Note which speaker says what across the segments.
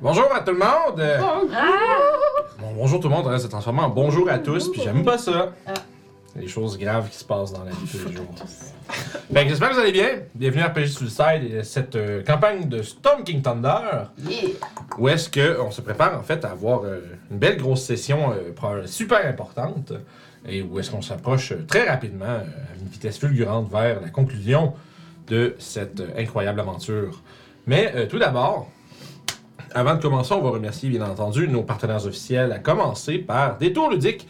Speaker 1: Bonjour à tout le monde! Euh,
Speaker 2: Ah!
Speaker 1: Bon, bonjour tout le monde, hein, c'est transformé en bonjour à tous, puis j'aime pas ça.
Speaker 2: Ah.
Speaker 1: C'est des choses graves qui se passent dans la vie de tous les jours. Fait que j'espère que vous allez bien. Bienvenue à RPG Suicide et cette euh, campagne de Storm King Thunder.
Speaker 2: Yeah!
Speaker 1: Où est-ce qu'on se prépare en fait à avoir euh, une belle grosse session euh, probablement super importante et où est-ce qu'on s'approche euh, très rapidement euh, à une vitesse fulgurante vers la conclusion de cette euh, incroyable aventure. Mais euh, tout d'abord, avant de commencer, on va remercier bien entendu nos partenaires officiels, à commencer par Détour Ludique.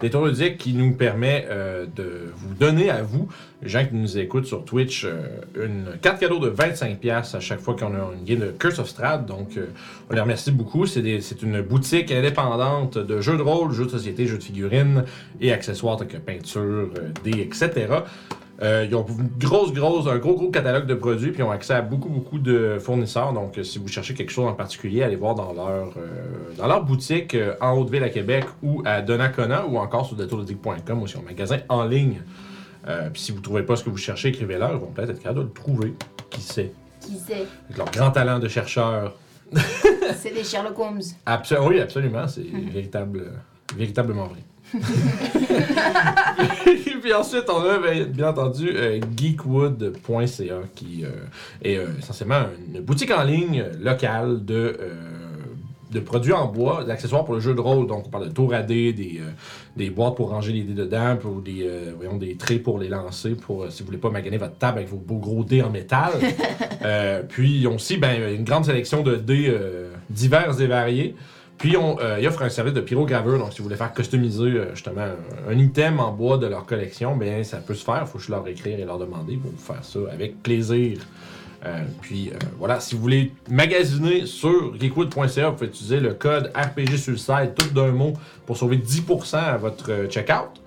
Speaker 1: Détour Ludique qui nous permet euh, de vous donner à vous, les gens qui nous écoutent sur Twitch, euh, une carte cadeau de 25$ à chaque fois qu'on a une game de Curse of Strahd. Donc, euh, on les remercie beaucoup. C'est des- c'est une boutique indépendante de jeux de rôle, jeux de société, jeux de figurines et accessoires tels que peinture, euh, dés, etc. Euh, ils ont une grosse, grosse, un gros, gros catalogue de produits, puis ils ont accès à beaucoup, beaucoup de fournisseurs. Donc, euh, si vous cherchez quelque chose en particulier, allez voir dans leur, euh, dans leur boutique euh, en Haute-Ville à Québec ou à Donnacona ou encore sur detourledic.com ou sur un magasin en ligne. Euh, puis si vous ne trouvez pas ce que vous cherchez, écrivez-leur, ils vont peut-être être capables de le trouver. Qui sait?
Speaker 2: Qui c'est?
Speaker 1: Avec leur grand talent de chercheur,
Speaker 2: C'est des Sherlock Holmes.
Speaker 1: Absol- oui, absolument. C'est véritable, euh, véritablement vrai. puis ensuite, on a ben, bien entendu euh, geekwood.ca qui euh, est euh, essentiellement une boutique en ligne euh, locale de, euh, de produits en bois, d'accessoires pour le jeu de rôle. Donc, on parle de tours à dés, des, euh, des boîtes pour ranger les dés dedans, puis- ou des, euh, voyons, des traits pour les lancer, pour euh, si vous voulez pas maganer votre table avec vos beaux gros dés en métal. Euh, puis ils ont aussi ben, une grande sélection de dés euh, divers et variés. Puis on, euh, ils offrent un service de pyrograveur, donc si vous voulez faire customiser euh, justement un, un item en bois de leur collection, bien ça peut se faire, faut juste leur écrire et leur demander, ils vont vous faire ça avec plaisir. Euh, puis euh, voilà, si vous voulez magasiner sur geekwood.ca, vous pouvez utiliser le code RPG sur le site, tout d'un mot, pour sauver 10% à votre euh, checkout.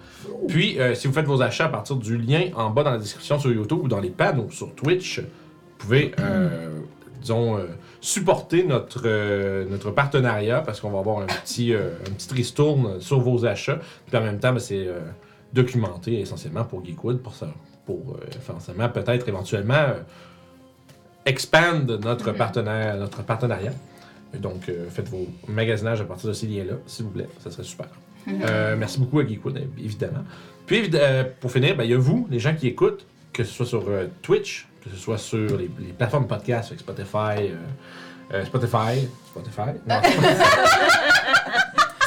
Speaker 1: Puis euh, si vous faites vos achats à partir du lien en bas dans la description sur YouTube ou dans les panneaux sur Twitch, vous pouvez, euh, disons, euh, supporter notre, euh, notre partenariat parce qu'on va avoir un petit, euh, un petit ristourne sur vos achats. Puis en même temps, ben, c'est euh, documenté essentiellement pour Geekwood pour, ça, pour euh, forcément peut-être éventuellement euh, expand notre, partenaire, notre partenariat. Et donc, euh, faites vos magasinages à partir de ces liens-là, s'il vous plaît. Ça serait super. Euh, merci beaucoup à Geekwood, é- évidemment. Puis, évid- euh, pour finir, ben, il y a vous, les gens qui écoutent, que ce soit sur euh, Twitch, que ce soit sur les, les plateformes podcast, fait que Spotify, euh, euh, Spotify, Spotify, non,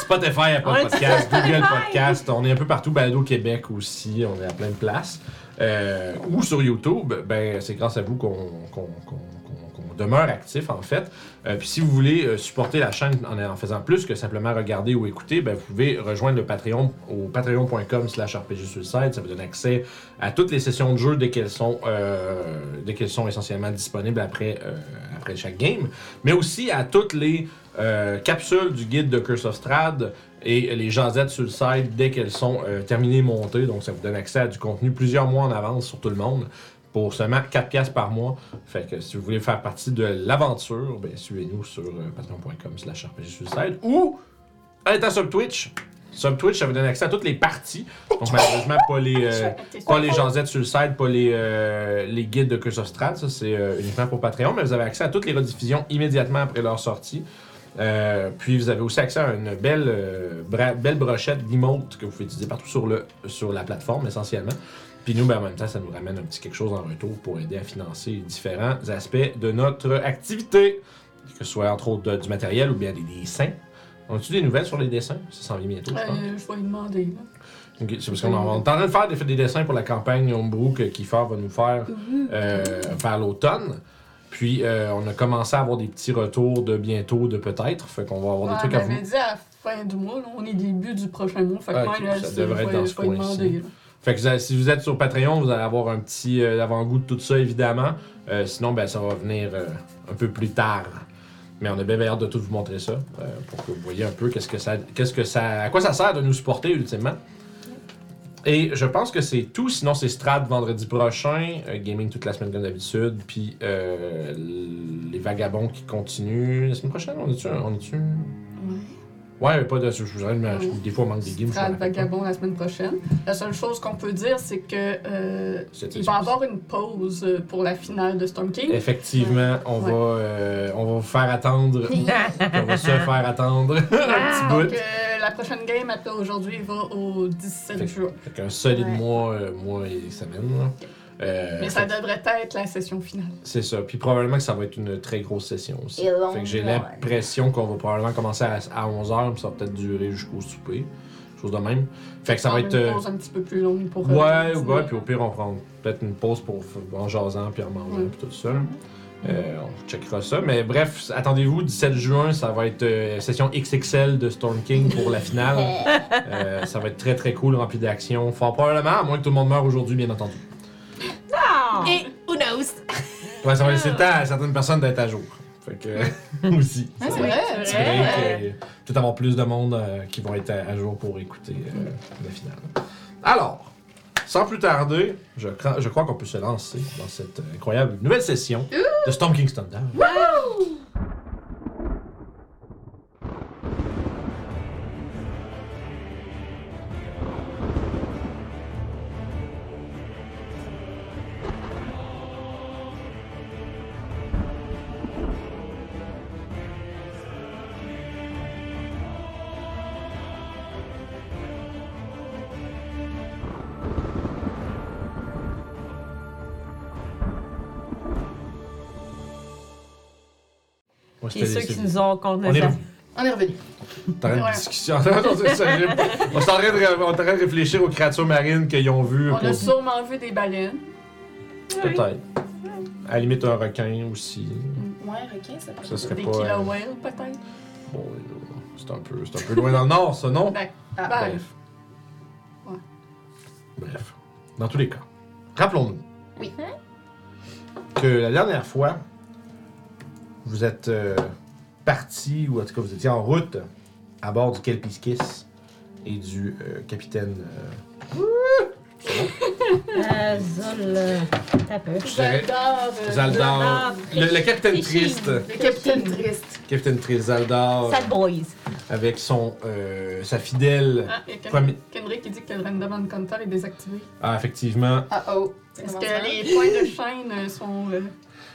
Speaker 1: Spotify, Apple Podcast, Google Podcast, on est un peu partout, Balado Québec aussi, on est à plein de places. Euh, ou sur YouTube, ben, c'est grâce à vous qu'on qu'on- qu'on- qu'on- qu'on demeure actif, en fait. Euh, Puis si vous voulez euh, supporter la chaîne en, en faisant plus que simplement regarder ou écouter, ben, vous pouvez rejoindre le Patreon au patreon.com slash RPG sur le site. Ça vous donne accès à toutes les sessions de jeu dès qu'elles sont, euh, dès qu'elles sont essentiellement disponibles après, euh, après chaque game, mais aussi à toutes les euh, capsules du guide de Curse of Strahd et les jasettes sur le site dès qu'elles sont euh, terminées montées. Donc ça vous donne accès à du contenu plusieurs mois en avance sur tout le monde pour seulement 4 piastres par mois. Fait que si vous voulez faire partie de l'aventure, ben, suivez-nous sur euh, patreon.com slash rpgsuicide ou en étant sur Twitch. Sur Twitch, ça vous donne accès à toutes les parties. Donc malheureusement, pas les, euh, pas les jasettes sur le site, pas les, euh, les guides de Curse of Strahd. Ça, c'est euh, uniquement pour Patreon. Mais vous avez accès à toutes les rediffusions immédiatement après leur sortie. Euh, puis vous avez aussi accès à une belle, euh, bra- belle brochette d'emotes que vous pouvez utiliser partout sur, le, sur la plateforme essentiellement. Puis nous, ben, en même temps, ça nous ramène un petit quelque chose en retour pour aider à financer les différents aspects de notre activité, que ce soit entre autres de- du matériel ou bien des dessins. On a-tu des nouvelles sur les dessins? Ça s'en vient bientôt, je pense.
Speaker 3: Euh, je vais lui demander. là.
Speaker 1: Ok, c'est parce qu'on en- on est en train de faire des, des dessins pour la campagne Homebrew que Kiefer va nous faire euh, vers l'automne. Puis euh, on a commencé à avoir des petits retours de bientôt, de peut-être. Fait qu'on va avoir des
Speaker 3: Ouais, ben,
Speaker 1: trucs
Speaker 3: elle
Speaker 1: à vous.
Speaker 3: m'avait dit à la fin du mois, là, on est début du prochain mois. Fait que
Speaker 1: Ah,
Speaker 3: moi,
Speaker 1: ok,
Speaker 3: là,
Speaker 1: ça
Speaker 3: c'est-
Speaker 1: devrait
Speaker 3: je
Speaker 1: être
Speaker 3: vais-
Speaker 1: dans ce
Speaker 3: je vais lui
Speaker 1: coin-ci.
Speaker 3: demander. là.
Speaker 1: Fait que vous allez- si vous êtes sur Patreon, vous allez avoir un petit euh, avant-goût de tout ça, évidemment. Euh, sinon, ben, ça va venir euh, un peu plus tard. Mais on a bien hâte de tout vous montrer ça euh, pour que vous voyez un peu qu'est-ce que ça, qu'est-ce que ça, à quoi ça sert de nous supporter ultimement. Et je pense que c'est tout. Sinon, c'est Strad vendredi prochain, euh, gaming toute la semaine comme d'habitude, puis euh, les vagabonds qui continuent. La semaine prochaine, on est-tu, on est-tu
Speaker 3: Ouais.
Speaker 1: Ouais, mais pas de. Je, je- je- des fois, on manque des games. je m'en
Speaker 3: sera le
Speaker 1: rappelle pas.
Speaker 3: vagabond la semaine prochaine. La seule chose qu'on peut dire, c'est que euh,
Speaker 1: C'était-
Speaker 3: il va y avoir une pause euh, pour la finale de Storm King.
Speaker 1: Effectivement, on,
Speaker 3: Ouais.
Speaker 1: va, euh, on va vous faire attendre. on va se faire attendre un petit
Speaker 3: Donc,
Speaker 1: bout.
Speaker 3: euh, la prochaine game après aujourd'hui va au 17 juin.
Speaker 1: Fait euh, qu'un solide
Speaker 2: Ouais.
Speaker 1: mois, euh, mois et semaine. là. Euh,
Speaker 3: Mais ça devrait être la session finale.
Speaker 1: C'est ça. Puis probablement que ça va être une très grosse session aussi.
Speaker 2: Et longue,
Speaker 1: Fait que j'ai
Speaker 2: ouais.
Speaker 1: l'impression qu'on va probablement commencer à, 11h, puis ça va peut-être durer jusqu'au souper. Chose de même. Fait que ça va être.
Speaker 3: une
Speaker 1: euh,
Speaker 3: pause un petit peu plus longue pour. euh,
Speaker 1: Ouais,
Speaker 3: le dîner.
Speaker 1: ouais, puis au pire, on prend peut-être une pause pour f- en jasant, puis en mangeant,
Speaker 3: Ouais.
Speaker 1: puis tout ça. là. Euh, on checkera ça. Mais bref, attendez-vous, 17 juin, ça va être euh, session XXL de Storm King pour la finale. Euh, ça va être très très cool, rempli d'action. Fort probablement, à moins que tout le monde meure aujourd'hui, bien entendu.
Speaker 2: Ah.
Speaker 4: Et who knows?
Speaker 1: Ouais, ça va laisser le temps à certaines personnes d'être à jour. Fait que, aussi.
Speaker 3: Ah,
Speaker 1: ça
Speaker 3: c'est
Speaker 1: va être
Speaker 3: vrai,
Speaker 1: un petit
Speaker 3: c'est vrai.
Speaker 1: break, euh, Peut-être avoir plus de monde euh, qui vont être à, à jour pour écouter euh, la finale. Alors, sans plus tarder, je, cra- je crois qu'on peut se lancer dans cette euh, incroyable nouvelle session de Storm Hein? King's Thunder. Ouais, c'était-
Speaker 4: Et ceux qui
Speaker 1: c'était-
Speaker 4: nous ont qu'on
Speaker 1: on est revenu.
Speaker 3: On est revenu.
Speaker 1: T'as rien de
Speaker 3: Ouais.
Speaker 1: discussion. Non, c'est ça, j'ai- on est en train de ré- on est en train de réfléchir aux créatures marines qu'ils ont vues.
Speaker 3: On
Speaker 1: pour-
Speaker 3: a sûrement vu des baleines.
Speaker 1: Peut-être. À la limite, un requin aussi.
Speaker 2: Ouais, requin, ça passe.
Speaker 1: Ça serait
Speaker 3: Des
Speaker 1: pas.
Speaker 3: killer
Speaker 1: euh,
Speaker 3: whales, peut-être.
Speaker 1: Bon, c'est un, peu- c'est un peu loin dans le nord, ça, non?
Speaker 3: Ben,
Speaker 2: Ah,
Speaker 3: ben,
Speaker 1: Bref.
Speaker 3: Ouais.
Speaker 1: Bref. Dans tous les cas, rappelons-nous Hein?
Speaker 2: Oui.
Speaker 1: que la dernière fois, vous êtes euh, parti, ou en tout cas vous étiez en route à bord du Kelpiskis et du euh, capitaine. euh,
Speaker 4: Euh, Zol. euh, T'as peur.
Speaker 1: je dirais-
Speaker 3: J'adore. euh,
Speaker 1: Zaldar.
Speaker 4: Zaldar.
Speaker 1: Le, le capitaine
Speaker 4: Trichy.
Speaker 1: triste.
Speaker 3: Le capitaine triste.
Speaker 1: Capitaine triste Zaldar
Speaker 4: Sad boys.
Speaker 1: avec son, euh, sa fidèle.
Speaker 3: Ah, et Ken-
Speaker 1: Premier-
Speaker 3: Kendrick qui dit que le random encounter est désactivé.
Speaker 1: Ah, effectivement,
Speaker 2: Ah oh.
Speaker 3: Est-ce que les points de chaîne euh, sont. euh,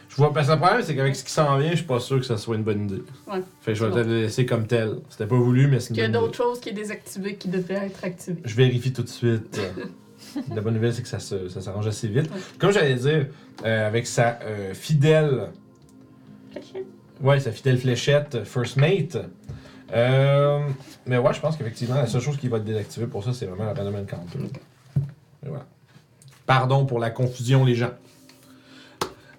Speaker 1: Je vois, parce que le problème, c'est qu'avec ce qui s'en vient, je suis pas sûr que ça soit une bonne idée.
Speaker 3: Ouais.
Speaker 1: Fait que je vais
Speaker 3: C'est
Speaker 1: peut-être le laisser comme tel. C'était pas voulu, mais c'est
Speaker 3: Qu'il y a
Speaker 1: une bonne
Speaker 3: d'autres
Speaker 1: idée.
Speaker 3: choses qui est désactivées qui devraient être activées.
Speaker 1: Je vérifie tout de suite. euh, La bonne nouvelle, c'est que ça se- ça s'arrange assez vite. Comme j'allais dire, euh, avec sa euh, fidèle. Ouais, sa fidèle fléchette, First Mate. Euh, mais ouais, je pense qu'effectivement, la seule chose qui va être désactivée pour ça, c'est vraiment la random encounter. Et voilà. Pardon pour la confusion, les gens.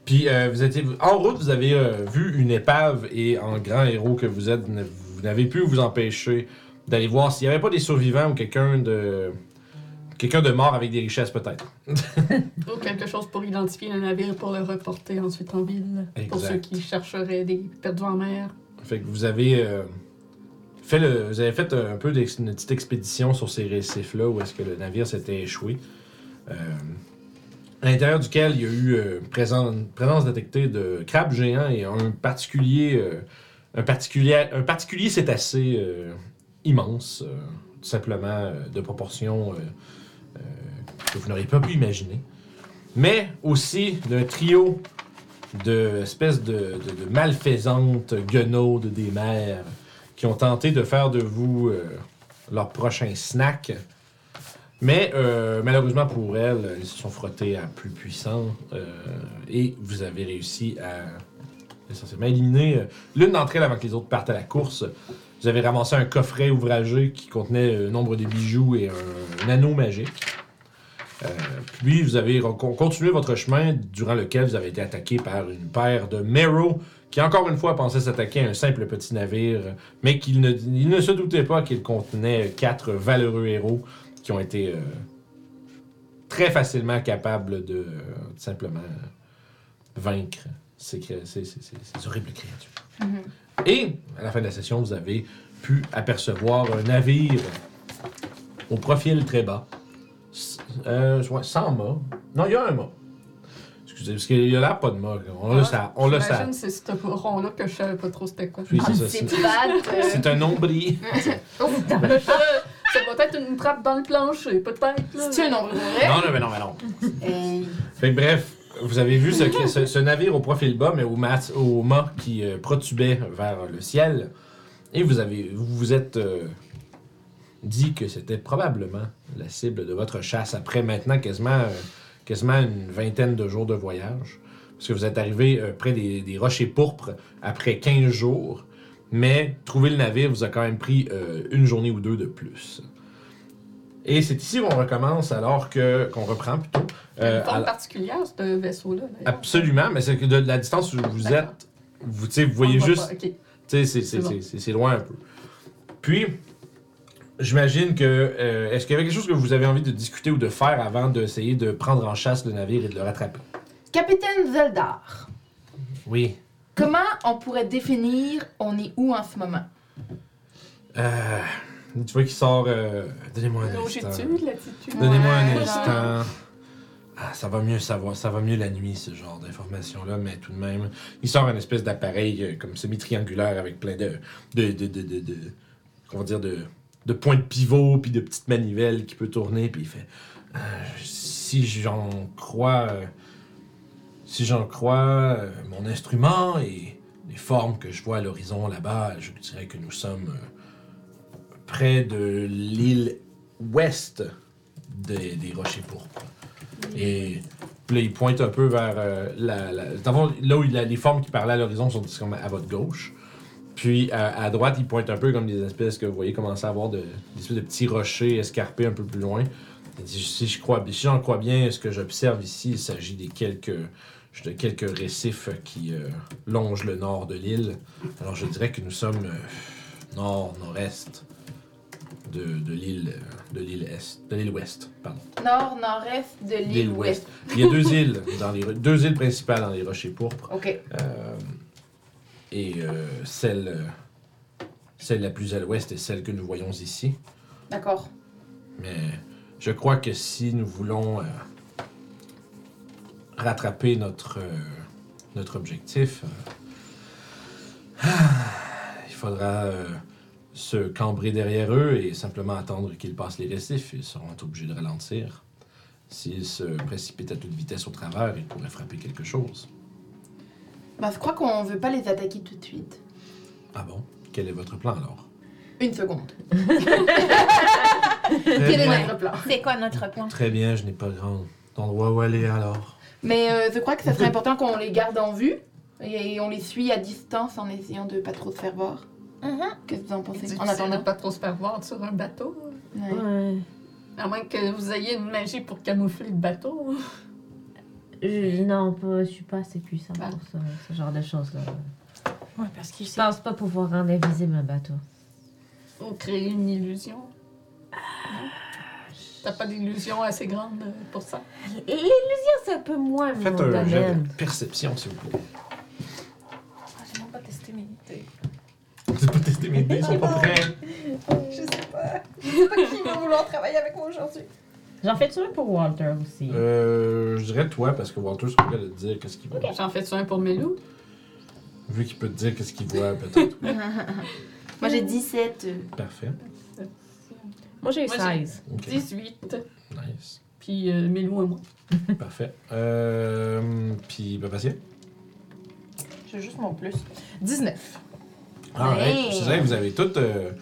Speaker 1: Puis, euh, vous étiez, en route, vous avez euh, vu une épave et en grand héros que vous êtes, ne- vous n'avez pu vous empêcher d'aller voir s'il n'y avait pas des survivants ou quelqu'un de. Quelqu'un de mort avec des richesses, peut-être.
Speaker 3: Ou quelque chose pour identifier le navire pour le reporter ensuite en ville. Pour
Speaker 1: Exact.
Speaker 3: ceux qui chercheraient des perdus en mer.
Speaker 1: Fait que vous avez euh, fait le, vous avez fait un peu d'ex- une petite expédition sur ces récifs-là où est-ce que le navire s'était échoué. Euh, à l'intérieur duquel il y a eu euh, présent- présence détectée de crabes géants et un particulier, euh, un particulier, un particulier cétacé euh, immense, euh, tout simplement euh, de proportions euh, euh, que vous n'auriez pas pu imaginer. Mais aussi d'un trio de espèces de, de- de malfaisantes guenaudes des mers qui ont tenté de faire de vous euh, leur prochain snack. Mais euh, malheureusement pour elles, ils se sont frottés à plus puissant euh, et vous avez réussi à essentiellement éliminer euh, l'une d'entre elles avant que les autres partent à la course. Vous avez ramassé un coffret ouvragé qui contenait euh, nombre de bijoux et un, un anneau magique. Euh, puis vous avez re- con- continué votre chemin durant lequel vous avez été attaqué par une paire de Mero qui encore une fois pensait s'attaquer à un simple petit navire, mais qu'il ne, il ne se doutait pas qu'il contenait quatre valeureux héros qui ont été euh, très facilement capables de euh, simplement euh, vaincre ces, cré- ces- ces- ces- ces horribles créatures.
Speaker 3: Mm-hmm.
Speaker 1: Et à la fin de la session, vous avez pu apercevoir un navire au profil très bas. S- euh, ouais, sans mât. Non, il y a un mât. Excusez, excusez, parce qu'il y a l'air pas de mug. là. On le
Speaker 3: Ah,
Speaker 1: sait, on le sait.
Speaker 3: J'imagine c'est ce rond-là que je savais pas trop c'était quoi.
Speaker 1: Puis
Speaker 2: Ah,
Speaker 1: c'est ça,
Speaker 2: c'est
Speaker 1: c'est-
Speaker 2: plate.
Speaker 1: C'est un nombril.
Speaker 3: Oh, euh, ça doit être une trappe dans le plancher, peut-être. là.
Speaker 2: C'est un nombre vrai.
Speaker 1: Non, non, mais non, mais non.
Speaker 2: Hey.
Speaker 1: Fait que bref, vous avez vu ce, ce- ce navire au profil bas, mais au, mas- au mât qui euh, protubait vers le ciel. Et vous avez, vous, vous êtes euh, dit que c'était probablement la cible de votre chasse après maintenant quasiment, euh, quasiment une vingtaine de jours de voyage. Parce que vous êtes arrivé euh, près des, des rochers pourpres après 15 jours. Mais trouver le navire vous a quand même pris euh, une journée ou deux de plus. Et c'est ici qu'on recommence alors que qu'on reprend plutôt.
Speaker 3: Il y a
Speaker 1: euh,
Speaker 3: une forme
Speaker 1: à-
Speaker 3: particulière, ce vaisseau-là. d'ailleurs.
Speaker 1: Absolument, mais c'est que de la distance où vous
Speaker 3: D'accord.
Speaker 1: êtes, vous, tu sais, vous
Speaker 3: Ah, On
Speaker 1: voyez
Speaker 3: le voit
Speaker 1: juste,
Speaker 3: pas, ok.
Speaker 1: tu sais, c'est- c'est
Speaker 3: C'est bon.
Speaker 1: c'est- c'est- c'est loin un peu. Puis, j'imagine que, euh, est-ce qu'il y avait quelque chose que vous avez envie de discuter ou de faire avant d'essayer de prendre en chasse le navire et de le rattraper?
Speaker 2: Capitaine Zeldar,
Speaker 1: Oui.
Speaker 2: comment on pourrait définir on est où en ce moment?
Speaker 1: Euh, tu vois qu'il sort... euh, Donnez-moi un instant.
Speaker 3: Longitude, latitude.
Speaker 1: Donnez-moi un
Speaker 2: Ouais,
Speaker 1: instant. Ah, ça va mieux savoir, ça va mieux la nuit, ce genre d'informations-là, mais tout de même. Il sort un espèce d'appareil euh, comme semi-triangulaire avec plein de. de. de. de. de. de comment dire, de. de points de pivot, puis de petites manivelles qui peut tourner, puis il fait. euh, si j'en crois. euh, si j'en crois euh, mon instrument et les formes que je vois à l'horizon là-bas, je dirais que nous sommes euh, près de l'île ouest des, des rochers pourpres. Et puis là, il pointe un peu vers euh, la, la- dans le fond, là où il a- les formes qui parlaient à l'horizon sont comme à votre gauche. Puis à, à droite, il pointe un peu comme des espèces que vous voyez commencer à avoir de, des espèces de petits rochers escarpés un peu plus loin. Il dit, si je crois, si j'en crois bien, ce que j'observe ici, il s'agit des quelques de quelques récifs qui euh, longent le nord de l'île. Alors je dirais que nous sommes euh, nord nord-est de, de l'île euh, de l'île est de l'île ouest, pardon.
Speaker 2: Nord, nord-est de l'île ouest.
Speaker 1: Il y a deux îles dans les ro- deux îles principales dans les rochers pourpres
Speaker 2: Ok.
Speaker 1: euh, et euh, celle euh, celle la plus à l'ouest est celle que nous voyons ici.
Speaker 2: D'accord.
Speaker 1: Mais je crois que si nous voulons euh, rattraper notre, euh, notre objectif, euh, il faudra euh, se cambrer derrière eux et simplement attendre qu'ils passent les récifs. Ils seront obligés de ralentir. S'ils se précipitent à toute vitesse au travers, ils pourraient frapper quelque chose.
Speaker 2: Ben, je crois qu'on veut pas les attaquer tout de suite.
Speaker 1: Ah bon? Quel est votre plan alors?
Speaker 2: Une seconde.
Speaker 1: Très
Speaker 2: Quel est
Speaker 1: bien,
Speaker 2: notre plan?
Speaker 4: C'est quoi notre point?
Speaker 1: Très bien, je n'ai pas grand endroit où aller alors.
Speaker 2: Mais euh, je crois que ça serait important qu'on les garde en vue et on les suit à distance en essayant de pas trop se faire voir.
Speaker 4: Mhm.
Speaker 2: Qu'est-ce que vous en pensez
Speaker 3: Difficile
Speaker 2: En
Speaker 3: de
Speaker 1: hein.
Speaker 2: attendant.
Speaker 3: pas trop se faire voir sur un bateau.
Speaker 2: Ouais.
Speaker 4: Ouais. Euh,
Speaker 3: À moins que vous ayez une magie pour camoufler le bateau.
Speaker 4: Je- non, pas- je suis pas assez puissant
Speaker 3: Ah.
Speaker 4: pour ça, ce genre de choses-là.
Speaker 5: Ouais, parce qu'il
Speaker 4: Je
Speaker 5: sait.
Speaker 4: pense pas pouvoir rendre invisible un bateau.
Speaker 3: Ou créer une illusion. Non? T'as pas d'illusion assez grande euh, pour ça.
Speaker 4: L'illusion, c'est un peu moins mon
Speaker 1: Faites un jet
Speaker 4: domaine.
Speaker 1: de perception, s'il vous plaît.
Speaker 5: Ah, j'ai même pas testé mes idées.
Speaker 1: J'ai pas testé mes dés, ils sont pas prêts.
Speaker 5: Je sais pas. Je sais pas qui va vouloir travailler avec moi aujourd'hui.
Speaker 4: J'en fais-tu un pour Walter aussi?
Speaker 1: Euh, je dirais toi, parce que Walter serait prêt de te dire qu'est-ce qu'il voit.
Speaker 3: J'en fais-tu un pour Melou?
Speaker 1: Vu qu'il peut te dire qu'est-ce qu'il voit, peut-être.
Speaker 2: Moi j'ai 17. euh,
Speaker 1: Parfait.
Speaker 4: Moi, j'ai eu
Speaker 3: Moi, j'ai-
Speaker 4: 16.
Speaker 1: Ok.
Speaker 3: 18.
Speaker 1: Nice.
Speaker 3: Puis euh, Melou et moi.
Speaker 1: Parfait. Euh, puis, bah, patient.
Speaker 5: J'ai juste mon plus. 19.
Speaker 1: Alright.
Speaker 2: Ouais.
Speaker 1: C'est vrai que vous avez toutes. euh,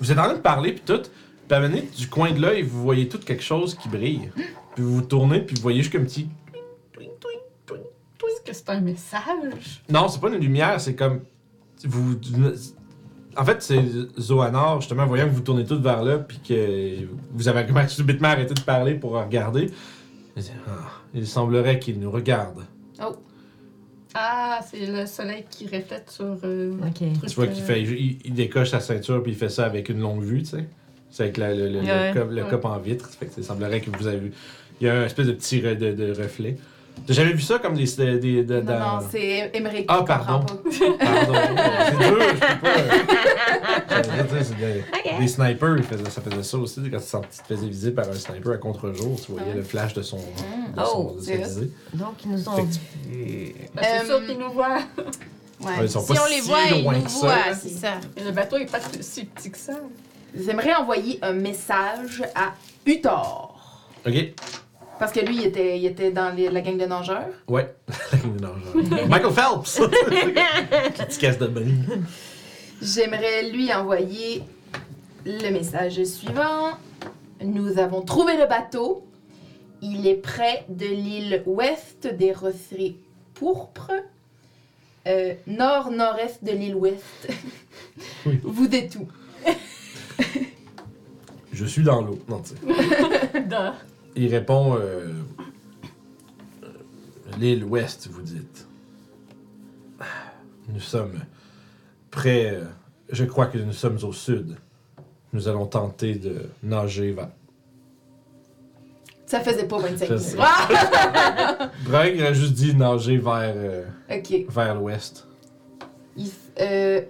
Speaker 1: vous êtes en train de parler, puis tout. Puis, à un moment donné, du coin de l'œil, vous voyez tout quelque chose qui brille. Puis, vous vous tournez, puis vous voyez juste un petit.
Speaker 3: Est-ce que c'est un message?
Speaker 1: Non, c'est pas une lumière, c'est comme. Vous. En fait, c'est Zoanor, justement, voyant que vous tournez tous vers là, puis que vous avez comme subitement arrêté de parler pour regarder. Il dit, Ah, il semblerait qu'il nous regarde.
Speaker 3: Ah, c'est le soleil qui reflète sur. euh,
Speaker 4: Ok.
Speaker 3: le truc,
Speaker 1: Tu vois qu'il
Speaker 3: euh,
Speaker 1: fait, il, il décoche sa ceinture, puis il fait ça avec une longue vue, tu sais. C'est avec la- le, le- le
Speaker 5: Ouais,
Speaker 1: cop, le
Speaker 3: ouais.
Speaker 1: cop en vitre. Fait que il semblerait que vous avez vu. Il y a un espèce de petit re- de, de reflet. T'as jamais vu ça comme des. des, des- de-
Speaker 2: Non,
Speaker 1: Euh, dans-
Speaker 2: non, c'est Émeric.
Speaker 1: Ah,
Speaker 2: je comprends
Speaker 1: pardon.
Speaker 2: pas.
Speaker 1: Pardon, c'est dur, je peux pas. euh, je veux dire, c'est bien.
Speaker 4: Ok.
Speaker 1: Les snipers, ils faisaient- ça faisait ça aussi. Quand tu te faisais viser par un sniper à contre-jour, tu voyais
Speaker 2: Ah ouais.
Speaker 1: le flash de son. de
Speaker 4: Oh,
Speaker 1: son- de
Speaker 2: c'est
Speaker 1: sa visée.
Speaker 4: Donc, ils nous
Speaker 1: Fait
Speaker 4: ont.
Speaker 1: que tu-
Speaker 3: Ben, c'est
Speaker 2: Euh,
Speaker 3: sûr qu'ils nous voient.
Speaker 2: Ouais.
Speaker 1: Ouais, ils sont
Speaker 2: si
Speaker 1: pas
Speaker 2: on
Speaker 1: si
Speaker 2: les voit, ils
Speaker 1: loin
Speaker 2: nous
Speaker 1: que ça,
Speaker 2: voient,
Speaker 1: là.
Speaker 2: c'est ça.
Speaker 3: Et le bateau est pas si petit que ça.
Speaker 2: J'aimerais envoyer un message à Uthor.
Speaker 1: Ok,
Speaker 2: Parce que lui, il était, il était dans les- la gang de nageurs.
Speaker 1: ouais. Non, genre- Michael Phelps! Petite casse de bain.
Speaker 2: J'aimerais lui envoyer le message suivant. Nous avons trouvé le bateau. Il est près de l'île ouest des Rosseries pourpres, euh, nord-nord-est de l'île ouest.
Speaker 1: Oui.
Speaker 2: Vous êtes où?
Speaker 1: Je suis dans l'eau. Non, tu sais.
Speaker 3: Dans-
Speaker 1: Il répond euh, euh, L'île ouest, vous dites. Nous sommes près. euh, Je crois que nous sommes au sud. Nous allons tenter de nager vers.
Speaker 2: Ça faisait pas 25
Speaker 1: Je sais.
Speaker 2: minutes. Ah!
Speaker 1: Greg a juste dit nager vers, euh,
Speaker 2: Ok.
Speaker 1: vers l'ouest.
Speaker 2: Il s- euh,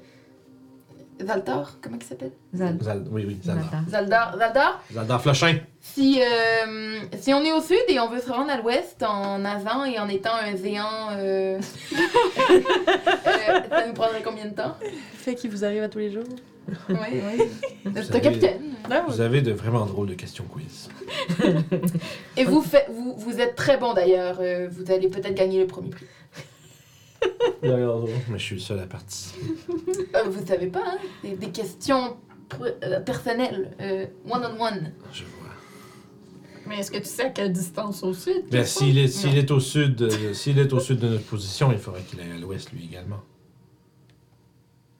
Speaker 2: Zaldor, comment il s'appelle?
Speaker 4: Zal-
Speaker 1: Zal- Oui, oui, Zaldar.
Speaker 4: Zalda.
Speaker 2: Zaldor, Zaldor,
Speaker 1: Zaldar Flochin.
Speaker 2: si, euh, si on est au sud et on veut se rendre à l'ouest en nageant et en étant un zéant, euh, euh, ça nous prendrait combien de temps?
Speaker 6: Fait qu'il vous arrive à tous les jours.
Speaker 2: Oui, oui. C'est un
Speaker 1: savez-
Speaker 2: capitaine.
Speaker 1: Vous avez de vraiment drôles de questions quiz.
Speaker 2: Et vous, faites, vous, vous êtes très bon d'ailleurs. euh, vous allez peut-être gagner le premier prix.
Speaker 1: Mais je suis le seul à participer.
Speaker 2: Euh, vous savez pas, hein? C'est des questions pr- euh, personnelles, euh, one-on-one.
Speaker 1: Je vois.
Speaker 3: Mais est-ce que tu sais à quelle distance au sud?
Speaker 1: Ben,
Speaker 3: qu'ils sont?
Speaker 1: s'il est, s'il est au sud, euh, s'il est au sud de notre position, il faudrait qu'il aille à l'ouest lui également.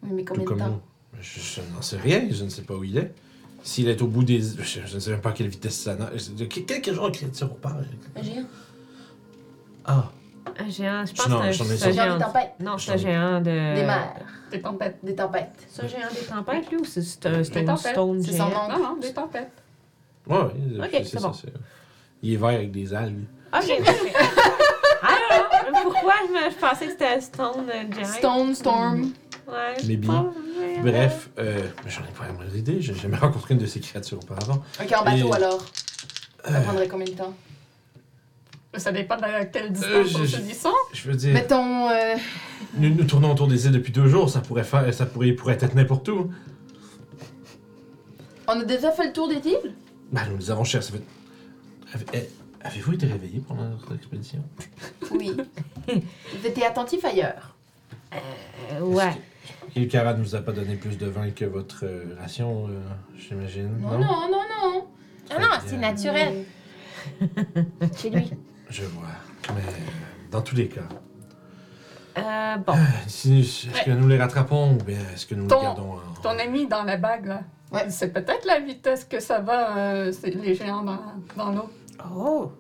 Speaker 2: Oui, mais
Speaker 1: Tout
Speaker 2: combien de
Speaker 1: comme
Speaker 2: temps?
Speaker 1: nous. Je, je n'en sais rien, je ne sais pas où il est. S'il est au bout des. Je, je ne sais même pas à quelle vitesse ça nage. De que- quel, quel genre de créature on parle
Speaker 2: Un géant.
Speaker 1: Ah,
Speaker 4: Un géant, je
Speaker 1: Je- non,
Speaker 4: pense que
Speaker 1: j'en ai
Speaker 4: c'est
Speaker 1: sorti.
Speaker 4: un
Speaker 2: Un géant
Speaker 4: géant. Euh.
Speaker 2: des tempêtes.
Speaker 4: Non, c'est
Speaker 1: J'en
Speaker 4: un
Speaker 1: ai-
Speaker 4: géant de.
Speaker 2: Des mers.
Speaker 3: Des tempêtes.
Speaker 2: Des tempêtes.
Speaker 4: C'est un géant des tempêtes, lui, ou c'est c'est un, c'est
Speaker 3: Des
Speaker 4: un
Speaker 3: tempêtes,
Speaker 4: stone
Speaker 2: c'est son nom.
Speaker 4: géant?
Speaker 3: Non, non, des tempêtes.
Speaker 1: ouais, ouais,
Speaker 4: Ok, c'est
Speaker 1: ça, euh,
Speaker 4: bon.
Speaker 1: Il est vert avec des algues.
Speaker 4: Ok, ok. Ah non, pourquoi je, me- je pensais que c'était un stone euh, géant?
Speaker 2: Stone,
Speaker 1: Mm.
Speaker 2: Storm.
Speaker 4: Ouais. je
Speaker 1: Maybe.
Speaker 4: pense, mais-
Speaker 1: Bref, euh, mais j'en ai pas la moindre idée. J'ai jamais rencontré une de ces créatures auparavant.
Speaker 2: Ok, en bateau
Speaker 1: Et- Euh.
Speaker 2: alors. Ça prendrait combien de temps?
Speaker 3: Ça dépend de la- quelle
Speaker 1: Euh,
Speaker 3: distance
Speaker 1: je-
Speaker 3: au
Speaker 1: je-
Speaker 3: sud ils sont.
Speaker 1: Je veux dire,
Speaker 2: Mettons. euh,
Speaker 1: nous, nous tournons autour des îles depuis deux jours. Ça pourrait faire, ça pourrait, il pourrait être n'importe où.
Speaker 2: on a déjà fait le tour des îles?
Speaker 1: Ben, nous les avons cher. Ça fait... Avez- eh, Avez-vous été réveillé pendant notre expédition?
Speaker 2: Oui. Vous étiez attentif ailleurs.
Speaker 4: Euh, ouais.
Speaker 1: Et Cara nous a pas donné plus de vin que votre euh, ration, euh, j'imagine.
Speaker 2: Non, non, non, Ah non.
Speaker 1: Très bien.
Speaker 2: naturel.
Speaker 4: Chez lui.
Speaker 1: Je vois. Mais euh, dans tous les cas,
Speaker 4: Euh, bon.
Speaker 1: si- est-ce que nous les rattrapons ou bien est-ce que nous
Speaker 3: Ton-
Speaker 1: les gardons en...
Speaker 3: Ton ami dans la bague, là.
Speaker 2: Ouais.
Speaker 3: C'est peut-être la vitesse que ça va, euh, c'est les géants dans, dans l'eau.
Speaker 4: Oh!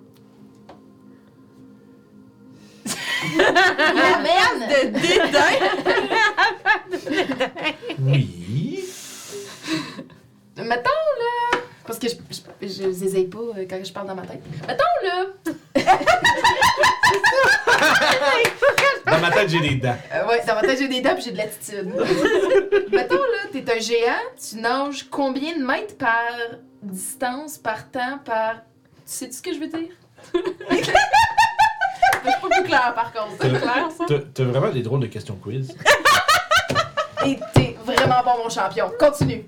Speaker 2: La merde!
Speaker 1: Oui.
Speaker 2: Mettons là. Parce que je, je, je zézaille pas euh, quand je parle dans ma tête. Mettons là.
Speaker 1: Dans ma tête, j'ai des dents.
Speaker 2: Euh, ouais, dans ma tête, j'ai des dents pis j'ai de l'attitude. Mettons là, t'es un géant, tu nages combien de mètres par distance, par temps, par. Sais-tu ce que je veux dire? C'est pas plus clair par contre.
Speaker 3: C'est clair, ça?
Speaker 1: T'as t'as vraiment des drôles de questions quiz.
Speaker 2: Et t'es vraiment bon, mon champion. Continue.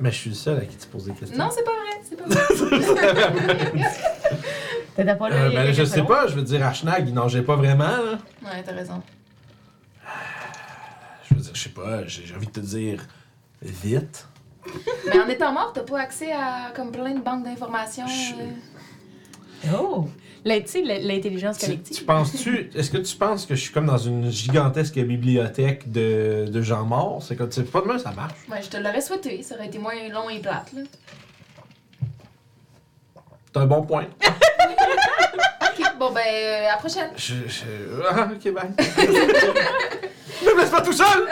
Speaker 1: Mais je suis le seul à qui tu poses des questions.
Speaker 2: Non, c'est pas vrai. C'est pas vrai.
Speaker 4: T'as pas
Speaker 1: Euh,
Speaker 4: le.
Speaker 1: ben, je sais pas, je veux dire, Ashnag, il nageait pas vraiment, là.
Speaker 2: Ouais, t'as raison.
Speaker 1: Je veux dire, je sais pas, j'ai j'ai envie de te dire vite.
Speaker 2: Mais en étant mort, t'as pas accès à comme plein de banques d'informations.
Speaker 1: Je-
Speaker 2: euh.
Speaker 4: Oh!
Speaker 6: La- Tu sais, la- l'intelligence
Speaker 1: Tu,
Speaker 6: collective.
Speaker 1: tu penses-tu, est-ce que tu penses que je suis comme dans une gigantesque bibliothèque de, de gens morts? C'est comme, tu sais, pas demain, ça marche.
Speaker 2: Ouais, je te l'aurais souhaité. Ça aurait été moins long et plate. Là.
Speaker 1: T'as un bon point.
Speaker 2: Ok, bon ben, euh, à la prochaine.
Speaker 1: Je, je... Ah, ok, bye. ne me laisse pas tout seul!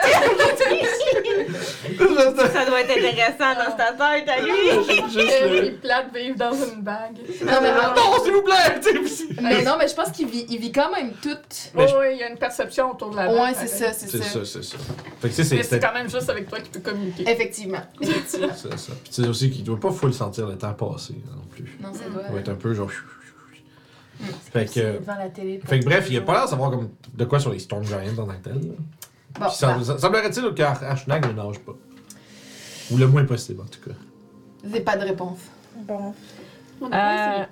Speaker 4: Ça doit être intéressant dans sa tête à lui.
Speaker 1: Juste
Speaker 3: Et
Speaker 1: le...
Speaker 3: oui, plate vivre dans une bague.
Speaker 2: Non, mais non,
Speaker 1: Non, s'il vous plaît! tu sais,
Speaker 2: Ah, mais non, mais je pense qu'il vit, il vit quand même tout.
Speaker 1: Mais je-
Speaker 3: Oh, il y a une perception autour de la bague.
Speaker 2: Ouais, c'est ça,
Speaker 3: pareil.
Speaker 2: c'est
Speaker 1: C'est ça,
Speaker 2: ça.
Speaker 1: c'est ça. Fait que tu sais, c'est-
Speaker 3: Mais c'est
Speaker 1: c'est
Speaker 3: quand même juste avec toi qu'il peut
Speaker 2: Euh,
Speaker 3: communiquer.
Speaker 2: Effectivement.
Speaker 1: c'est ça. Puis tu sais aussi qu'il doit pas full sentir le temps passer hein, non plus.
Speaker 2: Non, ça
Speaker 3: Mm.
Speaker 2: doit.
Speaker 1: Il va être un peu genre. Fait que.
Speaker 6: Devant la télé.
Speaker 1: Fait que bref, il a pas l'air de savoir comme de quoi sur les Storm Giants en tant que tel. là.
Speaker 2: Bon, ben, bah.
Speaker 1: Puis semble- Semblerait-il que Ar- Archnag ne nage pas. Ou le moins possible en tout cas.
Speaker 2: bah, j'ai pas de réponse.
Speaker 5: Bon.
Speaker 4: Euh,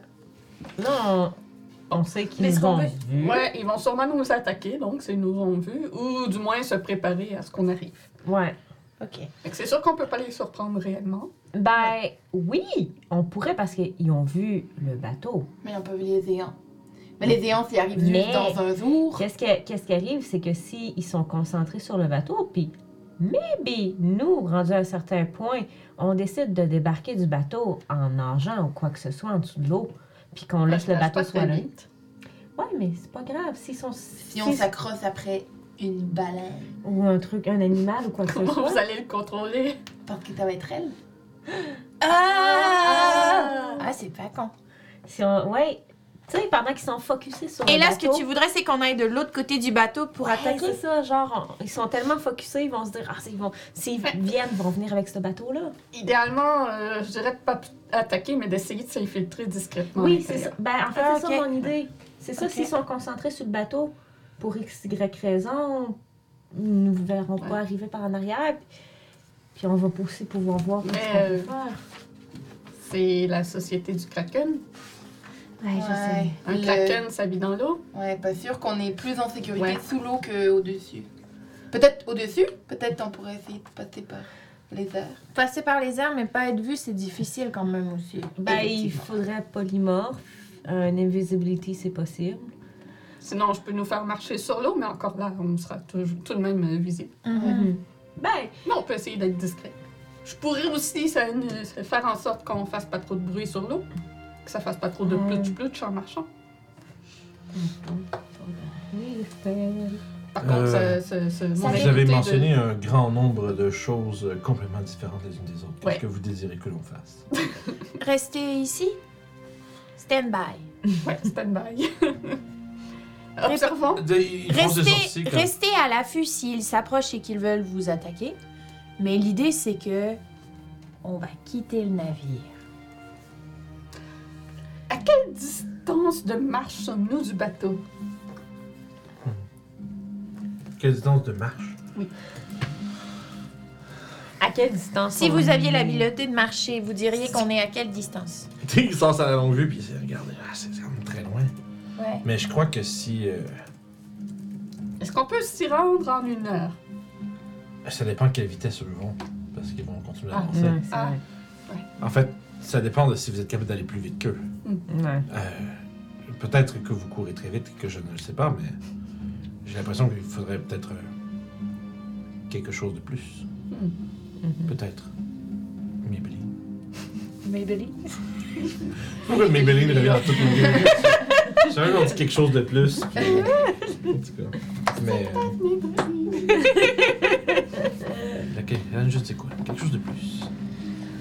Speaker 4: non, on sait
Speaker 6: Mais
Speaker 4: qu'ils
Speaker 6: ce qu'on
Speaker 4: vont.
Speaker 6: veut-
Speaker 1: Hmm.
Speaker 3: Ouais, ils vont sûrement nous attaquer, donc s'ils nous ont vus, ou du moins se préparer à ce qu'on arrive.
Speaker 4: Ouais.
Speaker 6: Ok.
Speaker 3: Fait que c'est sûr qu'on peut pas les surprendre réellement.
Speaker 4: Ben oui, on pourrait parce qu'ils ont vu le bateau.
Speaker 2: Mais on peut les éants. Mais les éants, ils arrivent juste
Speaker 4: Mais-
Speaker 2: dans un jour.
Speaker 4: Qu'est-ce, que- qu'est-ce qui arrive, c'est que si ils sont concentrés sur le bateau, puis maybe nous, rendus à un certain point, on décide de débarquer du bateau en nageant ou quoi que ce soit en dessous de l'eau, puis qu'on
Speaker 7: Ben,
Speaker 4: laisse le
Speaker 3: Je
Speaker 4: bateau
Speaker 3: passe
Speaker 4: soit
Speaker 3: pas
Speaker 4: là.
Speaker 3: vite.
Speaker 4: Ouais, mais c'est pas grave. S'ils sont
Speaker 2: Si on
Speaker 4: s'ils-
Speaker 2: s'accroche après une baleine,
Speaker 4: ou un truc, un animal ou quoi que ce
Speaker 3: Comment vous
Speaker 4: soit.
Speaker 3: allez le contrôler?
Speaker 2: parce que ça va être elle.
Speaker 5: Ah, ah c'est pas con.
Speaker 4: Si on, ouais, tu sais, pendant qu'ils sont focusés sur
Speaker 7: Et
Speaker 4: le
Speaker 7: là, ce
Speaker 4: bateau,
Speaker 7: que tu voudrais, c'est qu'on aille de l'autre côté du bateau pour
Speaker 4: Ouais,
Speaker 7: attaquer.
Speaker 4: c'est ça, genre, on- ils sont tellement focusés, ils vont se dire, ah, c'est- ils vont, s'ils viennent, ils vont venir avec ce bateau-là.
Speaker 3: Idéalement, euh, je dirais de pas p- attaquer, mais d'essayer de s'infiltrer discrètement. à
Speaker 4: Oui, c'est ça.
Speaker 3: l'intérieur.
Speaker 4: Ben, en fait,
Speaker 7: Ah,
Speaker 4: c'est
Speaker 7: ok.
Speaker 4: ça mon idée. C'est ça,
Speaker 7: Ok.
Speaker 4: s'ils sont concentrés sur le bateau, pour x, y raison, ils nous verront pas arriver par en arrière. Puis, puis on va aussi pouvoir voir ce qu'on
Speaker 3: Mais,
Speaker 4: peut
Speaker 3: euh,
Speaker 4: faire.
Speaker 3: C'est la société du Kraken.
Speaker 4: Ouais, je sais.
Speaker 3: Un
Speaker 2: Le-
Speaker 3: Kraken, ça vit dans l'eau.
Speaker 2: Ouais, pas sûr qu'on est plus en sécurité
Speaker 3: Ouais.
Speaker 2: sous l'eau qu'au-dessus. Peut-être au-dessus, peut-être on pourrait essayer de passer par les airs.
Speaker 5: Passer par les airs, mais pas être vu, c'est difficile quand même aussi.
Speaker 2: Bah,
Speaker 4: Ben, il
Speaker 2: effectivement.
Speaker 4: faudrait polymorphe. Un invisibility, c'est possible.
Speaker 3: Sinon, je peux nous faire marcher sur l'eau, mais encore là, on sera toujours, tout de même euh, visible.
Speaker 5: Mhm.
Speaker 4: Ben,
Speaker 3: Mais on peut essayer d'être discret. Je pourrais aussi ça, ne- ça faire en sorte qu'on fasse pas trop de bruit sur l'eau. Que ça fasse pas trop de
Speaker 4: Hmm.
Speaker 3: plutch-plutch en marchant.
Speaker 4: oui, Mhm. c'est-
Speaker 3: Par contre,
Speaker 1: Euh,
Speaker 3: ça, ça- ça- mon
Speaker 1: Vous
Speaker 3: invité
Speaker 1: avez
Speaker 3: de-
Speaker 1: mentionné un grand nombre de choses euh, complètement différentes les unes des autres.
Speaker 3: Ouais.
Speaker 1: Qu'est-ce que vous désirez que l'on fasse?
Speaker 7: Rester ici. Stand by.
Speaker 3: Ouais, stand-by. Observons.
Speaker 7: Restez, restez à l'affût s'ils s'approchent et qu'ils veulent vous attaquer. Mais l'idée, c'est que on va quitter le navire.
Speaker 3: Distance de marche sommes-nous du bateau?
Speaker 1: Quelle distance de marche?
Speaker 4: à quelle distance
Speaker 7: Si
Speaker 4: on
Speaker 7: vous aviez
Speaker 4: est?
Speaker 7: l'habileté de marcher, vous diriez qu'on est à quelle distance?
Speaker 1: Tu sais, il sort sa longue vue puis il dit, regardez, ah, c'est quand même très loin.
Speaker 7: Ouais.
Speaker 1: Mais je crois que si. euh,
Speaker 3: Est-ce qu'on peut s'y rendre en une heure?
Speaker 1: ça dépend à quelle vitesse eux vont, parce qu'ils vont continuer à
Speaker 3: Ah,
Speaker 1: avancer.
Speaker 4: Ouais, c'est
Speaker 3: Ah.
Speaker 4: vrai.
Speaker 1: En fait, ça dépend de si vous êtes capable d'aller plus vite qu'eux.
Speaker 4: Mm. Ouais.
Speaker 1: Euh, peut-être que vous courez très vite, que je ne le sais pas, mais j'ai l'impression qu'il faudrait peut-être euh, quelque chose de plus.
Speaker 4: Mhm.
Speaker 1: Peut-être. Maybelline.
Speaker 6: Maybelline.
Speaker 1: Pourquoi Maybelline revient dans toutes nos vidéos? J'avais qu'on dit quelque chose de plus. puis- en tout cas. Mais. euh, laquelle- euh, je ne sais quoi. Quelque chose de plus.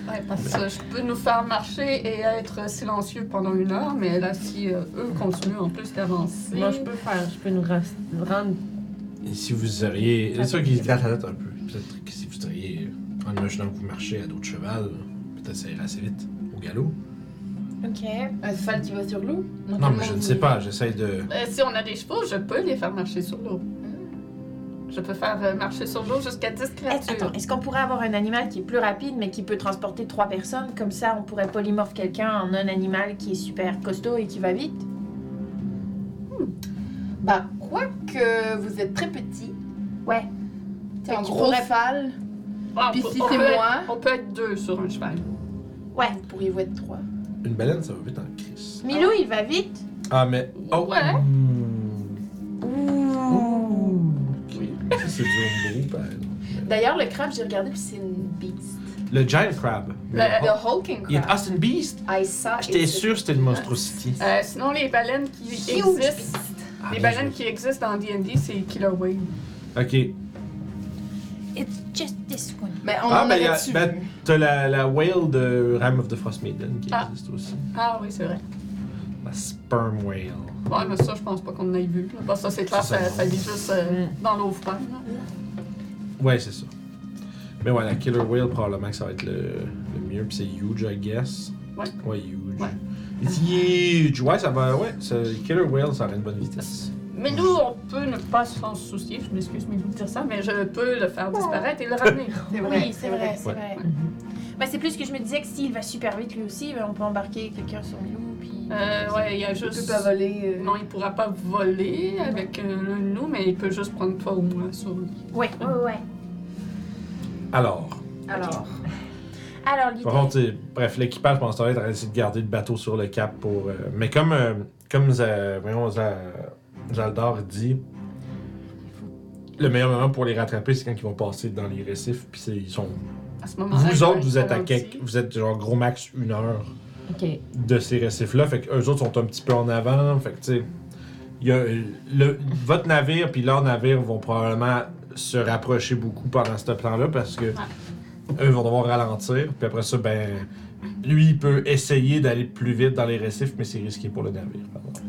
Speaker 3: Ouais, parce que je peux nous faire marcher et être silencieux pendant une heure, mais là, si euh, eux continuent en plus d'avancer.
Speaker 4: Moi, je peux faire, je peux nous ras- rendre.
Speaker 1: Et si vous auriez. C'est sûr qu'il se gratte la tête un peu. Peut-être que si vous auriez. En imaginant que vous marchez à d'autres chevals, peut-être ça irait assez vite. Au galop.
Speaker 5: Ok.
Speaker 2: Un cheval qui va sur l'eau
Speaker 1: Non, mais je ne sais pas. J'essaie de.
Speaker 3: Euh, si on a des chevaux, je peux les faire marcher sur l'eau. Je peux faire euh, marcher sur l'eau jusqu'à 10
Speaker 5: Est-ce-
Speaker 3: créatures.
Speaker 5: Attends, est-ce qu'on pourrait avoir un animal qui est plus rapide mais qui peut transporter trois personnes Comme ça, on pourrait polymorphe quelqu'un en un animal qui est super costaud et qui va vite.
Speaker 2: Bah, quoi que vous êtes très petit.
Speaker 5: Ouais.
Speaker 2: T'es en
Speaker 5: tu
Speaker 2: gros
Speaker 5: pourrais-
Speaker 2: cheval.
Speaker 3: Ah,
Speaker 2: Puis
Speaker 3: on
Speaker 2: si
Speaker 3: peut- on
Speaker 2: c'est
Speaker 3: peut
Speaker 2: moi-
Speaker 3: être- On peut être deux sur un cheval.
Speaker 5: Ouais.
Speaker 2: Vous pourriez vous être trois.
Speaker 1: Une baleine, ça va vite en crise.
Speaker 5: Milou, il va vite.
Speaker 1: Ah, mais. Oh!
Speaker 3: Ouais.
Speaker 1: Mmh.
Speaker 5: Ouh.
Speaker 1: Ça, c'est du homebrew, par exemple.
Speaker 2: D'ailleurs, le crabe, j'ai regardé, puis c'est une beast.
Speaker 1: Le Giant Crab.
Speaker 3: Le-
Speaker 2: The hulking
Speaker 1: Il est
Speaker 2: crab.
Speaker 1: Ah, c'est une beast?
Speaker 2: I saw
Speaker 1: J'étais
Speaker 2: it.
Speaker 1: sûr que c'était une monstrosity.
Speaker 3: Euh, sinon, les baleines qui
Speaker 2: Huge
Speaker 3: existent.
Speaker 2: beast.
Speaker 1: Ah,
Speaker 3: Les
Speaker 1: bien
Speaker 3: baleines
Speaker 1: joué.
Speaker 3: qui existent dans D&D, c'est Killer Whale.
Speaker 1: Ok.
Speaker 7: It's just this one.
Speaker 2: Mais on
Speaker 1: Ah,
Speaker 2: en
Speaker 1: ben, y a-
Speaker 2: aurait-tu
Speaker 1: ben-
Speaker 2: vu?
Speaker 1: T'as la, la whale de Ram of the Frost Maiden qui
Speaker 3: Ah.
Speaker 1: existe aussi.
Speaker 3: Ah oui, c'est vrai.
Speaker 1: La sperm whale.
Speaker 3: Ouais, mais ça, je pense pas qu'on en ait vu. là. Parce que ça, c'est clair,
Speaker 1: Ça,
Speaker 3: ça,
Speaker 1: c'est
Speaker 3: ça vit juste euh, dans l'eau froide. là.
Speaker 1: Ouais, c'est ça. Mais ouais, la killer whale, probablement que ça va être le, le mieux. Puis c'est huge, I guess.
Speaker 3: Ouais.
Speaker 1: Ouais, huge.
Speaker 3: Ouais.
Speaker 1: It's huge. Ouais, ça va. Ouais, ça- le killer whale, ça aurait une bonne vitesse.
Speaker 3: Mais nous, on peut ne pas s'en soucier. Je m'excuse mais de vous dire ça, mais je peux le faire disparaître et le ramener.
Speaker 2: C'est vrai.
Speaker 7: Oui, c'est vrai, c'est
Speaker 1: Ouais.
Speaker 7: vrai.
Speaker 4: Mhm.
Speaker 7: Ben, c'est plus que je me disais que s'il va super vite lui aussi, ben, on peut embarquer quelqu'un sur le loup. Puis...
Speaker 3: Euh, ouais, il y a
Speaker 2: Tu peux
Speaker 3: juste.
Speaker 2: pas voler. euh,
Speaker 3: Non, il pourra pas voler avec euh, l'un de nous, mais il peut juste prendre toi ou moi sur lui.
Speaker 7: Ouais, ouais, ouais.
Speaker 1: Alors,
Speaker 2: Alors,
Speaker 7: Alors, l'idée.
Speaker 1: par contre, c'est- bref, l'équipage, je pense, t'aurais essayé de garder le bateau sur le cap pour. euh, mais comme, euh, comme Za- voyons, Za- Zaldor dit, le meilleur moment pour les rattraper, c'est quand ils vont passer dans les récifs. Puis c'est- ils sont.
Speaker 3: À ce moment-là. il
Speaker 1: Vous
Speaker 3: va
Speaker 1: autres,
Speaker 3: être
Speaker 1: vous êtes à
Speaker 3: ralenti.
Speaker 1: quelques. Vous êtes genre gros max une heure.
Speaker 4: Ok.
Speaker 1: de ces récifs-là. Fait qu'eux autres sont un petit peu en avant. Fait que, tu sais, il y a, euh, le- votre navire puis leur navire vont probablement se rapprocher beaucoup pendant ce temps-là parce que eux vont devoir ralentir. Puis après ça, ben, lui, il peut essayer d'aller plus vite dans les récifs, mais c'est risqué pour le navire. par contre.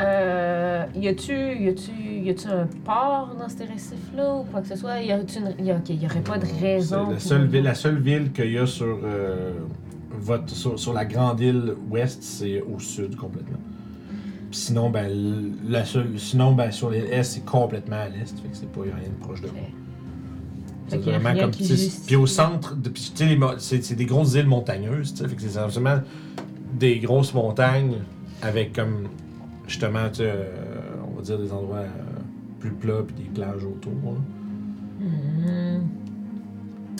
Speaker 4: Euh, y a-tu, y a-tu, y a-tu un port dans ces récifs-là ou quoi que ce soit? Y a-tu une, y a- ok, y aurait pas de raison.
Speaker 1: C'est la
Speaker 4: pour-
Speaker 1: seule ville, la seule ville qu'il y a sur, euh, votre, sur, sur la grande île ouest, c'est au sud complètement. Puis sinon, ben, l- la seule, sinon, ben, sur l'île est, c'est complètement à l'est. Fait que c'est pas y a rien de proche de moi.
Speaker 4: Fait
Speaker 1: C'est
Speaker 4: qu'il y a
Speaker 1: vraiment
Speaker 4: rien
Speaker 1: comme.
Speaker 4: qui
Speaker 1: tu sais,
Speaker 4: justifie.
Speaker 1: Puis au centre, de- puis tu sais, les mo- c'est c'est des grosses îles montagneuses, tu sais. Fait que c'est absolument des grosses montagnes avec comme. Justement, tu sais, euh, on va dire des endroits euh, plus plats puis des plages autour. là.
Speaker 4: Hmm.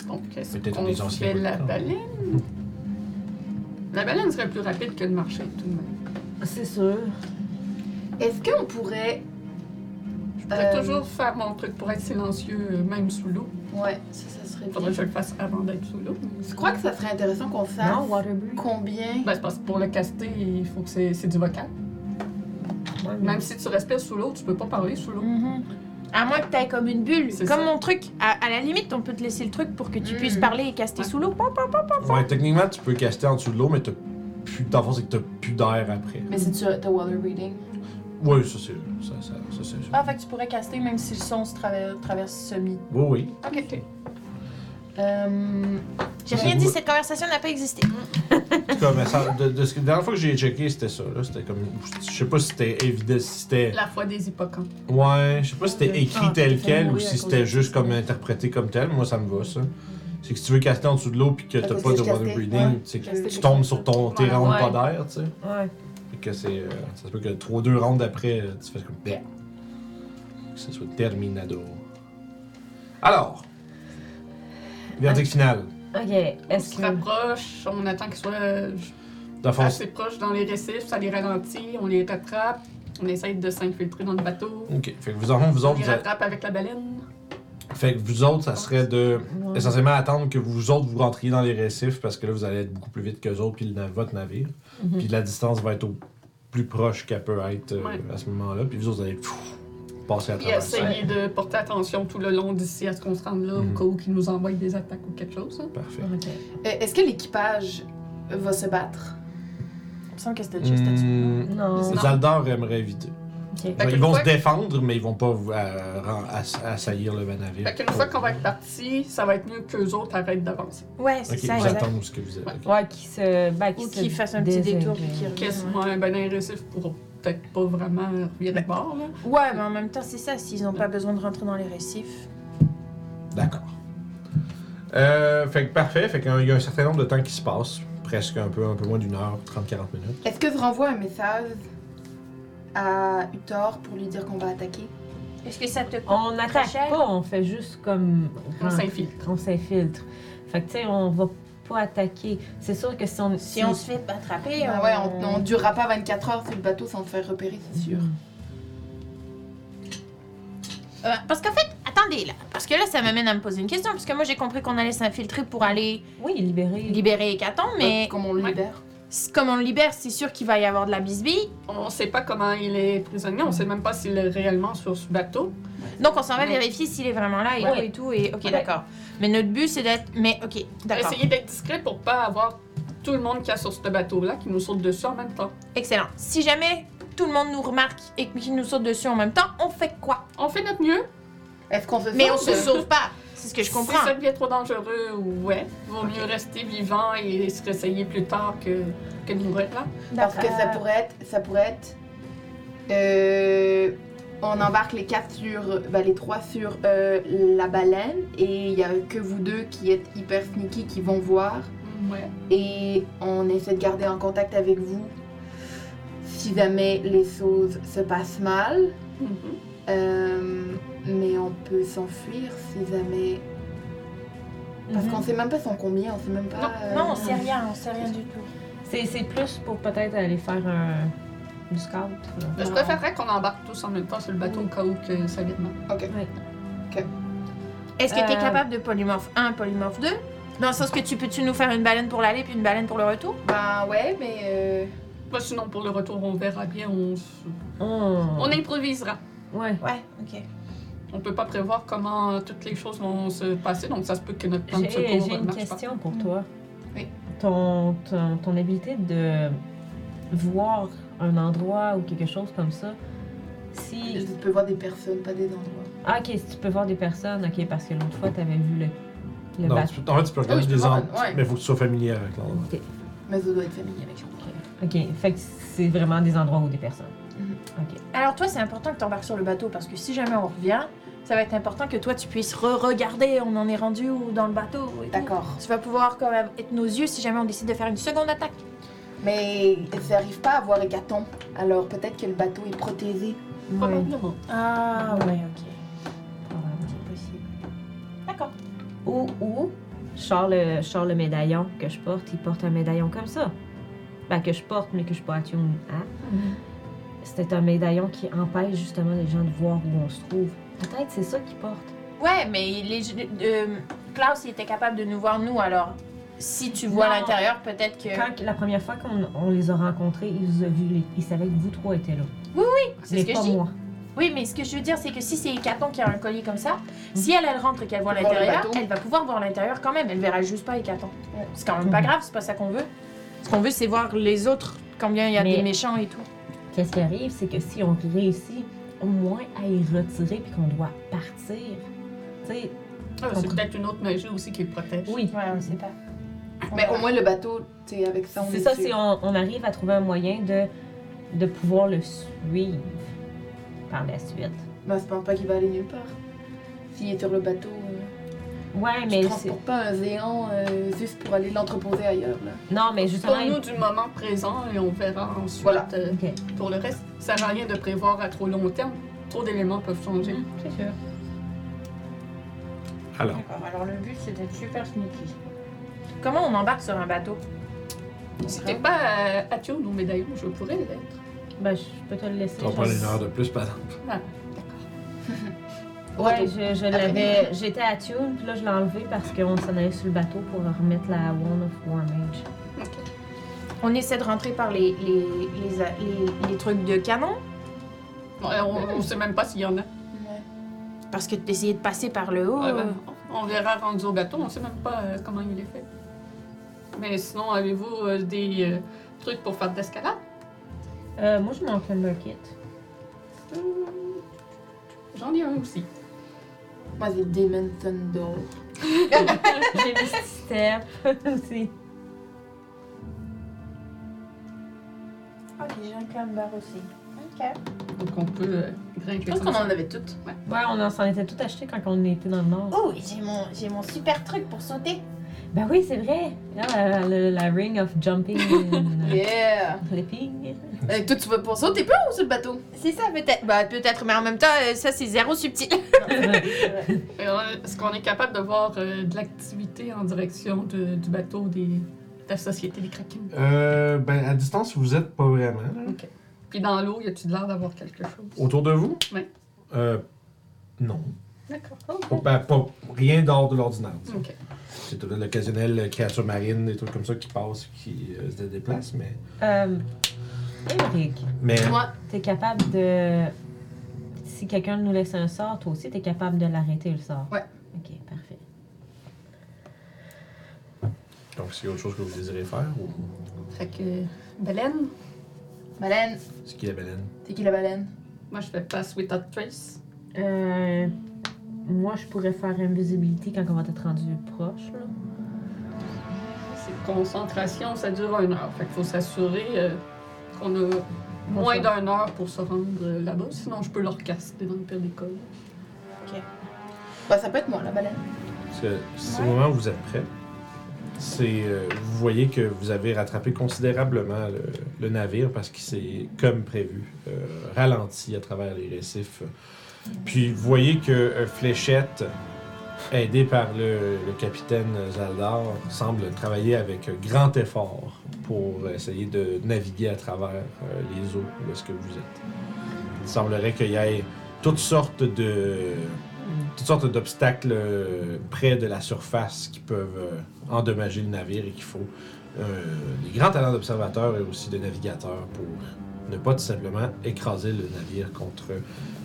Speaker 3: Donc, qu'est-ce
Speaker 1: Peut-être
Speaker 3: qu'on
Speaker 1: des anciens
Speaker 3: fait la
Speaker 1: volcans.
Speaker 3: baleine La baleine serait plus rapide que de marcher, tout de même.
Speaker 4: C'est sûr.
Speaker 2: est-ce qu'on pourrait.
Speaker 3: Je pourrais
Speaker 2: Euh,
Speaker 3: toujours faire mon truc pour être silencieux, euh, même sous l'eau.
Speaker 2: Ouais, ça, ça serait bien.
Speaker 3: Faudrait que je le fasse avant d'être sous l'eau. mais-
Speaker 2: Je crois que ça serait intéressant qu'on fasse.
Speaker 4: Non, Waterbury.
Speaker 2: Combien
Speaker 3: Ben, c'est parce que pour le caster, il faut que c'est c'est du vocal.
Speaker 4: Ouais, mais-
Speaker 3: Même si tu respires sous l'eau, tu peux pas parler sous l'eau.
Speaker 7: Mhm. À moins que t'aies comme une bulle.
Speaker 3: C'est
Speaker 7: Comme
Speaker 3: ça.
Speaker 7: mon truc. À, à la limite, on peut te laisser le truc pour que tu
Speaker 5: Mhm.
Speaker 2: Mm.
Speaker 7: puisses parler et caster
Speaker 3: Ouais.
Speaker 7: sous l'eau. Pop, pop, pop.
Speaker 1: Ouais, techniquement, tu peux caster en dessous de l'eau, mais t'as plus. Dans le fond, c'est que t'as plus d'air après.
Speaker 2: Mais c'est tu as water reading.
Speaker 1: Oui, ça c'est. Ça, ça, ça, c'est sûr.
Speaker 5: Ah, fait que tu pourrais caster même si le son se traverse, traverse semi.
Speaker 1: Oui, oui.
Speaker 3: Ok.
Speaker 2: Euh,
Speaker 7: J'ai
Speaker 1: C'est
Speaker 7: rien dit,
Speaker 1: beau.
Speaker 7: cette conversation n'a pas existé.
Speaker 1: C'est comme, ça- de, de ce que- la dernière fois que j'ai checké, c'était ça. Là. C'était comme. Je sais pas si c'était évident, si c'était.
Speaker 3: La foi des hippocampes.
Speaker 1: Ouais, je sais pas si c'était écrit
Speaker 5: Ah,
Speaker 1: tel
Speaker 5: t'as
Speaker 1: quel ou
Speaker 5: mourir à
Speaker 1: si
Speaker 5: cause
Speaker 1: c'était
Speaker 5: de-
Speaker 1: juste comme interprété comme tel. Moi, ça me va, ça. C'est que si tu veux caster en dessous de l'eau puis que
Speaker 2: Parce
Speaker 1: t'as
Speaker 2: que
Speaker 1: pas
Speaker 2: si
Speaker 1: de
Speaker 2: je
Speaker 1: water
Speaker 2: castais,
Speaker 1: breathing,
Speaker 2: ouais,
Speaker 1: c'est que
Speaker 2: castais
Speaker 1: tu
Speaker 2: quelque
Speaker 1: tombes
Speaker 2: chose.
Speaker 1: sur ton, tes
Speaker 3: Voilà,
Speaker 1: rondes
Speaker 3: ouais.
Speaker 1: pas d'air, tu sais.
Speaker 4: Ouais.
Speaker 1: Fait que c'est. euh, ça se peut que trois, deux rondes après, euh, tu fais comme. Bleh. Que ce soit terminado. Alors. Verdict final.
Speaker 4: Ok.
Speaker 3: On
Speaker 4: Est-ce
Speaker 3: se
Speaker 4: que
Speaker 3: rapproche, on attend qu'ils soient euh,
Speaker 1: Dans le fond,
Speaker 3: assez proches dans les récifs, ça les ralentit, on les rattrape, on essaye de s'infiltrer dans le bateau.
Speaker 1: OK. Fait que vous, en fond, vous
Speaker 3: On
Speaker 1: autres,
Speaker 3: les
Speaker 1: vous êtes- Ah,
Speaker 3: rattrape avec la baleine.
Speaker 1: fait que vous autres, ça serait de
Speaker 4: Ouais.
Speaker 1: essentiellement attendre que vous autres vous rentriez dans les récifs parce que là vous allez être beaucoup plus vite que autres puis le nav- votre navire.
Speaker 3: Mm.
Speaker 4: Mhm.
Speaker 1: Puis la distance va être au plus proche qu'elle peut être euh,
Speaker 3: Ouais.
Speaker 1: à ce moment-là. Puis vous autres, vous allez pfff, passer à
Speaker 3: Puis
Speaker 1: travers ça.
Speaker 3: essayer de porter attention tout le long d'ici à ce qu'on se rende là,
Speaker 1: Mhm.
Speaker 3: au cas où qu'ils nous envoient des attaques ou quelque chose. hein.
Speaker 1: Parfait.
Speaker 4: Ok.
Speaker 2: e-, Est-ce que l'équipage va se battre
Speaker 5: Il me semble que c'était juste là-dessus.
Speaker 1: Hmm,
Speaker 4: Non.
Speaker 3: Non.
Speaker 1: Zaldor aimerait éviter.
Speaker 4: Ok.
Speaker 3: Fait
Speaker 1: Genre,
Speaker 3: qu'une
Speaker 1: ils vont
Speaker 3: fois
Speaker 1: se
Speaker 3: que-
Speaker 1: défendre, mais ils vont pas vous- euh, ren- ass- assaillir le navire.
Speaker 3: Fait qu'une fois qu'on va être parti, ça va être mieux qu'eux autres arrêtent d'avancer.
Speaker 1: Ok,
Speaker 7: Ouais, c'est
Speaker 1: vous
Speaker 7: ça, exact.
Speaker 1: attendez où ce que vous êtes. ok.
Speaker 4: Ouais, qui se. Ben, qui
Speaker 5: Ou
Speaker 4: se
Speaker 5: qu'il fasse un petit détour puis
Speaker 4: désengage.
Speaker 5: qu'il revienne.
Speaker 3: Qu'est-ce moi, un benin récif pourra peut-être pas vraiment revenir de bord, là.
Speaker 7: Ouais, mais en même temps, c'est ça. S'ils n'ont pas besoin de rentrer dans les récifs.
Speaker 1: D'accord. Euh, fait que parfait. Fait qu'il y a un certain nombre de temps qui se passe. Presque un peu, un peu moins d'une heure, 30-40 minutes.
Speaker 2: Est-ce que je renvoie un message à Uthor pour lui dire qu'on va attaquer
Speaker 7: Est-ce que ça te coûte
Speaker 4: On
Speaker 7: très
Speaker 4: n'attaque
Speaker 7: cher?
Speaker 4: pas, on fait juste comme.
Speaker 3: On s'infiltre.
Speaker 4: On s'infiltre. Fait que, tu sais, on va pas attaquer. C'est sûr que si on.
Speaker 7: Si on se fait attraper, euh,
Speaker 2: Ah Ouais, on, on durera pas 24 heures sur le bateau sans se faire repérer, c'est sûr.
Speaker 4: Mhm.
Speaker 7: Euh, parce qu'en fait, attendez là, parce que là, ça m'amène à me poser une question, parce que moi, j'ai compris qu'on allait s'infiltrer pour aller
Speaker 4: Oui, libérer.
Speaker 7: libérer Hécaton, mais
Speaker 2: Comme on le
Speaker 3: Ouais.
Speaker 2: libère.
Speaker 7: c- comme on le libère, c'est sûr qu'il va y avoir de la bisbille.
Speaker 3: On sait pas comment il est prisonnier, on sait même pas s'il est réellement sur ce bateau.
Speaker 7: Donc on s'en va
Speaker 3: Ouais.
Speaker 7: vérifier s'il est vraiment là et
Speaker 4: Ouais.
Speaker 7: tout et tout. Et ok,
Speaker 4: Ouais.
Speaker 7: d'accord. Mais notre but, c'est d'être. Mais ok, d'accord.
Speaker 3: Essayez d'être discret pour pas avoir tout le monde qui a sur ce bateau-là qui nous saute dessus en même temps.
Speaker 7: Excellent. Si jamais tout le monde nous remarque et qu'il nous saute dessus en même temps, on fait quoi
Speaker 3: On fait notre mieux.
Speaker 2: Est-ce qu'on se
Speaker 7: Mais on
Speaker 2: sauve?
Speaker 7: se sauve pas. C'est ce que je comprends.
Speaker 3: Si ça devient trop dangereux, ouais. Vaut mieux rester vivant et se réessayer plus tard que, que de mourir là.
Speaker 2: Parce que ça pourrait être. Ça pourrait être. euh, on embarque les quatre sur. ben, les trois sur euh, la baleine. Et il y a que vous deux qui êtes hyper sneaky qui vont voir.
Speaker 3: Ouais.
Speaker 2: Et on essaie de garder en contact avec vous. Si jamais les choses se passent mal.
Speaker 3: Mhm.
Speaker 2: Euh, mais on peut s'enfuir si jamais.
Speaker 4: Mhm.
Speaker 2: Parce qu'on sait même pas son combien, on sait même pas. euh,
Speaker 7: Non, on sait rien, on sait rien du tout.
Speaker 4: C'est c'est plus pour peut-être aller faire un... du scout. là.
Speaker 3: Je préférerais qu'on embarque tous en même temps sur le bateau au cas où que ça vienne mal.
Speaker 7: Est-ce que tu es
Speaker 4: Euh,
Speaker 7: capable de polymorphe 1, polymorphe 2 Dans le sens que tu peux-tu nous faire une baleine pour l'aller puis une baleine pour le retour
Speaker 2: Ben ouais, mais. euh,
Speaker 3: Bah, sinon, pour le retour, on verra bien. On, s-
Speaker 1: Oh.
Speaker 4: On-
Speaker 3: on improvisera.
Speaker 4: Ouais.
Speaker 7: Ouais, ok.
Speaker 3: On peut pas prévoir comment toutes les choses vont se passer, donc ça se peut que notre plan de
Speaker 4: J'ai
Speaker 3: secours
Speaker 1: euh,
Speaker 4: j'ai
Speaker 3: ne
Speaker 4: une
Speaker 3: marche pas.
Speaker 4: question pour toi.
Speaker 3: Oui.
Speaker 4: Ton, ton, ton habilité de voir un endroit ou quelque chose comme ça, si...
Speaker 2: Je peux voir des personnes, pas des endroits.
Speaker 4: Ah, ok, si tu peux voir des personnes, ok, parce que l'autre fois, t'avais vu le, le
Speaker 1: Non,
Speaker 4: bateau.
Speaker 1: tu peux- en fait, tu
Speaker 3: Ah
Speaker 1: peux
Speaker 2: oui,
Speaker 1: regarder
Speaker 2: je peux
Speaker 1: des
Speaker 2: voir,
Speaker 1: angles,
Speaker 2: ouais.
Speaker 1: mais il faut que tu sois familier avec l'endroit.
Speaker 4: Ok.
Speaker 2: Mais ça doit être familier avec son
Speaker 4: Ok, fait que c'est vraiment des endroits ou des personnes.
Speaker 7: Alors toi, c'est important que tu embarques sur le bateau parce que si jamais on revient, ça va être important que toi, tu puisses re-regarder on en est rendu ou dans le bateau. et tout.
Speaker 2: D'accord.
Speaker 7: Tu vas pouvoir quand même être nos yeux si jamais on décide de faire une seconde attaque.
Speaker 2: Mais ça arrive pas à voir Hécaton. Alors peut-être que le bateau est protégé.
Speaker 3: Probablement.
Speaker 7: Ah ouais, ok.
Speaker 4: probablement.
Speaker 7: C'est possible. D'accord.
Speaker 4: Ou, ou, Charles, Charles le médaillon que je porte, il porte un médaillon comme ça. Ben, que je porte, mais que je suis pas attune à.
Speaker 3: Ah,
Speaker 4: C'est un médaillon qui empêche justement les gens de voir où on se trouve. Peut-être c'est ça qu'il porte.
Speaker 7: Ouais, mais les, euh, Klaus, il était capable de nous voir, nous, alors si tu vois
Speaker 4: Non.
Speaker 7: l'intérieur, peut-être que...
Speaker 4: Quand la première fois qu'on on les a rencontrés, ils vous ont vu, ils savaient que vous trois étiez là.
Speaker 7: C'est
Speaker 4: Mais
Speaker 7: ce que
Speaker 4: pas
Speaker 7: je dis.
Speaker 4: moi.
Speaker 7: Oui, mais ce que je veux dire, c'est que si c'est Hécaton qui a un collier comme ça,
Speaker 3: Hmm.
Speaker 7: si elle, elle rentre et qu'elle voit
Speaker 2: Voir le
Speaker 7: l'intérieur,
Speaker 2: bateau.
Speaker 7: elle va pouvoir voir l'intérieur quand même. Elle verra juste pas Hécaton.
Speaker 2: Ouais.
Speaker 7: C'est quand même pas
Speaker 3: Hmm.
Speaker 4: Mhm.
Speaker 7: grave, c'est pas ça qu'on veut. Ce qu'on veut, c'est voir les autres, combien il y a
Speaker 4: Mais-
Speaker 7: des méchants et tout.
Speaker 4: Qu'est-ce qui arrive, c'est que si on réussit au moins à y retirer puis qu'on doit partir, tu sais,
Speaker 3: Ah, c'est
Speaker 4: Contre.
Speaker 3: peut-être une autre magie aussi qui le protège.
Speaker 4: oui.
Speaker 7: Ouais, on sait pas.
Speaker 2: Mais au moins le bateau, tu sais, avec ça, on
Speaker 4: C'est
Speaker 2: est
Speaker 4: ça,
Speaker 2: sûr.
Speaker 4: si on, on arrive à trouver un moyen de, de pouvoir le suivre par la suite.
Speaker 2: Ben, je pense pas qu'il va aller nulle part. S'il est sur le bateau, euh,
Speaker 4: Ouais,
Speaker 2: tu
Speaker 4: mais c'est-
Speaker 2: transportes pas un géant euh, juste pour aller l'entreposer ailleurs, là.
Speaker 4: non, mais justement,
Speaker 3: Pour nous du moment présent et on verra ensuite
Speaker 2: Voilà.
Speaker 3: euh,
Speaker 4: Ok.
Speaker 3: pour le reste. Ça sert à rien de prévoir à trop long terme. Trop d'éléments peuvent changer.
Speaker 2: Mmh.
Speaker 4: c'est sûr.
Speaker 1: Alors,
Speaker 7: Alors le but, c'est d'être super sneaky. Comment on embarque sur un bateau
Speaker 3: Si t'es pas euh, attuned au médaillon, je pourrais l'être.
Speaker 4: Ben, je peux te le laisser.
Speaker 1: tu vas
Speaker 4: je-
Speaker 1: prendre une heure de plus, par exemple.
Speaker 4: Ouais,
Speaker 2: Retour.
Speaker 4: je, je l'avais. J'étais à Tune, puis là, je l'ai enlevé parce qu'on s'en allait sur le bateau pour remettre la One of War Mage.
Speaker 7: On essaie de rentrer par les, les, les, les- les trucs de canon
Speaker 3: Ouais,
Speaker 2: Mmh.
Speaker 3: on, on sait même pas s'il y en
Speaker 2: Ouais.
Speaker 3: a.
Speaker 7: parce que d'essayer de passer par le haut.
Speaker 3: Ouais, ben,
Speaker 7: euh,
Speaker 3: on verra rendu au bateau, on sait même pas euh, comment il est fait. Mais sinon, avez-vous euh, des euh, trucs pour faire de l'escalade?
Speaker 4: Euh, moi, je manque le kit.
Speaker 3: J'en ai un aussi.
Speaker 2: Moi, j'ai Demon Thunder.
Speaker 4: J'ai le step aussi.
Speaker 7: Ah, puis j'ai un clambar aussi. Ok.
Speaker 3: Donc on peut euh, grimper.
Speaker 2: Je pense
Speaker 3: comme
Speaker 2: qu'on
Speaker 3: ça.
Speaker 2: en avait toutes.
Speaker 4: Ouais, on en s'en était tout acheté quand on était dans le nord.
Speaker 7: Oh, et j'ai mon, j'ai mon super truc pour sauter.
Speaker 4: Ben oui, c'est vrai. Là, la, la- la ring of jumping and
Speaker 2: Yeah!
Speaker 4: flipping.
Speaker 2: Et toi, tu vas pour ça, t'es pas où sur le bateau?
Speaker 7: C'est ça, peut-être. Bah, peut-être, mais en même temps, euh, ça, c'est zéro subtil.
Speaker 3: Et on- Est-ce qu'on est capable de voir euh, de l'activité en direction de- du bateau des, de la Société des Kraken?
Speaker 1: Euh, ben, à distance, vous êtes pas vraiment. là.
Speaker 3: Puis dans l'eau, y a-tu de l'air d'avoir quelque chose?
Speaker 1: Autour de vous?
Speaker 3: Ouais.
Speaker 1: Euh, non.
Speaker 3: D'accord.
Speaker 2: Oh,
Speaker 1: Pas- ben, pas- rien d'hors de l'ordinaire. disons.
Speaker 3: Ok.
Speaker 1: C'est tout l'occasionnel créature marine, des trucs comme ça qui passent, qui euh, se déplacent, mais.
Speaker 4: Euh, Eric,
Speaker 1: Mais.
Speaker 2: Moi,
Speaker 4: t'es capable de. Si quelqu'un nous laisse un sort, toi aussi, t'es capable de l'arrêter le sort.
Speaker 2: Ouais.
Speaker 4: Ok, parfait.
Speaker 1: Donc, s'il y a autre chose que vous désirez faire, ou.
Speaker 3: Fait que. Baleine,
Speaker 2: baleine,
Speaker 1: C'est qui la baleine
Speaker 2: c'est qui la baleine?
Speaker 3: moi je fais pass without trace.
Speaker 4: Euh, moi, je pourrais faire invisibilité quand on va être rendu proche. Là.
Speaker 3: C'est concentration, ça dure une heure. Fait qu'il faut s'assurer euh, qu'on a moins d'une heure pour se rendre euh, là-bas. Sinon, je peux leur casser dans le pire d'école.
Speaker 2: Bah, ça peut être moi, la baleine.
Speaker 1: Parce que c'est au moment où vous êtes prêt. C'est, euh, vous voyez que vous avez rattrapé considérablement le, le navire parce qu'il s'est, comme prévu, euh, ralenti à travers les récifs. Puis vous voyez que euh, Fléchette, aidé par le, le capitaine Zaldar, semble travailler avec grand effort pour essayer de naviguer à travers euh, les eaux où est-ce que vous êtes. Il semblerait qu'il y ait toutes sortes de toutes sortes d'obstacles euh, près de la surface qui peuvent euh, endommager le navire et qu'il faut euh, des grands talents d'observateurs et aussi de navigateurs pour ne pas tout simplement écraser le navire contre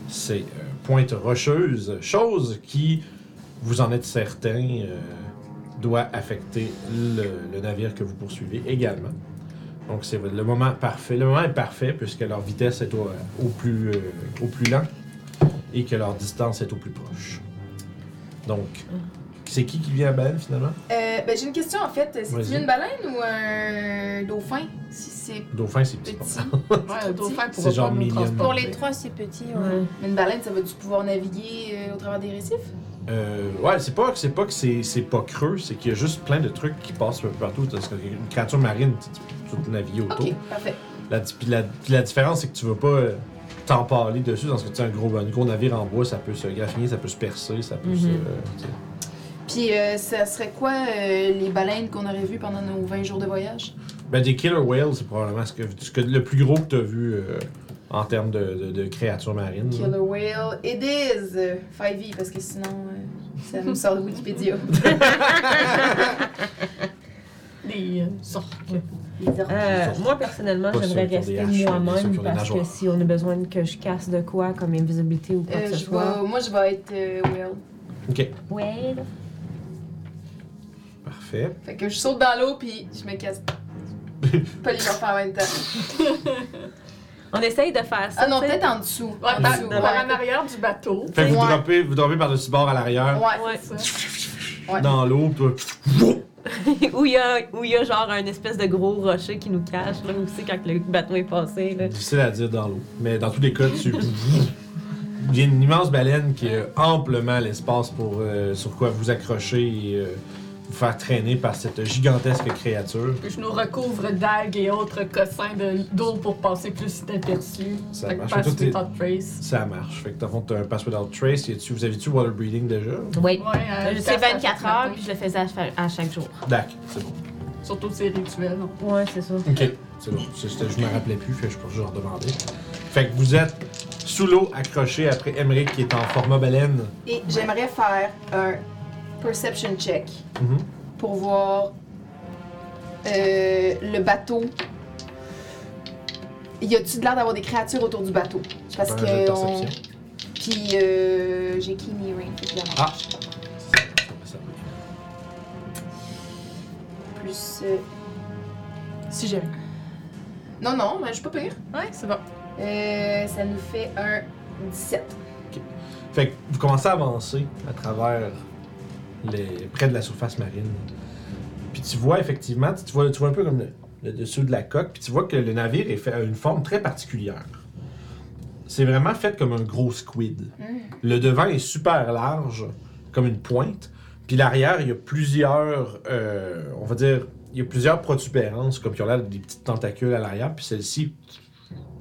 Speaker 1: ces euh, pointes rocheuses, chose qui, vous en êtes certain, euh, doit affecter le, le navire que vous poursuivez également. Donc c'est le moment parfait. Le moment est parfait puisque leur vitesse est au, au plus, euh, au plus lent et que leur distance est au plus proche. Donc, c'est qui qui vient à baleine finalement?
Speaker 2: Euh, ben, j'ai une question en fait. C'est-tu
Speaker 1: Vas-y.
Speaker 2: une baleine ou un dauphin? Si c'est
Speaker 1: Dauphin, c'est petit.
Speaker 2: petit.
Speaker 3: Ouais, dauphin
Speaker 1: C'est
Speaker 3: pour
Speaker 1: genre
Speaker 3: genre nous
Speaker 1: mignon.
Speaker 3: transporter.
Speaker 7: Pour les trois, c'est petit. ouais.
Speaker 4: Ouais.
Speaker 2: Mais une baleine, ça va-tu pouvoir naviguer euh, au travers des récifs?
Speaker 1: Euh, ouais, c'est pas, c'est pas que c'est, c'est pas creux, c'est qu'il y a juste plein de trucs qui passent un peu partout. Parce que une créature marine, tu tu peux te naviguer autour.
Speaker 2: Ok, parfait.
Speaker 1: La, di- puis la, puis la différence, c'est que tu vas pas euh, t'en parler dessus, dans ce que tu sais, un gros, un gros navire en bois, ça peut se graffiner, ça peut se percer, ça peut se.
Speaker 4: Mhm.
Speaker 1: euh, tu sais.
Speaker 2: Puis euh, ça serait quoi euh, les baleines qu'on aurait vues pendant nos 20 jours de voyage?
Speaker 1: Ben, des killer whales, c'est probablement ce que, ce que- le plus gros que t'as vu euh, en termes de, de, de créatures marines. là.
Speaker 2: Killer whale, it is! euh, 5e, parce que sinon, euh, ça nous sort de Wikipédia.
Speaker 3: Des euh, orques.
Speaker 4: Euh,
Speaker 1: Ils sont
Speaker 4: moi, personnellement,
Speaker 1: pas
Speaker 4: j'aimerais
Speaker 1: ceux qui ont des
Speaker 4: rester
Speaker 1: haches, mais ceux qui
Speaker 4: moi-même
Speaker 1: ont des
Speaker 4: parce que
Speaker 1: nageoires.
Speaker 4: si on a besoin que je casse de quoi, comme invisibilité ou quoi
Speaker 2: Euh,
Speaker 4: que ce
Speaker 2: je
Speaker 4: soit.
Speaker 2: vais- moi, je vais être euh, whale.
Speaker 1: Ok,
Speaker 4: Ouais, là.
Speaker 1: parfait.
Speaker 2: Fait que je saute dans l'eau, puis je me casse. Pas les enfants en même temps.
Speaker 4: On essaye de faire ça.
Speaker 2: Ah non,
Speaker 4: tu sais.
Speaker 2: peut-être en dessous.
Speaker 3: Ouais,
Speaker 2: en
Speaker 3: par,
Speaker 2: dessous,
Speaker 3: par en arrière du bateau.
Speaker 1: Fait que vous
Speaker 2: Ouais.
Speaker 1: droppez, vous droppez par-dessus bord à l'arrière,
Speaker 2: Ouais.
Speaker 4: Ouais.
Speaker 3: Ça.
Speaker 2: Ouais.
Speaker 1: dans l'eau, puis toi,
Speaker 4: où il y a, où il y a genre un espèce de gros rocher qui nous cache, là, aussi, quand le bateau est passé, là.
Speaker 1: Difficile à dire dans l'eau. Mais dans tous les cas, tu. Il y a une immense baleine qui a amplement l'espace pour euh, sur quoi vous accrocher et euh, vous faire traîner par cette gigantesque créature.
Speaker 3: Puis je nous recouvre d'algues et autres cossins de- d'eau pour passer plus inaperçu.
Speaker 1: Ça
Speaker 3: Fait que
Speaker 1: marche.
Speaker 3: pass
Speaker 1: Tout est-
Speaker 3: without trace.
Speaker 1: Ça marche. Fait que dans le fond, t'as un pass without trace. Y a-tu- vous avez-tu water breathing déjà?
Speaker 4: Oui.
Speaker 3: Ouais, euh,
Speaker 4: Je
Speaker 3: ça,
Speaker 4: sais
Speaker 3: ça,
Speaker 4: 24
Speaker 3: ça,
Speaker 4: heures, puis je le faisais à, chaque- à chaque jour.
Speaker 1: D'accord, c'est bon.
Speaker 3: Surtout ces rituels. non.
Speaker 4: Ouais, c'est ça.
Speaker 1: Ok, c'est bon. C'est- c'était- je me rappelais plus, fait que je peux juste redemander. Fait que vous êtes sous l'eau accroché après Emmerich qui est en format baleine.
Speaker 2: Et j'aimerais faire un perception check
Speaker 1: Mhm.
Speaker 2: pour voir euh, le bateau. Y a-tu de l'air d'avoir des créatures autour du bateau? Parce
Speaker 1: Un
Speaker 2: que.
Speaker 1: jet de
Speaker 2: on-
Speaker 1: perception.
Speaker 2: Puis euh, j'ai Keen Hearing, fait que j'ai
Speaker 1: Ah!
Speaker 2: avantage. Plus. euh,
Speaker 5: Si j'aime.
Speaker 2: Non, non, mais je suis pas pire.
Speaker 5: Ouais, c'est bon.
Speaker 2: Euh, ça nous fait un 17.
Speaker 1: Fait que vous commencez à avancer à travers les près de la surface marine. Puis tu vois effectivement, tu tu vois, tu vois un peu comme le, le dessous de la coque, puis tu vois que le navire est fait a une forme très particulière. C'est vraiment fait comme un gros squid.
Speaker 3: Hmm.
Speaker 1: Le devant est super large, comme une pointe. Puis l'arrière, il y a plusieurs, euh, on va dire, il y a plusieurs protubérances, comme qui ont l'air des petites tentacules à l'arrière, puis celle-ci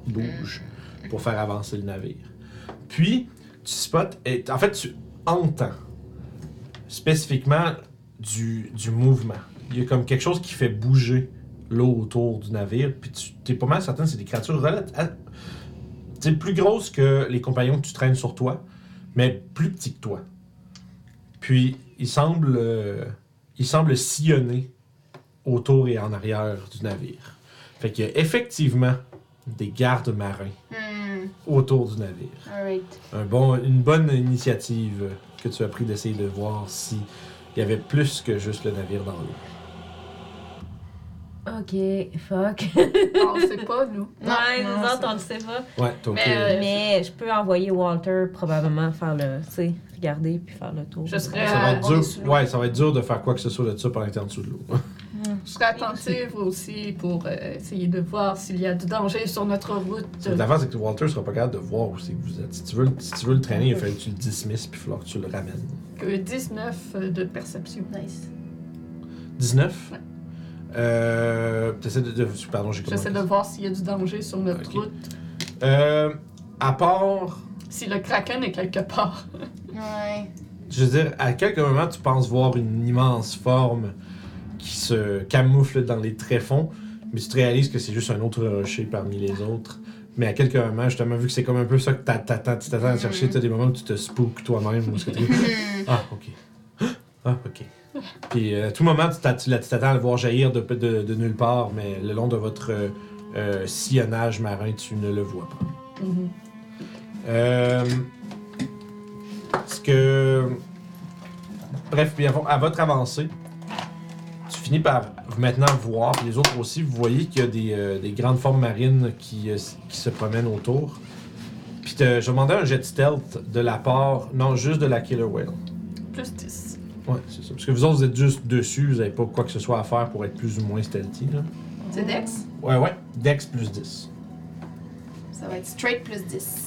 Speaker 1: bouge pour faire avancer le navire. Puis, tu spots, et en fait, tu entends spécifiquement du, du mouvement. Il y a comme quelque chose qui fait bouger l'eau autour du navire, puis tu es pas mal certain que c'est des créatures relat- à- tu sais, plus grosses que les compagnons que tu traînes sur toi, mais plus petits que toi. Puis, il semble. euh, il semble sillonner autour et en arrière du navire. Fait qu'il y a effectivement des gardes marins
Speaker 2: Hmm,
Speaker 1: autour du navire.
Speaker 2: alright.
Speaker 1: Un bon, une bonne initiative que tu as pris d'essayer de voir si il y avait plus que juste le navire dans l'eau.
Speaker 4: Ok, fuck.
Speaker 3: On ne sait pas, nous.
Speaker 2: Non,
Speaker 4: ouais,
Speaker 2: non,
Speaker 4: nous autres,
Speaker 2: c'est-
Speaker 4: on le sait pas.
Speaker 1: Ouais, donc
Speaker 3: Mais,
Speaker 1: euh,
Speaker 3: euh,
Speaker 4: Mais je peux envoyer Walter probablement faire le. Tu sais, regarder puis faire le tour.
Speaker 3: Je serais,
Speaker 1: ça va
Speaker 3: euh,
Speaker 1: être
Speaker 3: on est
Speaker 1: dur.
Speaker 3: sous l'eau.
Speaker 1: Ouais, ça va être dur de faire quoi que ce soit de ça pendant que t'es en dessous de l'eau.
Speaker 3: Je serais attentive aussi pour euh, essayer de voir s'il y a du danger sur notre route.
Speaker 1: L'avance, c'est que Walter sera pas capable de voir où c'est que vous êtes. Si tu veux, le- si tu veux le traîner, il va falloir que tu le dismisses puis il va falloir que tu le ramènes.
Speaker 3: Que 19 de perception.
Speaker 5: Nice.
Speaker 1: 19?
Speaker 3: Ouais.
Speaker 1: Euh. T'essaies de, de- Pardon, j'ai commencé.
Speaker 3: J'essaie de voir s'il y a du danger sur notre
Speaker 1: Ok.
Speaker 3: route.
Speaker 1: Euh. À part.
Speaker 3: Si le kraken est quelque part.
Speaker 2: Ouais.
Speaker 1: Je veux dire, à quelques moments, tu penses voir une immense forme qui se camoufle dans les tréfonds, mais tu te réalises que c'est juste un autre rocher parmi les
Speaker 3: Ah.
Speaker 1: autres. Mais à quelques moments, justement, vu que c'est comme un peu ça que t'a- t'attends, tu t'attends à
Speaker 3: Mm.
Speaker 1: chercher, t'as des moments où tu te spooks toi-même. où est-ce que t'es-
Speaker 2: Hmm,
Speaker 1: Ah, ok. Ah, ok. Puis euh, à tout moment, tu t'a- tu la- tu t'attends à le voir jaillir de, de- de nulle part, mais le long de votre euh, euh, sillonnage marin, tu ne le vois pas.
Speaker 3: Mhm.
Speaker 1: Euh, ce que. Bref, puis avant- à votre avancée, tu finis par maintenant voir, puis les autres aussi, vous voyez qu'il y a des, euh, des grandes formes marines qui, euh, s- qui se promènent autour. Puis te- je demandais un jet de stealth de la part, non, juste de la Killer Whale.
Speaker 3: Plus 10.
Speaker 1: Ouais, c'est ça. Parce que vous autres, vous êtes juste dessus, vous n'avez pas quoi que ce soit à faire pour être plus ou moins stealthy. Là.
Speaker 2: C'est Dex?
Speaker 1: Ouais, ouais. Dex plus 10.
Speaker 2: Ça va être straight plus 10.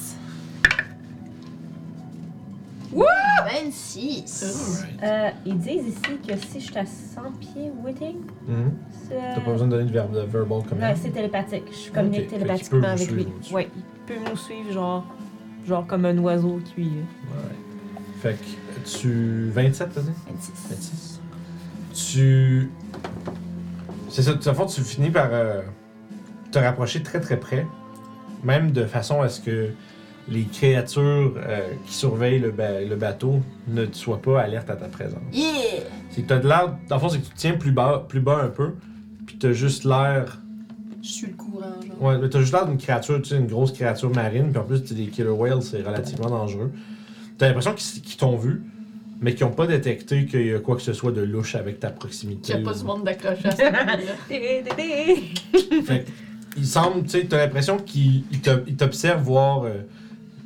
Speaker 2: 26.
Speaker 4: Euh, ils disent ici que si je suis à 100 pieds, waiting,
Speaker 1: Mhm.
Speaker 4: c'est. euh,
Speaker 1: T'as pas besoin de donner de, verbe, de verbal
Speaker 4: Non,
Speaker 1: command.
Speaker 4: c'est télépathique. Je communique
Speaker 1: Ok, fait qu'il peut
Speaker 4: télépathiquement
Speaker 1: vous
Speaker 4: avec lui.
Speaker 1: suivre au-dessus.
Speaker 4: Oui, il peut nous suivre, genre, genre comme un oiseau qui. euh,
Speaker 1: Ouais. Fait que tu. 27, t'as dit
Speaker 2: 26.
Speaker 1: 26. Tu. C'est ça, de toute façon, tu finis par euh, te rapprocher très très près, même de façon à ce que les créatures euh, qui surveillent le, ba- le bateau ne te soient pas alertes à ta présence.
Speaker 2: Yeah!
Speaker 1: C'est que t'as de l'air. Dans le fond, c'est que tu te tiens plus bas, plus bas un peu, puis t'as juste l'air.
Speaker 2: Je suis le courant, genre.
Speaker 1: Ouais, mais t'as juste l'air d'une créature, tu sais, une grosse créature marine, puis en plus, tu sais, des killer whales, c'est relativement dangereux. T'as l'impression qu'ils s- qu'ils t'ont vu, mais qu'ils n'ont pas détecté qu'il y a quoi que ce soit de louche avec ta proximité.
Speaker 3: Qu'il n'y a pas du monde d'accroché à cette ligne-là.
Speaker 4: dé- dé- dé.
Speaker 1: Fait que, il semble, tu sais, t'as l'impression qu'ils ils te- ils t'observent, voir. euh,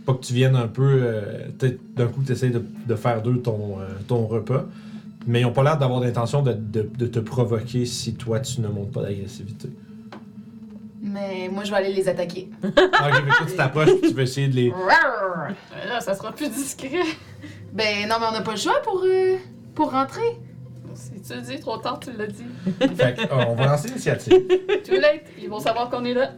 Speaker 1: pas que tu viennes un peu. euh, t'es- D'un coup, tu essaies de, de faire d'eux ton, euh, ton repas. Mais ils n'ont pas l'air d'avoir l'intention de, de- de te provoquer si toi, tu ne montres pas d'agressivité.
Speaker 2: Mais moi, je vais aller les attaquer.
Speaker 1: Ah, ok, fait que toi, tu t'approches puis tu veux essayer de les.
Speaker 2: Rawr!
Speaker 3: Euh, Là, ça sera plus discret.
Speaker 2: Ben non, mais on n'a pas le choix pour, euh, pour rentrer.
Speaker 3: Si tu le dis trop tard, tu l'as dit.
Speaker 1: Fait que, euh, on va lancer l'initiative.
Speaker 3: Too late. Ils vont savoir qu'on est là.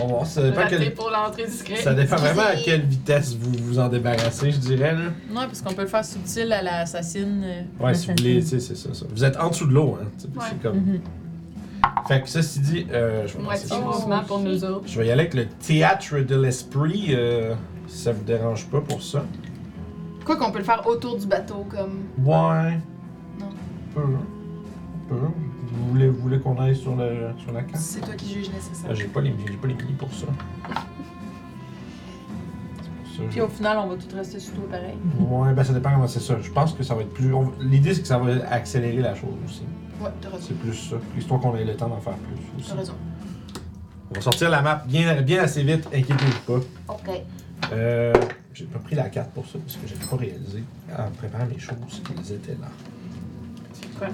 Speaker 1: On va voir. Ça dépend,
Speaker 3: Raté
Speaker 1: quel-
Speaker 3: pour l'entrée discrète.
Speaker 1: ça dépend vraiment à quelle vitesse vous vous en débarrassez, je dirais. Là.
Speaker 5: Non, parce qu'on peut le faire subtil à l'assassine. euh,
Speaker 1: Ouais, si vous voulez, tu sais, c'est ça, ça. Vous êtes en dessous de l'eau, hein. tu sais,
Speaker 3: Ouais.
Speaker 1: C'est comme.
Speaker 4: Mhm.
Speaker 1: Fait que ceci dit, euh, je vais lancer
Speaker 3: Moitié
Speaker 1: ça.
Speaker 3: mouvement pour nous autres.
Speaker 1: Je vais y aller avec le théâtre de l'esprit, euh, si ça vous dérange pas pour ça.
Speaker 2: Quoi qu'on peut le faire autour du bateau, comme.
Speaker 1: Ouais.
Speaker 2: Non.
Speaker 1: Peu. Peu. Vous voulez, vous voulez qu'on aille sur, le, sur la carte?
Speaker 2: C'est toi qui juges
Speaker 1: Ah,
Speaker 2: nécessaire.
Speaker 1: J'ai pas les j'ai pas les billes pour ça. C'est pour ça.
Speaker 5: Puis au final, on va tout rester sur toi pareil.
Speaker 1: je- Ouais, ben ça dépend comment c'est ça. Je pense que ça va être plus. on- L'idée c'est que ça va accélérer la chose aussi.
Speaker 2: Ouais, t'as raison.
Speaker 1: C'est plus ça. Histoire qu'on ait le temps d'en faire plus aussi.
Speaker 2: T'as raison.
Speaker 1: On va sortir la map bien, bien assez vite, inquiétez-vous pas.
Speaker 2: Ok.
Speaker 1: Euh, j'ai pas pris la carte pour ça parce que j'avais pas réalisé en préparant mes choses qu'elles étaient là.
Speaker 3: C'est quoi?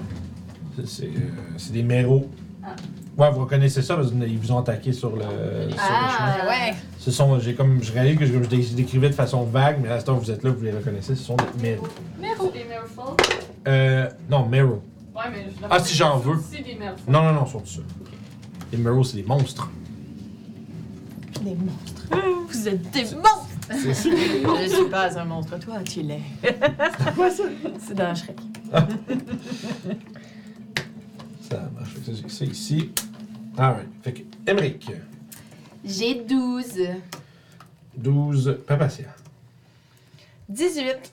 Speaker 1: C'est- C'est euh, c'est des méros. Ouais, vous reconnaissez ça parce qu'ils vous ont attaqué sur le, sur le chemin.
Speaker 2: Ah, ouais.
Speaker 1: Ce sont, j'ai comme, je réalise que je, je dé- je décrivais de façon vague, mais à l'instant où vous êtes là, vous les reconnaissez, ce sont des méros.
Speaker 3: Mero. Des merfolk.
Speaker 1: Euh, non, méros.
Speaker 3: Ouais, mais je
Speaker 1: Ah, si j'en veux.
Speaker 3: Si des merfolk.
Speaker 1: Non, non, non, ils sont dessus. Les méros, c'est des monstres.
Speaker 5: Des monstres.
Speaker 7: Vous êtes des monstres!
Speaker 1: C'est ça.
Speaker 5: Je suis pas un monstre, toi, tu l'es.
Speaker 7: C'est dans Shrek.
Speaker 1: Ça marche. Fait que ça, j'ai ça ici. Alright. Fait que, Emmerich,
Speaker 2: J'ai 12.
Speaker 1: 12, Papacia,
Speaker 5: 18.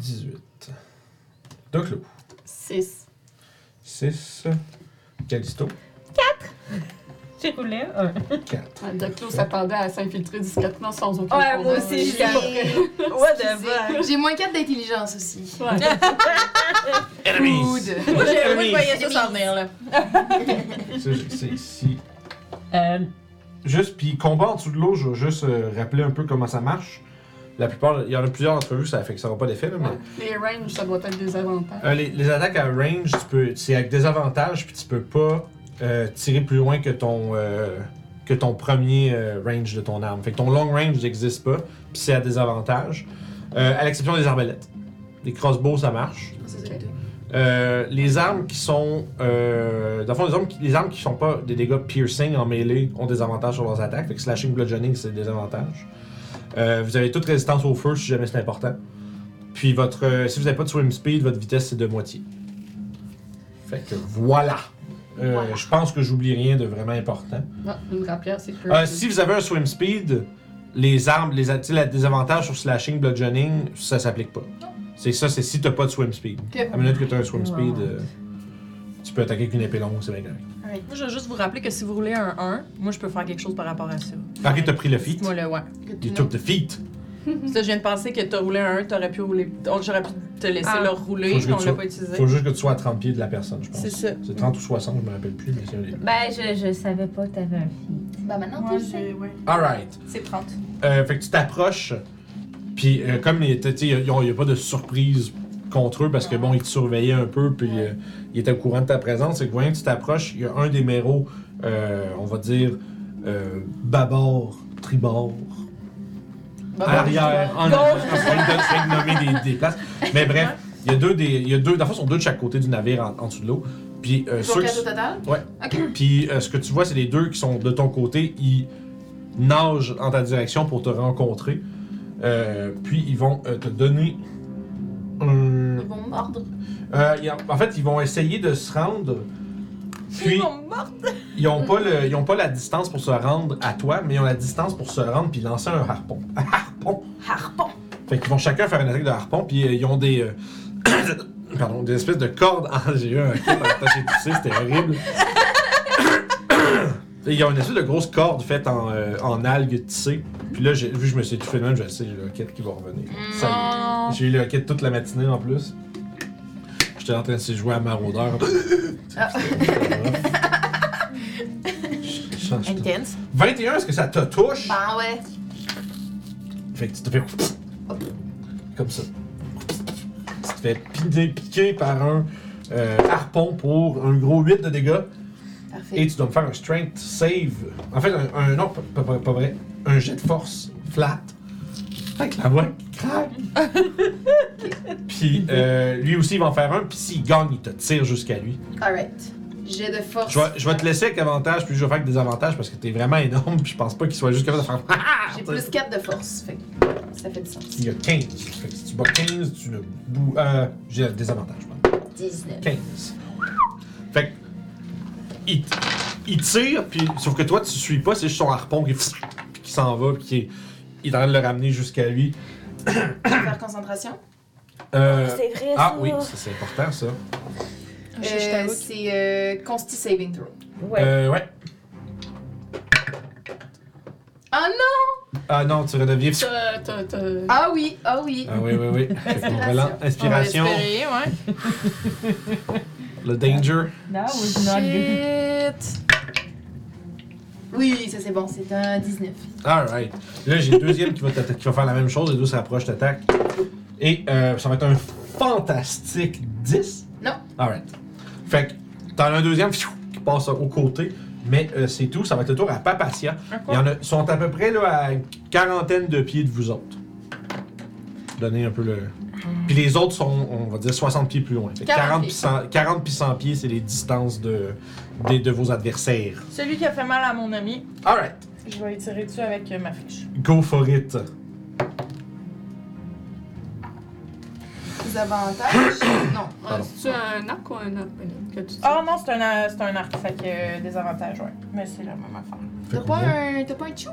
Speaker 1: 18. d'un clou.
Speaker 3: 6.
Speaker 1: 6. Calisto.
Speaker 4: J'ai roulé un.
Speaker 1: 4.
Speaker 3: Le Clos s'attendait à s'infiltrer discrètement sans aucun
Speaker 4: Ouais,
Speaker 3: problème.
Speaker 4: moi aussi,
Speaker 2: J'ai-
Speaker 4: je suis
Speaker 2: ah,
Speaker 4: What the fuck?
Speaker 2: J'ai moins 4 d'intelligence aussi.
Speaker 3: Ouais.
Speaker 1: Enemies!
Speaker 2: Good.
Speaker 5: Moi, je moi, je voyais ça s'en venir, là.
Speaker 1: Ça, je le sais ici.
Speaker 4: Euh,
Speaker 1: Juste, puis combat en dessous de l'eau, je vais juste euh, rappeler un peu comment ça marche. La plupart, il y en a plusieurs d'entre vous, ça fait que ça n'aura pas d'effet, là, mais.
Speaker 3: Ouais. Les ranges, ça doit être des avantages.
Speaker 1: Euh, les, les attaques à range, tu peux, c'est avec des avantages, puis tu peux pas euh, tirer plus loin que ton, euh, que ton premier euh, range de ton arme. Fait que ton long range n'existe pas, puis c'est à des avantages. Euh, à l'exception des arbalètes. Les crossbows, ça marche. Euh, les armes qui sont. Euh, dans le fond, les armes, qui, les armes qui sont pas des dégâts piercing en mêlée ont des avantages sur leurs attaques. Fait que slashing, bludgeoning, c'est des avantages. Euh, vous avez toute résistance au feu si jamais c'est important. Puis votre, euh, si vous n'avez pas de swim speed, votre vitesse c'est de moitié. Fait que voilà. Euh,
Speaker 2: Voilà.
Speaker 1: Je pense que j'oublie rien de vraiment important.
Speaker 3: Non, une rapière, c'est plus.
Speaker 1: Euh, si vous avez un swim speed, les armes, les, a- tu sais, la- des avantages sur slashing, bludgeoning, ça s'applique pas. C'est ça, c'est si t'as pas de swim speed.
Speaker 2: Ok.
Speaker 1: À la minute que t'as un swim
Speaker 4: Wow.
Speaker 1: speed, euh, tu peux attaquer avec une épée longue, c'est bien correct.
Speaker 5: Moi, je veux juste vous rappeler que si vous roulez un 1, moi, je peux faire quelque chose par rapport à ça.
Speaker 1: Ok, t'as pris le feat.
Speaker 5: Moi, là, ouais.
Speaker 1: You took the feat.
Speaker 5: Ça, je viens de penser que t'as roulé un 1, t'aurais pu rouler. on- J'aurais pu te laisser
Speaker 6: Ah.
Speaker 5: le
Speaker 1: Faut
Speaker 5: rouler,
Speaker 1: que je
Speaker 5: mais on
Speaker 1: le
Speaker 5: l'a
Speaker 1: tue.
Speaker 5: pas utilisé.
Speaker 1: Faut juste que tu sois à 30 pieds de la personne, je pense.
Speaker 5: C'est ça.
Speaker 1: C'est 30 ou 60, je me rappelle plus, mais c'est un des deux.
Speaker 4: ben, je, je savais pas que t'avais un fils.
Speaker 2: Bah maintenant,
Speaker 6: Moi,
Speaker 2: tu le sais.
Speaker 6: j'ai. Ouais.
Speaker 1: Alright.
Speaker 6: C'est 30.
Speaker 1: Euh, fait que tu t'approches, puis euh, comme il était, tu sais, il n'y a, pas de surprise contre eux parce que bon, ils te surveillaient un peu, puis euh, ils étaient au courant de ta présence. C'est que voyant que tu t'approches, il y a un des méros, euh, on va dire, euh, bâbord, tribord, arrière, en avant. Ah, Je pense qu'on lui donne- je viens de nommer des, des places. Mais bref, il y a deux des. Il y a deux, dans le fond, ils sont deux de chaque côté du navire en, en dessous de l'eau. Puis euh,
Speaker 2: Pour
Speaker 1: ceux qui-
Speaker 2: quatre au total?
Speaker 1: Ouais. Puis euh, ce que tu vois, c'est les deux qui sont de ton côté, ils nagent en ta direction pour te rencontrer. Euh, puis ils vont euh, te donner. un-
Speaker 2: Ils vont mordre.
Speaker 1: Euh, il y a- en fait, ils vont essayer de se rendre. Puis ils ont pas le, ils ont pas la distance pour se rendre à toi, mais ils ont la distance pour se rendre puis lancer un harpon. harpon.
Speaker 5: Harpon!
Speaker 1: Fait qu'ils vont chacun faire une attaque de harpon, puis euh, ils ont des. euh, pardon, des espèces de cordes. Ah, j'ai eu un kick en même temps que j'ai toussé, c'était horrible. Et ils ont une espèce de grosse corde faite en, euh, en algues tissées. Puis là, j'ai- vu que je me suis étouffé de même, je sais, j'ai le kit qui va revenir. Ça y est. J'ai eu le kit toute la matinée en plus. J'étais en train de se jouer à maraudeur. Je- je- je-
Speaker 5: Intense.
Speaker 1: 21, est-ce que ça te touche?
Speaker 2: Ben ouais.
Speaker 1: Fait que tu te fais. Comme ça. Tu te fais piquer, piquer par un euh, harpon pour un gros 8 de dégâts.
Speaker 2: Parfait.
Speaker 1: Et tu dois me faire un strength save. En fait, un, un- non, pas, pas- pas vrai. Un jet de force flat. Avec la voix qui craque. Puis euh, lui aussi, il va en faire un. Puis s'il gagne, il te tire jusqu'à lui.
Speaker 2: Alright. J'ai de force.
Speaker 1: Je vais, je vais te laisser avec avantage, puis je vais faire avec des avantages parce que t'es vraiment énorme. Puis je pense pas qu'il soit juste capable de faire.
Speaker 2: J'ai plus 4 de force. Fait que ça fait du sens.
Speaker 1: Il y a 15. Fait que si tu bats 15, tu ne bou... Euh, j'ai des avantages, pardon.
Speaker 2: 19.
Speaker 1: 15. Fait que. Il, t- il tire, puis. Sauf que toi, tu suis pas, c'est juste son harpon qui, puis qui s'en va, puis qui est, il est en train de le ramener jusqu'à lui.
Speaker 2: Faire concentration.
Speaker 1: Euh,
Speaker 7: C'est vrai,
Speaker 1: ah
Speaker 7: ça.
Speaker 1: oui, ça, c'est important ça.
Speaker 5: Je- je
Speaker 2: Euh,
Speaker 5: t'avoue que-
Speaker 2: c'est euh, Consti Saving Throw.
Speaker 7: Ouais.
Speaker 1: Euh, ouais.
Speaker 2: Ah non!
Speaker 1: Ah non, tu redeviens.
Speaker 3: T'as- t'as- t'as-
Speaker 2: Ah oui, ah oui.
Speaker 1: Ah oui, oui, oui. Fait qu'on relance. Inspiration,
Speaker 5: Espérer, ouais.
Speaker 1: le danger.
Speaker 4: That was
Speaker 1: Ah
Speaker 4: not good.
Speaker 5: Shit!
Speaker 2: Oui, ça c'est bon, c'est un 19.
Speaker 1: Alright. Là, j'ai le deuxième qui va, t'atta- qui va faire la même chose. Les deux s'approchent, t'attaques. Et euh, ça va être un fantastique 10.
Speaker 2: Non.
Speaker 1: Alright. Fait que t'en as un deuxième pfiou, qui passe au côté. Mais euh, c'est tout. Ça va être le tour à Papatia. Il y en a, sont à peu près là, à une quarantaine de pieds de vous autres. Donnez un peu le.
Speaker 2: Hmm.
Speaker 1: Puis les autres sont, on va dire, 60 pieds plus loin. Fait que 40
Speaker 5: 40
Speaker 1: puis 100 40 puis 100 pieds, c'est les distances de, des- de vos adversaires.
Speaker 5: Celui qui a fait mal à mon ami,
Speaker 1: Alright.
Speaker 5: je vais tirer dessus avec euh, ma fiche.
Speaker 1: Go for it.
Speaker 2: Des avantages? non.
Speaker 1: Pardon.
Speaker 3: C'est-tu un arc ou un arbalète que tu tires?
Speaker 5: Oh non, c'est un, euh, c'est un arc, fait que euh, des avantages, ouais. Mais c'est la même affaire.
Speaker 1: Fait
Speaker 2: T'as pas
Speaker 1: combien?
Speaker 2: un, t'as pas un chou?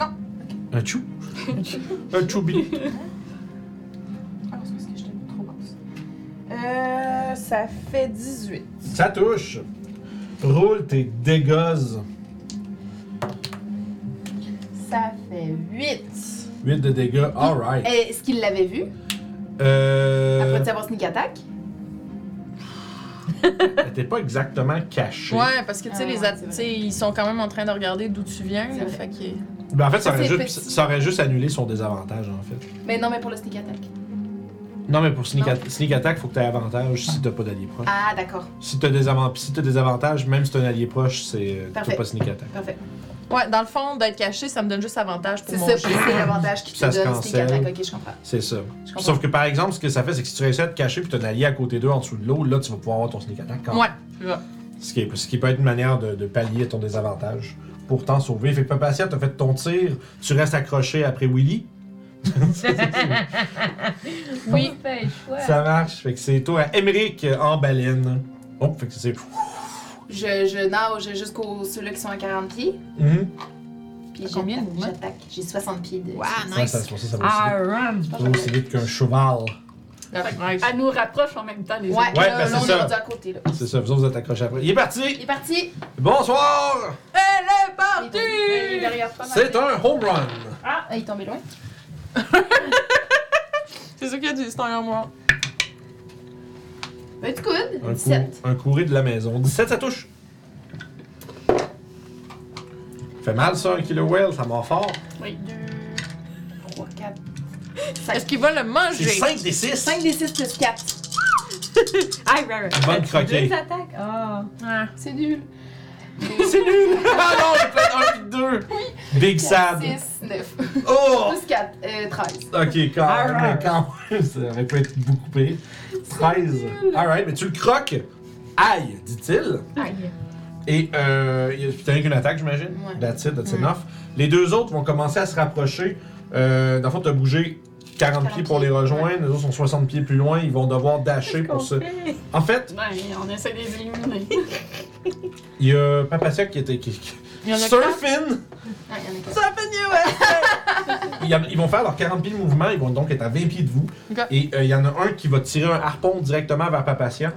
Speaker 2: Euh,
Speaker 1: Un chou. un choubi.
Speaker 5: Ah, c'est parce que j'étais trop grosse.
Speaker 7: Euh, ça fait 18.
Speaker 1: Ça touche. Roule tes dégâts.
Speaker 2: Ça fait 8.
Speaker 1: 8 de dégâts, alright.
Speaker 2: Est-ce qu'il l'avait vu?
Speaker 1: Euh.
Speaker 2: Après de savoir sneak attack?
Speaker 1: T'es pas exactement caché.
Speaker 3: Ouais, parce que tu sais,
Speaker 2: Ah,
Speaker 3: les
Speaker 2: ouais,
Speaker 3: at-
Speaker 2: c'est
Speaker 3: tu
Speaker 2: vrai.
Speaker 3: sais, ils sont quand même en train de regarder d'où tu viens.
Speaker 2: C'est
Speaker 3: là,
Speaker 2: vrai.
Speaker 3: fait que-
Speaker 1: Ben, en fait, ça
Speaker 2: Ça,
Speaker 1: aurait,
Speaker 2: c'est
Speaker 1: juste,
Speaker 2: petit.
Speaker 1: ça aurait juste annulé son désavantage, en fait.
Speaker 2: Mais non, mais pour le sneak attack.
Speaker 1: Non, mais pour sneak,
Speaker 2: Non.
Speaker 1: at- sneak attack, faut que t'aies avantage si t'as pas d'allié proche.
Speaker 2: Ah, d'accord.
Speaker 1: Si t'as des, avan- si t'as des avantages, même si t'as un allié proche, c'est euh, t'as
Speaker 2: Parfait.
Speaker 1: pas sneak attack.
Speaker 2: Parfait.
Speaker 3: Ouais, dans le fond, d'être caché, ça me donne juste avantage pour
Speaker 2: C'est
Speaker 3: mon
Speaker 2: ça,
Speaker 3: jet.
Speaker 2: puis c'est l'avantage qui te
Speaker 1: Ça se
Speaker 2: donne sneak
Speaker 1: cancelle.
Speaker 2: attack. Ok, je comprends.
Speaker 1: C'est ça.
Speaker 2: Je comprends.
Speaker 1: Sauf que par exemple, ce que ça fait, c'est que si tu réussis à te cacher puis t'as un allié à côté d'eux en dessous de l'eau, là tu vas pouvoir avoir ton sneak attack quand même.
Speaker 3: Ouais, c'est ça.
Speaker 1: Ce qui, est- ce qui peut être une manière de, de pallier ton désavantage pour t'en sauver. Fait que Papatia, t'as fait ton tir, tu restes accroché après Willy.
Speaker 4: Oui.
Speaker 1: Ça marche. Fait que c'est toi à Emmerich en baleine. Oh, fait que c'est.
Speaker 2: Je, je nage jusqu'aux ceux-là qui sont à 40 pieds.
Speaker 1: Mhm.
Speaker 2: Puis
Speaker 3: combien de
Speaker 2: j'attaque,
Speaker 3: mouvements?
Speaker 2: j'attaque. J'ai 60 pieds de.
Speaker 8: Wow,
Speaker 1: Ouais,
Speaker 8: nice.
Speaker 1: ça, c'est pour ça, ça va aussi vite.
Speaker 4: I run.
Speaker 1: Ça va aussi vite qu'un cheval.
Speaker 9: Nice.
Speaker 3: Elle nous rapproche en même temps, les
Speaker 2: Ouais,
Speaker 3: autres.
Speaker 1: Ouais,
Speaker 2: là,
Speaker 1: ben,
Speaker 2: là,
Speaker 1: c'est
Speaker 2: on est
Speaker 1: ça.
Speaker 2: rendu à côté, là.
Speaker 1: C'est ça, vous autres vous êtes accrochés après. Il est
Speaker 2: Il
Speaker 1: parti!
Speaker 2: est parti!
Speaker 1: Bonsoir!
Speaker 3: Elle est
Speaker 2: Il est tombé- il est
Speaker 3: partie!
Speaker 2: derrière toi,
Speaker 1: C'est
Speaker 2: Martin.
Speaker 1: un home run!
Speaker 2: Ah, il est tombé loin.
Speaker 3: C'est sûr qu'il y a du c'est en moi.
Speaker 2: Un petit coude.
Speaker 1: Un, coup,
Speaker 2: 17.
Speaker 1: un courrier de la maison. 17, ça touche! Fait mal ça, un killer whale, ça mord fort.
Speaker 2: 3, 4.
Speaker 3: Est-ce qu'il va le
Speaker 1: C'est
Speaker 3: manger?
Speaker 1: 5 des 6!
Speaker 2: 5 des 6 plus 4.
Speaker 4: I run.
Speaker 1: Ah, Bonne croquée.
Speaker 4: Deux attaques. Ah.
Speaker 2: C'est nul.
Speaker 1: C'est nul! ah non, j'ai fait 1 puis 2! Big sad!
Speaker 2: 6, 9.
Speaker 1: Oh!
Speaker 2: Plus 4, euh, 13.
Speaker 1: Ok, quand même, quand même, ça aurait pu être beaucoup pire. 13. Alright, mais tu le croques. Aïe, dit-il.
Speaker 2: Aïe.
Speaker 1: Et euh, il y a- t'as rien qu'une attaque, j'imagine.
Speaker 2: Ouais.
Speaker 1: That's it, that's enough. Les deux autres vont commencer à se rapprocher. Euh, dans le fond, t'as bougé 40,
Speaker 2: 40
Speaker 1: pieds pour les rejoindre. Les autres sont 60 pieds plus loin. Ils vont devoir dasher pour se. En fait,
Speaker 3: Ben, on essaie de les éliminer.
Speaker 1: il y a Papacia qui était. Qui, qui- Surfing!
Speaker 2: Ah, il y en a 4.
Speaker 3: Surfing US!
Speaker 1: Il y en- Ils vont faire leurs 40 pieds de mouvement, ils vont donc être à 20 pieds de vous.
Speaker 3: Ok.
Speaker 1: Et euh, il y en a un qui va tirer un harpon directement vers Papatia,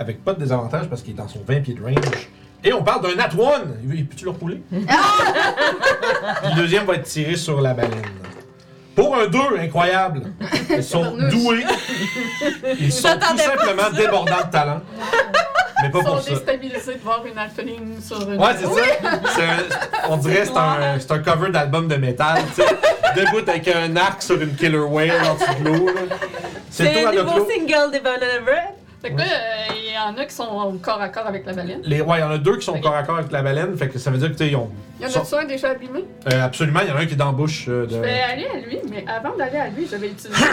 Speaker 1: avec pas de désavantage parce qu'il est dans son 20 pieds de range. Et on parle d'un nat one! Il peut-tu le rouler?
Speaker 2: Ah!
Speaker 1: le deuxième va être tiré sur la baleine. Pour un 2, incroyable! Ils sont
Speaker 2: Tabarnouche.
Speaker 1: doués. Ils sont tout
Speaker 3: J'attendais pas
Speaker 1: simplement débordants de talent. Mais pas
Speaker 3: Ils sont
Speaker 1: pour ça.
Speaker 3: déstabilisés de voir une alpheline sur une.
Speaker 1: Ouais, c'est ça. C'est un- on dirait que c'est un, c'est un cover d'album de métal, tu sais. Debout avec un arc sur une killer whale en dessous de l'eau, là. C'est
Speaker 4: C'est
Speaker 1: toi,
Speaker 4: le nouveau
Speaker 1: Doclo.
Speaker 4: single des Banana Bread.
Speaker 3: Fait que là, euh, il y en a qui sont corps à corps avec la baleine.
Speaker 1: Les, ouais, il y en a deux qui sont
Speaker 3: Ok.
Speaker 1: corps à corps avec la baleine, fait que ça veut dire que, tu sais, ils ont.
Speaker 3: Il y en a-tu un déjà abîmé?
Speaker 1: Euh, absolument, il y en a un qui est dans la bouche euh,
Speaker 3: Je
Speaker 1: de.
Speaker 3: vais aller Ben, à lui, mais avant d'aller à lui, je vais utiliser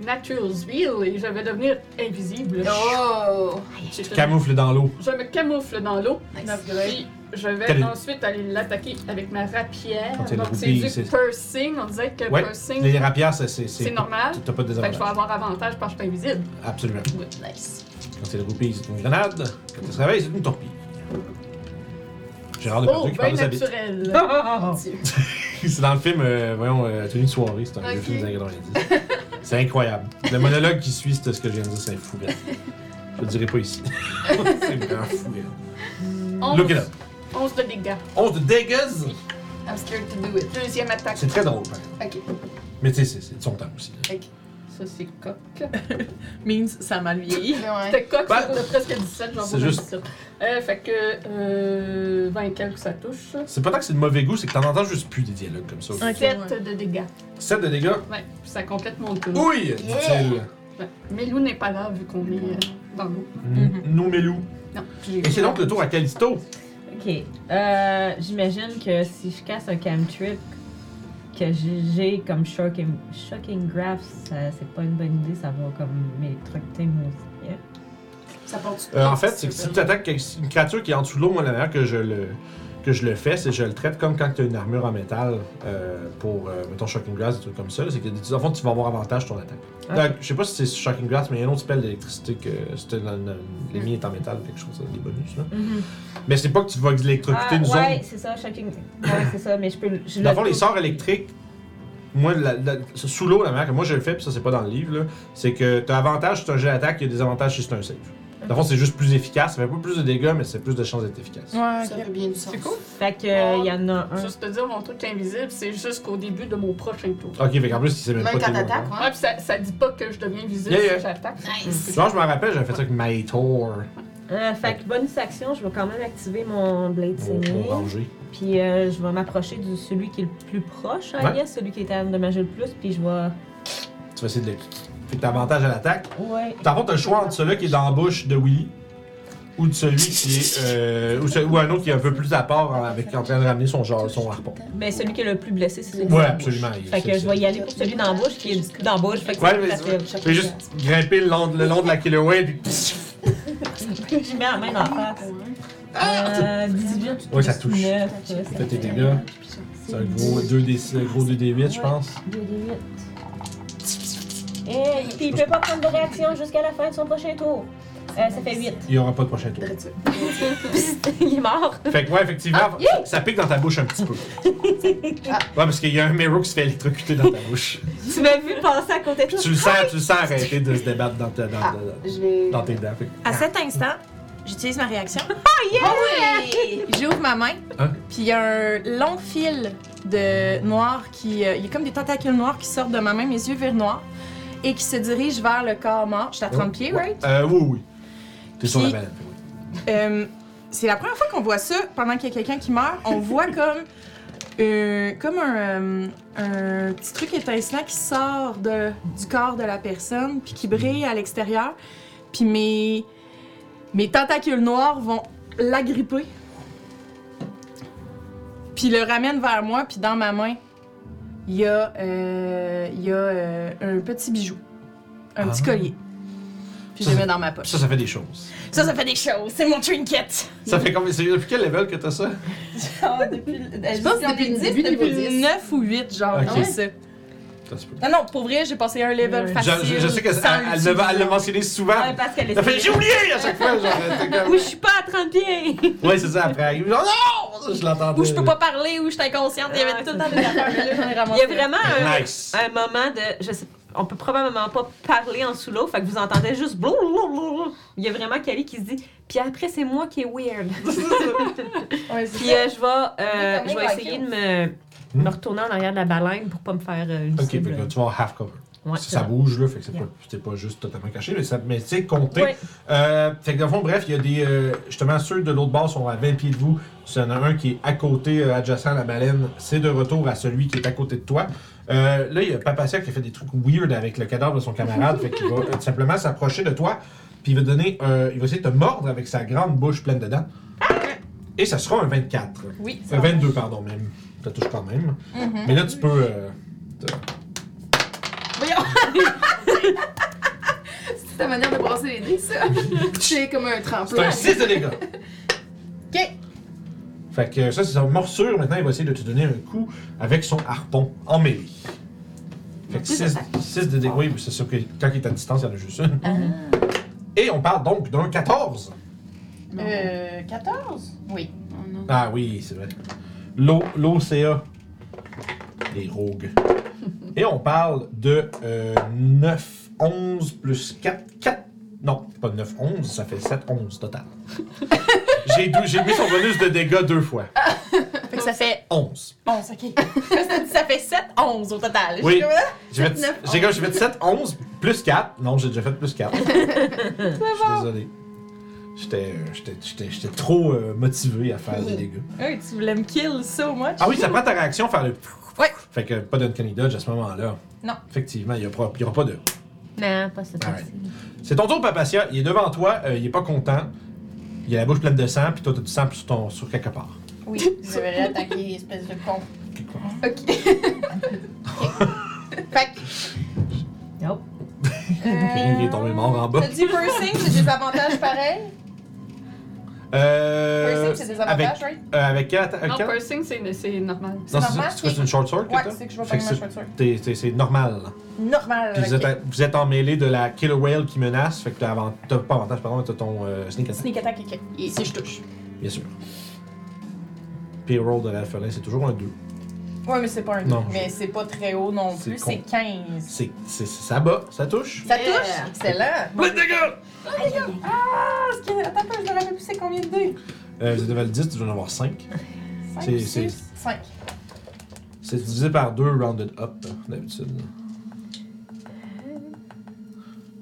Speaker 3: mon Nature's Wheel et je vais devenir invisible.
Speaker 2: Oh!
Speaker 3: Je- je-
Speaker 1: Camoufle dans l'eau.
Speaker 3: Je me camoufle dans l'eau.
Speaker 2: Nice.
Speaker 3: Puis je vais
Speaker 1: Quel est-
Speaker 3: ensuite aller l'attaquer avec ma rapière.
Speaker 1: Quand il y a
Speaker 3: Donc
Speaker 1: le
Speaker 3: c'est
Speaker 1: rubis,
Speaker 3: du
Speaker 1: c'est-
Speaker 3: piercing. On disait que
Speaker 1: Ouais, Les
Speaker 3: piercing,
Speaker 1: rapières, c'est. C'est
Speaker 3: c'est normal.
Speaker 1: T'as pas de
Speaker 3: Fait que je vais
Speaker 1: désavantage.
Speaker 3: avoir avantage parce que je suis invisible.
Speaker 1: Absolument.
Speaker 2: Nice.
Speaker 1: Quand c'est le roupie, c'est une grenade. Quand tu se réveilles, c'est une torpille. Gérard
Speaker 3: Oh,
Speaker 1: Depardieu qui
Speaker 3: ben
Speaker 1: parle de sa vie.
Speaker 3: naturel.
Speaker 1: Ah! oh, C'est dans le film, euh, voyons, euh, Tenue de soirée, c'est un vieux
Speaker 2: Ok.
Speaker 1: film des années 90. C'est incroyable. Le monologue qui suit, c'est ce que je viens de dire, c'est un fou raide. Je le dirai pas ici. c'est vraiment fou raide. Look it up.
Speaker 3: 11 de dégâts.
Speaker 1: 11 de dégâts!
Speaker 2: I'm scared to do it. Ah,
Speaker 3: Deuxième attaque.
Speaker 1: C'est très drôle, par exemple.
Speaker 2: Ok.
Speaker 1: Mais tu sais, c'est- c'est de son temps aussi.
Speaker 3: Ça, c'est coq.
Speaker 9: Means ça m'a vieilli.
Speaker 2: Ouais.
Speaker 3: C'était coq,
Speaker 1: Bah,
Speaker 3: ça, de presque 17, j'en
Speaker 1: c'est
Speaker 3: vois même
Speaker 1: juste-
Speaker 3: ça. Euh, fait que euh, 20 et quelques, ça touche.
Speaker 1: C'est pas tant que c'est de mauvais goût, c'est que t'en entends juste plus des dialogues comme ça.
Speaker 3: 7 de dégâts.
Speaker 1: 7 de dégâts.
Speaker 3: Ouais, puis ça complète mon tour.
Speaker 1: Ouille! Dit-il.
Speaker 3: Ouais. Mais Lou n'est pas là vu qu'on est euh, dans l'eau.
Speaker 1: N- Nous, mes loups.
Speaker 3: Non, j'ai-
Speaker 1: Et c'est donc le tour à Calisto.
Speaker 4: Ok. Euh, J'imagine que si je casse un cam trip que j'ai j'ai comme shocking, shocking graph, ça- c'est pas une bonne idée, ça va comme m'électrocuter moi aussi. hein.
Speaker 2: Ça porte
Speaker 1: Euh, en fait, c'est que si tu attaques une créature qui est en dessous de l'eau, moi, la manière que je le, que je le fais, c'est que je le traite comme quand tu as une armure en métal euh, pour, euh, mettons, Shocking Glass, des trucs comme ça. là. C'est que, en fait, tu vas avoir avantage sur ton attaque.
Speaker 4: Ah.
Speaker 1: Donc, je sais pas si c'est sur Shocking Glass, mais il y a un autre spell d'électricité que c'était dans, dans- l'ennemi est en métal, quelque chose, ça donne des bonus. Là. Mais c'est pas que tu vas électrocuter
Speaker 4: Ah,
Speaker 1: Mhm. une
Speaker 4: ouais,
Speaker 1: zone.
Speaker 4: c'est ça, shocking. Ouais, c'est ça, mais je peux. Je
Speaker 1: Dans
Speaker 4: le
Speaker 1: le fond, les
Speaker 4: coupe.
Speaker 1: sorts électriques, moi, la- la- sous l'eau, la manière que moi je le fais, puis ça c'est pas dans le livre, là, c'est que t'as avantage si c'est un jet d'attaque, il y a des avantages si c'est un save. Dans le fond, c'est juste plus efficace, ça fait pas plus de dégâts, mais c'est plus de chances d'être efficace.
Speaker 5: Ouais,
Speaker 2: Ça fait bien du sens.
Speaker 3: C'est cool.
Speaker 4: Fait que, euh, il y en a
Speaker 1: Ah.
Speaker 4: un.
Speaker 3: Juste te dire, mon truc invisible, c'est jusqu'au début de mon prochain tour.
Speaker 1: Ok, fait qu'en plus, il sait même,
Speaker 2: Même
Speaker 1: pas
Speaker 2: quand
Speaker 1: tes hein.
Speaker 2: t'attaques,
Speaker 1: mouvements.
Speaker 3: Ouais,
Speaker 2: ouais.
Speaker 3: puis ça, ça dit pas que je deviens visible
Speaker 1: Yeah, yeah.
Speaker 3: si j'attaque.
Speaker 2: Nice.
Speaker 1: Genre, je me rappelle, j'avais fait ça avec My Tour.
Speaker 4: Euh, fait que bonus action, je vais quand même activer mon blade
Speaker 1: Mon,
Speaker 4: singing.
Speaker 1: mon rangé.
Speaker 4: Puis euh, je vais m'approcher de celui qui est le plus proche, à
Speaker 1: Ouais.
Speaker 4: Elias, celui qui est endommagé le plus, puis je vais.
Speaker 1: Tu vas essayer de le. Fait que t'as avantage à l'attaque.
Speaker 4: Ouais.
Speaker 1: Par contre, t'as le choix entre celui qui est dans la bouche de Willy ou de celui qui est. euh, ou, ce- ou un autre qui est un peu plus à part hein, avec en train de ramener son, genre, son harpon.
Speaker 4: Mais celui qui est le plus blessé, c'est celui
Speaker 1: Ouais,
Speaker 4: dans la bouche.
Speaker 1: absolument.
Speaker 4: Fait que je vais y aller pour celui dans la bouche qui est dans la bouche. Fait que
Speaker 1: Ouais,
Speaker 4: c'est
Speaker 1: mais
Speaker 4: plus facile.
Speaker 1: Fais juste grimper le long, le long de la kiloway puis.
Speaker 4: Je mets la main dans la face. Euh, 18.
Speaker 1: Ah! Ouais, ça touche.
Speaker 4: 19,
Speaker 1: Fais tes dégâts. C'est un gros 2D, un gros 2D8, je pense.
Speaker 4: 2d8. Et Eh, puis il peut pas prendre de réaction jusqu'à la fin de son prochain tour. Euh, ça fait 8.
Speaker 1: Il y aura pas de prochain tour.
Speaker 4: il est mort.
Speaker 1: Fait que, ouais, effectivement,
Speaker 4: Ah,
Speaker 1: ça- ça pique dans ta bouche un petit peu. Ouais, parce qu'il y a un Mero qui se fait électrocuter dans ta bouche.
Speaker 4: Tu m'as vu passer à côté de
Speaker 1: Puis
Speaker 4: toi.
Speaker 1: tu le sens, tu le sens arrêter de se débattre dans, ta, dans,
Speaker 2: Ah,
Speaker 1: dans-
Speaker 2: je vais.
Speaker 1: dans tes dents. Fait que- ah.
Speaker 7: À cet instant, j'utilise ma réaction.
Speaker 2: Oui!
Speaker 7: J'ouvre ma main,
Speaker 1: Hein?
Speaker 7: puis il y a un long fil de noir qui. euh, Il y a comme des tentacules noirs qui sortent de ma main, mes yeux virent noirs, et qui se dirigent vers le corps mort. Je suis à 30 pieds,
Speaker 1: Ouais.
Speaker 7: right?
Speaker 1: Euh, oui, oui. T'es sur la
Speaker 7: Puis-
Speaker 1: banane, oui.
Speaker 7: Euh, c'est la première fois qu'on voit ça pendant qu'il y a quelqu'un qui meurt. On voit comme, euh, comme un, euh, un petit truc étincelant qui sort de- du corps de la personne, puis qui brille à l'extérieur. Puis mes, mes tentacules noirs vont l'agripper. Puis le ramènent vers moi, puis dans ma main, il y a, euh, il y a euh, un petit bijou, un petit
Speaker 1: Ah.
Speaker 7: collier. Puis
Speaker 1: Ça,
Speaker 7: je le
Speaker 1: ça-
Speaker 7: mets dans ma poche.
Speaker 1: Ça, ça fait des choses.
Speaker 7: Ça, ça fait des choses. C'est mon trinket.
Speaker 1: Ça fait combien? C'est depuis quel level que t'as ça?
Speaker 7: Je pense que depuis le 10, depuis
Speaker 2: niveau 10.
Speaker 7: 9 ou 8, genre,
Speaker 1: Ok.
Speaker 7: j'ai ça.
Speaker 1: Attends, tu peux.
Speaker 7: Non, non, pour vrai, j'ai passé un level
Speaker 1: Je,
Speaker 7: facile.
Speaker 1: je- je sais qu'elle
Speaker 7: sans
Speaker 1: elle, elle
Speaker 7: utiliser.
Speaker 1: le- elle le mentionnait souvent.
Speaker 4: Ouais, parce qu'elle
Speaker 1: Elle fait,
Speaker 4: est.
Speaker 1: j'ai oublié à chaque fois. Genre, t'es comme-
Speaker 4: Oui, je suis pas à 30 pieds.
Speaker 1: Ouais, c'est ça, après. elle arrive, Genre, non! Ça, Je l'entendais.
Speaker 7: Ou je peux pas parler, ou je suis inconsciente, il y
Speaker 4: Ah,
Speaker 7: avait tout le
Speaker 4: ça,
Speaker 7: temps des affaires, mais là, j'en ai
Speaker 4: Il y
Speaker 7: ramassé.
Speaker 4: a vraiment un,
Speaker 1: Nice.
Speaker 4: un moment de. Je sais, on peut probablement pas parler en sous l'eau, fait que vous entendez juste. blou, blou, blou, blou. Il y a vraiment Kali qui se dit. Puis après, c'est moi qui est weird.
Speaker 5: Ouais,
Speaker 4: Puis euh, je vais, euh,
Speaker 5: Oui,
Speaker 4: je vais
Speaker 5: comme
Speaker 4: essayer de me,
Speaker 1: Hmm.
Speaker 4: me retourner en arrière de la baleine pour pas me faire euh, une
Speaker 1: Ok, fait
Speaker 4: cible.
Speaker 1: que tu vas avoir half cover.
Speaker 4: Ouais,
Speaker 1: ça, ça
Speaker 4: ouais.
Speaker 1: bouge, là, fait que c'est
Speaker 4: Yeah.
Speaker 1: pas, c'est pas juste totalement caché, mais, ça- mais tu sais, compter.
Speaker 4: Ouais.
Speaker 1: Euh, fait que dans le fond, bref, il y a des. euh, justement, ceux de l'autre bord sont à 20 pieds de vous. Il y en a un qui est à côté, euh, adjacent à la baleine. C'est de retour à celui qui est à côté de toi. Euh, là, il y a Papacia qui a fait des trucs weird avec le cadavre de son camarade. fait qu'il va euh, tout simplement s'approcher de toi. Puis il va donner. euh, il va essayer de te mordre avec sa grande bouche pleine de dents. Et ça sera un 24.
Speaker 7: Oui,
Speaker 1: Un 22, pardon, même. Ça touche quand même. Mais là, tu peux. euh,
Speaker 2: C'est ta manière de brasser les dés, ça. C'est comme un
Speaker 1: C'est
Speaker 2: tremplin.
Speaker 1: un 6 de dégâts.
Speaker 2: Ok.
Speaker 1: Fait que euh, ça, c'est sa morsure. Maintenant, il va essayer de te donner un coup avec son harpon en mêlée. Fait que 6 de dégâts. Oui, c'est sûr que quand il est à distance, il y en a juste une.
Speaker 2: Ah.
Speaker 1: Et on parle donc d'un 14.
Speaker 5: Euh, 14?
Speaker 2: Oui. Oh non.
Speaker 1: Ah oui, c'est vrai. L'eau, l'OCA. Les rogues. Et on parle de 9, 11 plus 4, 4. Non, pas 9, 11, ça fait 7, 11 total. j'ai, dou- j'ai mis son bonus de dégâts deux fois.
Speaker 7: fait que ça fait
Speaker 1: 11.
Speaker 7: 11, ok. ça fait 7, 11 au total.
Speaker 1: Oui.
Speaker 7: Je-
Speaker 1: J'ai fait,
Speaker 2: Sept, neuf,
Speaker 1: j'ai comme- j'ai fait 7, 11, plus 4. Non, j'ai déjà fait plus 4. Je suis désolé. J'étais, euh, j'étais, j'étais, j'étais trop euh, motivé à faire des dégâts.
Speaker 7: Hey, tu voulais me kill so much.
Speaker 1: Ah oui, ça prend ta réaction faire le.
Speaker 7: Ouais.
Speaker 1: Fait que pas d'Uncanny Dodge à ce moment-là.
Speaker 7: Non.
Speaker 1: Effectivement, il n'y aura, il y aura pas de.
Speaker 4: Non, pas cette
Speaker 1: Alright.
Speaker 4: fois-ci.
Speaker 1: C'est ton tour, Papacia. Il est devant toi, euh, il est pas content. Il a la bouche pleine de sang, puis toi, t'as du sang sur, ton, sur quelque part.
Speaker 5: Oui, je vais attaquer, espèce de con.
Speaker 1: Quelque part.
Speaker 5: Fait que,
Speaker 4: Nope.
Speaker 1: Il est tombé mort en bas.
Speaker 5: t'as dit piercing, Euh, c'est des avantages pareils?
Speaker 1: Euh,
Speaker 5: Piercing, c'est des
Speaker 1: avec,
Speaker 5: avantages, hein? right?
Speaker 1: euh, avec quelle atta-
Speaker 3: Non,
Speaker 1: quelle-
Speaker 3: piercing, c'est c'est normal.
Speaker 1: Non, c'est
Speaker 5: normal,
Speaker 1: c'est quoi, c'est une short sword que
Speaker 5: Ouais,
Speaker 1: t'as?
Speaker 5: c'est que je vais
Speaker 1: Fait
Speaker 5: pas
Speaker 1: que
Speaker 5: ma
Speaker 1: c'est-
Speaker 5: chaussure.
Speaker 1: t'es- t'es- C'est normal. là.
Speaker 5: Normal,
Speaker 1: Puis vous
Speaker 5: ok.
Speaker 1: êtes, à- vous êtes emmêlés de la killer whale qui menace, fait que t'as avant- t'as pas avantage, pardon, t'as ton euh, sneak attack,
Speaker 5: Sneak attack, ok.
Speaker 2: Et si je touche.
Speaker 1: bien sûr. Puis roll de la fenêtre, c'est toujours un 2.
Speaker 7: Ouais, mais c'est pas un
Speaker 1: Non.
Speaker 7: Mais c'est pas très haut non
Speaker 1: C'est
Speaker 7: plus,
Speaker 1: con.
Speaker 7: c'est 15.
Speaker 1: C'est, c'est- ça bat, ça touche.
Speaker 7: Ça touche?
Speaker 2: Yeah.
Speaker 7: Excellent!
Speaker 1: Blitz de gueule!
Speaker 7: Ah, ce qui... Attends, un peu, je me rappelle plus c'est combien de dés?
Speaker 1: Euh, vous avez le 10, tu dois en avoir 5. C'est-
Speaker 7: 5,
Speaker 1: c'est-
Speaker 7: 6, 5.
Speaker 1: C'est divisé par 2 rounded up, hein, d'habitude.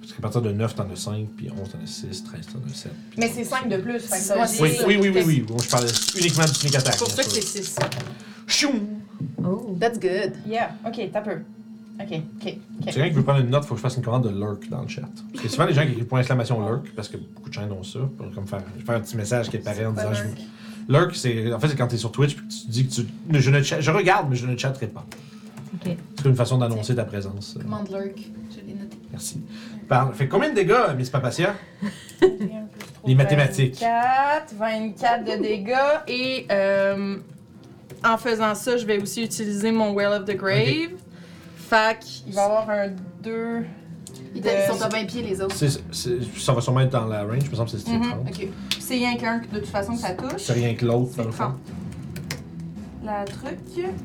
Speaker 1: Parce qu'à partir de 9, t'en as 5, puis 11, t'en as 6, 13, t'en as 7.
Speaker 7: Mais c'est 5 de plus, fait que ça
Speaker 2: Ouais,
Speaker 7: j'ai-
Speaker 1: Oui, oui, oui, oui, oui. Bon, je parlais uniquement du sneak attack.
Speaker 2: C'est pour
Speaker 1: bien
Speaker 2: ça que c'est
Speaker 1: sûr.
Speaker 2: 6.
Speaker 1: Chou!
Speaker 4: Oh.
Speaker 2: That's good.
Speaker 7: Yeah, ok, t'as peu. Ok, ok,
Speaker 1: Si
Speaker 7: ok.
Speaker 1: quelqu'un qui veut prendre une note, faut que je fasse une commande de lurk dans le chat. Parce que souvent, les gens qui écrivent point exclamation lurk, parce que beaucoup de chaînes ont ça, pour comme faire, faire un petit message qui apparaît en disant je vous- Lurk, c'est en fait, c'est quand t'es sur Twitch puis que tu dis que tu. mais Je, ne cha- je regarde, mais je ne chatterai pas.
Speaker 4: Ok.
Speaker 1: C'est une façon d'annoncer ta présence. euh,
Speaker 2: Commande lurk. Je l'ai noté.
Speaker 1: Merci. Par- Fait combien de dégâts, euh, Miss Papatia Les
Speaker 7: Les
Speaker 1: mathématiques.
Speaker 7: 24, 24 de dégâts et euh, en faisant ça, je vais aussi utiliser mon Well of the Grave. Fait qu'il va y avoir un 2.
Speaker 2: Ils
Speaker 7: Euh,
Speaker 2: sont à 20 pieds, les autres.
Speaker 1: C'est- c'est- Ça va sûrement être dans la range, il me semble que c'est
Speaker 7: Mhm.
Speaker 1: 30.
Speaker 2: Ok.
Speaker 7: C'est rien qu'un de toute façon que ça touche.
Speaker 1: C'est rien que l'autre, dans
Speaker 7: C'est
Speaker 1: le fond.
Speaker 7: 30. La truc.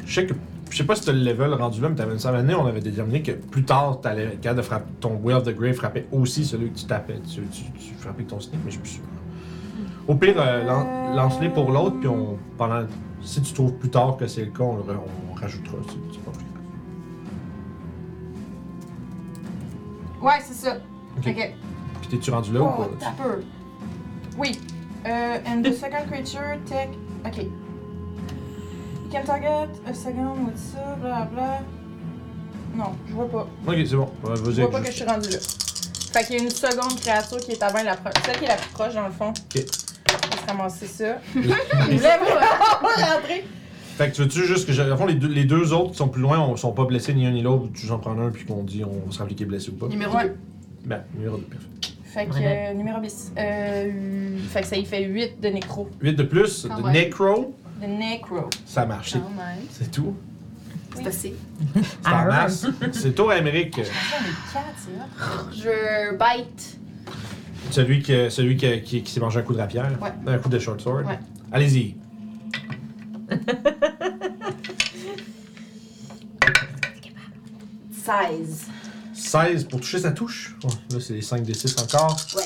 Speaker 1: Je sais que. Je sais pas si t'as le level rendu là, mais t'avais une certaine année, on avait déterminé que plus tard, t'allais être capable de frapper. Ton Will of the Grave frappait aussi celui que tu tapais. Tu, tu, tu frappais avec ton sneak, mais je suis plus sûr. Au pire, euh, lan- lance-les pour l'autre, puis on. Pendant, si tu trouves plus tard que c'est le cas, on, le ra- on rajoutera. C'est c'est pas plus grave.
Speaker 7: Ouais, c'est ça.
Speaker 1: Ok.
Speaker 7: Ok.
Speaker 1: Puis t'es-tu rendu là ou
Speaker 7: Oh,
Speaker 1: quoi?
Speaker 7: t'as peur. Oui. Euh, and the second creature take. Ok. You can target a second with ça, bla bla. Non, je vois pas.
Speaker 1: Ok, c'est bon. Ouais,
Speaker 7: Je
Speaker 1: Vas-y.
Speaker 7: vois pas
Speaker 1: avec
Speaker 7: que
Speaker 1: juste-
Speaker 7: je suis rendue là. Fait qu'il y a une seconde créature qui est avant la première. Celle qui est la plus proche, dans le fond. Ok. Je vais se ramasser ça. Je voulais vraiment rentrer.
Speaker 1: Fait que tu veux-tu juste que. je- Au fond, les deux, les deux autres qui sont plus loin, on sont pas blessés ni un ni l'autre. Tu en prends un, puis qu'on dit on va se rappeler qu'il est blessé ou pas.
Speaker 2: Numéro 2.
Speaker 1: Ben, numéro 2, parfait.
Speaker 7: Fait que euh, numéro 10. Euh, fait que ça y fait 8 de nécro.
Speaker 1: 8 de plus,
Speaker 2: Ah
Speaker 1: de
Speaker 2: ouais. Ah
Speaker 1: Necro,
Speaker 7: De nécro.
Speaker 1: ça marche. C'est-
Speaker 2: Quand même.
Speaker 1: C'est tout.
Speaker 2: C'est assez.
Speaker 1: C'est en
Speaker 4: Aaron.
Speaker 1: masse. C'est toi, Amérique.
Speaker 7: J'en ai 4, c'est
Speaker 2: Je
Speaker 7: vrai.
Speaker 2: bite.
Speaker 1: Celui, que, celui que- qui, qui s'est mangé un coup de rapière.
Speaker 2: Ouais.
Speaker 1: Un coup de short sword.
Speaker 2: Ouais.
Speaker 1: Allez-y.
Speaker 2: Size.
Speaker 1: 16 pour toucher, ça touche. Oh, là, c'est les 5 des 6 encore.
Speaker 2: Ouais.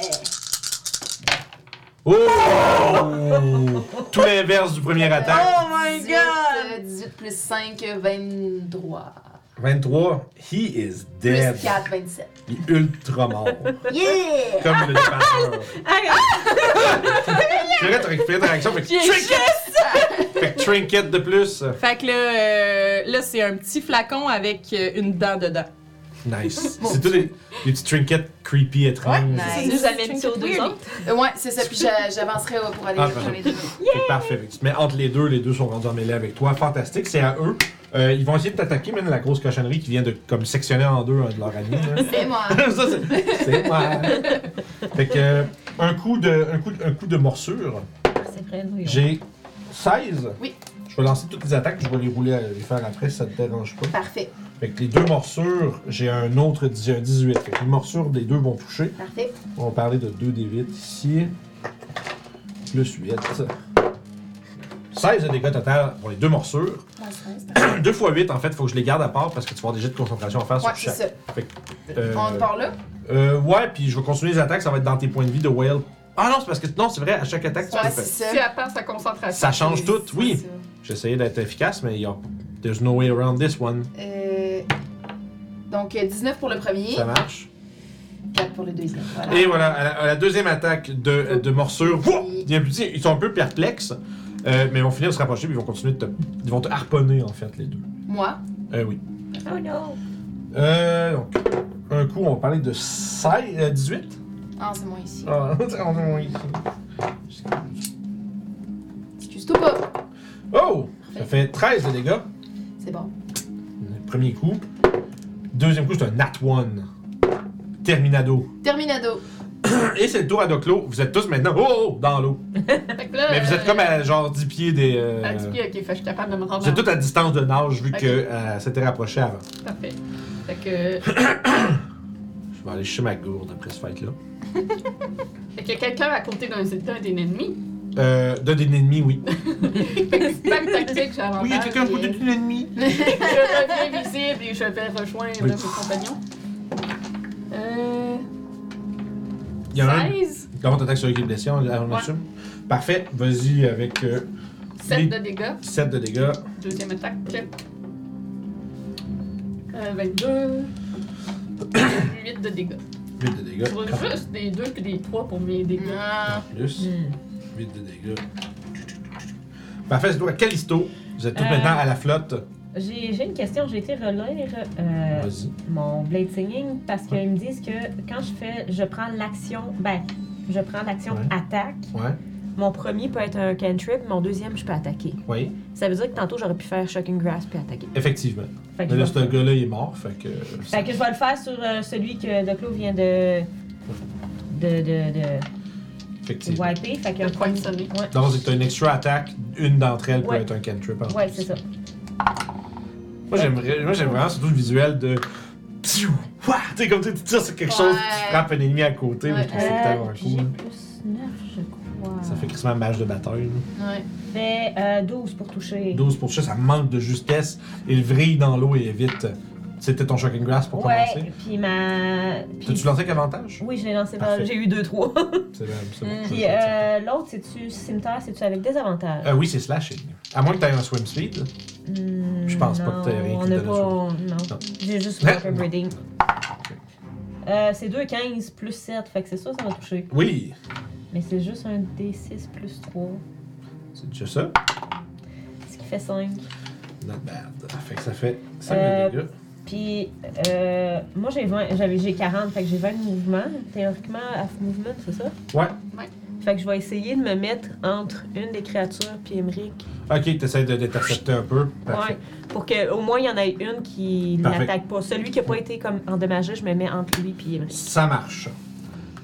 Speaker 1: Oh! tout l'inverse du premier attaque.
Speaker 7: Oh my
Speaker 2: 18,
Speaker 7: God!
Speaker 2: euh, 18 plus 5, 23.
Speaker 1: 23. He is dead.
Speaker 2: Plus 4, 27.
Speaker 1: Il est ultra mort.
Speaker 2: Yeah!
Speaker 1: Comme le dépasseur.
Speaker 4: Ah,
Speaker 1: Tu verrais, t'as récupéré ta réaction. Fait que trinket! fait que trinket de plus.
Speaker 7: Fait que là, euh, là c'est un petit flacon avec euh, une dent dedans.
Speaker 1: Nice. c'est tous des, des petits trinkets creepy étranges.
Speaker 7: Ouais,
Speaker 2: nice.
Speaker 7: c'est
Speaker 4: Tu nous
Speaker 7: juste
Speaker 4: amènes-tu aux deux
Speaker 7: weird.
Speaker 4: autres?
Speaker 2: Euh, Ouais, c'est ça. Puis j'a- j'avancerai euh, pour aller
Speaker 1: Ah,
Speaker 2: chercher
Speaker 1: pardon.
Speaker 2: les deux.
Speaker 1: Fait que parfait. Fait que tu te mets entre les deux, les deux sont rendus en mêlée avec toi. Fantastique, c'est à eux. Euh, ils vont essayer de t'attaquer, même la grosse cochonnerie qui vient de comme sectionner en deux un de leur ami. là.
Speaker 2: C'est moi.
Speaker 1: Ça, c'est- c'est moi. fait que euh, un coup de, un coup, de- un coup de morsure.
Speaker 4: C'est vrai, nous.
Speaker 1: J'ai 16.
Speaker 2: Oui.
Speaker 1: Je vais lancer toutes les attaques, je vais les rouler, à- les faire après si ça te dérange pas.
Speaker 2: Parfait.
Speaker 1: Fait que les deux morsures, j'ai un autre, j'ai un 18. Fait que les morsures des deux vont toucher.
Speaker 2: Parfait.
Speaker 1: On va parler de 2d8 ici. Plus 8. 16 de dégâts total pour les deux morsures. 2 x 8, en fait, faut que je les garde à part parce que tu vas avoir des jets de concentration à faire
Speaker 2: Ouais, c'est
Speaker 1: sur
Speaker 2: ça.
Speaker 1: chaque. Euh,
Speaker 2: On part là.
Speaker 1: euh, ouais, puis je vais continuer les attaques, ça va être dans tes points de vie de whale. Ah non, c'est parce que non, c'est vrai, à chaque attaque, tu
Speaker 2: Ouais,
Speaker 1: peux
Speaker 2: c'est
Speaker 1: faire.
Speaker 2: ça.
Speaker 3: Si elle perd sa concentration.
Speaker 1: Ça change tout, oui.
Speaker 2: C'est ça.
Speaker 1: J'essayais d'être efficace, mais y a... there's no way around this one.
Speaker 2: Euh, Donc, euh, 19 pour le premier,
Speaker 1: Ça marche.
Speaker 2: 4 pour le deuxième. Voilà.
Speaker 1: Et voilà, à la, à la deuxième attaque de, de morsure, wouah! Il y a un petit- ils sont un peu perplexes, euh, mais ils vont finir de se rapprocher, puis ils vont continuer de te, ils vont te harponner en fait les deux.
Speaker 2: Moi,
Speaker 1: Euh, oui.
Speaker 4: Oh non!
Speaker 1: Euh, donc, un coup, on va parler de 16, euh, 18.
Speaker 2: ah, c'est moi ici.
Speaker 1: Ah, on est loin.
Speaker 2: Excuse-toi pas.
Speaker 1: Oh, ça fait 13 de dégâts.
Speaker 2: C'est bon.
Speaker 1: Premier coup. Deuxième coup, c'est un nat one. Terminado.
Speaker 2: Terminado.
Speaker 1: Et c'est le tour à Doclo. Vous êtes tous maintenant oh, oh, dans l'eau.
Speaker 3: Fait que là,
Speaker 1: Mais vous êtes comme
Speaker 3: euh,
Speaker 1: à genre 10 pieds des. euh,
Speaker 3: à 10 pieds, ok, fait que je suis capable de me rendre.
Speaker 1: Vous êtes
Speaker 3: en-
Speaker 1: tous à distance de nage vu
Speaker 3: Ok.
Speaker 1: que euh, s'était rapproché avant.
Speaker 3: Parfait. Fait que,
Speaker 1: Je vais aller chercher ma gourde après ce fight-là.
Speaker 3: fait que quelqu'un à côté d'un d'un des ennemis.
Speaker 1: Euh, d'un ennemi, oui.
Speaker 3: Même tactique, j'ai avantage.
Speaker 1: Oui, il y a quelqu'un pour
Speaker 3: et-
Speaker 1: d'un ennemi.
Speaker 3: Je reviens visible et je vais rejoindre
Speaker 1: Oui.
Speaker 3: mes compagnons. Euh.
Speaker 1: Il y en a un.
Speaker 3: 16,
Speaker 1: Comment t'attaques sur l'équipe blessé, on on
Speaker 3: Ouais.
Speaker 1: assume. Parfait, vas-y avec
Speaker 3: 7 de dégâts.
Speaker 1: 7 de dégâts.
Speaker 3: Deuxième attaque. Euh, 22. 8 de dégâts.
Speaker 1: 8 de dégâts.
Speaker 3: Je roule juste des 2 puis des 3 pour mes dégâts.
Speaker 2: Ah,
Speaker 1: Plus.
Speaker 4: Hmm.
Speaker 1: 8 de dégâts. Parfait, c'est toi, Callisto. Vous êtes tous
Speaker 4: Euh.
Speaker 1: maintenant à la flotte.
Speaker 4: J'ai j'ai une question, j'ai été relire euh,
Speaker 1: Vas-y.
Speaker 4: mon Blade Singing parce qu'ils me disent que quand je fais, je prends l'action, ben, je prends l'action
Speaker 1: Ouais.
Speaker 4: attaque.
Speaker 1: Ouais.
Speaker 4: Mon premier peut être un cantrip, mon deuxième, je peux attaquer.
Speaker 1: Oui,
Speaker 4: Ça veut dire que tantôt, j'aurais pu faire Shocking Grasp puis attaquer.
Speaker 1: effectivement.
Speaker 4: Fait que,
Speaker 1: Mais
Speaker 4: je
Speaker 1: là,
Speaker 4: vais-
Speaker 1: ce gars-là, il est mort, fait que.
Speaker 4: fait que je vais le faire sur euh, celui que Doclo vient de. de. de. de
Speaker 1: Effectivement.
Speaker 4: wiper. Fait que.
Speaker 3: Le poinçonné.
Speaker 4: Ouais.
Speaker 1: Donc, c'est une extra attaque. Une d'entre elles peut
Speaker 4: Ouais.
Speaker 1: être un cantrip. en
Speaker 4: Ouais,
Speaker 1: plus.
Speaker 4: c'est ça.
Speaker 1: Moi, j'aimerais, moi, j'aime vraiment surtout le visuel de. Psiou! Ouah! Tu sais, comme tu tu tires sur quelque chose, tu
Speaker 2: Ouais.
Speaker 1: frappes un ennemi à côté. Moi, je trouve que c'est
Speaker 4: Euh,
Speaker 1: tellement
Speaker 4: puis j'ai
Speaker 1: cool.
Speaker 4: plus 9, je crois.
Speaker 1: Ça fait quasiment match de bataille. là.
Speaker 2: ouais.
Speaker 4: Fait, euh, 12 pour toucher.
Speaker 1: 12 pour ça, ça manque de justesse. Il vrille dans l'eau et évite. C'était ton shocking grass pour commencer.
Speaker 4: Ouais, puis ma. puis-
Speaker 1: T'as-tu lancé avec avantage?
Speaker 4: Oui, je l'ai lancé. ben,
Speaker 1: Parfait.
Speaker 4: J'ai eu 2-3.
Speaker 1: C'est bon, c'est bon.
Speaker 4: Puis euh, l'autre, c'est-tu cimetière, c'est-tu avec des avantages?
Speaker 1: Euh, oui, c'est slashing. À moins que t'aies un swim speed.
Speaker 4: Hmm,
Speaker 1: je pense pas que t'aies rien
Speaker 4: non,
Speaker 1: qui
Speaker 4: on n'a
Speaker 1: donne
Speaker 4: pas.
Speaker 1: un
Speaker 4: on- Non.
Speaker 1: Non.
Speaker 4: J'ai juste
Speaker 1: Hein?
Speaker 4: Walker
Speaker 1: Non.
Speaker 4: Breeding. Euh, c'est 2, 15 plus 7. Fait que c'est ça, ça va toucher.
Speaker 1: Oui,
Speaker 4: Mais c'est juste un D6 plus 3.
Speaker 1: c'est déjà ça.
Speaker 4: Ce qui fait 5.
Speaker 1: Not bad. Fait que ça fait 5
Speaker 4: Euh,
Speaker 1: de dégâts.
Speaker 4: Puis euh, moi, j'ai 20 j'avais- j'ai 40. Fait que j'ai 20 de mouvement. Théoriquement, half movement, c'est ça?
Speaker 1: Ouais.
Speaker 4: Fait que je vais essayer de me mettre entre une des créatures puis Emmerich.
Speaker 1: Ok, t'essaies de l'intercepter un peu. Parfait.
Speaker 4: Ouais, pour qu'au moins il y en ait une qui
Speaker 1: Parfait.
Speaker 4: n'attaque pas. Celui qui n'a pas été comme endommagé, je me mets entre lui et Emmerich.
Speaker 1: Ça marche.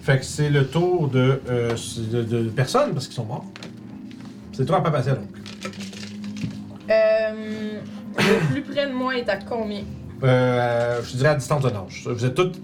Speaker 1: Fait que c'est le tour de, euh, de, de personnes parce qu'ils sont morts. C'est toi à pas passer donc.
Speaker 7: Euh, le plus près de moi est à combien?
Speaker 1: Euh, je te dirais à distance de nage. Vous êtes toutes.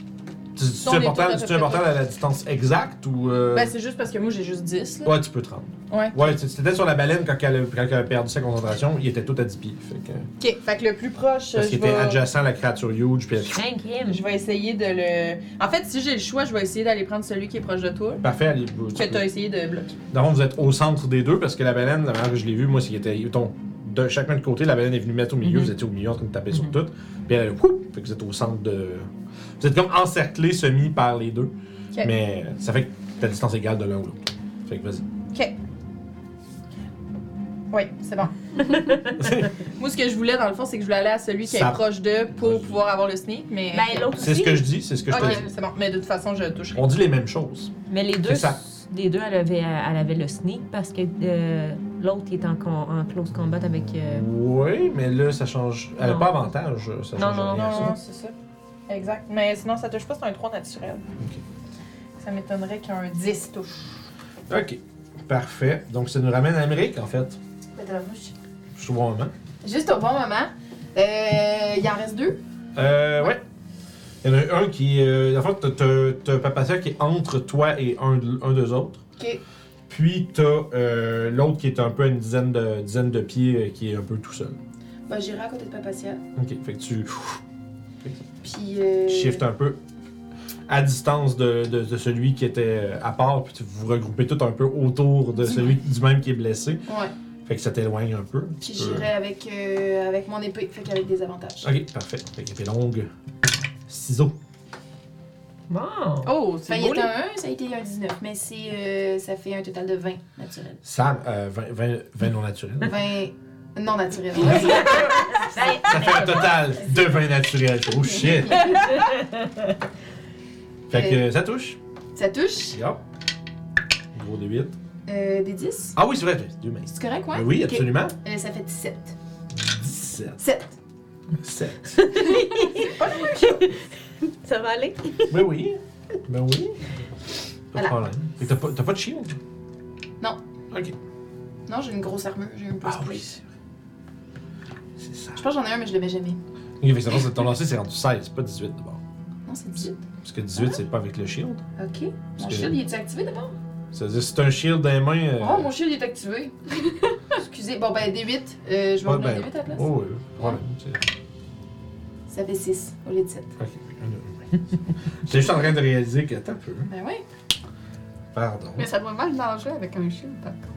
Speaker 1: C'est
Speaker 7: On
Speaker 1: c'est
Speaker 7: est
Speaker 1: important,
Speaker 7: toutes à peu
Speaker 1: c'est
Speaker 7: près
Speaker 1: important à la distance exacte ou. euh,
Speaker 7: Ben, c'est juste parce que moi, j'ai juste 10, là.
Speaker 1: ouais, tu peux te rendre.
Speaker 7: Ouais.
Speaker 1: Ouais, tu- c'était sur la baleine quand elle, a- quand elle a perdu sa concentration, il était tout à 10 pieds. Fait que,
Speaker 7: OK, fait que le plus proche,
Speaker 1: parce
Speaker 7: je
Speaker 1: qu'il était
Speaker 7: vais...
Speaker 1: adjacent à la créature huge. Puis elle-
Speaker 4: Cinquième.
Speaker 7: je vais essayer de le... En fait, si j'ai le choix, je vais essayer d'aller prendre celui qui est proche de toi.
Speaker 1: Parfait, allez vous. tu
Speaker 7: Que t'as
Speaker 1: peux-
Speaker 7: essayé de bloquer.
Speaker 1: Dans le fond, vous êtes au centre des deux parce que la baleine, la manière que je l'ai vue, moi, c'est qu'il était. ton- de chacun de côté, la baleine est venue mettre au milieu,
Speaker 4: Mhm.
Speaker 1: vous étiez au milieu en train de taper
Speaker 4: Mhm.
Speaker 1: sur tout. Puis elle a whoop, fait que vous êtes au centre de. Vous êtes comme encerclé semi par les deux.
Speaker 7: Ok.
Speaker 1: Mais ça fait que ta distance égale de l'un ou l'autre. Fait que vas-y.
Speaker 7: Oui, c'est bon. moi, ce que je voulais, dans le fond, c'est que je voulais aller à celui qui
Speaker 1: Ça-
Speaker 7: est proche de pour pouvoir avoir le sneak, mais...
Speaker 4: Ben, l'autre
Speaker 1: C'est
Speaker 4: aussi.
Speaker 1: ce que je dis, c'est ce que je te
Speaker 7: OK,
Speaker 1: dis.
Speaker 7: c'est bon. Mais de toute façon, je toucherai.
Speaker 1: On dit les mêmes choses.
Speaker 4: Mais les deux,
Speaker 1: C'est ça.
Speaker 4: les deux elle, avait, elle avait le sneak parce que euh, l'autre il est en, con- en close combat avec. euh,
Speaker 1: Oui, mais là, ça change. Elle n'a
Speaker 4: Non.
Speaker 1: pas avantage, ça
Speaker 4: Non,
Speaker 1: change
Speaker 4: non,
Speaker 1: rien à ça.
Speaker 7: Non, c'est ça. Exact. Mais sinon, ça touche pas, c'est un 3 naturel. Ça m'étonnerait qu'un 10 touche.
Speaker 1: Ok, parfait. Donc, ça nous ramène à Amérique, en fait.
Speaker 2: Mais t'as la bouche.
Speaker 1: Je trouve un moment.
Speaker 2: Juste au bon moment. Euh, il en reste deux.
Speaker 1: Euh, ouais. Il y en a un qui. Euh, en fait, t'as- t'as- t'as Papacia qui est entre toi et un, de- un des autres.
Speaker 2: Ok.
Speaker 1: Puis, t'as euh, l'autre qui est un peu à une dizaine de, dizaine de pieds, euh, qui est un peu tout seul.
Speaker 2: Bah, j'irai à côté de Papacia.
Speaker 1: Ok, fait que tu
Speaker 2: Puis. Euh...
Speaker 1: shift un peu à distance de, de- de celui qui était euh, à part, puis tu vous regroupez tout un peu autour de celui du même qui est blessé.
Speaker 2: Ouais.
Speaker 1: Fait que ça t'éloigne un peu. Tu
Speaker 2: Puis
Speaker 1: peux-
Speaker 2: j'irai avec, euh, avec mon épée. Fait qu'avec des avantages.
Speaker 1: Ok, parfait. Fait qu'elle était longue. Ciseaux.
Speaker 4: Bon.
Speaker 7: Oh,
Speaker 2: Enfin, il y a un 1, ça a été un 19. Mais c'est, euh, ça fait un total de 20 naturel.
Speaker 1: Ça, euh, 20, 20 20 non naturels.
Speaker 2: 20 non naturel.
Speaker 1: Oh, Ça fait un total de 20 naturels. Oh shit! fait que ça touche.
Speaker 2: ça touche.
Speaker 1: Yep. Gros de 8.
Speaker 2: Euh, des 10.
Speaker 1: Ah oui, c'est vrai, j'ai deux mains.
Speaker 2: C'est correct, ouais?
Speaker 1: Ben Oui,
Speaker 2: Ok.
Speaker 1: absolument.
Speaker 2: Euh, ça fait 17.
Speaker 1: 17.
Speaker 2: 7.
Speaker 1: 7.
Speaker 4: Ça va aller?
Speaker 1: Ben oui. Ben oui. Pas de
Speaker 2: Voilà.
Speaker 1: problème. Et t'as pas, t'as pas de shield?
Speaker 2: Non.
Speaker 1: Ok.
Speaker 2: Non, j'ai une grosse armure. J'ai un peu.
Speaker 1: Ah oui, c'est vrai. C'est ça.
Speaker 2: Je pense que j'en ai un, mais je le mets jamais.
Speaker 1: Ok, fait que ça, c'est- ton lancer, c'est rendu 16, pas 18 d'abord.
Speaker 2: Non, c'est 18. Ah.
Speaker 1: Parce que 18, c'est pas avec le shield.
Speaker 2: Ok.
Speaker 1: Parce
Speaker 2: Mon
Speaker 1: que-
Speaker 2: shield, il est activé d'abord?
Speaker 1: C'est-à-dire, si t'as un shield dans les mains. euh,
Speaker 2: Oh, mon shield est activé. Excusez. Bon, ben, D8. Euh, je vais
Speaker 1: ouais,
Speaker 2: en prendre
Speaker 1: ben,
Speaker 2: un D8 à la place.
Speaker 1: oh, ouais, ouais, c'est-
Speaker 2: Ça fait 6 au lieu de 7.
Speaker 1: ok, un, deux, ouais. J'étais juste en train de réaliser que t'as peu. hein.
Speaker 2: Ben oui.
Speaker 1: Pardon.
Speaker 3: Mais ça doit mal manger avec un shield, par contre.
Speaker 5: Ouais,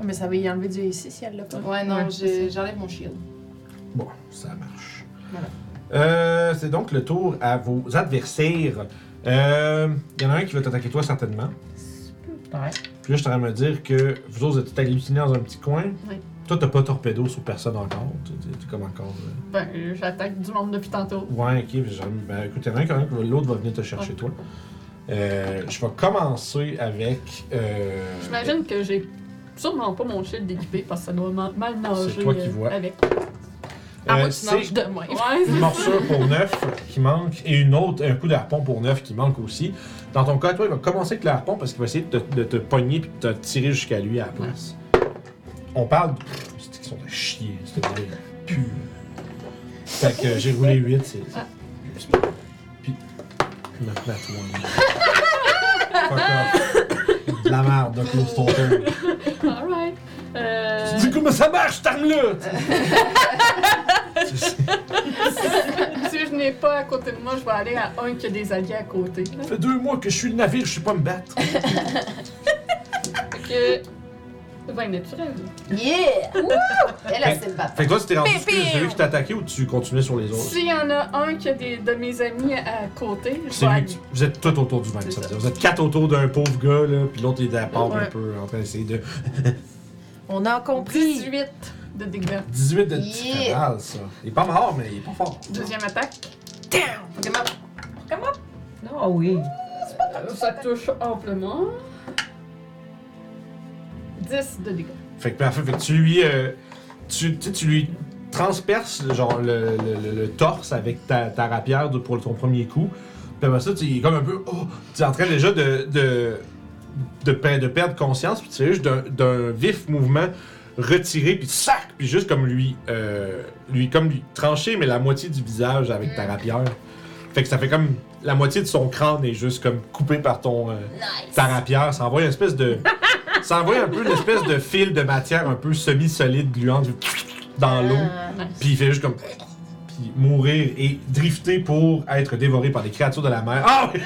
Speaker 5: Oh, mais ça va y enlever du ici si elle l'a pas.
Speaker 2: Ouais, non,
Speaker 5: Ouais,
Speaker 2: je- j'enlève mon shield.
Speaker 1: Bon, ça marche.
Speaker 2: Voilà.
Speaker 1: Euh, c'est donc le tour à vos adversaires. Euh, Il y en a un qui va t'attaquer toi, certainement.
Speaker 4: Ouais.
Speaker 1: Puis là, je suis en train de me dire que vous autres êtes hallucinés dans un petit coin.
Speaker 3: Oui.
Speaker 1: Toi, t'as pas torpedo sur personne encore. T'es- T'es t'es comme encore. euh,
Speaker 3: Ben, euh, j'attaque du monde depuis tantôt.
Speaker 1: Ouais, ok. j'aime- Ben, écoute, il y en a un quand même que l'autre va venir te chercher,
Speaker 3: Ouais.
Speaker 1: toi. Euh, je vais commencer avec. Euh...
Speaker 3: J'imagine que j'ai sûrement pas mon shield équipé parce que ça doit ma- mal nager
Speaker 1: toi qui
Speaker 3: euh,
Speaker 1: vois.
Speaker 3: avec.
Speaker 1: euh,
Speaker 5: À moins que tu
Speaker 1: c'est
Speaker 5: nages de moi.
Speaker 3: Ouais,
Speaker 1: une morsure pour 9 qui manque et une autre, un coup de harpon pour 9 qui manque aussi. Dans ton cas, toi, il va commencer avec le harpon parce qu'il va essayer de te, de te pogner puis de te tirer jusqu'à lui à la place. On parle. C'est qu'ils sont de chier, c'est à dire pur. Fait que euh, j'ai roulé 8, c'est. c'est pas- Puis. Maintenant, toi. Fuck off. De la merde, de close ton turn.
Speaker 3: Alright. Euh,
Speaker 1: Tu dis comment ça marche, cette arme-là? Tu sais.
Speaker 3: si je n'ai pas à côté de moi, je vais aller à un qui a des alliés à côté.
Speaker 1: Ça fait deux mois que je suis le navire, je sais pas me battre.
Speaker 3: Fait que. Vin naturel.
Speaker 2: Yeah! Wouh! Elle a
Speaker 1: Fait-
Speaker 2: ses battre.
Speaker 1: Fait que toi, tu t'es rendu jusque celui qui t'a attaqué ou tu continuais sur les autres?
Speaker 3: S'il y en a un qui a des, de mes amis à côté, je
Speaker 1: C'est
Speaker 3: vais
Speaker 1: lui
Speaker 3: aller.
Speaker 1: qui- Vous êtes tous autour du même,
Speaker 3: C'est
Speaker 1: ça veut
Speaker 3: ça.
Speaker 1: dire. Vous êtes quatre autour d'un pauvre gars, là, puis l'autre est à part un
Speaker 7: Ouais.
Speaker 1: peu en train d'essayer de.
Speaker 5: On a compris.
Speaker 3: 18 de dégâts.
Speaker 1: 18 de
Speaker 2: Yeah.
Speaker 1: petit mal, ça. Il est pas mort, mais il est pas fort.
Speaker 3: Deuxième attaque.
Speaker 4: Non, Ah oui.
Speaker 3: ça touche amplement. 10 de dégâts.
Speaker 1: Fait que parfait, fait que tu lui. euh, tu, tu sais, tu lui transperces genre, le, le- le- le torse avec ta, ta rapière de- pour ton premier coup. Puis après ça, tu il est comme un peu. Oh, tu es en train déjà de. de de, pe- de perdre conscience, puis tu sais, juste d'un- d'un vif mouvement retiré, puis sac, puis juste comme lui, euh, lui comme lui trancher, mais la moitié du visage avec ta rapière. Fait que ça fait comme la moitié de son crâne est juste comme coupé par ton euh, ta rapière. Ça envoie une espèce de, ça envoie un peu une espèce de fil de matière un peu semi-solide gluante
Speaker 2: Ah.
Speaker 1: dans l'eau. Puis il fait juste comme. Puis mourir et drifter pour être dévoré par des créatures de la mer. Ah! oui!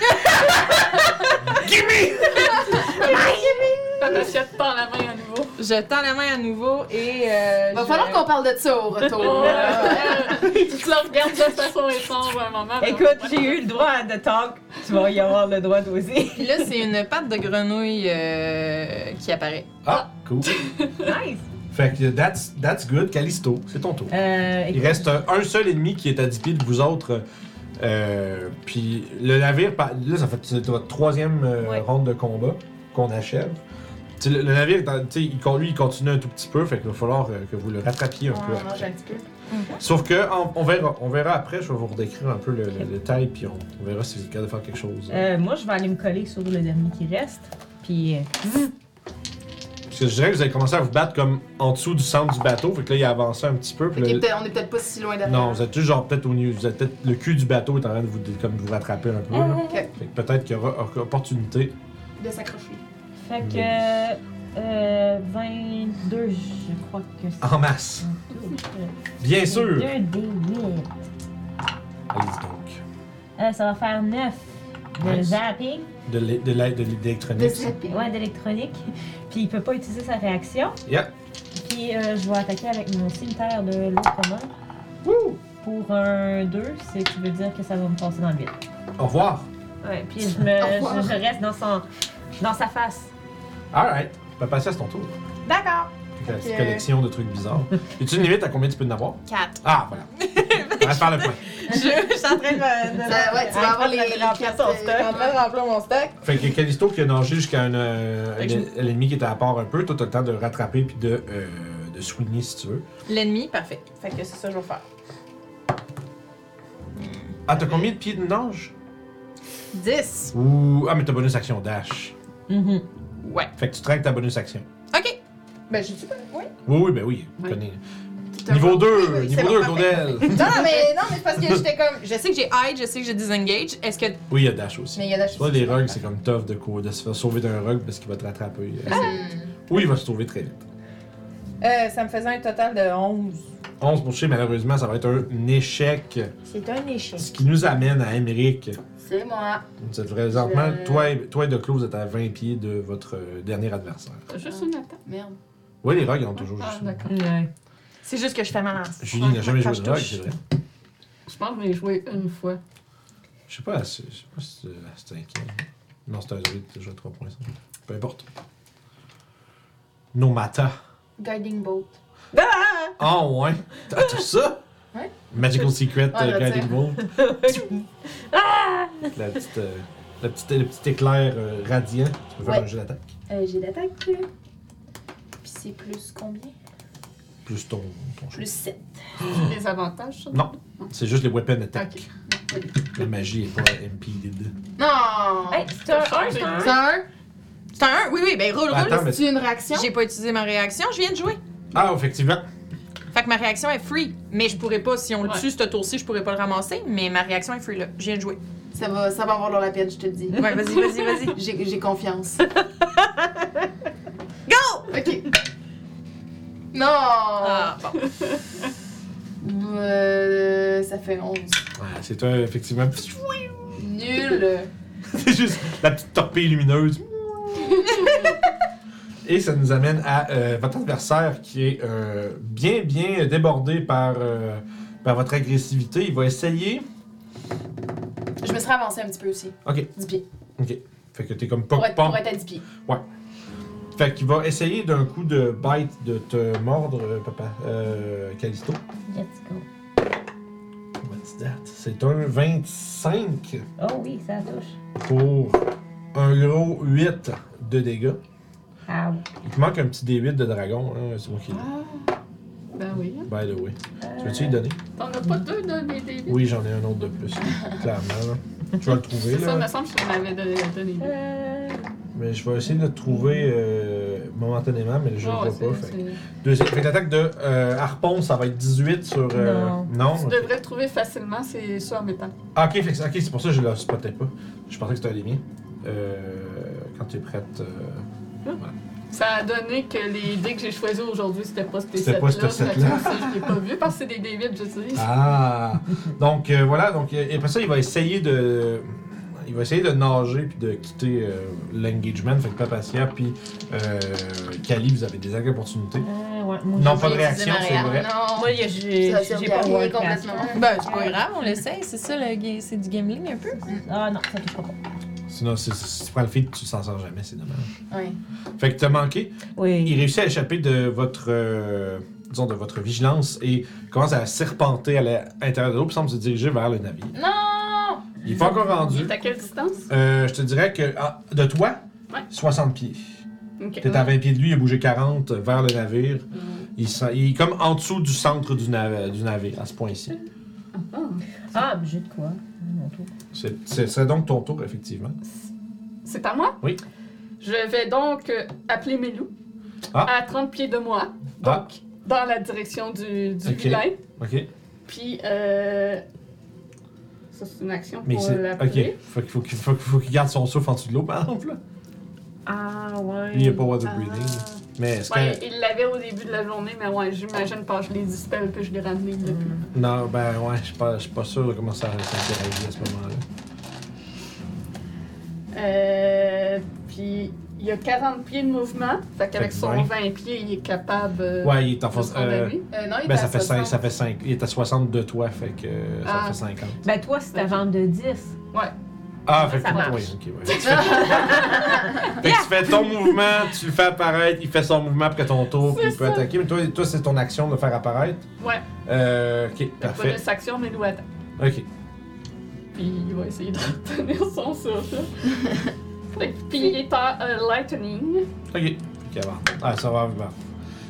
Speaker 3: Assiette par la main à nouveau.
Speaker 7: Je tends la main à nouveau et. euh,
Speaker 2: Va
Speaker 7: je-
Speaker 2: falloir qu'on parle de ça au retour.
Speaker 3: Oh,
Speaker 2: Euh,
Speaker 3: tu te la regardes de façon étrange à un moment. mais-
Speaker 4: Écoute, j'ai eu le droit de talk. Tu vas y avoir le droit d'oser.
Speaker 7: Puis là, c'est une patte de grenouille euh, qui apparaît.
Speaker 1: Ah! Cool!
Speaker 4: nice.
Speaker 1: Fait que that's, that's good, Callisto, c'est ton tour.
Speaker 4: Euh,
Speaker 1: Il
Speaker 4: écoute,
Speaker 1: reste un seul ennemi qui est à 10 pieds de vous autres. Euh, puis le navire, par- là, ça fait c'est votre troisième euh,
Speaker 4: Ouais.
Speaker 1: ronde de combat qu'on achève. Tu sais, Le, le navire, est en- tu sais, il con- lui, il continue un tout petit peu, fait qu'il va falloir euh, que vous le rattrapiez un peu.
Speaker 5: On
Speaker 1: après.
Speaker 5: mange un petit peu.
Speaker 1: Sauf que en- on, verra, on verra après, je vais vous redécrire un peu le, le détail, puis on, on verra si vous êtes capable de faire quelque chose.
Speaker 4: euh, moi, je vais aller me coller sur le dernier qui reste. Puis, euh,
Speaker 1: Parce que je dirais que vous avez commencé à vous battre comme en dessous du centre du bateau, fait que là il a avancé un petit peu. puis
Speaker 2: Ok,
Speaker 1: le-
Speaker 2: peut-être- on est peut-être pas si loin derrière.
Speaker 1: Non, vous êtes juste genre peut-être au niveau, vous êtes peut-être le cul du bateau est en train de vous, dé- comme vous rattraper un peu. là. Fait que peut-être qu'il y aura or- opportunité.
Speaker 2: De s'accrocher.
Speaker 4: fait que euh, 22, je crois que c'est.
Speaker 1: En masse. Bien Ah, sûr.
Speaker 4: 2 des 8.
Speaker 1: Allez-y donc.
Speaker 4: Euh, ça va faire 9 de
Speaker 1: Nice.
Speaker 4: zapping,
Speaker 1: De l'é- de l'é- de
Speaker 2: De
Speaker 1: l'électronique.
Speaker 2: s'appeler.
Speaker 4: ouais, d'électronique. Puis il peut pas utiliser sa réaction.
Speaker 1: Yeah.
Speaker 4: Puis euh, je vais attaquer avec mon cimetière de l'autre main. Pour un 2, c'est tu veux dire que ça va me passer dans le vide.
Speaker 1: Au revoir.
Speaker 4: Ouais, puis je, me,
Speaker 2: Au revoir.
Speaker 4: je, je reste dans, son, dans sa face.
Speaker 1: Alright. Tu peux passer à ton tour.
Speaker 5: D'accord.
Speaker 1: Avec la petite
Speaker 5: Ok.
Speaker 1: collection de trucs bizarres. Et tu une limite à combien tu peux en avoir?
Speaker 5: 4.
Speaker 1: Ah, voilà. On va faire le point.
Speaker 5: je, je suis en train de. me- de-
Speaker 2: Ça- ouais, tu vas avoir les, les cartes, euh,
Speaker 7: En train de remplir mon stack.
Speaker 1: Fait que Callisto qui a nagé jusqu'à un, euh,
Speaker 7: Fait que
Speaker 1: l'en- l'ennemi qui était à part un peu, toi t'as le temps de le rattraper puis de, euh, de swinguer si tu veux.
Speaker 7: L'ennemi, parfait. Fait que c'est ça que je vais faire.
Speaker 1: Ah, t'as combien de pieds de nage?
Speaker 7: 10.
Speaker 1: Ouh, ah mais t'as bonus action dash.
Speaker 4: Mhm.
Speaker 7: Ouais.
Speaker 1: Fait que tu traques ta bonus action.
Speaker 7: Ok. Ben, je suis pas. Oui.
Speaker 1: Oui, oui, ben oui.
Speaker 3: Ouais.
Speaker 1: connais.
Speaker 7: te
Speaker 1: Niveau
Speaker 7: vois.
Speaker 1: 2,
Speaker 7: oui, c'est
Speaker 1: niveau
Speaker 7: bon,
Speaker 1: 2,
Speaker 7: parfait.
Speaker 1: Claudel.
Speaker 2: Non, non, mais non, mais c'est parce que j'étais comme.
Speaker 7: Je sais que j'ai hide, je sais que j'ai disengage. Est-ce que.
Speaker 1: Oui, il y a Dash aussi.
Speaker 2: Mais il y a la
Speaker 1: Tu vois, les rugs, c'est comme tough de, quoi, de se faire sauver d'un rug parce qu'il va te rattraper. euh,
Speaker 7: Ah!
Speaker 2: Hmm.
Speaker 1: Oui, il va se trouver très vite.
Speaker 2: Euh, ça me faisait un total de 11.
Speaker 1: 11 pour chez, malheureusement, ça va être un échec.
Speaker 5: C'est un échec.
Speaker 1: Ce qui nous amène à Emmerich.
Speaker 2: C'est moi.
Speaker 1: Vous êtes présentement,
Speaker 2: Je-
Speaker 1: toi et, toi et Declos, vous êtes à 20 pieds de votre euh, dernier adversaire.
Speaker 3: T'as juste une attaque.
Speaker 2: Merde.
Speaker 1: Oui, les rugs, ils ont toujours juste.
Speaker 3: Ah, d'accord.
Speaker 4: Ouais.
Speaker 5: C'est juste que je fais mal en
Speaker 1: Julie n'a jamais
Speaker 5: Quand
Speaker 1: joué
Speaker 5: je
Speaker 1: de rug,
Speaker 5: touche.
Speaker 1: c'est vrai.
Speaker 3: Je pense que j'ai joué une fois.
Speaker 1: Je sais pas, c'est- je sais pas si c'est c'est inquiet. Non, c'est un druide qui joue à 3.5. Peu importe. No mata.
Speaker 2: Guiding Bolt.
Speaker 1: Ah ouais! T'as tout ça?
Speaker 2: Ouais.
Speaker 1: Magical Secret
Speaker 2: Ouais,
Speaker 1: euh,
Speaker 2: je le
Speaker 1: Guiding Bolt. la petite, euh, la petite, le petit éclair euh, radiant. Tu peux faire
Speaker 2: Ouais.
Speaker 1: un jeu d'attaque.
Speaker 2: Euh, J'ai d'attaque. Puis c'est plus combien
Speaker 1: Plus ton, ton jeu.
Speaker 2: Plus 7.
Speaker 3: Des avantages, ça?
Speaker 1: Non, c'est juste les weapons attack.
Speaker 3: Ok.
Speaker 1: La magie est pas impeded.
Speaker 2: Non
Speaker 4: Hey, c'est un un, c'est
Speaker 1: Ah.
Speaker 4: un
Speaker 7: C'est un. C'est un. Oui, oui, ben roule,
Speaker 1: Bah,
Speaker 7: roule.
Speaker 1: attends, mais-
Speaker 2: C'est une réaction
Speaker 7: J'ai pas utilisé ma réaction, je viens de jouer.
Speaker 1: Ah, effectivement.
Speaker 7: Fait que ma réaction est free. Mais je pourrais pas, si on le
Speaker 3: Ouais.
Speaker 7: tue ce tour-ci, je pourrais pas le ramasser. Mais ma réaction est free là. Je viens de jouer.
Speaker 2: ça va, ça va en valoir la peine, je te le dis.
Speaker 7: Ouais, vas-y, vas-y, vas-y.
Speaker 2: J'ai j'ai confiance.
Speaker 7: Go!
Speaker 2: Ok. Non
Speaker 7: Ah, bon.
Speaker 2: Euh, ça fait 11.
Speaker 1: Ouais, Ah, c'est un, effectivement.
Speaker 2: Nul.
Speaker 1: C'est juste la petite torpille lumineuse. Et ça nous amène à euh, votre adversaire qui est euh, bien, bien débordé par, euh, par votre agressivité. Il va essayer.
Speaker 2: Je me serais avancée un petit peu aussi.
Speaker 1: Ok,
Speaker 2: 10 pieds.
Speaker 1: ok. Fait que t'es comme
Speaker 2: Pour
Speaker 1: pas
Speaker 2: être, pour être à 10 pieds.
Speaker 1: Fait qu'il va essayer d'un coup de bite de te mordre, euh, papa. Euh, Callisto.
Speaker 4: Let's go.
Speaker 1: What's that? C'est un 25
Speaker 4: Oh oui, ça touche.
Speaker 1: pour un gros 8 de dégâts.
Speaker 4: Ah,
Speaker 1: Il te manque un petit D8 de dragon, hein, c'est moi qui l'ai.
Speaker 3: Ben oui.
Speaker 1: By the way. Tu veux-tu y donner?
Speaker 3: T'en as pas deux donné des vies?
Speaker 1: Oui, j'en ai un autre de plus, clairement. là. Tu vas le trouver,
Speaker 3: C'est ça, il me
Speaker 1: là.
Speaker 3: semble que je m'avais donné donné des
Speaker 4: euh,
Speaker 1: Mais je vais essayer de le trouver euh, momentanément, mais je ne
Speaker 3: Ah,
Speaker 1: le
Speaker 3: ouais,
Speaker 1: vois pas.
Speaker 3: c'est-
Speaker 1: Fait.
Speaker 3: c'est-
Speaker 1: que- Deuxième. Fait que l'attaque de euh, Harpon, ça va être 18 sur. euh,
Speaker 4: Non.
Speaker 1: ok.
Speaker 3: Tu devrais le trouver facilement, c'est ça en métal.
Speaker 1: Ah, ok, fait que c'est- ok, c'est pour ça que je la spottais pas. Je pensais que c'était un des miens. Euh, quand tu es prête. euh,
Speaker 3: Ça a donné que les dés que j'ai choisis aujourd'hui, c'était pas ces
Speaker 1: C'était pas
Speaker 3: sept-là.
Speaker 1: ces
Speaker 3: fait que
Speaker 1: sept-là.
Speaker 3: ça, Je l'ai pas vu parce que c'est des David, je sais.
Speaker 1: Ah! Donc euh, voilà, donc euh, et après ça, il va essayer de. Il va essayer de nager puis de quitter euh, l'engagement. Fait que Papacia puis euh, Kali, vous avez des agréables opportunités.
Speaker 4: euh, ouais, moi,
Speaker 1: Non,
Speaker 4: j'ai-
Speaker 1: pas de
Speaker 5: j'ai
Speaker 1: réaction,
Speaker 5: utilisé
Speaker 1: c'est
Speaker 5: ma
Speaker 1: vrai.
Speaker 2: Non.
Speaker 4: Moi, j'ai- j'ai
Speaker 2: Ça a
Speaker 4: j'ai pas
Speaker 2: servi à rien
Speaker 4: work
Speaker 2: complètement.
Speaker 7: Ben, c'est pas grave, on l'essaye. C'est ça, le ga- c'est du gambling un peu.
Speaker 4: Ah non, ça touche pas.
Speaker 1: Sinon, si, si tu prends le feed, tu t'en sors jamais, c'est dommage.
Speaker 2: Ouais.
Speaker 1: Fait que t'as manqué. Il
Speaker 4: Oui.
Speaker 1: réussit à échapper de votre. euh, disons, de votre vigilance et commence à serpenter à l'intérieur de l'eau, puis semble se diriger vers le navire.
Speaker 2: Non
Speaker 1: Il est pas encore rendu.
Speaker 3: T'es à quelle distance?
Speaker 1: Euh, je te dirais que ah, de toi,
Speaker 3: Ouais.
Speaker 1: 60 pieds.
Speaker 3: Ok. Mm.
Speaker 1: T'es à 20 pieds de lui, il a bougé 40 vers le navire. Il, s'en- il est comme en dessous du centre du, nav- du navire, à ce point-ci.
Speaker 4: Ah, mais j'ai de quoi? Mon tour.
Speaker 1: C'est- Ce serait donc ton tour, effectivement.
Speaker 3: C'est à moi?
Speaker 1: Oui.
Speaker 3: Je vais donc euh, appeler mes loups
Speaker 1: Ah.
Speaker 3: à 30 pieds de moi,
Speaker 1: Ah,
Speaker 3: dans la direction du, du
Speaker 1: Ok.
Speaker 3: vilain.
Speaker 1: ok.
Speaker 3: Puis, euh, ça, c'est une action
Speaker 1: Mais
Speaker 3: pour
Speaker 1: c'est.
Speaker 3: l'appeler.
Speaker 1: Ok. Faut qu'il faut, qu'il- faut, qu'il- faut qu'il garde son souffle en dessous de l'eau, par exemple. là.
Speaker 4: Ah, ouais.
Speaker 1: Lui, il a pas water breathing. Mais est-ce
Speaker 3: Ouais,
Speaker 1: que.
Speaker 3: il l'avait au début de la journée, mais ouais, j'imagine pas, je l'ai dispel que je l'ai ramené depuis.
Speaker 1: Non, ben ouais, je suis pas, je suis pas sûr de comment ça s'interagit à ce moment-là.
Speaker 3: Euh, puis, il a 40 pieds de mouvement, fait qu'avec
Speaker 1: Fait que
Speaker 3: son
Speaker 1: vingt.
Speaker 3: 20 pieds, il est capable euh,
Speaker 1: Ouais, il est en
Speaker 3: de se
Speaker 1: face. euh,
Speaker 3: condamner.
Speaker 2: Euh, Non, il
Speaker 1: ben
Speaker 2: est
Speaker 1: ça
Speaker 2: à
Speaker 1: fait 5,
Speaker 2: 60.
Speaker 1: ça fait 5. Il est à 60 de toi, fait que euh, ça
Speaker 3: Ah.
Speaker 1: fait 50.
Speaker 4: Ben, toi, c'est ta
Speaker 3: Ok.
Speaker 4: vente de 10.
Speaker 1: Ah, fait
Speaker 4: Ça
Speaker 1: que,
Speaker 4: marche.
Speaker 1: oui, ok, ouais. Fait que tu fais- Fait que tu fais ton mouvement, tu le fais apparaître, il fait son mouvement après ton tour, puis il peut attaquer. Mais toi, toi c'est ton action de le faire apparaître.
Speaker 3: Ouais,
Speaker 1: Euh, ok,
Speaker 3: fait que
Speaker 1: parfait.
Speaker 3: bonus action, mais nous attaque.
Speaker 1: Ok.
Speaker 3: Puis, il va essayer de retenir son souffle. Fait que- Puis, il est en euh, lightning.
Speaker 1: Ok. Fait qu'il avance. Ah, ça va avoir.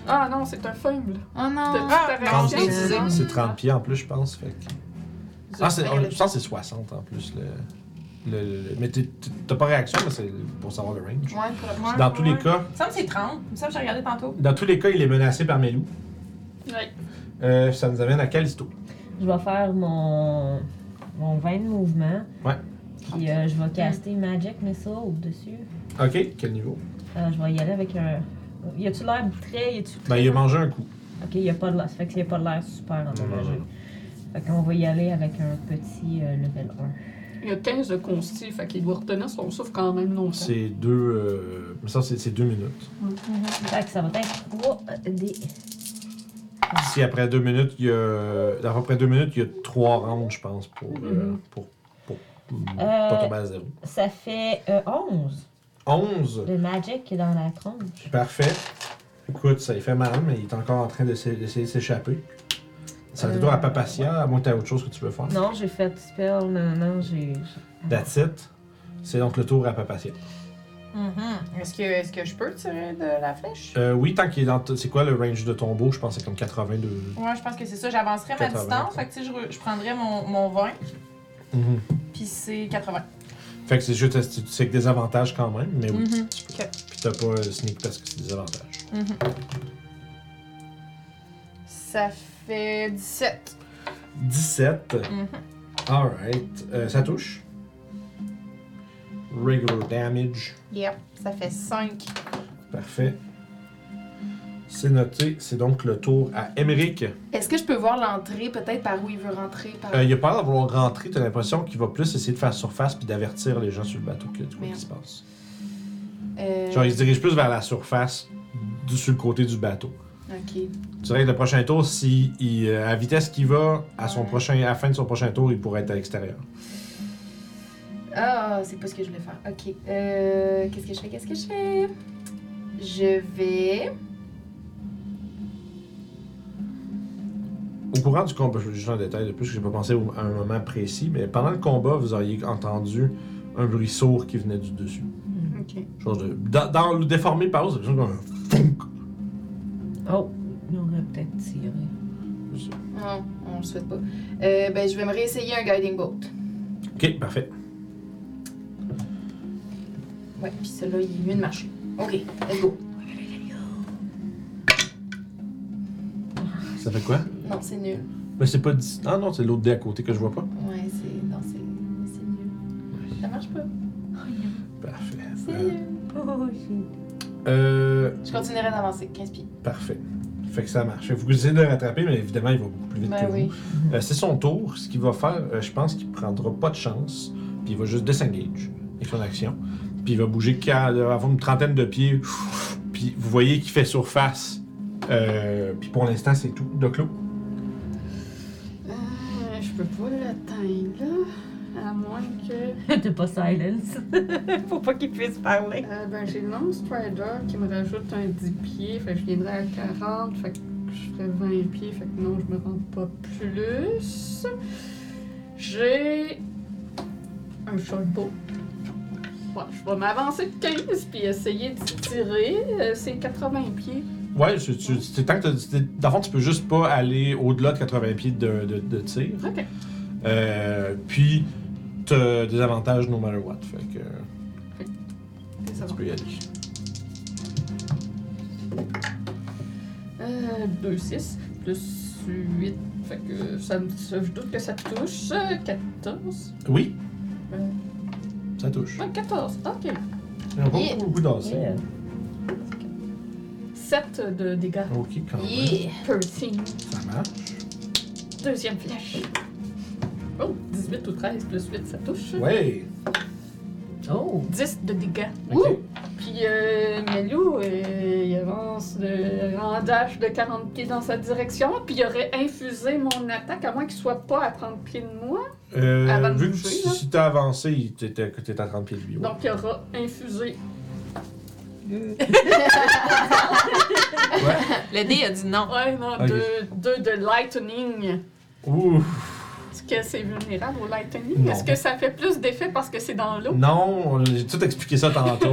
Speaker 3: Ah non, c'est un fumble.
Speaker 2: Oh
Speaker 3: T'as
Speaker 2: non
Speaker 7: Ah,
Speaker 3: toute ta
Speaker 7: non,
Speaker 3: réaction.
Speaker 7: je l'ai utilisé.
Speaker 1: C'est 30 pieds en plus, je pense. Fait que... Ah, c'est, on- je pense que c'est 60 en plus. Le, le, le- mais t'es- t'es- t'as pas réaction, mais c'est pour savoir le range.
Speaker 2: Ouais, pour le
Speaker 1: Dans tous les cas,
Speaker 7: Il me semble que c'est 30. Il me semble que j'ai regardé tantôt.
Speaker 1: dans tous les cas, il est menacé par mes loups.
Speaker 3: Ouais.
Speaker 1: Euh, ça nous amène à Calisto.
Speaker 4: Je vais faire mon, mon 20 de mouvement.
Speaker 1: Ouais.
Speaker 4: Puis euh, je vais caster Magic Missile dessus.
Speaker 1: Ok, quel niveau
Speaker 4: Euh, je vais y aller avec un. Y a-tu l'air très. Y a-tu
Speaker 1: Ben,
Speaker 4: très-
Speaker 1: il a mangé un coup.
Speaker 4: Ok, y a pas de l'air. Ça fait qu'il y a pas de l'air super endommagé. Fait qu'on va y aller avec un petit euh, level 1.
Speaker 3: Il y a 15 de consti, fait qu'il doit retenir son souffle quand même longtemps.
Speaker 1: C'est deux. euh, mais ça, c'est c'est deux minutes.
Speaker 4: Fait que ça va être 3 des.
Speaker 1: Si après deux minutes, il y a. À peu près deux minutes, il y a trois rounds, je pense, pour. euh, pour, pour, mm, pas
Speaker 4: Mm-hmm. Euh,
Speaker 1: tomber à zéro.
Speaker 4: Ça fait euh, 11
Speaker 1: 11.
Speaker 4: de Magic qui est dans la tronche.
Speaker 1: Parfait. Écoute, ça lui fait mal, mais il est encore en train d'essa- d'essayer de s'échapper. Ça te
Speaker 4: Euh,
Speaker 1: doit à Papatia, à moins que tu autre chose que tu veux faire.
Speaker 4: Non, j'ai fait spell. Non, non, j'ai.
Speaker 1: That's it. C'est donc le tour à Papatia.
Speaker 5: Est-ce que, est que je peux tirer de la flèche?
Speaker 1: Euh, oui, tant qu'il est dans. t- C'est quoi le range de tombeau Je pense que c'est comme 82.
Speaker 7: Ouais, je pense que c'est ça. J'avancerai ma
Speaker 1: 80,
Speaker 7: distance.
Speaker 1: quoi.
Speaker 7: Fait que tu sais, je, re- je prendrai mon, mon 20, puis c'est 80.
Speaker 1: Mm-hmm. Fait que c'est juste. c'est- C'est que des avantages quand même, mais oui.
Speaker 7: Mhm.
Speaker 1: tu peux. Puis t'as pas euh, sneak parce que c'est des avantages.
Speaker 7: Ça fait 17.
Speaker 1: 17.
Speaker 7: Mhm.
Speaker 1: Alright. Mm-hmm. Euh, ça touche. Regular damage.
Speaker 5: Yep, ça fait 5.
Speaker 1: Parfait. C'est noté. C'est donc le tour à Emmerich.
Speaker 2: Est-ce que je peux voir l'entrée, peut-être par où il veut rentrer par...
Speaker 1: Euh, il a pas l'air de vouloir rentrer. T'as l'impression qu'il va plus essayer de faire surface puis d'avertir les gens sur le bateau que de quoi qui
Speaker 2: Merde.
Speaker 1: se passe.
Speaker 2: Euh,
Speaker 1: Genre, il se dirige plus vers la surface, du, sur le côté du bateau.
Speaker 2: Ok.
Speaker 1: Tu dirais que le prochain tour, si il, euh, à la vitesse qu'il va, à, son prochain, à la fin de son prochain tour, il pourrait être à l'extérieur.
Speaker 2: Ah, c'est pas ce que je voulais faire. Ok. Euh, Qu'est-ce que je fais? Qu'est-ce que je fais? Je vais.
Speaker 1: Au courant du combat, je veux juste un détail de plus que j'ai pas pensé au- à un moment précis, mais pendant le combat, vous auriez entendu un bruit sourd qui venait du dessus.
Speaker 3: Ok.
Speaker 1: Genre de, dans, dans le déformé par l'eau, c'est comme un
Speaker 4: Oh, il aurait peut-être tiré.
Speaker 2: Non, on le souhaite pas. Euh, ben, je vais me réessayer un Guiding Bolt.
Speaker 1: Ok, parfait.
Speaker 2: Ouais, puis celui-là, il est mieux de marcher. Ok, let's go.
Speaker 1: Ça fait quoi?
Speaker 2: Non, c'est nul.
Speaker 1: Mais c'est pas. dix- Ah non, c'est l'autre dé à côté que je vois pas.
Speaker 2: Ouais, c'est. Non, c'est. C'est nul. Ça marche pas.
Speaker 1: Parfait.
Speaker 2: C'est
Speaker 1: Euh,
Speaker 2: nul.
Speaker 4: Oh, shit.
Speaker 1: euh,
Speaker 2: Je continuerai d'avancer. 15 pieds.
Speaker 1: Parfait. Fait que ça marche. Vous essayez de le rattraper, mais évidemment, il va beaucoup plus vite
Speaker 2: Ben
Speaker 1: que
Speaker 2: oui.
Speaker 1: vous. Euh, c'est son tour. Ce qu'il va faire, euh, je pense qu'il prendra pas de chance. Puis il va juste disengage avec son action. Puis il va bouger qu'à euh, avoir une trentaine de pieds. Puis vous voyez qu'il fait surface. Euh, puis pour l'instant, c'est tout. De clos.
Speaker 3: Euh, je peux pas l'atteindre là. À moins que.
Speaker 4: T'es pas silence. Faut pas qu'il puisse parler.
Speaker 3: Euh, ben, j'ai le long Strider qui me rajoute un 10 pieds, fait que je viendrai à 40, fait que je ferai 20 pieds, fait que non, je me rends pas plus. J'ai un shortbow. Ouais, je vais m'avancer de 15 puis essayer de tirer. Euh, c'est 80 pieds.
Speaker 1: Ouais, c'est, tu- c'est tant que t'as- c'est- dans le fond, tu peux juste pas aller au-delà de 80 pieds de, de- de tir.
Speaker 3: Ok.
Speaker 1: Euh, puis t'as des avantages no matter what. Fait que euh,
Speaker 3: Ça
Speaker 1: tu
Speaker 3: va.
Speaker 1: peux y aller.
Speaker 3: Euh, 2, 6, plus 8. Fait que ça, me- ça- je doute que ça touche. Euh, 14.
Speaker 1: Oui.
Speaker 3: Ouais.
Speaker 1: Ça touche.
Speaker 3: Ouais, 14. Ok.
Speaker 1: Il y a pas
Speaker 2: Yeah.
Speaker 1: beaucoup d'assez.
Speaker 4: Yeah.
Speaker 3: 7 de dégâts.
Speaker 1: Ok, quand même.
Speaker 2: Yeah!
Speaker 3: 13.
Speaker 1: Ça marche.
Speaker 3: Deuxième flèche. Oh, 18 ou 13 plus 8, ça touche.
Speaker 1: Ouais.
Speaker 4: Oh!
Speaker 3: 10 de dégâts.
Speaker 1: Ok.
Speaker 3: Puis euh, Melou, euh, il avance de, en dash de 40 pieds dans sa direction, puis il aurait infusé mon attaque, à moins qu'il soit pas à 30 pieds de moi.
Speaker 1: Euh,
Speaker 3: Avant de
Speaker 1: vu que
Speaker 3: bouger,
Speaker 1: si,
Speaker 3: là.
Speaker 1: si t'as avancé, il- t'étais t'étais à 30 pieds de lui. ouais.
Speaker 3: Donc il aura infusé.
Speaker 5: Le dé a dit non.
Speaker 3: Ouais, non,
Speaker 1: Ok.
Speaker 3: deux, deux de lightning.
Speaker 1: Ouh.
Speaker 3: Est-ce que c'est vulnérable au lightning?
Speaker 1: Non.
Speaker 3: Est-ce que ça fait plus d'effet parce que c'est dans l'eau?
Speaker 1: Non, j'ai tout expliqué ça tantôt.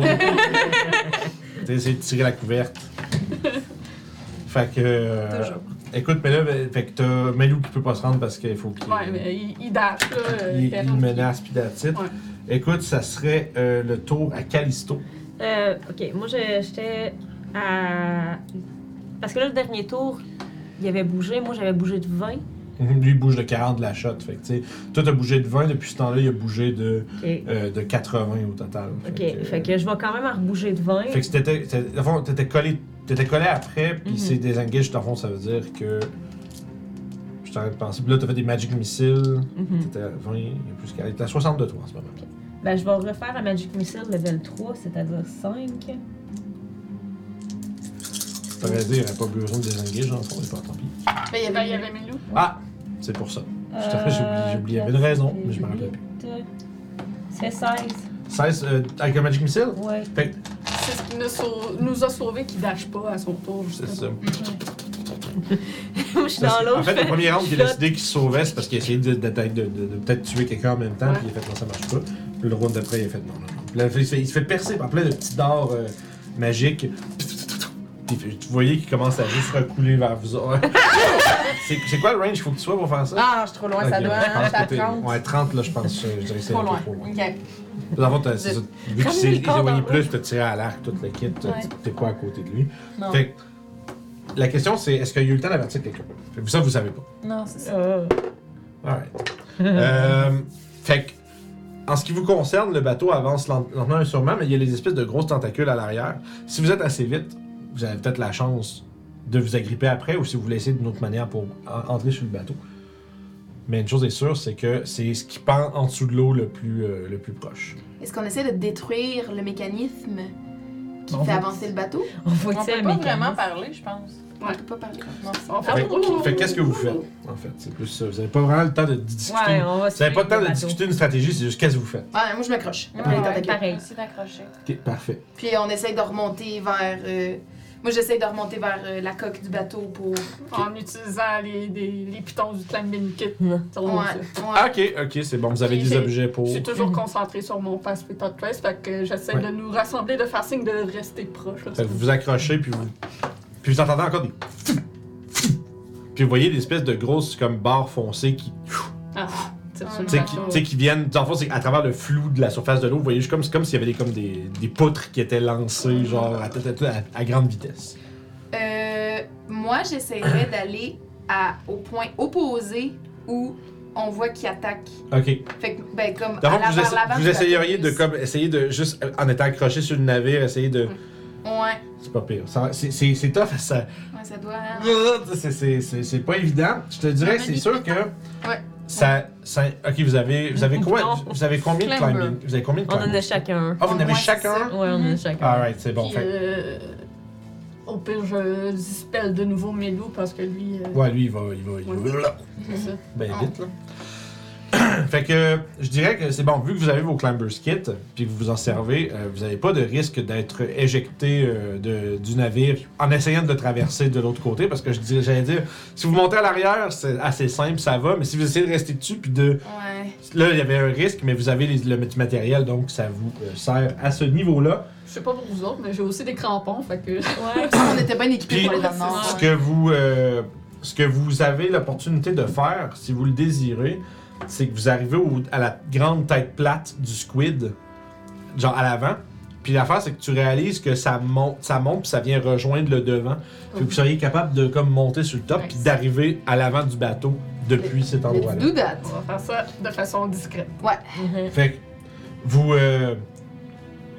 Speaker 1: T'as essayé de tirer la couverte. Fait que. euh,
Speaker 7: Toujours.
Speaker 1: écoute, mais là, ben, fait que t'as Melou qui peut pas se rendre parce qu'il faut qu'il.
Speaker 3: Ouais, mais il, il dash, là. euh,
Speaker 1: il, il
Speaker 3: 40 pieds.
Speaker 1: menace pis d'attitude.
Speaker 3: Ouais.
Speaker 1: Écoute, ça serait euh, le tour à Callisto.
Speaker 4: Euh, ok, moi je- j'étais à. Parce que là, le dernier tour, il avait bougé, moi j'avais bougé de 20.
Speaker 1: Lui, il bouge de 40 de la shot. Fait que, tu sais, toi, t'as bougé de 20, depuis ce temps-là, il a bougé de,
Speaker 4: OK.
Speaker 1: euh, de 80 au total.
Speaker 4: OK, fait que je vais quand même en rebouger de 20.
Speaker 1: Fait que c'était. t'étais- dans le fond, T'étais collé, t'étais collé après, puis
Speaker 4: Mhm.
Speaker 1: c'est désengage, dans le fond, ça veut dire que. Je t'arrête de penser. Puis là, t'as fait des Magic Missiles.
Speaker 4: Mhm.
Speaker 1: T'étais à 20, il y a plus qu'à. T'es à 60 de toi en ce moment.
Speaker 4: Ben, je vais refaire un Magic Missile level 3, c'est-à-dire 5.
Speaker 1: Ça veut dire, il n'y a pas besoin de désengage, hein, on est pas, tant pis.
Speaker 6: Ben, il y avait, il y avait Milou.
Speaker 1: Ah! C'est pour ça. Putain, j'ai oublié-
Speaker 4: Euh,
Speaker 1: j'ai oublié. Il y avait une raison, mais je me rappelle plus.
Speaker 4: C'est 16.
Speaker 1: 16 euh, avec un Magic Missile?
Speaker 4: Ouais.
Speaker 1: Fait que
Speaker 6: C'est ce qui nous, sau- nous a sauvés qui dash pas à son tour.
Speaker 1: c'est
Speaker 6: justement.
Speaker 1: ça.
Speaker 4: Moi, je suis dans l'eau.
Speaker 1: en fait, le premier round qu'il a
Speaker 4: shot.
Speaker 1: décidé qu'il se sauvait, c'est parce qu'il a essayé de, de- de- de- de- de peut-être tuer quelqu'un en même temps,
Speaker 6: Ouais.
Speaker 1: puis il a fait non, ça marche pas. Puis le round d'après, il a fait non, non, non. Puis là, il se fait- il se fait percer par plein de petits dards euh, magiques. Puis tu voyais qu'il commence à juste recouler vers vous. autres. c'est c'est quoi le range qu'il faut que tu sois pour faire ça?
Speaker 7: Ah, je suis trop loin,
Speaker 1: Ok,
Speaker 7: ça
Speaker 1: Ah,
Speaker 7: doit.
Speaker 1: je pense
Speaker 7: hein, ça
Speaker 1: que t'es-
Speaker 7: 30.
Speaker 1: Ouais, 30, là, je pense. Je dirais que c'est un
Speaker 7: Trop
Speaker 1: peu
Speaker 7: loin.
Speaker 1: trop loin.
Speaker 7: Ok.
Speaker 1: Dans le fond, t'as- c'est ça. Vu qu'il s'est
Speaker 5: le corps
Speaker 1: éloigné
Speaker 5: dans
Speaker 1: plus, t'as tiré à l'arc toute la kit, t'as-
Speaker 5: Ouais.
Speaker 1: t'es pas à côté de lui.
Speaker 5: Non.
Speaker 1: Fait que la question, c'est est-ce qu'il y a eu le temps d'avertir quelqu'un? Fait que Ça, vous savez pas.
Speaker 5: Non, c'est ça.
Speaker 4: Euh,
Speaker 1: Alright. Euh, fait que, en ce qui vous concerne, le bateau avance lent- lentement et sûrement, mais il y a les espèces de grosses tentacules à l'arrière. Si vous êtes assez vite, vous avez peut-être la chance de vous agripper après ou si vous laissez d'une autre manière pour en- entrer sur le bateau. Mais une chose est sûre, c'est que c'est ce qui pend en dessous de l'eau le plus, euh, le plus proche.
Speaker 2: Est-ce qu'on essaie de détruire le mécanisme qui
Speaker 1: Non,
Speaker 2: fait
Speaker 1: on-
Speaker 2: avancer le bateau?
Speaker 4: on voit
Speaker 5: On
Speaker 4: que c'est
Speaker 5: peut
Speaker 4: un
Speaker 5: pas
Speaker 4: mécanisme.
Speaker 5: vraiment parler, je pense.
Speaker 2: On peut pas parler.
Speaker 6: On
Speaker 3: Ah,
Speaker 6: fait
Speaker 1: Fait,
Speaker 3: oh,
Speaker 6: Ouh!
Speaker 1: fait que qu'est-ce que vous faites, en fait? C'est plus ça. Vous n'avez pas vraiment le temps de discuter.
Speaker 4: Ouais,
Speaker 1: vous
Speaker 4: on va se
Speaker 1: n'avez pas
Speaker 4: faire
Speaker 1: le temps de
Speaker 4: bateau.
Speaker 1: discuter une stratégie, c'est juste qu'est-ce que vous faites.
Speaker 2: Ah, moi je m'accroche.
Speaker 5: Ouais,
Speaker 2: Après les
Speaker 5: ouais,
Speaker 2: tentacules.
Speaker 4: pareil.
Speaker 5: Aussi d'accrocher.
Speaker 1: Ok, parfait.
Speaker 2: Puis on essaye de remonter vers. euh, Moi j'essaye de remonter vers euh, la coque du bateau pour.
Speaker 6: En utilisant les, les, les pitons du clan mini kit.
Speaker 4: Ouais.
Speaker 2: Ouais, ouais.
Speaker 1: Ah, Ok, ok, c'est bon. Vous avez
Speaker 6: Ok,
Speaker 1: des
Speaker 6: c'est-
Speaker 1: objets pour.
Speaker 6: Je suis toujours concentrée sur mon pass Without Trace, fait que j'essaie
Speaker 1: Oh. Ouais.
Speaker 6: de nous rassembler, de faire signe de rester proche.
Speaker 1: Fait que vous vous accrochez, puis vous. Puis vous entendez encore des. Puis vous voyez des espèces de grosses comme barres foncées qui,
Speaker 6: Ah, c'est
Speaker 1: tu sais, qui, tu sais, qui viennent. Dans le fond, c'est à travers le flou de la surface de l'eau, vous voyez juste comme c'est comme s'il y avait des, comme des, des poutres qui étaient lancées, genre à, à- à grande vitesse.
Speaker 2: Euh, moi j'essaierais d'aller à- au point opposé où on voit qui attaque.
Speaker 1: Ok.
Speaker 2: Fait que, ben, comme.
Speaker 1: Dans le
Speaker 2: à
Speaker 1: fond, vous,
Speaker 2: l'avant-
Speaker 1: essa-
Speaker 2: l'avant
Speaker 1: vous
Speaker 2: du
Speaker 1: essayeriez de
Speaker 2: bateau,
Speaker 1: comme essayer de juste euh, en étant accroché sur le navire, essayer de.
Speaker 2: Ouais,
Speaker 1: C'est pas pire. Ça- c'est- C'est c'est tough. Ça...
Speaker 2: ouais, ça doit. hein.
Speaker 1: C'est- C'est c'est- c'est pas évident. Je te dirais que c'est sûr que. Ça, ça- ok, vous avez, vous avez quoi,
Speaker 4: Non.
Speaker 1: vous avez combien de
Speaker 5: Climber.
Speaker 1: climbing, vous avez combien de
Speaker 4: On en
Speaker 1: climbing?
Speaker 4: a chacun.
Speaker 1: Ah, vous en avez
Speaker 2: Ouais,
Speaker 1: chacun?
Speaker 4: Ouais, on en a chacun.
Speaker 1: Alright, c'est bon.
Speaker 6: Puis,
Speaker 1: fait-
Speaker 6: euh, au pire, je dispelle de nouveau mes loups parce que lui. euh,
Speaker 1: Ouais, lui, il va, il va, il va-
Speaker 6: c'est ça.
Speaker 1: ben vite, là. fait que, je dirais que c'est bon, vu que vous avez vos Climbers Kit, puis que vous vous en servez, euh, vous n'avez pas de risque d'être éjecté euh, de- du navire en essayant de le traverser de l'autre côté, parce que je dirais- j'allais dire, si vous montez à l'arrière, c'est assez simple, ça va, mais si vous essayez de rester dessus, puis de
Speaker 2: Ouais.
Speaker 1: Là, il y avait un risque, mais vous avez les- le petit matériel, donc ça vous euh, sert à ce niveau-là.
Speaker 6: Je sais pas pour vous autres, mais j'ai aussi des crampons, fait que.
Speaker 4: Ouais.
Speaker 2: on était bien équipés
Speaker 1: Puis-
Speaker 2: pour les
Speaker 6: C'est
Speaker 2: dans
Speaker 1: Ce que vous, euh, ce que vous avez l'opportunité de faire, si vous le désirez, c'est que vous arrivez au- à la grande tête plate du squid, genre à l'avant. Puis l'affaire, c'est que tu réalises que ça monte, ça monte, puis ça vient rejoindre le devant. Fait que vous seriez capable de comme monter sur le top, puis d'arriver à l'avant du bateau depuis cet endroit-là.
Speaker 2: Let's do that.
Speaker 6: On va faire ça de façon discrète.
Speaker 1: Fait que vous, euh,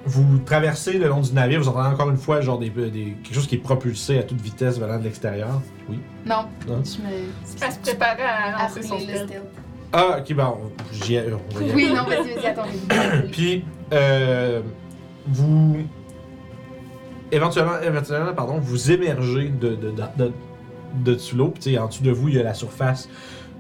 Speaker 1: vous traversez le long du navire, vous entendez encore une fois genre des, des- quelque chose qui est propulsé à toute vitesse venant de l'extérieur. Oui.
Speaker 2: Non.
Speaker 1: Non.
Speaker 2: Je me.
Speaker 6: Elle se préparait à lancer
Speaker 2: Arrêter
Speaker 6: son
Speaker 2: le
Speaker 6: stealth.
Speaker 2: stealth.
Speaker 1: Ah, ok, ben, on, j'y ai- on va y aller.
Speaker 2: Oui, non, vas-y, vas-y, attendez.
Speaker 1: Puis, euh, vous. Éventuellement, éventuellement, pardon, vous émergez de, de, de, de, de dessous l'eau. Puis, tu sais, en dessous de vous, il y a la surface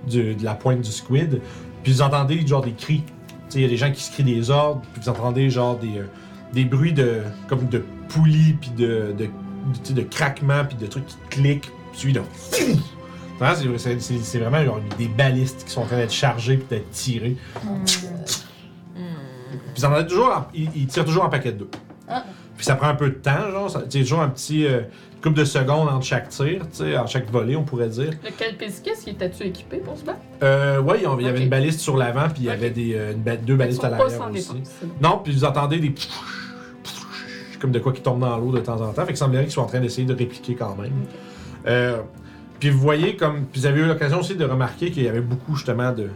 Speaker 1: du- de la pointe du squid. Puis, vous entendez genre des cris. Tu sais, il y a des gens qui se crient des ordres. Puis, vous entendez genre des, euh, des bruits de. comme de poulies, puis de. de, de, tu sais, de craquements, puis de trucs qui cliquent. Puis, de. Vraiment, c'est- c'est- C'est c'est vraiment genre des balistes qui sont en train d'être chargées puis d'être tirées. Puis ils en avaient toujours, en- ils, ils tirent toujours en paquet de deux.
Speaker 6: Ah.
Speaker 1: Puis ça prend un peu de temps, genre, ça- tu sais, toujours un petit euh, couple de secondes entre chaque tir, tu sais, en chaque volée, on pourrait dire.
Speaker 6: Lequel piscis, il était-tu équipé pour se battre?
Speaker 1: Euh, ouais, ils ont- il y avait
Speaker 6: Ok.
Speaker 1: une baliste sur l'avant, puis il y avait
Speaker 6: Ok.
Speaker 1: des, euh, une ba- deux
Speaker 6: Ils
Speaker 1: balistes
Speaker 6: sont
Speaker 1: à
Speaker 6: pas
Speaker 1: l'arrière
Speaker 6: sans
Speaker 1: aussi.
Speaker 6: défense. c'est bon.
Speaker 1: Non, puis vous entendez des comme de quoi qui tombe dans l'eau de temps en temps. Fait qu'il semblerait qu'ils soient en train d'essayer de répliquer quand même. Euh, Puis vous voyez comme. Puis vous avez eu l'occasion aussi de remarquer qu'il y avait beaucoup justement de tu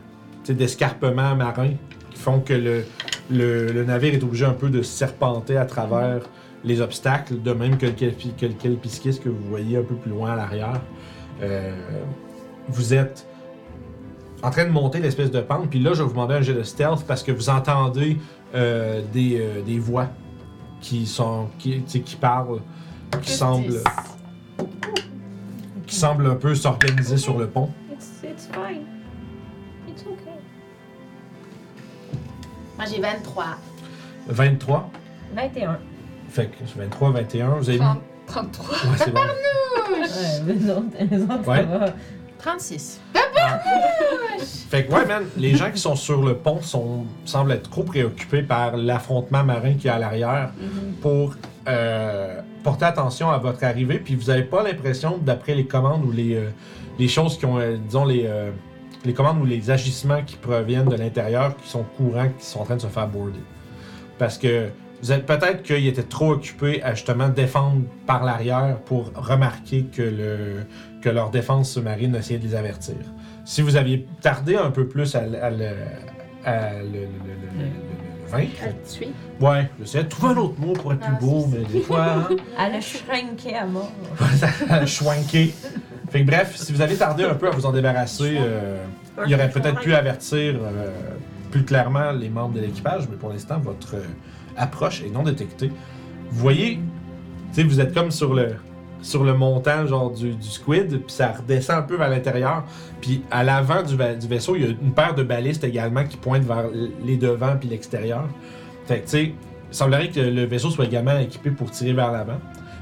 Speaker 1: sais, d'escarpements marins qui font que le, le, le navire est obligé un peu de serpenter à travers les obstacles, de même que le, kelpi- que le kelpiskis que vous voyez un peu plus loin à l'arrière. Euh, vous êtes en train de monter l'espèce de pente, puis là, je vais vous demander un jet de stealth parce que vous entendez euh, des, euh, des voix qui sont qui, tu sais, qui parlent, qui semblent qui semblent un peu s'organiser sur le pont.
Speaker 4: It's, it's fine. It's okay.
Speaker 2: Moi, j'ai 23.
Speaker 1: 23.
Speaker 4: 21.
Speaker 1: Fait que 23, 21, vous avez mis.
Speaker 3: 30, 33.
Speaker 1: Ouais, c'est bon.
Speaker 4: Ouais, mais non, t'as raison, ça
Speaker 1: Ouais.
Speaker 4: va.
Speaker 5: 36.
Speaker 1: Fait que ouais, man, les gens qui sont sur le pont sont, semblent être trop préoccupés par l'affrontement marin qui est à l'arrière pour euh, porter attention à votre arrivée. Puis vous n'avez pas l'impression, d'après les commandes ou les, euh, les choses qui ont, euh, disons, les, euh, les commandes ou les agissements qui proviennent de l'intérieur, qui sont courants, qui sont en train de se faire boarder. Parce que vous êtes peut-être qu'ils étaient trop occupés à justement défendre par l'arrière pour remarquer que, le, que leur défense marine essayait de les avertir. Si vous aviez tardé un peu plus à, le- à le, à le- le- le- le- le- le vaincre,
Speaker 6: Tuer.
Speaker 1: ouais, j'essayais de trouver un autre mot pour être plus beau, mais des fois, hein,
Speaker 4: Elle a shrinké à mort.
Speaker 1: à schwanker. Fait que bref, si vous aviez tardé un peu à vous en débarrasser, euh, il aurait peut-être pu avertir euh, plus clairement les membres de l'équipage, mais pour l'instant, votre euh, approche est non détectée. Vous voyez, tu sais, vous êtes comme sur le sur le montant genre du, du squid, puis ça redescend un peu vers l'intérieur. Puis à l'avant du, va- du vaisseau, il y a une paire de balistes également qui pointent vers l- les devants puis l'extérieur. Fait que tu sais, il semblerait que le vaisseau soit également équipé pour tirer vers l'avant.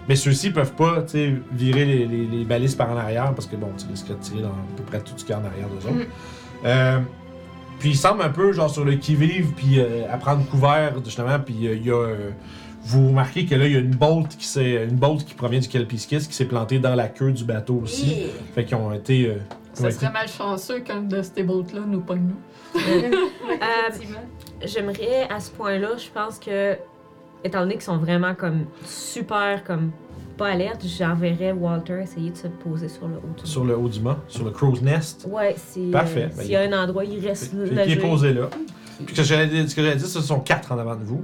Speaker 1: Mais ceux-ci peuvent pas tu sais, virer les, les- les balistes par en arrière parce que bon, tu risques de tirer dans à peu près tout ce qu'il y a en arrière d'eux
Speaker 3: Mm.
Speaker 1: autres. Euh, puis il semble un peu genre sur le qui-vive, puis euh, à prendre couvert justement, puis euh, il y a... euh, vous remarquez que là, il y a une bolt qui, s'est- une bolt qui provient du Kelpiskis qui s'est plantée dans la queue du bateau aussi. Fait qu'ils ont été... euh,
Speaker 3: Ça
Speaker 1: Ouais.
Speaker 3: serait malchanceux qu'un de ces boats-là nous pogne nous.
Speaker 4: Euh, J'aimerais à ce point-là, je pense que, étant donné qu'ils sont vraiment comme super, comme pas alerte, j'enverrais Walter essayer de se poser sur le haut du
Speaker 1: sur le haut du mât, sur le crow's nest.
Speaker 4: Ouais, si. euh,
Speaker 1: Parfait.
Speaker 4: S'il y a un endroit, il reste
Speaker 1: Fait- fait
Speaker 4: logé.
Speaker 1: qu'il est posé là. Puis que j'allais dire- ce que j'allais dire, ce sont quatre en avant de vous.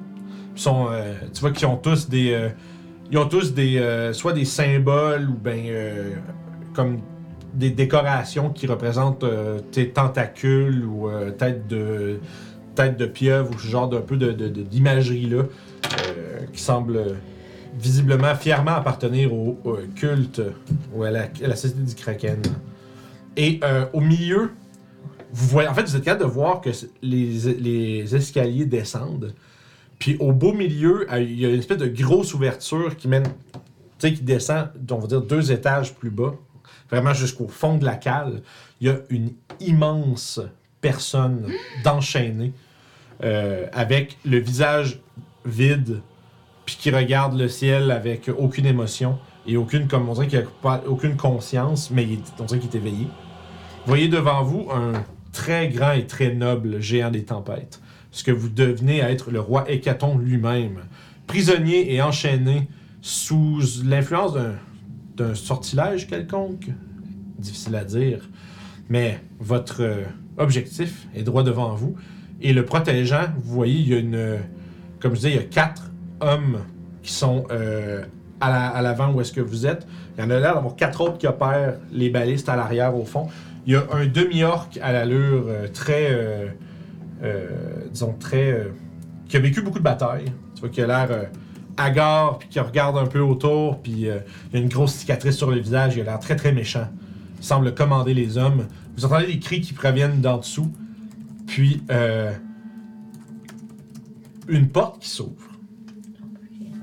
Speaker 1: Ils sont, euh, tu vois qu'ils ont tous des, euh, ils ont tous des, euh, soit des symboles ou ben euh, comme des décorations qui représentent euh, tes tentacules ou euh, tête de tête de pieuvre ou ce genre d'un peu de, de- de- d'imagerie là euh, qui semble euh, visiblement fièrement appartenir au, au culte ou à la, à la société du kraken. Et euh, au milieu, vous voyez, en fait, vous êtes capable de voir que c- les, les escaliers descendent. Puis au beau milieu, euh, il y a une espèce de grosse ouverture qui mène, tu sais, qui descend, on va dire, deux étages plus bas, vraiment jusqu'au fond de la cale. Il y a une immense personne d'enchaînée euh, avec le visage vide, puis qui regarde le ciel avec aucune émotion et aucune, comme on dirait qu'il n'y a pas- aucune conscience, mais il est- on dirait qu'il est éveillé. Vous voyez devant vous un très grand et très noble géant des tempêtes, ce que vous devenez être le roi Hécaton lui-même, prisonnier et enchaîné sous l'influence d'un, d'un sortilège quelconque. Difficile à dire, mais votre euh, objectif est droit devant vous. Et le protégeant, vous voyez, il y a une. euh, Comme je disais, il y a quatre hommes qui sont euh, à, la- à l'avant où est-ce que vous êtes. Il y en a l'air d'avoir quatre autres qui opèrent les balistes à l'arrière au fond. Il y a un demi-orc à l'allure euh, très. euh, euh, disons, très. euh, qui a vécu beaucoup de batailles. Tu vois, qui a l'air euh, hagard, puis qui regarde un peu autour, puis euh, il y a une grosse cicatrice sur le visage, il a l'air très très méchant. Il semble commander les hommes. Vous entendez des cris qui proviennent d'en dessous, puis euh, une porte qui s'ouvre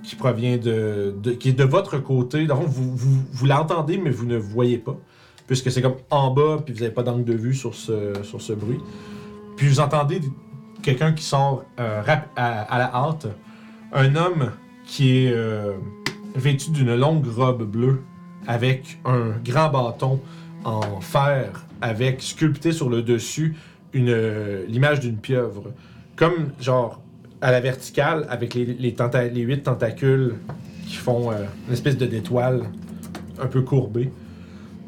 Speaker 1: qui provient de, de- qui est de votre côté. Dans le fond, vous, vous, vous l'entendez, mais vous ne voyez pas. Puisque c'est comme en bas, puis vous n'avez pas d'angle de vue sur ce, sur ce bruit. Puis vous entendez quelqu'un qui sort euh, rap- à, à la hâte. Un homme qui est euh, vêtu d'une longue robe bleue avec un grand bâton en fer avec sculpté sur le dessus une euh, l'image d'une pieuvre. Comme genre à la verticale avec les, les, tenta- les huit tentacules qui font euh, une espèce de d'étoile un peu courbée.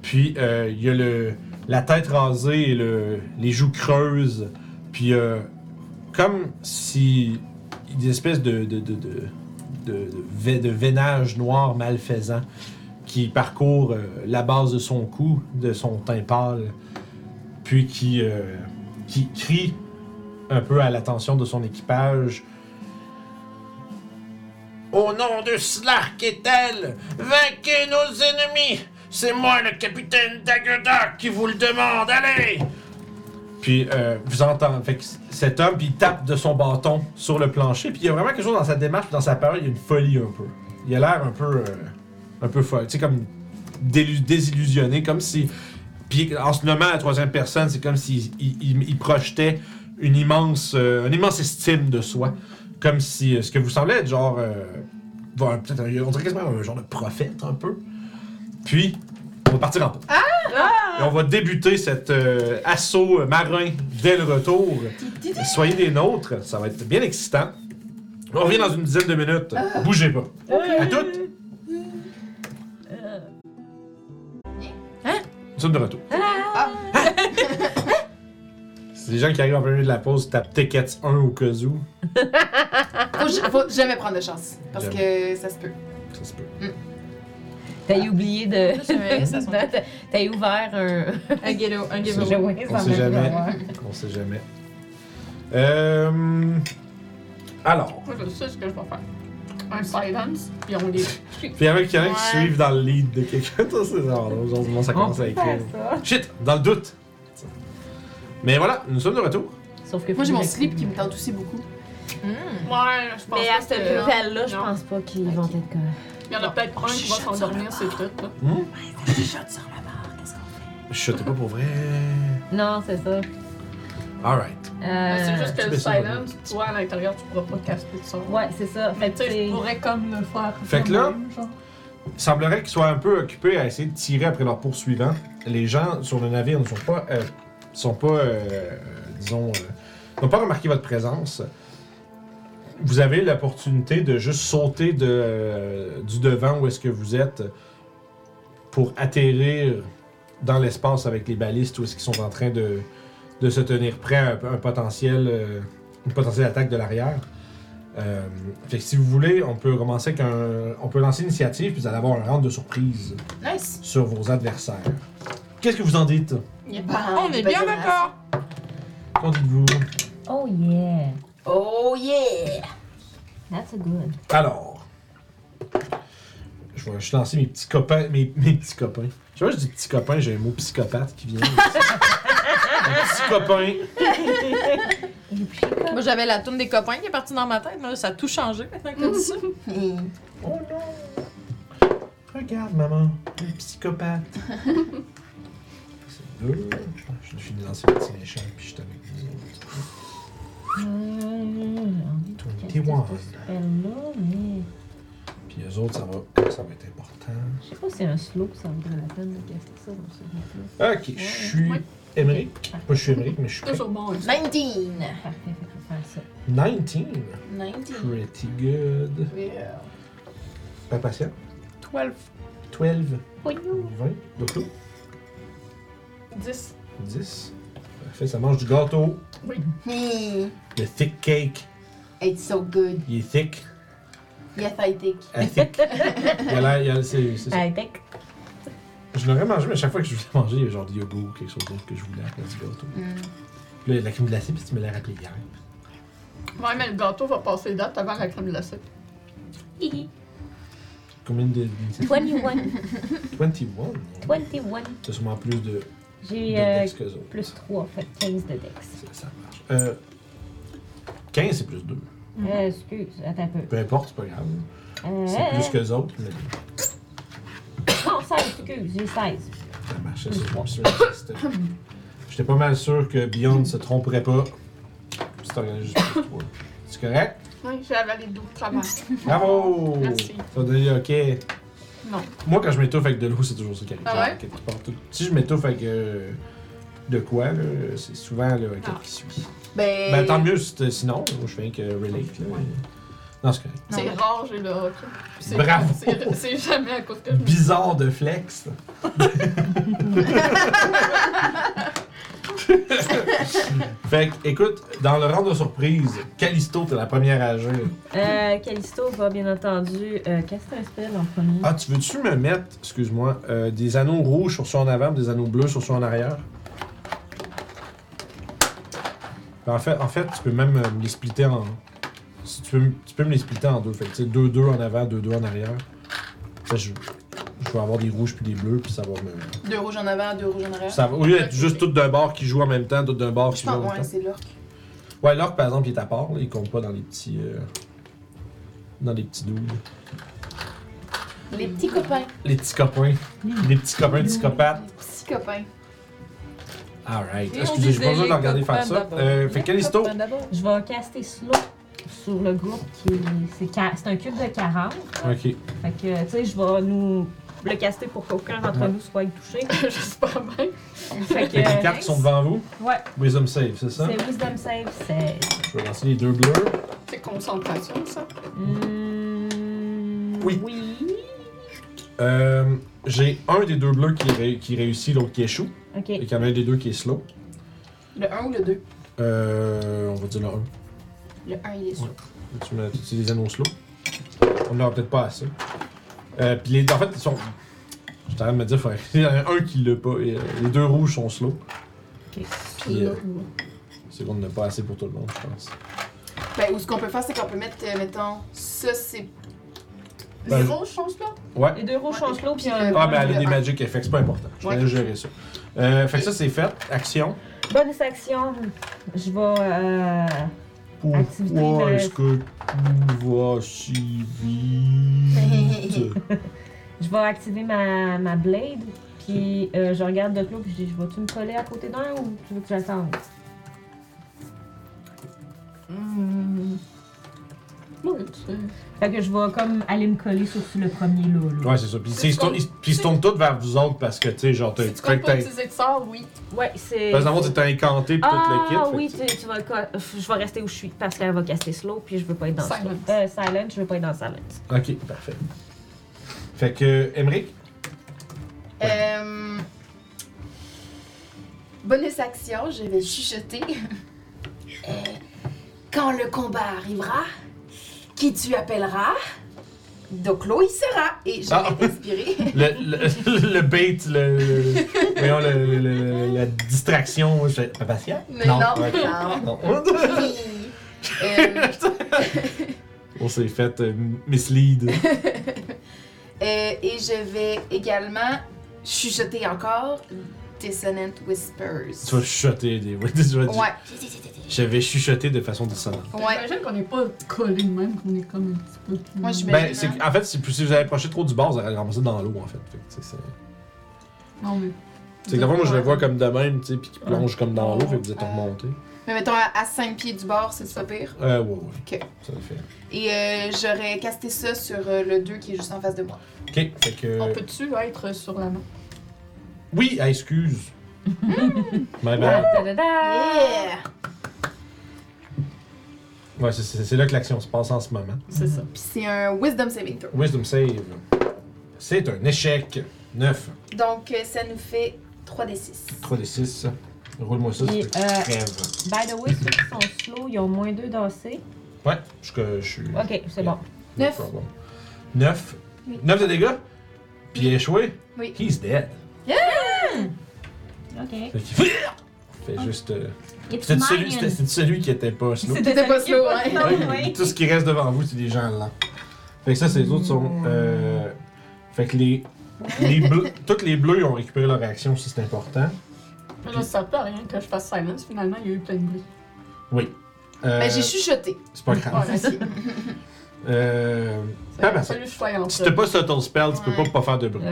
Speaker 1: Puis euh, il y a le, la tête rasée et le, les joues creuses. Puis euh, comme si des espèces de, de, de, de, de, de vai- de veinage noir malfaisant qui parcourt euh, la base de son cou, de son teint pâle, puis qui, euh, qui crie un peu à l'attention de son équipage. Au nom de Slark et elle, vainquez nos ennemis! C'est moi le capitaine Daggerdark qui vous le demande, allez! Puis euh, vous entendez, fait que c- cet homme, puis il tape de son bâton sur le plancher, puis il y a vraiment quelque chose dans sa démarche, dans sa parole, il y a une folie un peu. Il a l'air un peu, euh, un peu folle, tu sais, comme délu- désillusionné, comme si. Puis en ce moment, la troisième personne, c'est comme s'il il, il- il projetait une immense, euh, une immense estime de soi. Comme si euh, ce que vous semblez être genre. euh, bon, peut-être un- on dirait quasiment un genre de prophète un peu. Puis, on va partir en pause. Et on va débuter cet euh, assaut marin dès le retour. Soyez des nôtres, ça va être bien excitant. On revient dans une dizaine de minutes. Bougez pas. À toutes. Nous sommes de retour. C'est les gens qui arrivent en plein milieu de la pause, tapent Tickets 1 au cas où.
Speaker 2: Faut, ja- faut jamais prendre de chance. Parce que ça se peut.
Speaker 1: Ça se peut.
Speaker 4: T'as oublié de.
Speaker 5: j'avais ça, son-
Speaker 4: T'as- T'as ouvert un.
Speaker 6: Un ghetto, un
Speaker 1: ghetto.
Speaker 6: ghetto.
Speaker 1: On sait jamais. On sait jamais. Euh, alors,
Speaker 6: Moi, je sais ce que je vais faire. Un silence, puis on les suit.
Speaker 1: puis il y en a qui qui
Speaker 6: Ouais.
Speaker 1: suivent dans le lead de quelqu'un. Ça, c'est genre, aujourd'hui, ça commence à écrire. Shit, dans le doute. Mais voilà, nous sommes de retour.
Speaker 4: Sauf que.
Speaker 2: Moi, j'ai mon slip qui me tente aussi beaucoup.
Speaker 6: Ouais, je pense
Speaker 4: Mais
Speaker 6: pas
Speaker 4: à ce
Speaker 6: que-
Speaker 4: level-là, je
Speaker 6: Non.
Speaker 4: pense pas qu'ils vont être comme.
Speaker 6: Il y en a peut-être
Speaker 4: Oh,
Speaker 6: un qui va s'endormir, c'est tout. là.
Speaker 1: Je t'ai Hmm? pas pour vrai.
Speaker 4: Non, c'est ça.
Speaker 1: Alright.
Speaker 4: Euh,
Speaker 6: Ah, C'est juste que
Speaker 1: tu
Speaker 6: le
Speaker 1: mets ça dans
Speaker 6: silence, toi, à l'intérieur, tu pourras pas casser de son.
Speaker 4: Euh, Ouais, c'est ça.
Speaker 6: Mais
Speaker 4: Fait
Speaker 6: tu
Speaker 4: que
Speaker 6: sais,
Speaker 4: c'est-
Speaker 6: je pourrais comme le faire.
Speaker 1: Fait que là- Il semblerait qu'ils soient un peu occupés à essayer de tirer après leurs poursuivants. Les gens sur le navire ne sont pas, euh, sont pas, euh, euh, disons, euh, n'ont pas remarqué votre présence. Vous avez l'opportunité de juste sauter de, euh, du devant où est-ce que vous êtes pour atterrir dans l'espace avec les balistes où est-ce qu'ils sont en train de, de se tenir prêts à un, un potentiel, euh, une potentielle attaque de l'arrière. Euh, fait que si vous voulez, on peut commencer avec un- On peut lancer l'initiative, puis vous allez avoir un round de surprise
Speaker 2: Nice.
Speaker 1: sur vos adversaires. Qu'est-ce que vous en dites?
Speaker 2: Bah, Ah,
Speaker 7: On est bien d'accord.
Speaker 1: Qu'en dites-vous?
Speaker 4: Oh yeah.
Speaker 2: Oh yeah!
Speaker 4: That's a good.
Speaker 1: Alors. Je vais juste lancer mes petits copains. Mes, mes petits copains. Je vois, je dis petits copains, j'ai un mot psychopathe qui vient. mes petits copains.
Speaker 4: Et puis, comme-
Speaker 7: Moi, j'avais la tourne des copains qui est partie dans ma tête, mais là, ça a tout changé maintenant que t'as dit ça.
Speaker 1: Oh non! Regarde, maman, un psychopathe. C'est deux. Je finis de lancer le petit méchant, puis je suis avec les autres.
Speaker 4: Euh,
Speaker 1: 21.
Speaker 4: là, mais.
Speaker 1: Puis les autres, ça va, ça va être important.
Speaker 4: Je sais pas si c'est un slow, ça vaudrait la peine de casser ça dans ce jeu-là.
Speaker 1: Ok, je suis Emmerich. Moi, je suis Emmerich, mais je suis
Speaker 6: Toujours bon. hein.
Speaker 2: 19!
Speaker 4: Parfait, fait que je vais faire ça.
Speaker 1: 19.
Speaker 2: 19.
Speaker 1: Pretty good. Pas patient.
Speaker 7: 12.
Speaker 1: 12.
Speaker 4: Poignou.
Speaker 1: 20. Doclo.
Speaker 6: 10.
Speaker 1: 10. Parfait, ça mange du gâteau.
Speaker 2: Hmm.
Speaker 1: Le thick cake.
Speaker 2: It's so good.
Speaker 1: Il est thick.
Speaker 2: Yes, I think.
Speaker 1: Elle est thick. il a l'air- il a- c'est- c'est ça.
Speaker 4: Hey, tech.
Speaker 1: Je l'aurais mangé, mais à chaque fois que je voulais manger, il y a genre du yogourt ou quelque chose d'autre que je voulais à la place du gâteau.
Speaker 2: Hmm.
Speaker 1: Puis là, il y a de la crème glacée, puis tu me l'as rappelé hier.
Speaker 6: Ouais, mais le gâteau va passer date avant la crème glacée.
Speaker 4: Hihi.
Speaker 1: Combien de. d'initiative?
Speaker 4: 21.
Speaker 1: 21.
Speaker 4: 21.
Speaker 1: C'est sûrement plus de, de
Speaker 4: J'ai euh,
Speaker 1: dex qu'eux autres.
Speaker 4: plus 3, fait que 15 de dex.
Speaker 1: Ça, ça marche. Euh, 15, c'est plus 2.
Speaker 6: Mm-hmm.
Speaker 4: Euh, excuse, attends un peu.
Speaker 1: Peu importe, c'est pas grave.
Speaker 4: Euh,
Speaker 1: C'est plus qu'eux autres, mais
Speaker 4: Non, 16, excuse, j'ai 16.
Speaker 1: ça marchait. c'est bon, c'est bien, c'était- J'étais pas mal sûr que Beyond se tromperait pas. C'est organisé juste pour toi. C'est correct?
Speaker 6: Ouais, j'ai avalé le dos de travers.
Speaker 1: Bravo!
Speaker 6: Merci.
Speaker 1: Ça va donner OK.
Speaker 6: Non.
Speaker 1: Moi, quand je m'étouffe avec de l'eau, c'est toujours ça qui arrive.
Speaker 6: Ah ouais?
Speaker 1: Quelque part, tout- Si je m'étouffe avec euh, de quoi, là, c'est souvent là, quelqu'un qui suit.
Speaker 2: Ben,
Speaker 1: Ben, tant mieux si t'es- sinon, moi, je fais que relate. Là. Non, c'est correct.
Speaker 3: C'est
Speaker 7: Non.
Speaker 3: rare, j'ai le hockey. C'est-
Speaker 1: Bravo.
Speaker 3: c'est- C'est jamais à cause que je me
Speaker 1: Bizarre de flex. fait que, écoute, dans le rang de surprise, Callisto, t'es la première à agir.
Speaker 4: Euh, Callisto va bien entendu. euh, Qu'est-ce que tu spell en premier?
Speaker 1: Ah, tu veux-tu me mettre, excuse-moi, euh, des anneaux rouges sur ceux en avant, des anneaux bleus sur ceux en arrière? Ben, en, fait, en fait, tu peux même euh, me les splitter en. Si tu, peux, m- tu peux me les splitter en deux. Fait que tu sais, 2-2 en avant, 2-2 en arrière. Ça, je, je vais avoir des rouges puis des bleus, puis ça va me.
Speaker 2: Deux rouges en avant, deux rouges en arrière.
Speaker 1: Ça va, au lieu d'être juste toutes d'un bord qui jouent en même temps, toutes d'un bord
Speaker 2: Je
Speaker 1: qui jouent en
Speaker 2: pense,
Speaker 1: même
Speaker 2: ouais,
Speaker 1: temps.
Speaker 2: c'est là.
Speaker 1: Ouais, l'orque, par exemple, il est à part, là, il compte pas dans les petits. euh, dans les petits doubles.
Speaker 2: Les petits copains.
Speaker 1: Les petits copains. Les petits copains, psychopathes.
Speaker 2: Petits copains.
Speaker 1: Alright.
Speaker 6: Et on
Speaker 1: Excusez, j'ai pas
Speaker 6: disait
Speaker 1: besoin de
Speaker 6: les
Speaker 1: regarder faire
Speaker 6: copains
Speaker 1: ça.
Speaker 6: d'abord.
Speaker 1: Euh, fait que Callisto,
Speaker 5: Hop, d'abord.
Speaker 4: Je vais caster slow sur le groupe qui est- c'est ca- c'est un cube de 40.
Speaker 1: Ok.
Speaker 4: Fait que, tu sais, je vais nous le caster pour qu'aucun d'entre
Speaker 1: Ouais.
Speaker 4: nous soit touché.
Speaker 3: J'espère bien.
Speaker 4: Fait que. euh,
Speaker 1: Fait que les cartes qui sont devant vous.
Speaker 4: Ouais,
Speaker 1: Wisdom save, c'est ça?
Speaker 4: c'est Wisdom Save, c'est.
Speaker 1: Je vais lancer les deux bleus.
Speaker 3: C'est concentration, ça.
Speaker 4: Hmm,
Speaker 1: Oui. Euh, J'ai un des deux bleus qui, ré- qui réussit, l'autre qui échoue.
Speaker 4: Ok.
Speaker 1: Et qu'il y en a un des deux qui est slow.
Speaker 2: Le 1 ou le 2
Speaker 1: Euh, on va dire le 1.
Speaker 2: Le 1, il est sûr.
Speaker 1: Tu mets tu des anneaux slow. On n'aura peut-être pas assez. Euh, puis les, en fait, ils sont. Je t'arrête de me dire, faudrait- il y en a un qui l'a pas. et, euh, les deux rouges sont slow. Puis, euh, c'est qu'on n'a pas assez pour tout le monde, je pense.
Speaker 2: Ben, ou ce qu'on peut faire, c'est qu'on peut mettre, euh, mettons, ça, c'est.
Speaker 1: Ben,
Speaker 2: les
Speaker 1: je-
Speaker 2: rouges sont là
Speaker 1: Ouais.
Speaker 4: Les deux rouges
Speaker 2: Ouais,
Speaker 4: sont slow, puis
Speaker 2: puis
Speaker 4: un
Speaker 2: le-
Speaker 4: blanc.
Speaker 1: Ah, mais elle a des
Speaker 2: Ouais.
Speaker 1: magic effects, c'est pas important. Je vais
Speaker 2: Ouais.
Speaker 1: aller gérer ça. Euh, fait que ça, c'est fait. Action.
Speaker 4: Bonus action, je vais. euh, Activité
Speaker 1: Pourquoi
Speaker 4: de-
Speaker 1: est-ce que tu vas si vite?
Speaker 4: je vais activer ma, ma blade, puis euh, je regarde de clos, puis je dis Je vais-tu me coller à côté d'un ou tu veux que je l'attende Hmm.
Speaker 3: Oui, tu-
Speaker 4: Fait que je vais comme aller me coller sur sur le premier là. là.
Speaker 1: ouais, c'est ça. Puis ils se tournent- ils ils se tournent tous vers vous autres parce que, tu sais, genre, t'as.
Speaker 3: Si tu comptes
Speaker 1: que
Speaker 3: pas
Speaker 1: t'as-
Speaker 3: utiliser de sort, oui.
Speaker 4: Ouais, c'est.
Speaker 1: Parce que dans le fond, t'es incanté pis
Speaker 4: Ah
Speaker 1: tout le kit. fait
Speaker 4: oui,
Speaker 1: que-
Speaker 4: tu, tu vas, co- je vais rester où je suis parce qu'elle va casser slow, puis je veux pas être dans slow.
Speaker 3: Silence.
Speaker 4: Euh, silent, je veux pas être dans silence.
Speaker 1: Ok, parfait. Fait que, Emmerich,
Speaker 2: Euh, bonus action, je vais chuchoter. Euh, quand le combat arrivera, qui tu appelleras Doclo, il sera. Et je vais
Speaker 1: Ah.
Speaker 2: t'inspirer.
Speaker 1: le, le, le bait, le. le- voyons, le, le- le- la distraction. Je... Pas patient?
Speaker 2: Mais non,
Speaker 1: ouais.
Speaker 2: non.
Speaker 1: Non.
Speaker 2: Euh,
Speaker 1: On s'est fait euh, mislead.
Speaker 2: euh, et je vais également chuchoter encore Dissonant Whispers.
Speaker 1: Tu vas chuchoter des. tu vas dire-
Speaker 2: Ouais,
Speaker 1: Je vais chuchoter de façon dissonante.
Speaker 2: ouais.
Speaker 3: J'imagine qu'on n'est pas collé de même, qu'on est comme un petit peu plus.
Speaker 2: Moi, je
Speaker 1: Ben,
Speaker 2: Imagine,
Speaker 1: c'est
Speaker 2: hein.
Speaker 1: qu'- en fait, c'est plus- si vous avez approché trop du bord, vous allez ramasser dans l'eau, en fait. Fait que, tu sais, c'est-
Speaker 3: Non, mais.
Speaker 1: Euh. C'est que la fois, moi, je le vois comme de même, tu sais, puis qui plonge comme dans l'eau, fait que vous êtes
Speaker 2: Euh.
Speaker 1: remonté.
Speaker 2: Mais mettons à, à 5 pieds du bord, c'est pas pire.
Speaker 1: Euh, ouais, ouais.
Speaker 2: Ok.
Speaker 1: Ça le fait.
Speaker 2: Et euh, j'aurais casté ça sur euh, le 2 qui est juste en face de moi.
Speaker 1: Ok, fait que.
Speaker 3: On peut-tu être sur la main?
Speaker 1: Oui, ah, excuse. My bad.
Speaker 4: Ta-da-da!
Speaker 2: Yeah!
Speaker 1: Ouais, c'est- c'est c'est là que l'action se passe en ce moment.
Speaker 3: C'est ça.
Speaker 2: Puis c'est un Wisdom Saving Throw.
Speaker 1: Wisdom save. C'est un échec. 9.
Speaker 2: Donc euh, ça nous fait 3 des 6.
Speaker 1: 3 des 6. Roule-moi ça,
Speaker 4: Puis,
Speaker 1: c'est
Speaker 4: euh,
Speaker 1: crève.
Speaker 4: By the way, ceux qui sont slow, ils ont moins 2 d'AC.
Speaker 1: Ouais, je, que je suis.
Speaker 4: Ok, c'est bon.
Speaker 2: Neuf.
Speaker 1: 9.
Speaker 2: Oui.
Speaker 1: 9 de dégâts? Puis il a échoué?
Speaker 2: Oui.
Speaker 1: He's dead.
Speaker 4: Ok.
Speaker 1: Fait qu'il fait. fait juste. euh,
Speaker 4: It's
Speaker 1: C'est celui,
Speaker 4: mine.
Speaker 1: c'était- c'est celui qui était pas slow.
Speaker 2: C'était pas slow,
Speaker 4: hein?
Speaker 1: Ouais, Tout ce qui reste devant vous, c'est des gens lents. Fait que ça, c'est les autres sont. euh, Fait que les. les bleu- toutes les bleus ils ont récupéré leur réaction si c'est important.
Speaker 3: Mais là, ça sert à rien que je fasse silence. Finalement, il y a eu plein de bruit.
Speaker 1: Oui. Euh,
Speaker 2: Ben j'ai chuchoté.
Speaker 1: c'est pas grave.
Speaker 3: Voilà, c'est-
Speaker 1: Euh,
Speaker 3: ça.
Speaker 1: Ah, ben,
Speaker 3: fallu que je sois en
Speaker 1: si t'as
Speaker 3: fait.
Speaker 1: pas subtle spell, tu peux pas
Speaker 2: Ouais.
Speaker 1: pas faire de bruit.
Speaker 4: Ouais.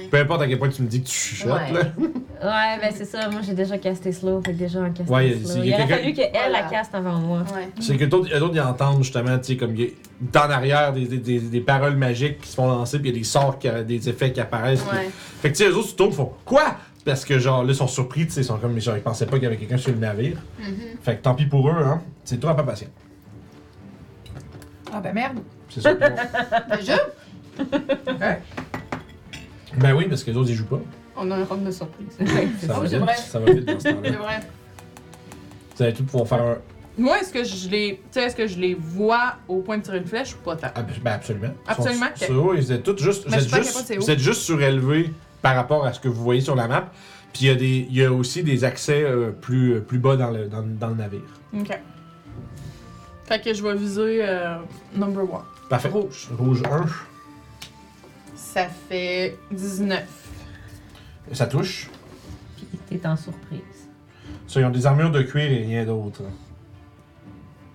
Speaker 2: Ouais.
Speaker 1: Peu importe à quel point tu me dis que tu chuchotes,
Speaker 5: Ouais.
Speaker 1: là.
Speaker 4: Ouais, ben c'est ça, moi j'ai déjà casté slow, fait que déjà en casté
Speaker 1: Ouais, il y a-
Speaker 4: slow.
Speaker 1: il y
Speaker 4: Il
Speaker 1: a
Speaker 4: aurait
Speaker 1: quelqu'un-
Speaker 4: fallu qu'elle la
Speaker 2: Voilà.
Speaker 4: caste avant moi.
Speaker 2: Ouais.
Speaker 1: C'est que d'autres, euh, d'autres, ils entendent justement, tu sais, comme il y a- en arrière des, des, des, des paroles magiques qui se font lancer, puis il y a des sorts, qui, des effets qui apparaissent. puis-
Speaker 2: Ouais.
Speaker 1: Fait que tu sais, les autres, tu tournes, font quoi? Parce que genre, là, ils sont surpris, tu sais, ils sont comme, genre, ils pensaient pas qu'il y avait quelqu'un sur le navire.
Speaker 2: Mhm.
Speaker 1: Fait que tant pis pour eux, hein. C'est toi, pas patient.
Speaker 10: Ah ben merde.
Speaker 1: C'est ça.
Speaker 2: Déjà?
Speaker 1: ben oui, parce que les autres, ils jouent pas.
Speaker 3: On a un rhum de surprise.
Speaker 1: Ça
Speaker 10: Oh,
Speaker 1: va
Speaker 10: j'aimerais.
Speaker 1: vite. Ça va vite dans ce temps-là.
Speaker 3: C'est vrai.
Speaker 1: Vous allez tout pouvoir faire un.
Speaker 5: Moi, est-ce que je les, tu sais, est-ce que je les vois au point de tirer une flèche ou pas tant?
Speaker 1: Ah, ben absolument.
Speaker 5: Absolument,
Speaker 1: Ils sont- sont- Vous êtes tous juste, vous
Speaker 5: Mais je
Speaker 1: êtes
Speaker 5: suis pas capable,
Speaker 1: juste,
Speaker 5: c'est
Speaker 1: vous
Speaker 5: haut.
Speaker 1: êtes juste surélevés par rapport à ce que vous voyez sur la map. Puis il y, a des- il y a aussi des accès euh, plus, plus bas dans le, dans, dans le navire.
Speaker 5: Ok.
Speaker 3: Fait que je vais viser. euh,
Speaker 5: Number one.
Speaker 1: Parfait. Rouge. Rouge 1.
Speaker 5: Ça fait 19.
Speaker 1: Ça touche.
Speaker 4: Puis t'es en surprise.
Speaker 1: Ça, ils ont des armures de cuir et rien d'autre.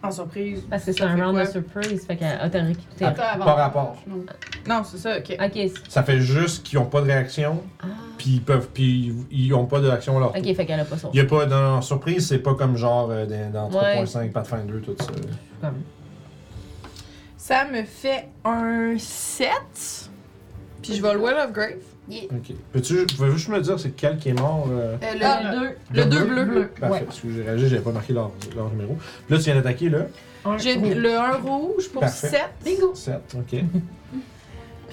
Speaker 5: En surprise.
Speaker 4: Parce que c'est
Speaker 5: Ça
Speaker 4: un
Speaker 5: fait
Speaker 4: round
Speaker 5: quoi?
Speaker 4: de surprise. Fait que ah, t'as récupéré.
Speaker 1: Ah,
Speaker 3: t'as avantage,
Speaker 1: Par rapport.
Speaker 3: donc.
Speaker 5: Non, c'est ça, ok.
Speaker 4: Ok. c'est-
Speaker 1: Ça fait juste qu'ils ont pas de réaction,
Speaker 4: Ah.
Speaker 1: puis ils peuvent, puis ils ont pas de réaction à leur tour.
Speaker 4: Ok, fait qu'elle a pas son.
Speaker 1: Il y a pas dans surprise, c'est pas comme genre euh, dans, dans
Speaker 4: Ouais.
Speaker 1: 3.5, Pathfinder, tout ça.
Speaker 4: Comme...
Speaker 5: Ça me fait un 7. Puis je vais louer Love Grave.
Speaker 1: Ok. Peux-tu, pouvez-vous juste me dire c'est quel qui est mort euh,
Speaker 2: Euh, le-
Speaker 5: Ah, Le deux bleu.
Speaker 1: Parfait,
Speaker 4: Ouais.
Speaker 1: parce que j'ai réagi, j'avais pas marqué leur, leur numéro. Là, tu viens d'attaquer, là.
Speaker 5: J'ai
Speaker 4: rouge.
Speaker 5: le 1 rouge pour
Speaker 1: Parfait.
Speaker 5: 7. Bingo.
Speaker 1: 7, ok.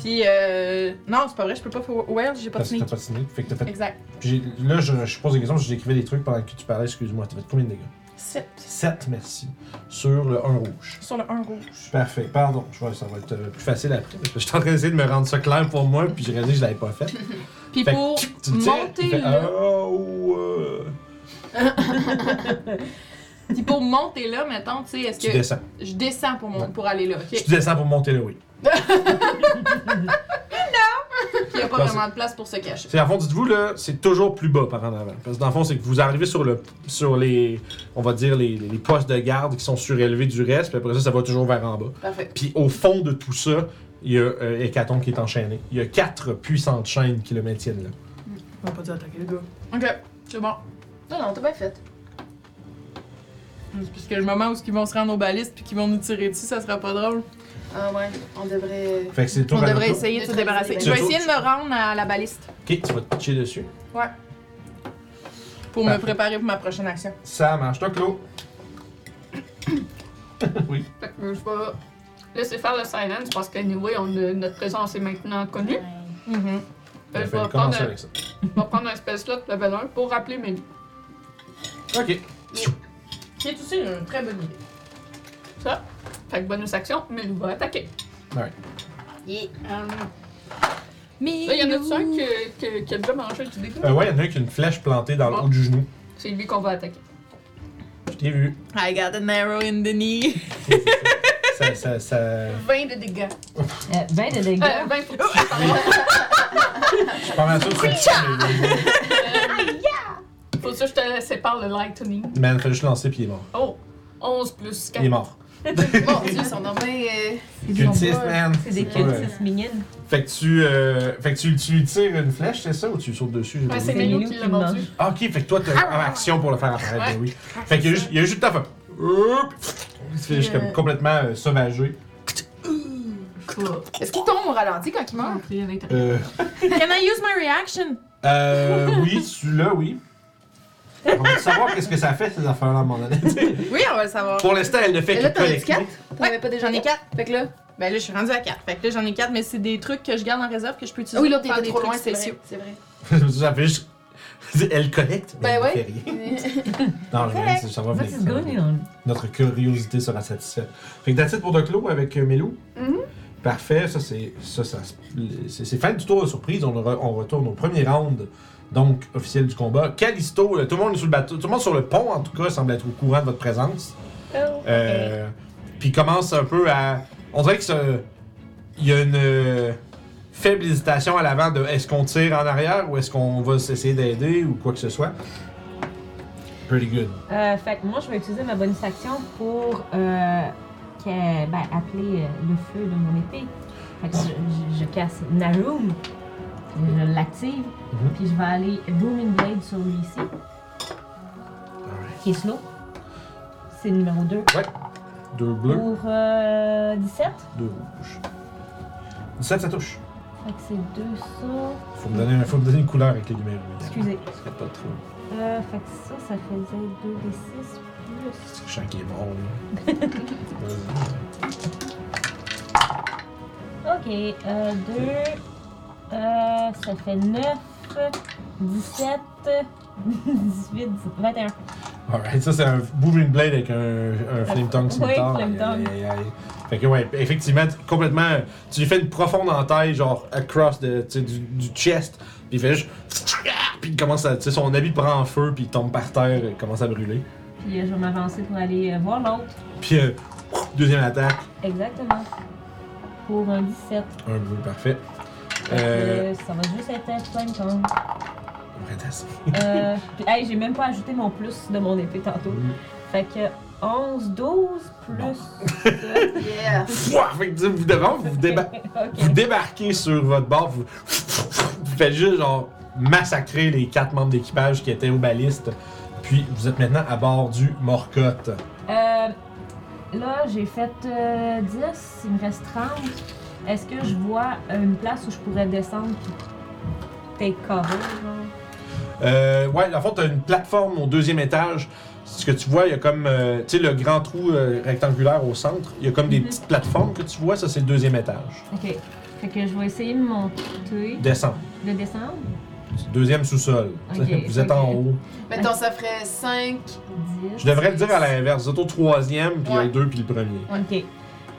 Speaker 5: Puis euh. Non, c'est pas vrai, je peux pas. faire- Ouais, j'ai pas de
Speaker 1: Parce que t'as
Speaker 5: sneak.
Speaker 1: pas de sneak. Fait que t'as fait.
Speaker 5: Exact.
Speaker 1: Puis j'ai- là, je, je pose des questions, j'écrivais des trucs pendant que tu parlais, excuse-moi. T'as fait combien de dégâts
Speaker 5: 7.
Speaker 1: 7, merci. Sur le 1 rouge.
Speaker 5: Sur le 1 rouge.
Speaker 1: Parfait, pardon, je vois, ça va être euh, plus facile après. Parce que Je suis en train d'essayer de me rendre ça clair pour moi, puis j'ai réalisé que je l'avais pas fait.
Speaker 5: Puis
Speaker 1: Fait que
Speaker 5: pour
Speaker 1: tu le tires, il
Speaker 5: monter
Speaker 1: fait,
Speaker 5: là.
Speaker 1: Oh, euh,
Speaker 5: Puis pour monter là, mettons, tu sais, est-ce
Speaker 1: Tu
Speaker 5: que.
Speaker 1: descends.
Speaker 5: Je descends pour, mon,
Speaker 1: Ouais.
Speaker 5: pour aller là, ok?
Speaker 1: Tu descends pour monter là, oui.
Speaker 5: Il n'y a pas
Speaker 1: Parce-
Speaker 5: vraiment de place pour se cacher.
Speaker 1: C'est en fond, dites-vous là, c'est toujours plus bas par en avant. Parce que dans le fond, c'est que vous arrivez sur le, sur les, on va dire les, les- les postes de garde qui sont surélevés du reste, puis après ça, ça va toujours vers en bas.
Speaker 5: Parfait.
Speaker 1: Puis au fond de tout ça, il y a euh, Hécaton qui est enchaîné. Il y a quatre puissantes chaînes qui le maintiennent là.
Speaker 5: On va pas dire attaquer le gars. Ok, c'est bon.
Speaker 2: Non, non, t'as bien fait.
Speaker 5: Parce que le moment où ils vont se rendre aux balistes puis qu'ils vont nous tirer dessus, ça sera pas drôle.
Speaker 2: Ah ouais, on devrait.
Speaker 1: Fait que c'est tour
Speaker 5: On
Speaker 1: à
Speaker 5: devrait
Speaker 1: tour.
Speaker 5: essayer de se
Speaker 2: Neutraliser
Speaker 5: débarrasser.
Speaker 2: les
Speaker 5: Je vais
Speaker 1: balistes.
Speaker 5: essayer de me rendre à la baliste
Speaker 1: Ok, tu vas te pitcher dessus.
Speaker 5: pour
Speaker 1: Parfait.
Speaker 5: me préparer pour ma prochaine action.
Speaker 1: Ça marche, toi, Claude. oui.
Speaker 3: Fait que je vais laisser faire le silence parce que, anyway, on a- notre présence est maintenant connue.
Speaker 1: Ben,
Speaker 3: Fait que je
Speaker 1: fallait
Speaker 3: vais prendre,
Speaker 1: commencer
Speaker 3: un,
Speaker 1: avec ça.
Speaker 3: je vais prendre un spell slot level 1 pour rappeler mes
Speaker 1: Ok.
Speaker 5: Qui est aussi une très bonne idée.
Speaker 3: Ça. Fait que bonus action, mais il va attaquer.
Speaker 1: Ouais.
Speaker 2: Yeah.
Speaker 3: Euh,
Speaker 5: Mais
Speaker 3: là, il y en a un que, que, qui a déjà mangé du début.
Speaker 1: Euh, ouais, il y en a un qui a une flèche plantée dans le haut du genou.
Speaker 3: C'est lui qu'on va attaquer.
Speaker 1: Je t'ai vu.
Speaker 5: I got an arrow in the knee.
Speaker 1: Ça, ça, ça...
Speaker 3: 20 de dégâts.
Speaker 4: Euh, 20 de dégâts.
Speaker 3: Euh,
Speaker 6: ben,
Speaker 3: 20 pour pardon.
Speaker 1: Je suis pas mal sûr que ça
Speaker 3: Faut ça que je te sépare le lightning.
Speaker 1: Man, fais juste lancer puis il est mort.
Speaker 3: Oh! 11 plus 4.
Speaker 1: Il est mort.
Speaker 2: Mon Dieu, ils sont dans bien. euh,
Speaker 4: C'est des-
Speaker 1: Cultiste, man.
Speaker 4: C'est des
Speaker 1: Ouais.
Speaker 4: cultistes mignonnes.
Speaker 1: Fait que tu, euh, fait que tu, tu lui tires une flèche, c'est ça, ou tu sautes dessus? j'ai pas
Speaker 3: Ouais, c'est
Speaker 1: vu.
Speaker 3: Mélou qui l'a mordu.
Speaker 1: Ah, ok, fait que toi, t'as une action pour le faire apparaître, ben oui. Fait qu'il y a juste, il y a juste ta fin. Hop! Il se fait juste comme complètement euh, sauvagé.
Speaker 2: Est-ce qu'ils tombent au ralenti quand ils meurent?
Speaker 1: Euh,
Speaker 5: Can I use my reaction?
Speaker 1: euh, oui, celui-là, oui. On va savoir qu'est-ce que ça fait, ces affaires-là, à un moment donné.
Speaker 5: Oui, on va le savoir.
Speaker 1: Pour l'instant, elle ne fait
Speaker 2: Et
Speaker 1: que
Speaker 2: là, t'en as-tu
Speaker 1: collecter.
Speaker 2: quatre? T'en avais pas déjà
Speaker 5: J'en ai
Speaker 2: quatre?
Speaker 5: 4.
Speaker 2: Fait que là.
Speaker 5: Ben là, je suis rendue à 4. Fait que là, j'en ai 4, mais c'est des trucs que je garde en réserve que je peux utiliser
Speaker 2: Ah oui, l'autre
Speaker 5: pour faire
Speaker 2: était
Speaker 5: des
Speaker 2: trop
Speaker 5: trucs
Speaker 2: loin, c'est
Speaker 5: spéciaux.
Speaker 2: vrai. C'est vrai.
Speaker 1: ça fait juste. Elle collecte, mais
Speaker 2: Ben
Speaker 1: elle
Speaker 2: ouais.
Speaker 1: ne fait rien. Non, je vais ça va
Speaker 4: What
Speaker 1: venir.
Speaker 4: is going on?
Speaker 1: Notre curiosité sera satisfaite. Fait que that's it pour Doclo avec euh, Melou. Parfait, ça c'est ça, ça c'est c'est fin du tour de surprise. On, re- on retourne au premier round donc officiel du combat. Callisto, là, tout le monde est sur le bateau, tout le monde sur le pont en tout cas semble être au courant de votre présence. Euh, Puis commence un peu à, on dirait que ça- il y a une euh, faible hésitation à l'avant de est-ce qu'on tire en arrière ou est-ce qu'on va s'essayer d'aider ou quoi que ce soit. Pretty good.
Speaker 4: Euh, fait que moi, je vais utiliser ma bonus action pour euh, que- ben, appeler euh, le feu de mon épée. Fait que je, je- je casse Naroom, je l'active,
Speaker 1: Mhm.
Speaker 4: puis je vais aller Booming Blade sur lui ici,
Speaker 1: Alright.
Speaker 4: qui est slow. C'est numéro 2.
Speaker 1: Deux bleus.
Speaker 4: Pour euh, 17.
Speaker 1: Deux rouges. 17, ça touche.
Speaker 4: Fait que c'est 2 ça.
Speaker 1: Faut me donner, faut me donner une couleur avec les lumières.
Speaker 4: Excusez.
Speaker 1: Ce serait pas trop.
Speaker 4: Euh, fait que ça, ça faisait 2 des 6 plus.
Speaker 1: C'est que je sens qu'il est bon, là.
Speaker 4: Ok, 2, ça fait 9, 17, 18, 21.
Speaker 1: Alright, ça c'est un Booming Blade avec un, un Flame Tongue
Speaker 4: Oui,
Speaker 1: Scimitar.
Speaker 4: Flame Tongue.
Speaker 1: Aïe, aïe, aïe. Fait que ouais, effectivement, tu- complètement, tu lui fais une profonde entaille, genre across de, tu sais, du, du chest, puis il fait juste. Puis il commence à. Tu sais, son habit prend en feu, puis il tombe par terre et commence à brûler.
Speaker 4: Puis euh, je vais m'avancer pour aller euh, voir l'autre.
Speaker 1: Puis, euh, deuxième attaque,
Speaker 4: Exactement. Pour un 17.
Speaker 1: un bleu, parfait.
Speaker 4: Fait que,
Speaker 1: Euh.
Speaker 4: euh, ça va juste être un flame tongue.
Speaker 1: ouais, that's-
Speaker 4: Euh, puis, hey, j'ai même pas ajouté mon plus de mon épée tantôt. Fait que 11, 12 plus.
Speaker 2: Yeah.
Speaker 1: Pouah! Fait que tu sais, vous devant, vous, vous déba- vous
Speaker 4: ok.
Speaker 1: débarquez sur votre bord, vous, vous faites juste genre massacrer les quatre membres d'équipage qui étaient aux balistes. Puis vous êtes maintenant à bord du Morcotte.
Speaker 4: Euh, là, j'ai fait euh, 10, il me reste 30. Est-ce que je vois une place où je pourrais descendre puis take cover? genre?
Speaker 1: Euh, ouais, en fait, t'as une plateforme au deuxième étage. Ce que tu vois, il y a comme, euh, tu sais, le grand trou euh, rectangulaire au centre. Il y a comme des
Speaker 4: Mhm.
Speaker 1: petites plateformes que tu vois. Ça, c'est le deuxième étage.
Speaker 4: Ok. Fait que je vais essayer de monter,
Speaker 1: Descend.
Speaker 4: de descendre.
Speaker 1: Deuxième sous-sol.
Speaker 4: Ok,
Speaker 1: vous êtes en
Speaker 4: ok.
Speaker 1: haut.
Speaker 2: Mettons, ça ferait 5.
Speaker 4: 10.
Speaker 1: Je devrais le dire à l'inverse. Vous êtes au troisième, puis
Speaker 2: Ouais.
Speaker 1: au deux, puis le premier.
Speaker 4: Ok.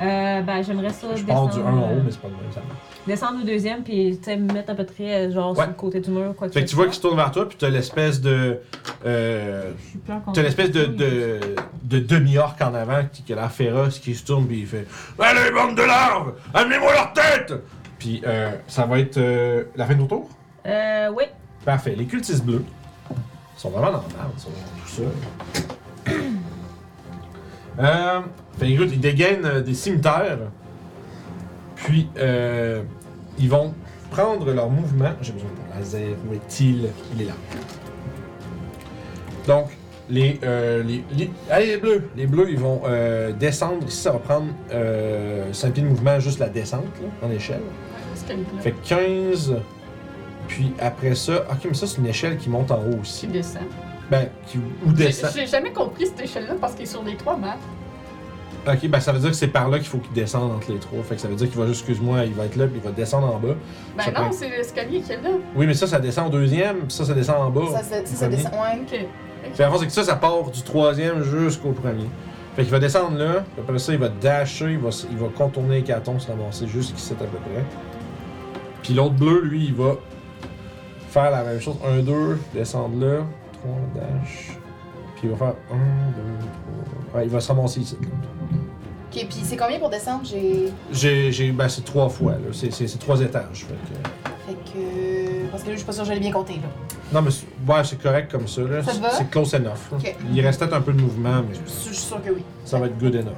Speaker 4: Euh, ben, j'aimerais ça
Speaker 1: Je pars
Speaker 4: descendre.
Speaker 1: du 1 en haut,
Speaker 4: euh,
Speaker 1: mais c'est pas le même. Ça marche.
Speaker 4: Descendre au deuxième, puis tu sais, me mettre à peu près euh, genre
Speaker 1: Ouais.
Speaker 4: sur le côté du mur, quoi que
Speaker 1: Fait que
Speaker 4: ce
Speaker 1: tu vois
Speaker 4: soit.
Speaker 1: qu'il se tourne vers toi, puis t'as l'espèce de. Euh,
Speaker 4: Je suis plus en
Speaker 1: t'as
Speaker 4: contact.
Speaker 1: l'espèce de, de, de demi-orc en avant qui, qui a l'air féroce, qui se tourne, puis il fait Allez, bande de larves Amenez-moi leur tête Puis euh, ça va être euh, la fin de ton tour
Speaker 4: Euh, oui.
Speaker 1: Parfait. Les cultistes bleus sont vraiment dans le mal, ils sont tout seuls. euh, fait écoute, ils dégainent euh, des cimetières. Puis, euh, ils vont prendre leur mouvement. J'ai besoin de mon laser. Où est-il Il est là. Donc, les, euh, les, les- Allez, les bleus Les bleus, ils vont euh, descendre. Ici, ça va prendre euh, 5 pieds de mouvement, juste la descente, là, en échelle. Fait que 15. Puis après ça. Ok, mais ça, c'est une échelle qui monte en haut aussi.
Speaker 6: Qui descend.
Speaker 1: Ben, qui, ou
Speaker 6: J'ai-
Speaker 1: descend.
Speaker 6: J'ai jamais compris cette échelle-là parce qu'il est sur les trois maps.
Speaker 1: Ok, ben ça veut dire que c'est par là qu'il faut qu'il descende entre les trois. Fait que ça veut dire qu'il va juste, excuse-moi, il va être là, puis il va descendre en bas. Ça
Speaker 6: Ben
Speaker 1: prend-
Speaker 6: non, c'est l'escalier qui est là.
Speaker 1: Oui, mais ça, ça descend au deuxième, puis ça, ça descend en bas.
Speaker 2: Ça, ça, ça, ça
Speaker 1: Premier.
Speaker 2: descend. Ouais.
Speaker 6: Ok.
Speaker 1: Fait en fait, c'est que ça, ça part du troisième jusqu'au premier. Fait qu'il va descendre là, puis après ça, il va dasher, il va, s- il va contourner les cartons, se ramasser jusqu'ici à peu près. Puis l'autre bleu, lui, il va faire la même chose. 1, 2, descendre là, 3, dash. Puis il va faire 1, 2, 3. Ouais, il va se ramasser ici.
Speaker 2: Ok, puis c'est combien pour descendre? J'ai.
Speaker 1: J'ai, j'ai, ben c'est trois fois, là. C'est, c'est, c'est trois étages. Fait que...
Speaker 2: Fait que. euh, Parce que là, je suis pas sûre que j'allais bien compter, là.
Speaker 1: Non, mais c'est, ouais, c'est correct comme ça, là.
Speaker 2: Ça
Speaker 1: c'est,
Speaker 2: va?
Speaker 1: c'est close enough. là.
Speaker 2: Ok.
Speaker 1: Il reste peut-être un peu de mouvement, mais
Speaker 2: Je suis sûre que oui.
Speaker 1: ça va être good enough.
Speaker 2: Donc,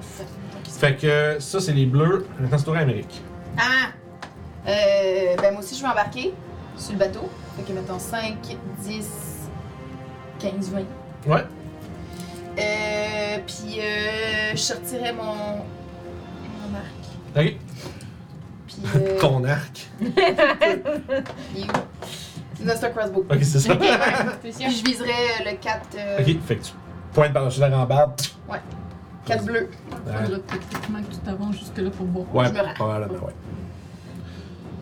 Speaker 1: Fait que ça, c'est les bleus. Maintenant, c'est au Amérique.
Speaker 2: Ah! Euh, ben moi aussi, je vais embarquer sur le bateau. Fait que mettons 5, 10, 15, 20.
Speaker 1: Ouais.
Speaker 2: Euh, puis euh, je sortirai mon, mon arc.
Speaker 1: Ok.
Speaker 2: Puis, euh,
Speaker 1: Ton arc.
Speaker 2: puis où? Non, c'est un crossbow.
Speaker 1: Ok, c'est ça.
Speaker 2: Puis je viserai le euh, 4,
Speaker 1: ok, fait que tu pointes par-dessus la rambarde.
Speaker 2: bleu.
Speaker 6: Faudrait techniquement que tu t'avances jusque-là pour voir.
Speaker 1: Ouais,
Speaker 2: Je me rate.
Speaker 1: probablement, ouais.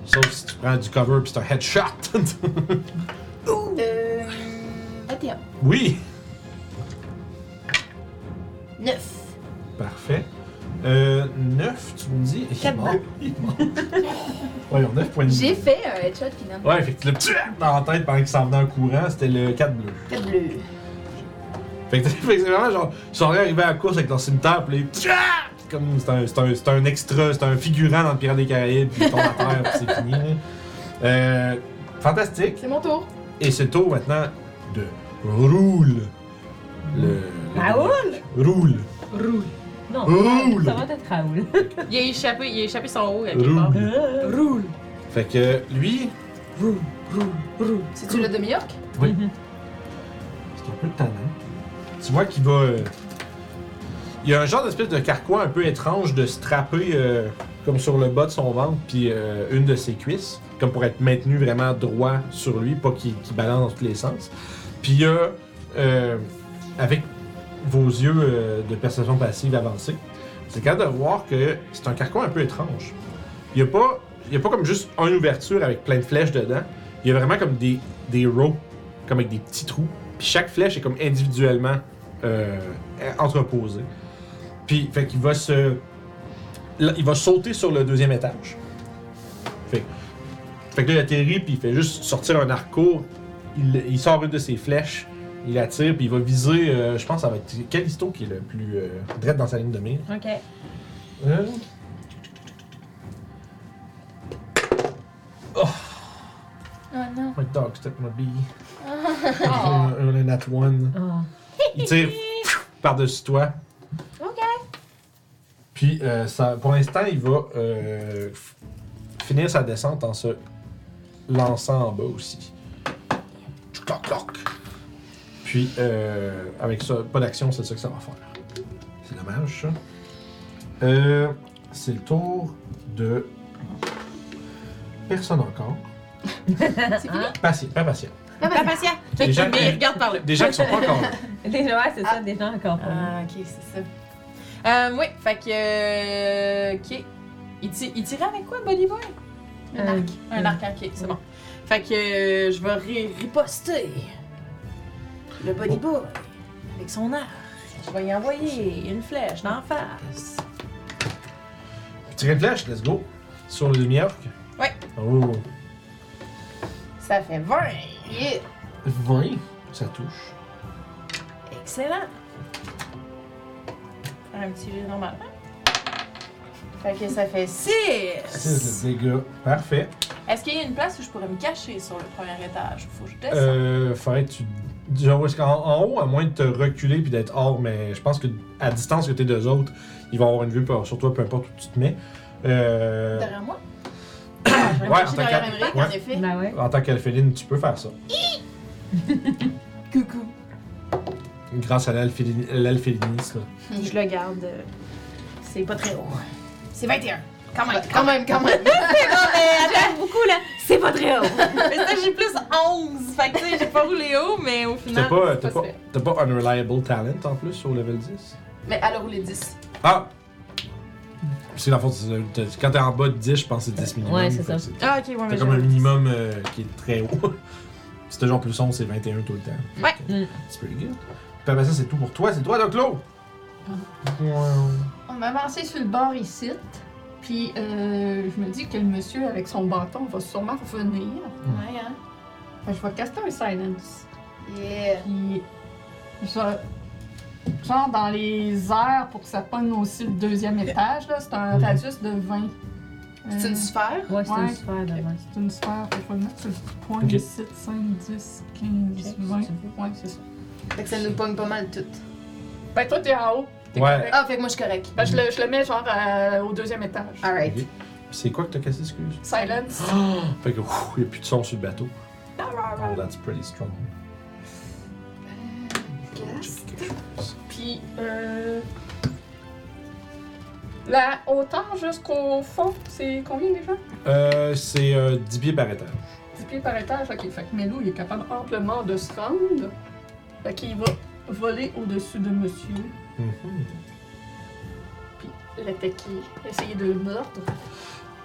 Speaker 1: Sauf si tu prends du cover pis c'est un headshot.
Speaker 2: Euh, 21.
Speaker 1: oui!
Speaker 2: 9.
Speaker 1: Parfait. Euh, 9, tu me dis.
Speaker 2: Quatre
Speaker 1: Bon. Voyons, 9 points de vie.
Speaker 2: J'ai fait un headshot finalement.
Speaker 1: Ouais, fait que le petit dans la tête pendant qu'il s'en venait en courant, c'était le 4 bleu.
Speaker 2: 4 bleus.
Speaker 1: Fait que, fait que c'est vraiment genre, ils sont arrivés à la course avec leur cimetière, pis les petits- ah! comme c'est un, c'est un, c'est un extra, c'est un figurant dans le Pirate des Caraïbes, puis ils tombent à terre, puis c'est fini. là. Euh, fantastique.
Speaker 2: C'est mon tour.
Speaker 1: Et c'est tour maintenant de Roule. Le.
Speaker 4: Raoul?
Speaker 1: Roule.
Speaker 6: Roule.
Speaker 4: Non,
Speaker 1: Raoul!
Speaker 4: ça va être Raoul.
Speaker 5: Il a échappé, il a échappé son haut à quelque part.
Speaker 1: Roule.
Speaker 6: Roule.
Speaker 1: Fait que lui,
Speaker 6: Roule. Roule. Roule.
Speaker 2: C'est-tu le demi-orc?
Speaker 1: C'est un peu tannant. Tu vois qu'il va. euh, Il y a un genre d'espèce de carquois un peu étrange de strapper euh, comme sur le bas de son ventre, puis euh, une de ses cuisses, comme pour être maintenu vraiment droit sur lui, pas qu'il qu'il balance dans tous les sens. Puis il y a, euh, avec vos yeux euh, de perception passive avancée, c'est capable de voir que c'est un carquois un peu étrange. Il n'y a pas Il y a pas comme juste une ouverture avec plein de flèches dedans. Il y a vraiment comme des, des rows, comme avec des petits trous. Puis chaque flèche est comme individuellement euh, entreposée. Puis, fait qu'il va se. là, Il va sauter sur le deuxième étage. Fait, fait que là, il atterrit, puis il fait juste sortir un arc court. Il, il sort une de ses flèches, il la tire, puis il va viser. euh, je pense que ça va être Calisto qui est le plus. euh, direct dans sa ligne de mire.
Speaker 4: Ok.
Speaker 1: Euh.
Speaker 2: Oh non.
Speaker 1: My dog stepped my bee. Un un nat one.
Speaker 4: Ah.
Speaker 1: Il tire par-dessus toi.
Speaker 4: Ok.
Speaker 1: Puis, euh, ça, pour l'instant, il va euh, f- finir sa descente en se lançant en bas aussi. Cloc, cloc. Puis, euh, avec ça, pas d'action, c'est ça que ça va faire. C'est dommage, ça. Euh, c'est le tour de. Personne encore. Patient, pas patient.
Speaker 7: Papatia!
Speaker 1: Des gens,
Speaker 5: hein?
Speaker 7: Mais il regarde par là.
Speaker 1: des gens qui sont pas encore là.
Speaker 4: Déjà, ouais, c'est ça, déjà encore. pas là.
Speaker 7: Ah, ok, c'est ça. Euh, oui, fait que. euh, ok. Il, ti- il tirait avec quoi, Body Boy Un
Speaker 4: Euh,
Speaker 7: arc. Un
Speaker 4: oui.
Speaker 7: arc, ok, c'est bon. Fait que euh, je vais ri- riposter. Le Body Boy, avec son arc. Je vais y envoyer une flèche d'en face.
Speaker 1: Tirer une flèche, let's go. Sur le demi-orc.
Speaker 7: Ouais.
Speaker 1: Oh,
Speaker 7: Ça fait 20.
Speaker 1: 20, ça touche.
Speaker 7: Excellent. Faire un petit jeu normal.
Speaker 5: hein?
Speaker 7: Fait que ça fait 6.
Speaker 1: 6 de dégâts. Parfait.
Speaker 7: Est-ce qu'il y a une place où je pourrais me cacher sur le premier étage? Faut que je descende.
Speaker 1: Euh, faudrait que tu. Genre, est-ce qu'en en haut, à moins de te reculer puis d'être hors, mais je pense que à distance que t'es d'eux autres, ils vont avoir une vue par- sur toi, peu importe où tu te mets. Euh,
Speaker 7: Derrière moi?
Speaker 1: ouais,
Speaker 7: Ouais,
Speaker 1: en tant
Speaker 7: derrière
Speaker 1: qu'al-
Speaker 7: Emmerich,
Speaker 1: ouais.
Speaker 7: en effet.
Speaker 4: Ben ouais.
Speaker 1: en tant qu'alphéline, tu peux faire ça.
Speaker 7: Coucou.
Speaker 1: Grâce à l'alphélini- l'alphélinisme.
Speaker 7: Je le garde. euh, C'est pas très haut. C'est 21. Quand même.
Speaker 2: Quand même, quand même.
Speaker 7: J'aime beaucoup, là. C'est pas très haut. mais ça, j'ai plus 11. Fait que, tu sais, j'ai pas roulé haut, mais au
Speaker 1: T'as
Speaker 7: final.
Speaker 1: pas,
Speaker 7: c'est
Speaker 1: t'as
Speaker 7: pas
Speaker 1: pas, t'as pas Unreliable Talent en plus au level 10
Speaker 2: Mais alors, les 10.
Speaker 1: Ah Parce que dans le fond, c'est- t'as- quand t'es en bas de 10, je pense que c'est 10 minimum.
Speaker 4: Ouais, c'est
Speaker 1: fait
Speaker 4: ça.
Speaker 1: que c'est-
Speaker 11: Ah, ok, ouais, mais
Speaker 1: T'as comme un
Speaker 11: j'ai-
Speaker 1: minimum euh, qui est très haut. si t'as genre plus 11, c'est 21 tout le temps.
Speaker 7: Ouais.
Speaker 4: Mm.
Speaker 1: C'est pretty good. Puis après ça, c'est tout pour toi. C'est toi, Doc Lo! Ouais.
Speaker 3: On m'a avancé sur le bord ici. Puis euh, je me dis que le monsieur avec son bâton va sûrement revenir.
Speaker 7: Ouais, hein.
Speaker 3: Fait que je vais caster un silence.
Speaker 2: Yeah.
Speaker 3: Puis je... genre dans les airs pour que ça pogne aussi le deuxième étage. là. C'est un
Speaker 1: Mhm.
Speaker 3: radius de 20.
Speaker 2: C'est une
Speaker 3: Euh,
Speaker 2: sphère?
Speaker 4: Ouais, c'est une
Speaker 3: Ouais.
Speaker 4: sphère de main.
Speaker 3: C'est une sphère, fait que je vais le mettre sur le point
Speaker 1: Ok.
Speaker 3: 7, 5, 10, 15, 20. Ouais, c'est ça.
Speaker 2: Fait que ça nous pogne pas mal toutes.
Speaker 3: Ben toi, t'es en haut. T'es
Speaker 1: Ouais.
Speaker 3: correct.
Speaker 2: Ah, fait que moi, je suis correct.
Speaker 3: Ben, je, le, je le mets genre euh, au deuxième étage.
Speaker 2: Alright.
Speaker 1: Ok. C'est quoi que t'as cassé, excuse?
Speaker 3: Silence.
Speaker 1: Fait que, ouf, y a plus de son sur le bateau. Oh, that's pretty strong.
Speaker 3: Puis euh, la hauteur jusqu'au fond, c'est combien déjà?
Speaker 1: Euh, c'est euh, 10 pieds par étage.
Speaker 3: 10 pieds par étage. Ok, fait que Melou, il est capable amplement de se rendre. Fait qu'il va voler au-dessus de monsieur.
Speaker 11: Mm-hmm.
Speaker 1: Mhm.
Speaker 3: l'attaquer, essayer de le mordre.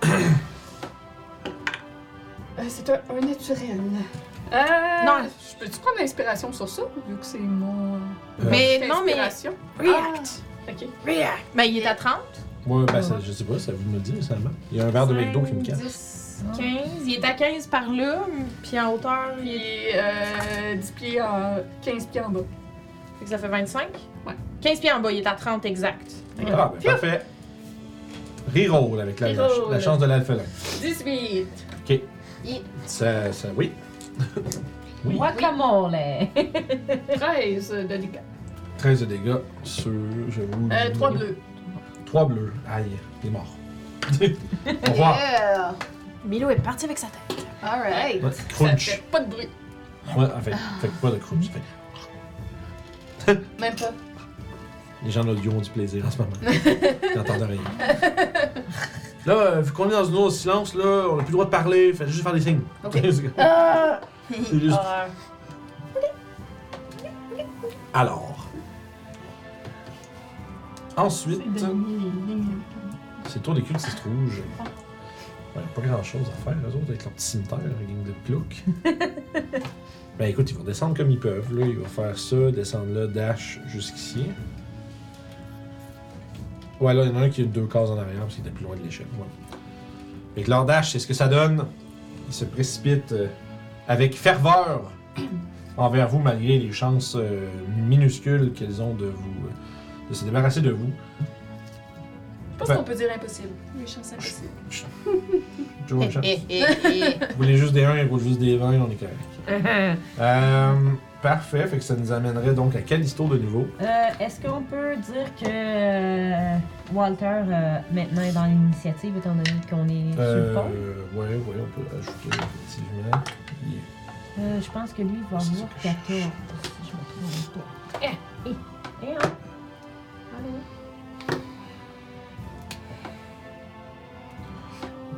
Speaker 3: Euh, c'est un, un naturel. Euh,
Speaker 7: Non.
Speaker 3: Je peux-tu prendre l'inspiration sur ça, vu que c'est mon.
Speaker 1: Euh,
Speaker 11: Mais non, mais.
Speaker 3: inspiration? Ah,
Speaker 11: React!
Speaker 3: Ok.
Speaker 7: Ah.
Speaker 11: React! Ben, il est à 30.
Speaker 1: Ouais,
Speaker 4: Ah
Speaker 1: ben, ça, je sais pas, ça vous me le dit, récemment. Il y a un verre de McDo qui me cache.
Speaker 7: 10,
Speaker 4: Ah.
Speaker 7: 15. Il est à 15 par là, puis en hauteur, il est.
Speaker 3: Puis euh, 10 pieds en. 15 pieds en bas.
Speaker 7: Fait que ça fait 25?
Speaker 3: Ouais.
Speaker 7: 15 pieds en bas, il est à 30 exact.
Speaker 1: Ah, ben, parfait. Reroll avec la, la-
Speaker 3: Reroll.
Speaker 1: la chance de l'alphelin.
Speaker 3: 18!
Speaker 1: Ça, ça, oui. Oui.
Speaker 4: Guacamole!
Speaker 3: 13 de dégâts.
Speaker 1: 13 de dégâts sur. Je vous.
Speaker 3: Euh, 3 bleus.
Speaker 1: 3 bleus. Aïe, il est mort. Au revoir.
Speaker 2: Yeah.
Speaker 7: Milo est parti avec sa tête.
Speaker 2: Alright.
Speaker 1: Ouais,
Speaker 3: Ça
Speaker 1: crunch.
Speaker 3: fait pas de bruit.
Speaker 1: Ouais, en fait, fait que pas de crunch. Fait. que
Speaker 2: Même pas.
Speaker 1: Les gens de l'audio ont du plaisir en ce moment. J'entends rien. Là, euh, vu qu'on est dans une autre silence, là, on n'a plus le droit de parler. Fait juste faire des signes.
Speaker 2: Ok.
Speaker 1: C'est juste.
Speaker 7: Horreur.
Speaker 1: Alors. Ensuite,
Speaker 3: C'est de-
Speaker 1: c'est le tour des cultistes rouges. Ben, pas grand chose à faire, eux autres, avec leur petit cimetière, la gang de plouc. ben écoute, ils vont descendre comme ils peuvent. Là. Ils vont faire ça, descendre là, dash jusqu'ici. Ouais, là, il y en a un qui a deux cases en arrière parce qu'il était plus loin de l'échelle. Voilà. Fait que leur dash, c'est ce que ça donne. Ils se précipitent euh, avec ferveur envers vous, malgré les chances euh, minuscules qu'ils ont de vous euh, de se débarrasser de vous.
Speaker 5: Je pense
Speaker 1: Ben-
Speaker 5: qu'on peut dire impossible. Les chances impossibles.
Speaker 1: Toujours une chance.
Speaker 2: Eh, eh, eh, eh.
Speaker 1: Vous voulez juste des 1, ils roulent juste des 20, on est correct.
Speaker 4: Euh,
Speaker 1: Euh, parfait, fait que ça nous amènerait donc à Callisto de nouveau.
Speaker 4: Euh, Est-ce qu'on peut dire que euh, Walter euh, maintenant est dans l'initiative étant donné qu'on est sur le pont?
Speaker 1: Euh, ouais, ouais, on peut ajouter effectivement. Il-
Speaker 4: Euh, je pense que lui va
Speaker 1: C'est
Speaker 4: avoir
Speaker 1: ça.
Speaker 4: 14. si je me trompe pas. Eh, eh, eh, hein.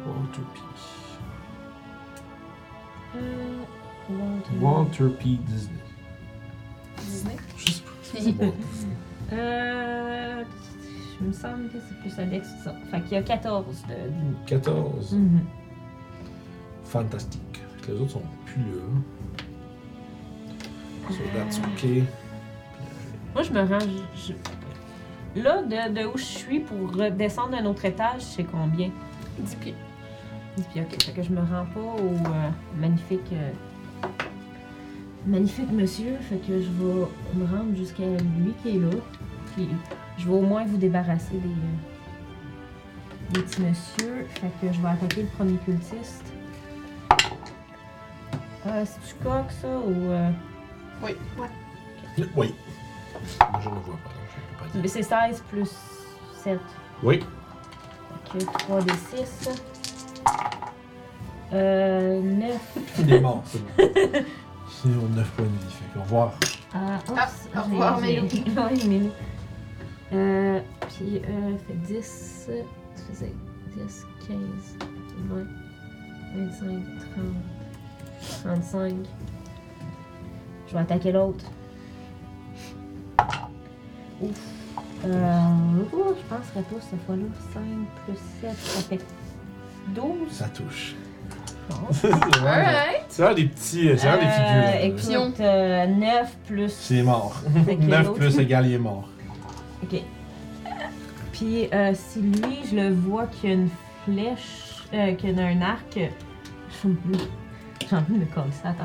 Speaker 1: Walter P.
Speaker 4: Euh, Walter.
Speaker 1: Walter P. Disney. Je sais pas. c'est Walt Disney.
Speaker 4: Euh, je me semble que c'est plus Alex que ça. Fait qu'il y a 14 de...
Speaker 1: 14.
Speaker 4: Mhm.
Speaker 1: Fantastique. Fait que les autres sont plus là. So that's okay.
Speaker 4: Moi, je me rends... je- je- Là, de, de où je suis pour redescendre un autre étage, c'est combien?
Speaker 3: 10 pieds.
Speaker 4: Et puis, ok, fait que je me rends pas au euh, magnifique... euh, magnifique monsieur. Fait que je vais me rendre jusqu'à lui qui est là. Puis, je vais au moins vous débarrasser des... euh, des petits messieurs. Fait que je vais attaquer le premier cultiste. Euh, C'est-tu coq, ça, ou... euh,
Speaker 1: Oui. Moi, Je ne vois pas, donc je peux pas dire.
Speaker 4: Mais c'est 16 plus 7.
Speaker 1: Oui.
Speaker 4: Ok, 3 des 6. Euh, 9
Speaker 1: Il est mort, c'est bon. Sinon, 9 points de vie. Fait qu'au revoir.
Speaker 4: à
Speaker 2: Ah, au revoir, Mélou.
Speaker 4: Oui, Mélou. Euh, puis, euh, fait 10, euh, ça faisait 10, 15, 20, 25, 30, 35. Je vais attaquer l'autre. Ouf. Euh, oh, je pense qu'à tous cette fois-là, 5 plus 7, ça fait 12.
Speaker 1: Ça touche.
Speaker 4: je pense.
Speaker 1: C'est vraiment-
Speaker 2: Alright.
Speaker 1: c'est un des petits. C'est un des
Speaker 4: Euh,
Speaker 1: figures.
Speaker 4: Écoute, euh, 9 plus.
Speaker 1: C'est mort.
Speaker 4: Fait que
Speaker 1: 9
Speaker 4: l'autre-
Speaker 1: plus égal, il est mort.
Speaker 4: Ok. Puis euh, si lui, je le vois qu'il y a une flèche, euh, qu'il y a un arc. J'ai envie de me coller ça, attends.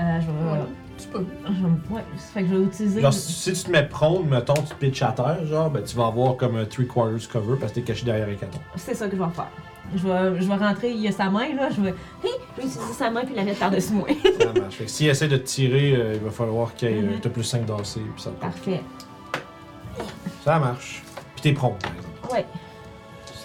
Speaker 4: Euh, je vais.
Speaker 3: Voilà. Tu peux.
Speaker 4: je vais- ouais, ça fait que je vais utiliser.
Speaker 1: Genre, si si tu te mets prone, mettons, tu te pitches à terre, genre, ben tu vas avoir comme un three quarters cover parce que t'es caché derrière les canons.
Speaker 4: C'est ça que je vais faire. Je vais, je vais rentrer, il y a sa main, là. Je vais. Hi! Je vais utiliser sa main puis la mettre par-dessus moi.
Speaker 1: Ça marche. Fait que s'il essaie de te tirer, euh, il va falloir qu'il y ait, euh,
Speaker 4: Mhm.
Speaker 1: t'as plus 5 d'AC, puis ça marche.
Speaker 4: Parfait.
Speaker 1: Ça marche. Puis t'es prone, par exemple.
Speaker 4: Ouais,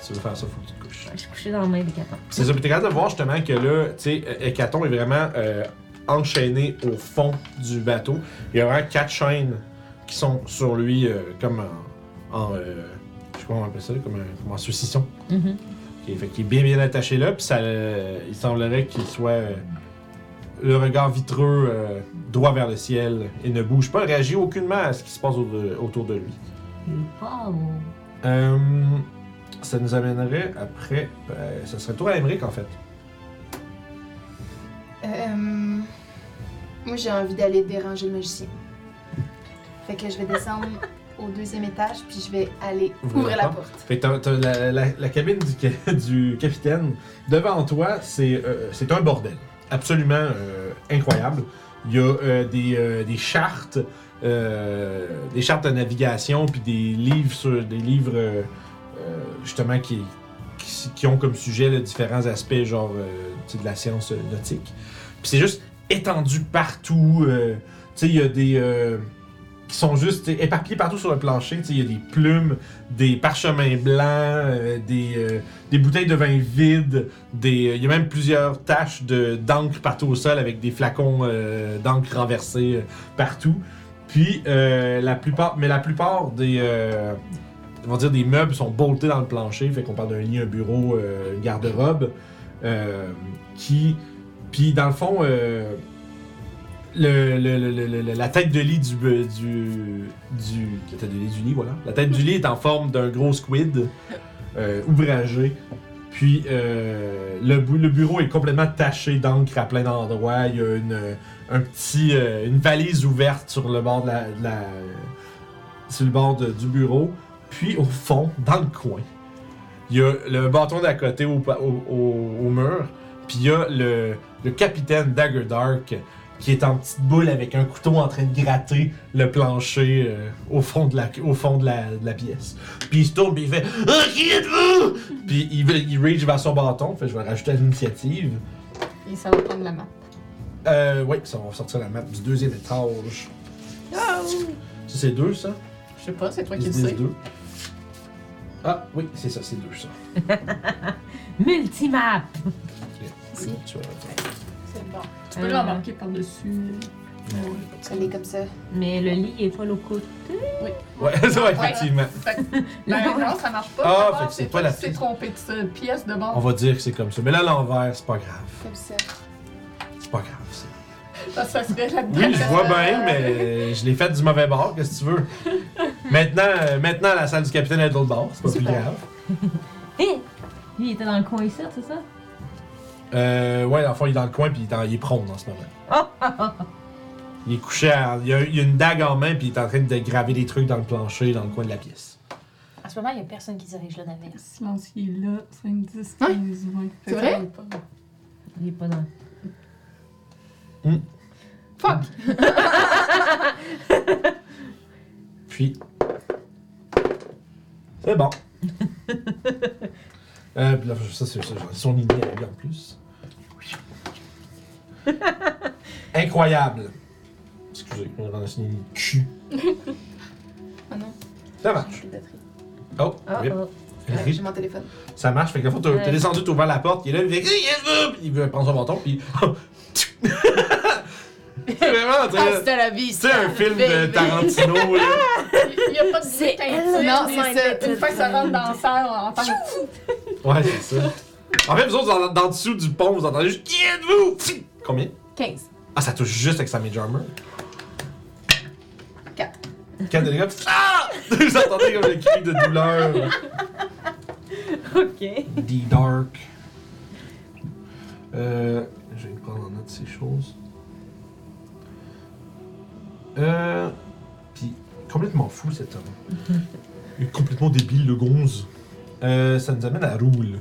Speaker 1: Si tu veux faire ça, faut que tu te couches.
Speaker 4: je suis couchée dans la main des quatre.
Speaker 1: C'est ça, puis t'es capable de voir justement que là, tu sais, Hécaton est vraiment euh, enchaîné au fond du bateau. Il y a vraiment quatre chaînes qui sont sur lui, euh, comme en. en, euh, je sais pas comment on appelle ça, comme, un- comme en saucisson.
Speaker 4: Mhm.
Speaker 1: Qui est- fait qu'il est bien bien attaché là, puis ça, euh, il semblerait qu'il soit euh, le regard vitreux euh, droit vers le ciel et ne bouge pas, réagit aucunement à ce qui se passe au- euh, autour de lui.
Speaker 4: Wow!
Speaker 1: Euh, ça nous amènerait après, ben, ça serait le tour à Emmerich en fait.
Speaker 2: Euh, moi, j'ai envie d'aller déranger le magicien. Fait que je vais descendre au deuxième étage, puis je vais aller
Speaker 1: Ouvrir
Speaker 2: ouvrir
Speaker 1: la
Speaker 2: la porte.
Speaker 1: Fait que t'as- t'as la, la- la cabine du, ca- du capitaine, devant toi, c'est euh, c'est un bordel. Absolument euh, incroyable. Il y a euh, des, euh, des chartes, euh, des chartes de navigation, puis des livres sur des livres euh, euh, justement qui, qui, qui ont comme sujet là, différents aspects genre euh, tu sais, de la science euh, nautique. Puis c'est juste étendu partout. euh, tu sais, il y a des euh, qui sont juste tu sais, éparpillés partout sur le plancher. Tu sais, il y a des plumes des parchemins blancs, euh, des, euh, des bouteilles de vin vide, des, euh, il y a même plusieurs taches de, d'encre partout au sol avec des flacons euh, d'encre renversés euh, partout. Puis euh, la plupart, mais la plupart des, euh, on va dire des meubles sont boltés dans le plancher, fait qu'on parle d'un lit, un bureau, euh, une garde-robe, euh, qui, puis dans le fond. euh, le, le- le- le- le- la tête de lit du, euh, du, du. La tête de lit du lit, voilà. La tête du lit est en forme d'un gros squid euh, ouvragé. Puis euh, le, bu- le bureau est complètement taché d'encre à plein d'endroits. Il y a une, euh, un petit, euh, une valise ouverte sur le bord, de la, de la- sur le bord de- du bureau. Puis au fond, dans le coin, il y a le bâton d'à côté au, pa- au- au- au mur. Puis il y a le, le capitaine Dagger Dark qui est en petite boule avec un couteau en train de gratter le plancher euh, au fond, de la, au fond de, la, de la pièce. Puis il se tourne, puis il fait Ah, qui êtes-vous Puis il, va- il reach vers son bâton. Fait que je vais rajouter à l'initiative.
Speaker 3: Et ça va prendre la map.
Speaker 1: Euh, oui, ça, on va sortir la map du deuxième étage. Ça, c'est deux, ça
Speaker 3: Je sais pas, c'est toi qui
Speaker 1: Ils
Speaker 3: le
Speaker 1: se disent
Speaker 3: sais.
Speaker 1: deux. Ah, oui, c'est ça, c'est deux, ça.
Speaker 4: Multimap!
Speaker 1: Ok, tu vas le faire.
Speaker 3: C'est bon. Tu peux l'embarquer par-dessus.
Speaker 2: Elle est comme ça.
Speaker 4: Mais le lit est pas le côté.
Speaker 1: Ouais, ça, ouais, effectivement.
Speaker 3: Ben non, ça marche pas.
Speaker 1: Ah,
Speaker 3: D'abord,
Speaker 1: fait que c'est
Speaker 3: c'est
Speaker 1: pas
Speaker 3: toi
Speaker 1: la
Speaker 3: qui t'es
Speaker 1: piste.
Speaker 3: trompé de ce- pièce de
Speaker 1: On
Speaker 3: bord.
Speaker 1: va dire que c'est comme ça. Mais là, à l'envers, c'est pas grave.
Speaker 2: Comme ça.
Speaker 1: C'est pas grave, ça.
Speaker 3: Ça, ça serait la
Speaker 1: Oui, je vois bien, mais je l'ai fait du mauvais bord, qu'est-ce que tu veux? Maintenant, euh, maintenant la salle du capitaine est de l'autre bord, c'est pas plus grave.
Speaker 4: Hé! Lui, il était dans le coin ici, c'est ça?
Speaker 1: Euh, ouais, dans le fond, il est dans le coin, puis il est, en- il est prone en ce moment.
Speaker 4: Oh,
Speaker 1: Il est couché, à- il, a, il a une dague en main, puis il est en train de graver des trucs dans le plancher, dans le coin de la pièce.
Speaker 5: En ce moment, il n'y a personne qui dirige le navire.
Speaker 3: Silence, il est là. 5, 10,
Speaker 2: Ouais.
Speaker 3: 15, 20.
Speaker 2: C'est vrai?
Speaker 4: Il est pas dans.
Speaker 2: Fuck!
Speaker 1: Puis. C'est bon. euh, puis là, ça, c'est ça, j'en ai son idée à lui en plus. Incroyable. Excusez, on a son idée de cul.
Speaker 2: Oh non,
Speaker 1: Ça
Speaker 2: j'ai
Speaker 1: marche.
Speaker 2: plus de batterie.
Speaker 1: Oh,
Speaker 4: Oh,
Speaker 1: rip.
Speaker 4: oh.
Speaker 2: Ouais,
Speaker 1: Rip.
Speaker 2: J'ai mon téléphone.
Speaker 1: Ça marche, fait que la fois, t'as
Speaker 4: Ouais.
Speaker 1: t'as descendu, t'as ouvert la porte, il est là, il fait Hey, yes, euh! Puis il veut prendre son bâton, puis. c'est vraiment, tu
Speaker 5: Ah,
Speaker 1: sais,
Speaker 2: Hasta la vie!
Speaker 1: tu sais, un film de Tarantino, là.
Speaker 3: Il n'y a pas de
Speaker 5: C'est
Speaker 3: bruit
Speaker 5: elle.
Speaker 2: Non,
Speaker 3: intime.
Speaker 2: c'est ça.
Speaker 3: Une fois que ça rentre dans la salle, on entend
Speaker 1: Ouais, c'est ça. En fait, vous autres, dans, dans le dessous du pont, vous entendez juste Qui êtes-vous Pfff! Combien
Speaker 2: 15.
Speaker 1: Ah, ça touche juste avec sa Major Armor.
Speaker 2: Quatre.
Speaker 1: 4 de dégâts. pfff! Ah Vous entendez comme le cri de douleur.
Speaker 4: Ok.
Speaker 1: The Dark. Euh, je vais prendre en note ces choses. Euh. Puis, complètement fou cet homme. Il est complètement débile, le gonze. Euh, ça nous amène à Roule.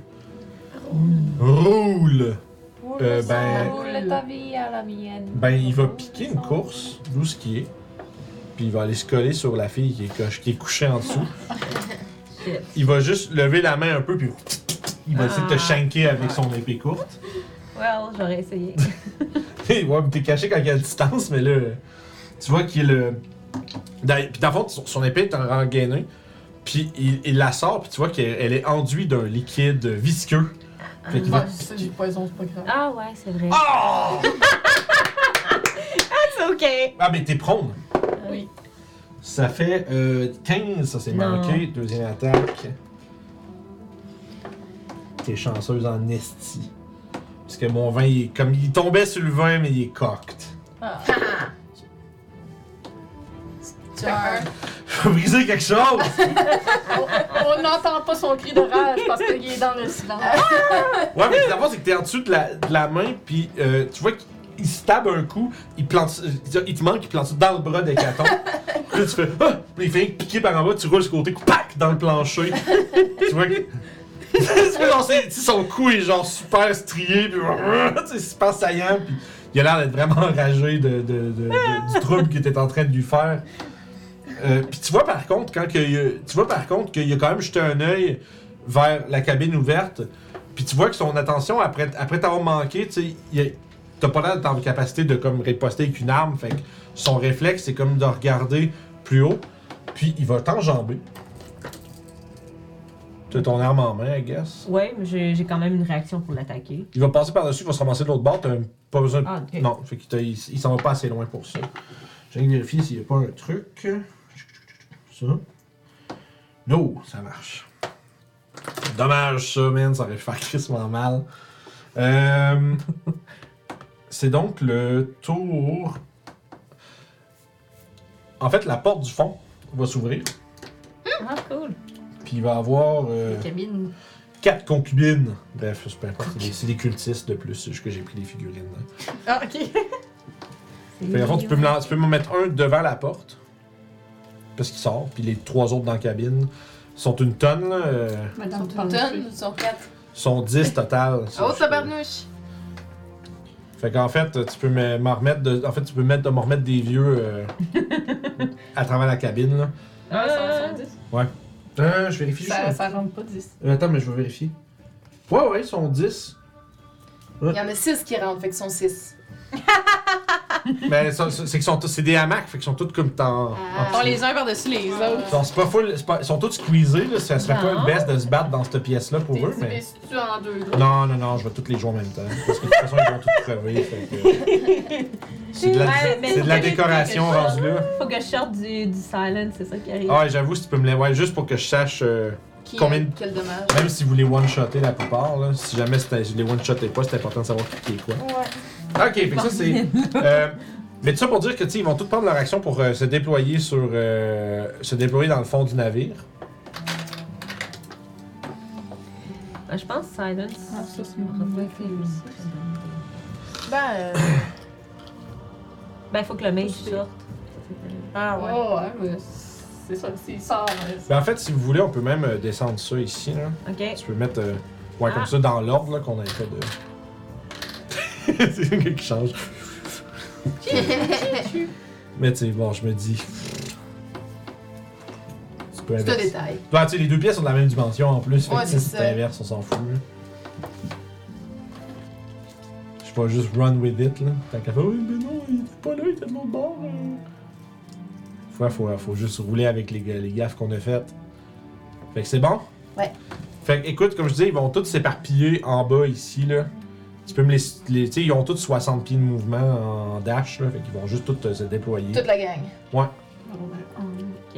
Speaker 1: Roule Euh, ben-
Speaker 5: Roule ta vie à la mienne.
Speaker 1: Ben, il va piquer une course, d'où ce qui est. Puis il va aller se coller sur la fille qui est, coche- qui est couchée en dessous.
Speaker 4: Shit.
Speaker 1: Il va juste lever la main un peu, puis il va essayer de te
Speaker 4: Ah.
Speaker 1: shanker avec son épée courte.
Speaker 4: Well, j'aurais essayé.
Speaker 1: Il va t'es caché quand il y a une distance, mais là, tu vois qu'il. euh, d'ailleurs- Puis dans le fond, son son épée est en rengainée. Puis il, il la sort, puis tu vois qu'elle elle est enduite d'un liquide visqueux. Fait qu'il va-
Speaker 3: Ouais, c'est du poison, c'est pas grave.
Speaker 4: Ah ouais, c'est vrai.
Speaker 1: Ah!
Speaker 4: c'est ok.
Speaker 1: Ah, mais t'es prone.
Speaker 3: Oui.
Speaker 1: Ça fait euh, 15, ça c'est
Speaker 4: Non.
Speaker 1: manqué. Deuxième attaque. T'es chanceuse en esti. Parce que mon vin, il est comme il tombait sur le vin, mais il est cocked.
Speaker 2: Genre,
Speaker 1: Je vais briser quelque chose!
Speaker 3: On n'entend pas son cri de rage parce qu'il est dans le silence.
Speaker 1: Ouais, mais d'abord, c'est que t'es en dessous de la, de la main, puis euh, tu vois qu'il se tape un coup, il plante, euh, il te manque, il plante ça dans le bras d'Hécaton. puis là, tu fais, ah! Puis il fait piquer par en bas, tu roules ce côté, pac, dans le plancher. tu vois que. tu vois, genre, c'est- tu sais, son cou est genre super strié, puis tu sais, super saillant, puis il a l'air d'être vraiment enragé de, de- de- de- du trouble que t'es en train de lui faire. Euh, puis tu vois par contre quand que, il a- tu vois par contre qu'il a quand même jeté un œil vers la cabine ouverte puis tu vois que son attention, après, après t'avoir manqué, tu sais, il est- t'as pas l'air d'être en capacité de comme riposter avec une arme. Fait que son réflexe, c'est comme de regarder plus haut. Puis il va t'enjamber. T'as ton arme en main, I guess.
Speaker 4: Ouais, mais j'ai j'ai quand même une réaction pour l'attaquer.
Speaker 1: Il va passer par-dessus, il va se ramasser de l'autre bord. T'as pas besoin de.
Speaker 4: Ah, ok.
Speaker 1: Non, fait qu'il t'a- il, il s'en va pas assez loin pour ça. J'ai vérifié s'il y a pas un truc. Ça. No, ça marche. Dommage ça, man, ça aurait fait crissement mal. Euh, c'est donc le tour. En fait, la porte du fond va s'ouvrir,
Speaker 4: Ah, cool.
Speaker 1: puis il va avoir. euh,
Speaker 3: Cabine.
Speaker 1: quatre concubines. Bref, c'est peu importe. C'est des cultistes de plus, c'est juste que j'ai pris des figurines. hein.
Speaker 7: Ah, ok.
Speaker 1: Fait, en fait, tu peux, me, lan- tu peux me mettre un devant la porte, parce qu'il sort, puis les trois autres dans la cabine sont une tonne, là, euh,
Speaker 3: Madame
Speaker 2: Sur une
Speaker 3: Pancher.
Speaker 2: tonne, sur quatre.
Speaker 1: sont 10 total. si
Speaker 2: Oh,
Speaker 1: je peux.
Speaker 2: tabarnouche!
Speaker 1: Fait qu'en fait, tu peux me, m'en remettre de, en fait, tu peux mettre, de me remettre des vieux euh, à travers la cabine. Là.
Speaker 5: Euh,
Speaker 4: Ah,
Speaker 1: Euh, je vérifie
Speaker 3: Ça,
Speaker 1: juste.
Speaker 3: ça rentre pas 10.
Speaker 1: Euh, attends, mais je vais vérifier. Ouais, ouais, ils sont 10.
Speaker 2: Il y en a six qui rentrent, fait qu'ils sont six.
Speaker 1: ben, ça- ça- c'est qu'ils sont tous- c'est des hamacs, fait qu'ils sont tous comme en- en
Speaker 2: Ah.
Speaker 5: On les uns par-dessus les autres.
Speaker 1: Ils sont- c'est pas full- c'est pas- ils sont tous squeezés, là. Ça serait pas
Speaker 4: Non.
Speaker 1: le best de se battre dans cette pièce-là pour eux, mais.
Speaker 3: tu en deux groupes.
Speaker 1: Non, non, non, je vais toutes les jouer en même temps. Parce que de toute façon, ils vont toutes crever. fait que- C'est de la,
Speaker 4: Ouais, mais
Speaker 1: c'est de la
Speaker 4: faut que je
Speaker 1: décoration
Speaker 4: fasse
Speaker 1: rendue là.
Speaker 4: Faut que je sorte du, du silence, c'est ça qui arrive.
Speaker 1: Ah, ouais, j'avoue, si tu peux me les. Ouais, juste pour que je sache. euh,
Speaker 2: Qui-
Speaker 1: Combien de-
Speaker 2: Ah, Quel dommage.
Speaker 1: même si vous les one-shottez la plupart, là, si jamais c'était- je les one-shottez pas, c'est important de savoir qui est quoi. Ok, fait que ça, c'est. euh, mais tout ça pour dire que, tu sais, ils vont tous prendre leur action pour euh, se déployer sur. euh, se déployer dans le fond du navire.
Speaker 4: Ah, Je pense silence.
Speaker 3: Ah, ça, c'est une bonne idée aussi.
Speaker 5: Ben, euh,
Speaker 4: Ben, faut que le mage sorte.
Speaker 5: ah ouais.
Speaker 3: Oh, ouais, mais c'est ça, c'est ça.
Speaker 1: Ben, en fait, si vous voulez, on peut même euh, descendre ça ici, là.
Speaker 4: Ok.
Speaker 1: Tu peux mettre. euh, ouais,
Speaker 4: Ah.
Speaker 1: comme ça, dans l'ordre là, qu'on a fait de. c'est quelqu'un qui change. Mais tu sais, bon, je me dis. Tu peux
Speaker 2: C'est un
Speaker 1: inverser.
Speaker 2: détail.
Speaker 1: Ben, tu sais, les deux pièces sont de la même dimension en plus. Fait
Speaker 2: Ouais,
Speaker 1: que, tu sais,
Speaker 2: c'est
Speaker 1: si
Speaker 2: ça.
Speaker 1: t'inverses, on s'en fout. là. Je sais pas, juste run with it, là. Tant qu'à faire, oui, mais non, il était pas là, il était de l'autre bord. euh. Faut, faut, faut juste rouler avec les, les gaffes qu'on a faites. Fait que c'est bon?
Speaker 2: Ouais.
Speaker 1: Fait que, écoute, comme je dis, ils vont tous s'éparpiller en bas ici, là. Tu peux me les. les tu sais, ils ont tous 60 pieds de mouvement en dash, là. Fait qu'ils vont juste tous euh, se déployer.
Speaker 2: Toute la gang.
Speaker 4: Ok,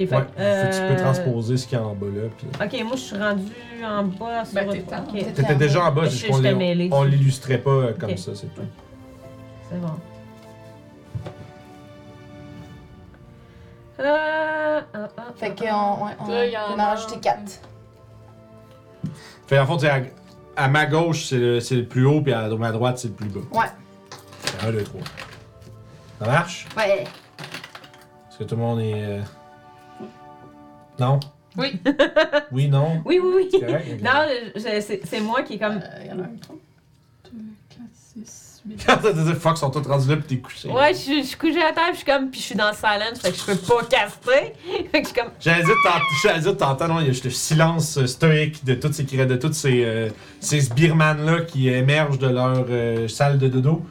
Speaker 4: fait
Speaker 1: Ouais,
Speaker 4: que, euh,
Speaker 1: Fait que tu peux transposer ce qu'il y a en bas, là. Puis...
Speaker 4: Ok, moi je suis rendue en bas sur
Speaker 3: Ben,
Speaker 4: votre-
Speaker 3: t'es en-
Speaker 4: ok,
Speaker 2: t'es-
Speaker 1: T'étais déjà en bas,
Speaker 4: Je-
Speaker 1: c'est juste
Speaker 4: je
Speaker 1: qu'on
Speaker 4: t'ai
Speaker 1: l'est-
Speaker 4: mêlée.
Speaker 1: on l'illustrait pas euh, comme
Speaker 4: Ok.
Speaker 1: ça, c'est tout.
Speaker 4: c'est bon. Euh, ah, ah,
Speaker 2: Fait
Speaker 4: ah,
Speaker 2: qu'on
Speaker 4: ah.
Speaker 2: on, on,
Speaker 3: Là, il y en
Speaker 2: on
Speaker 3: a-
Speaker 2: a rajouté quatre.
Speaker 1: Fait en fond, tu sais, à, à ma gauche, c'est le, c'est le plus haut, puis à ma droite, c'est le plus bas.
Speaker 2: Ouais.
Speaker 1: Fait 1, 2, 3. Ça marche?
Speaker 2: Ouais.
Speaker 1: Est-ce que tout le monde est. euh, Non?
Speaker 2: Oui.
Speaker 1: oui, non?
Speaker 4: Oui, oui,
Speaker 1: C'est
Speaker 4: oui.
Speaker 1: correct? ok.
Speaker 4: Non, je- je- c'est c'est moi qui est comme.
Speaker 3: Euh, Il y en a un trou. 2, 4, 6, 8.
Speaker 1: Quand t'as dit fuck, ils sont tous rendus là, puis t'es couché.
Speaker 4: Ouais, je suis- je suis couchée à terre, puis je suis comme, puis je suis dans le silence, fait que je peux pas caster. Fait que je suis comme,
Speaker 1: J'allais dire, t'ent- j'allais dire, t'entends, non, il y a juste le silence euh, stoïque de tous ces, cri- de toutes ces, euh, ces sbirmanes-là qui émergent de leur euh, salle de dodo.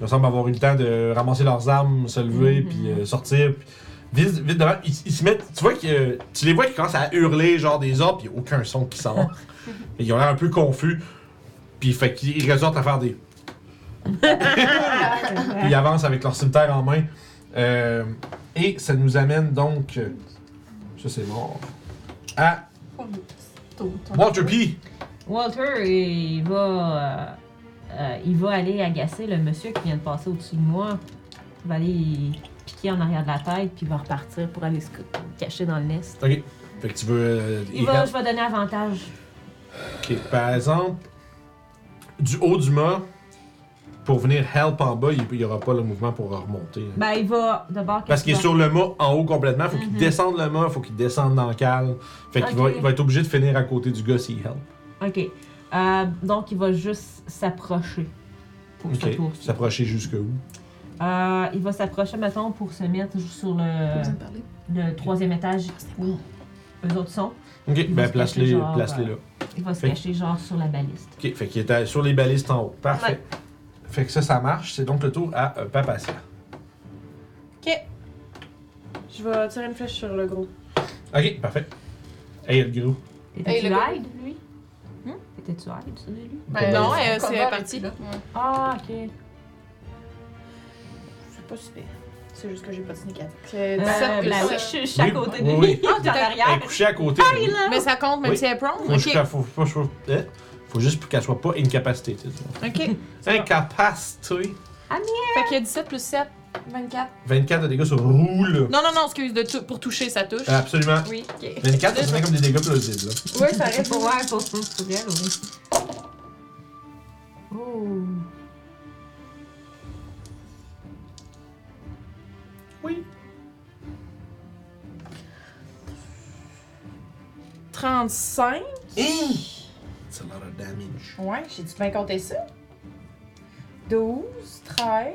Speaker 1: Ils semblent avoir eu le temps de ramasser leurs armes, se lever,
Speaker 4: Mhm.
Speaker 1: puis euh, sortir. puis vite, vite devant, ils, ils se mettent. Tu vois que euh, tu les vois qui commencent à hurler, genre des ordres, puis y a aucun son qui sort. Mais ils ont l'air un peu confus. Puis fait qu'ils résortent à faire des. Puis ils avancent avec leur cimetière en main. Euh, et ça nous amène donc. euh, Ça, c'est mort. À Walter P.
Speaker 4: Walter, il va. euh, euh, il va aller agacer le monsieur qui vient de passer au-dessus de moi. Il va aller piquer en arrière de la tête, puis il va repartir pour aller se cou- cacher dans le nest.
Speaker 1: Ok. Fait que tu veux. euh,
Speaker 4: Il va, je vais donner avantage.
Speaker 1: Ok, Par exemple, du haut du mât, pour venir help en bas, il il y aura pas le mouvement pour remonter. hein.
Speaker 4: Ben, il va d'abord.
Speaker 1: Parce qu'il est
Speaker 4: va-
Speaker 1: sur le mât en haut complètement, faut qu'il
Speaker 4: Mhm.
Speaker 1: descende le mât, faut qu'il descende dans le cale. Fait qu'il va,
Speaker 4: Ok.
Speaker 1: il va être obligé de finir à côté du gars s'il help.
Speaker 4: Ok. Euh, donc, il va juste s'approcher pour ce
Speaker 1: Ok.
Speaker 4: tour.
Speaker 1: S'approcher jusque où
Speaker 4: Euh, il va s'approcher, mettons, pour se mettre sur le,
Speaker 6: Vous en parlez?
Speaker 4: le troisième étage où eux autres sont.
Speaker 1: Ok,
Speaker 4: Il va
Speaker 1: ben
Speaker 4: se
Speaker 1: place-les
Speaker 4: cacher, genre,
Speaker 1: place-les
Speaker 4: euh,
Speaker 1: là.
Speaker 4: Il va se
Speaker 1: Fait-
Speaker 4: cacher, genre, sur la baliste.
Speaker 1: Ok, fait qu'il est à- sur les balises en haut. Parfait. Fait que ça, ça marche. C'est donc le tour à euh, Papacia.
Speaker 7: Ok. Je vais tirer une flèche sur le gros.
Speaker 1: Ok, parfait. Hey, le gros.
Speaker 4: T'étais-tu
Speaker 2: Hey, le gars-
Speaker 4: aide, lui?
Speaker 7: Hmm?
Speaker 4: T'étais-tu aide, tu dis, lui?
Speaker 1: Ben,
Speaker 5: non,
Speaker 1: euh,
Speaker 5: euh,
Speaker 3: Combat
Speaker 5: c'est
Speaker 3: avec
Speaker 5: parti.
Speaker 3: là.
Speaker 4: Ah, ok.
Speaker 2: C'est pas super. C'est juste que j'ai pas de sneak attack.
Speaker 7: C'est
Speaker 4: Euh,
Speaker 7: 17
Speaker 4: ben
Speaker 7: plus
Speaker 4: oui,
Speaker 7: cinq.
Speaker 4: je suis- je suis à
Speaker 1: Oui,
Speaker 4: côté
Speaker 1: oui,
Speaker 4: de
Speaker 1: oui.
Speaker 4: lui, Ah, en
Speaker 1: Elle est
Speaker 4: arrière.
Speaker 1: couchée à côté. mais-
Speaker 7: Mais ça compte même
Speaker 1: Oui.
Speaker 7: si elle est prone?
Speaker 1: Faut,
Speaker 7: Ok.
Speaker 1: juste qu'elle- faut, faut, faut- hein? faut juste qu'elle soit pas incapacitée.
Speaker 7: Ok.
Speaker 1: Incapacité.
Speaker 7: Fait qu'il y a 17 plus 7.
Speaker 3: 24.
Speaker 1: 24 de dégâts sur roule. Euh,
Speaker 7: Non, non, non, excuse, de tou- pour toucher, ça touche.
Speaker 1: Absolument.
Speaker 7: Oui, ok.
Speaker 1: 24, ça sonne comme des dégâts plausibles. là.
Speaker 4: Ouais, ça reste pour ouais, pour pour- pour elle, oui. Oh.
Speaker 1: Oui.
Speaker 7: 35.
Speaker 1: C'est a lot of damage.
Speaker 5: Ouais, j'ai dû bien compter ça. 12, 13.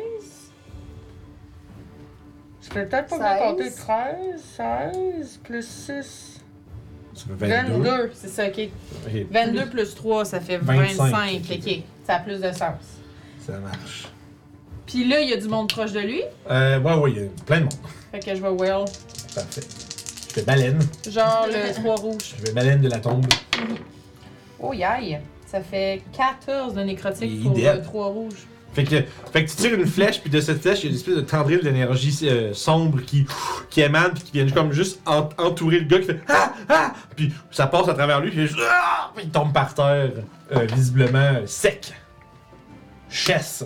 Speaker 5: Je peux peut-être pas bien compter
Speaker 2: 16.
Speaker 5: 13, 16, plus 6.
Speaker 1: Ça fait
Speaker 5: 22,
Speaker 1: 22.
Speaker 5: c'est ça, ok.
Speaker 1: Ok,
Speaker 5: 22 plus 3, ça fait 25.
Speaker 1: 25,
Speaker 5: ok, ça a plus de sens.
Speaker 1: ça marche.
Speaker 5: Puis là, il y a du monde proche de lui.
Speaker 1: Euh, ouais, ouais, il y a plein de monde.
Speaker 5: Fait que je vais well.
Speaker 1: Parfait. Je fais baleine.
Speaker 5: Genre le 3 rouge.
Speaker 1: Je fais baleine de la tombe.
Speaker 5: Oh, yaï. Ça fait 14 de nécrotique
Speaker 1: Il
Speaker 5: pour
Speaker 1: dead.
Speaker 5: le 3 rouge.
Speaker 1: Fait que, fait que tu tires une flèche, puis de cette flèche, il y a une espèce de tendrille d'énergie euh, sombre qui, qui émane, puis qui vient comme juste en- entourer le gars qui fait Ah! Ah! Puis ça passe à travers lui, puis il, fait juste Ah! Puis il tombe par terre, euh, visiblement euh, sec. Chasse.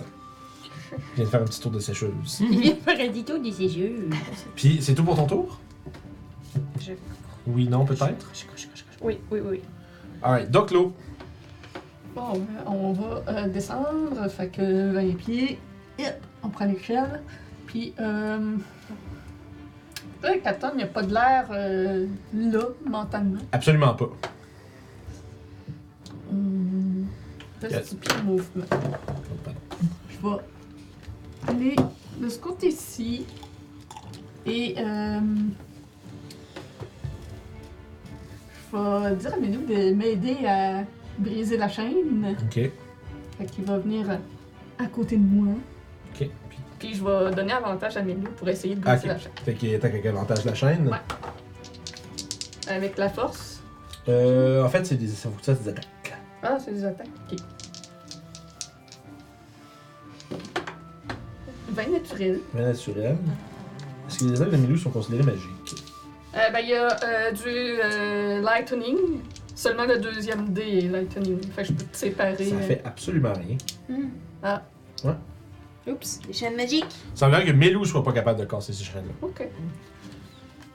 Speaker 1: Je viens de faire un petit tour de sécheuse.
Speaker 4: Il
Speaker 1: vient de faire un petit tour de sécheuse. Puis c'est tout pour ton tour?
Speaker 5: Je-
Speaker 1: Oui, non, peut-être?
Speaker 5: Oui, oui, oui.
Speaker 1: Alright, donc l'eau.
Speaker 3: Bon, euh, on va euh, descendre, fait que 20 pieds, hip, on prend l'échelle, puis euh, là, le Captain, il n'y a pas de l'air euh, là, mentalement.
Speaker 1: Absolument pas.
Speaker 3: Hum,
Speaker 1: Yes.
Speaker 3: Reste du pied en mouvement. Je vais aller de ce côté-ci et euh, je vais dire à Melou de m'aider à briser la chaîne.
Speaker 1: Ok,
Speaker 3: Fait qu'il va venir à- à côté de moi.
Speaker 1: ok. Puis,
Speaker 3: Puis je vais donner avantage à Melou pour essayer de briser
Speaker 1: Ah, ok.
Speaker 3: la chaîne.
Speaker 1: Fait qu'il attaque avec avantage la chaîne.
Speaker 3: Ouais. Avec la force.
Speaker 1: Euh, en fait, c'est des, ça vous ça, c'est des attaques.
Speaker 3: Ah, c'est des attaques. Ok. 20 naturels.
Speaker 1: Mais naturel. Est-ce que les attaques de Milou sont considérées magiques?
Speaker 3: Euh, ben, il y a euh, du euh, Lightning. Seulement le deuxième dé est Lightning. Fait que je peux te séparer.
Speaker 1: Ça fait absolument rien.
Speaker 2: Oups, les chaînes magiques.
Speaker 1: Ça veut dire que Milou soit pas capable de casser ces chaînes-là.
Speaker 3: Ok.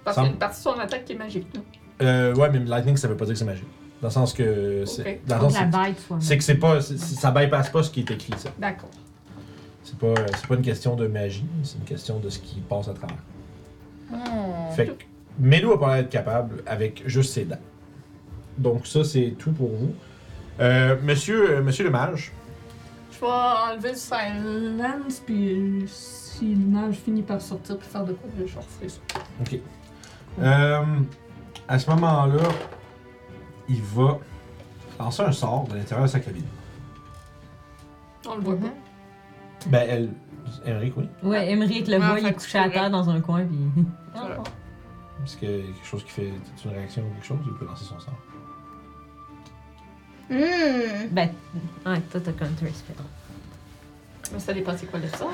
Speaker 3: Parce
Speaker 1: Ça
Speaker 3: qu'il y
Speaker 1: me-
Speaker 3: a une partie de son attaque qui est magique. là.
Speaker 1: Euh, ouais, mais Lightning, ça veut pas dire que c'est magique. Dans le sens que. C'est,
Speaker 3: Ok.
Speaker 1: dans le
Speaker 4: Faut
Speaker 1: sens
Speaker 4: que la
Speaker 1: Ah c'est,
Speaker 4: bête soit
Speaker 1: c'est que c'est pas. c'est- c'est- ça bypasse pas ce qui est écrit, ça.
Speaker 3: D'accord.
Speaker 1: C'est pas, euh, c'est pas une question de magie, c'est une question de ce qui passe à travers. Fait que Melou a pas l'air d'être capable avec juste ses dents. Donc, ça, c'est tout pour vous. Euh, monsieur, euh, monsieur le mage.
Speaker 3: Je vais enlever le silence, puis euh, si le mage finit par sortir puis faire de quoi, je referai ça.
Speaker 1: Ok. Euh, à ce moment-là, il va lancer un sort de l'intérieur de sa cabine.
Speaker 3: On le voit
Speaker 1: Mhm.
Speaker 3: pas.
Speaker 1: Ben, elle. Henrik, oui.
Speaker 4: Ouais, Emmerich le
Speaker 7: Ouais,
Speaker 4: voit,
Speaker 7: fait
Speaker 4: il est
Speaker 7: que
Speaker 4: couché à
Speaker 7: c'est
Speaker 4: terre dans un coin puis
Speaker 1: Est-ce que quelque chose qui fait toute une réaction ou quelque chose, il peut lancer son sort.
Speaker 3: Hum.
Speaker 2: Hmm.
Speaker 4: ben ouais, toi t'as counter spell.
Speaker 3: Mais ça dépend c'est quoi le sort.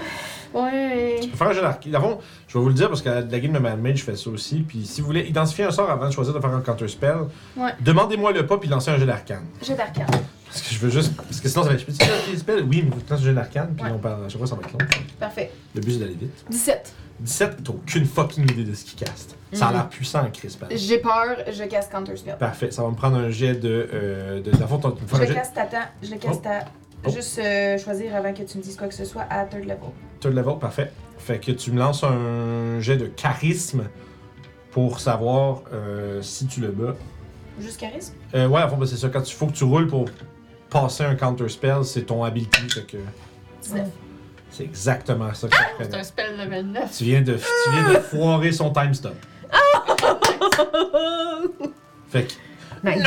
Speaker 2: Ouais.
Speaker 1: Je vais faire un jeu d'arc- Dans le fond, je vais vous le dire parce que la la game de Mad Mage fait ça aussi. Puis si vous voulez identifier un sort avant de choisir de faire un counter spell,
Speaker 2: Ouais.
Speaker 1: demandez-moi le pas puis lancez un jeu d'arcane.
Speaker 2: Jeu d'arcade.
Speaker 1: Parce que je veux juste. Parce que sinon, ça va être. Je peux dire counter spell Oui, mais vous lancez un jeu d'arcane puis
Speaker 2: Ouais.
Speaker 1: on parle. Je sais pas, ça va être long.
Speaker 2: Parfait.
Speaker 1: Le but, c'est d'aller vite.
Speaker 2: 17.
Speaker 1: 17, t'as aucune fucking idée de ce qu'il caste. Ça a l'air puissant, Chris, par exemple.
Speaker 2: Mhm. J'ai peur, je casse Counter Spell.
Speaker 1: Parfait, ça va me prendre un jet de. Euh, de dans le fond, tu vas me
Speaker 5: Je
Speaker 1: faire un
Speaker 5: le
Speaker 1: jet
Speaker 5: casse, t'attends. Je le casse, t'as.
Speaker 1: Oh.
Speaker 5: Juste euh, choisir avant que tu me dises quoi que ce soit à third level.
Speaker 1: de third level, parfait. Fait que tu me lances un jet de charisme pour savoir euh, si tu le bats.
Speaker 5: Juste charisme.
Speaker 1: Euh, ouais, à fond, ben, c'est ça. Quand il faut que tu roules pour passer un counter spell, c'est ton ability. Fait que
Speaker 5: 19.
Speaker 1: c'est exactement ça que ça
Speaker 3: C'est un
Speaker 1: fait.
Speaker 3: spell level 9.
Speaker 1: Tu viens, de, tu viens de foirer son time stop. Fait que.
Speaker 4: Nice.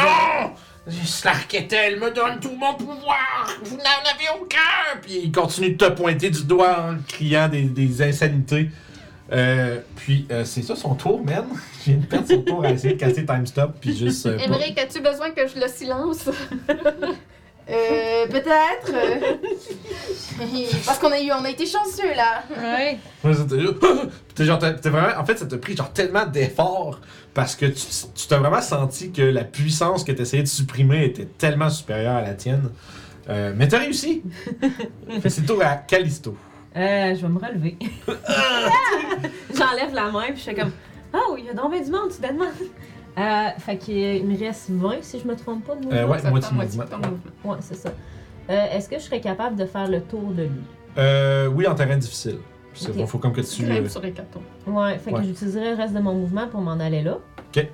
Speaker 1: Slarketel me donne tout mon pouvoir! Vous n'en avez aucun! Puis il continue de te pointer du doigt en criant des, des insanités. Euh, puis euh, c'est ça son tour, man. Je viens de perdre son tour à essayer de casser Time Stop. Puis juste.
Speaker 7: Eh
Speaker 1: euh, pas-
Speaker 3: Émeric, as-tu besoin que je le silence?
Speaker 2: Euh, peut-être. euh. Parce qu'on a eu, on a été chanceux là.
Speaker 7: Ouais.
Speaker 1: Ouais, ça, t'es- Puis t'es genre, t'es- t'es vraiment, en fait, ça t'a pris genre tellement d'efforts parce que tu tu t'as vraiment senti que la puissance que t'essayais de supprimer était tellement supérieure à la tienne. Euh, mais t'as réussi! Fait que c'est le tour à Callisto.
Speaker 4: Euh, je vais me relever. J'enlève la main, puis je fais comme Oh, il y a donc bien du monde, soudainement. Euh, fait qu'il me reste 20, si je me trompe pas, de mouvement.
Speaker 1: Euh, ouais,
Speaker 3: Ça
Speaker 1: moitié
Speaker 3: prend moitié
Speaker 1: mouvement.
Speaker 3: de ton mouvement.
Speaker 4: Ouais, c'est ça. Euh, Est-ce que je serais capable de faire le tour de lui?
Speaker 1: Euh, oui, en terrain difficile. Il
Speaker 4: Ok.
Speaker 1: faut comme que tu. euh,
Speaker 3: Grimpe sur les cartons.
Speaker 4: Ouais, fait
Speaker 1: Ouais.
Speaker 4: que j'utiliserai le reste de mon mouvement pour m'en aller là.
Speaker 1: Ok.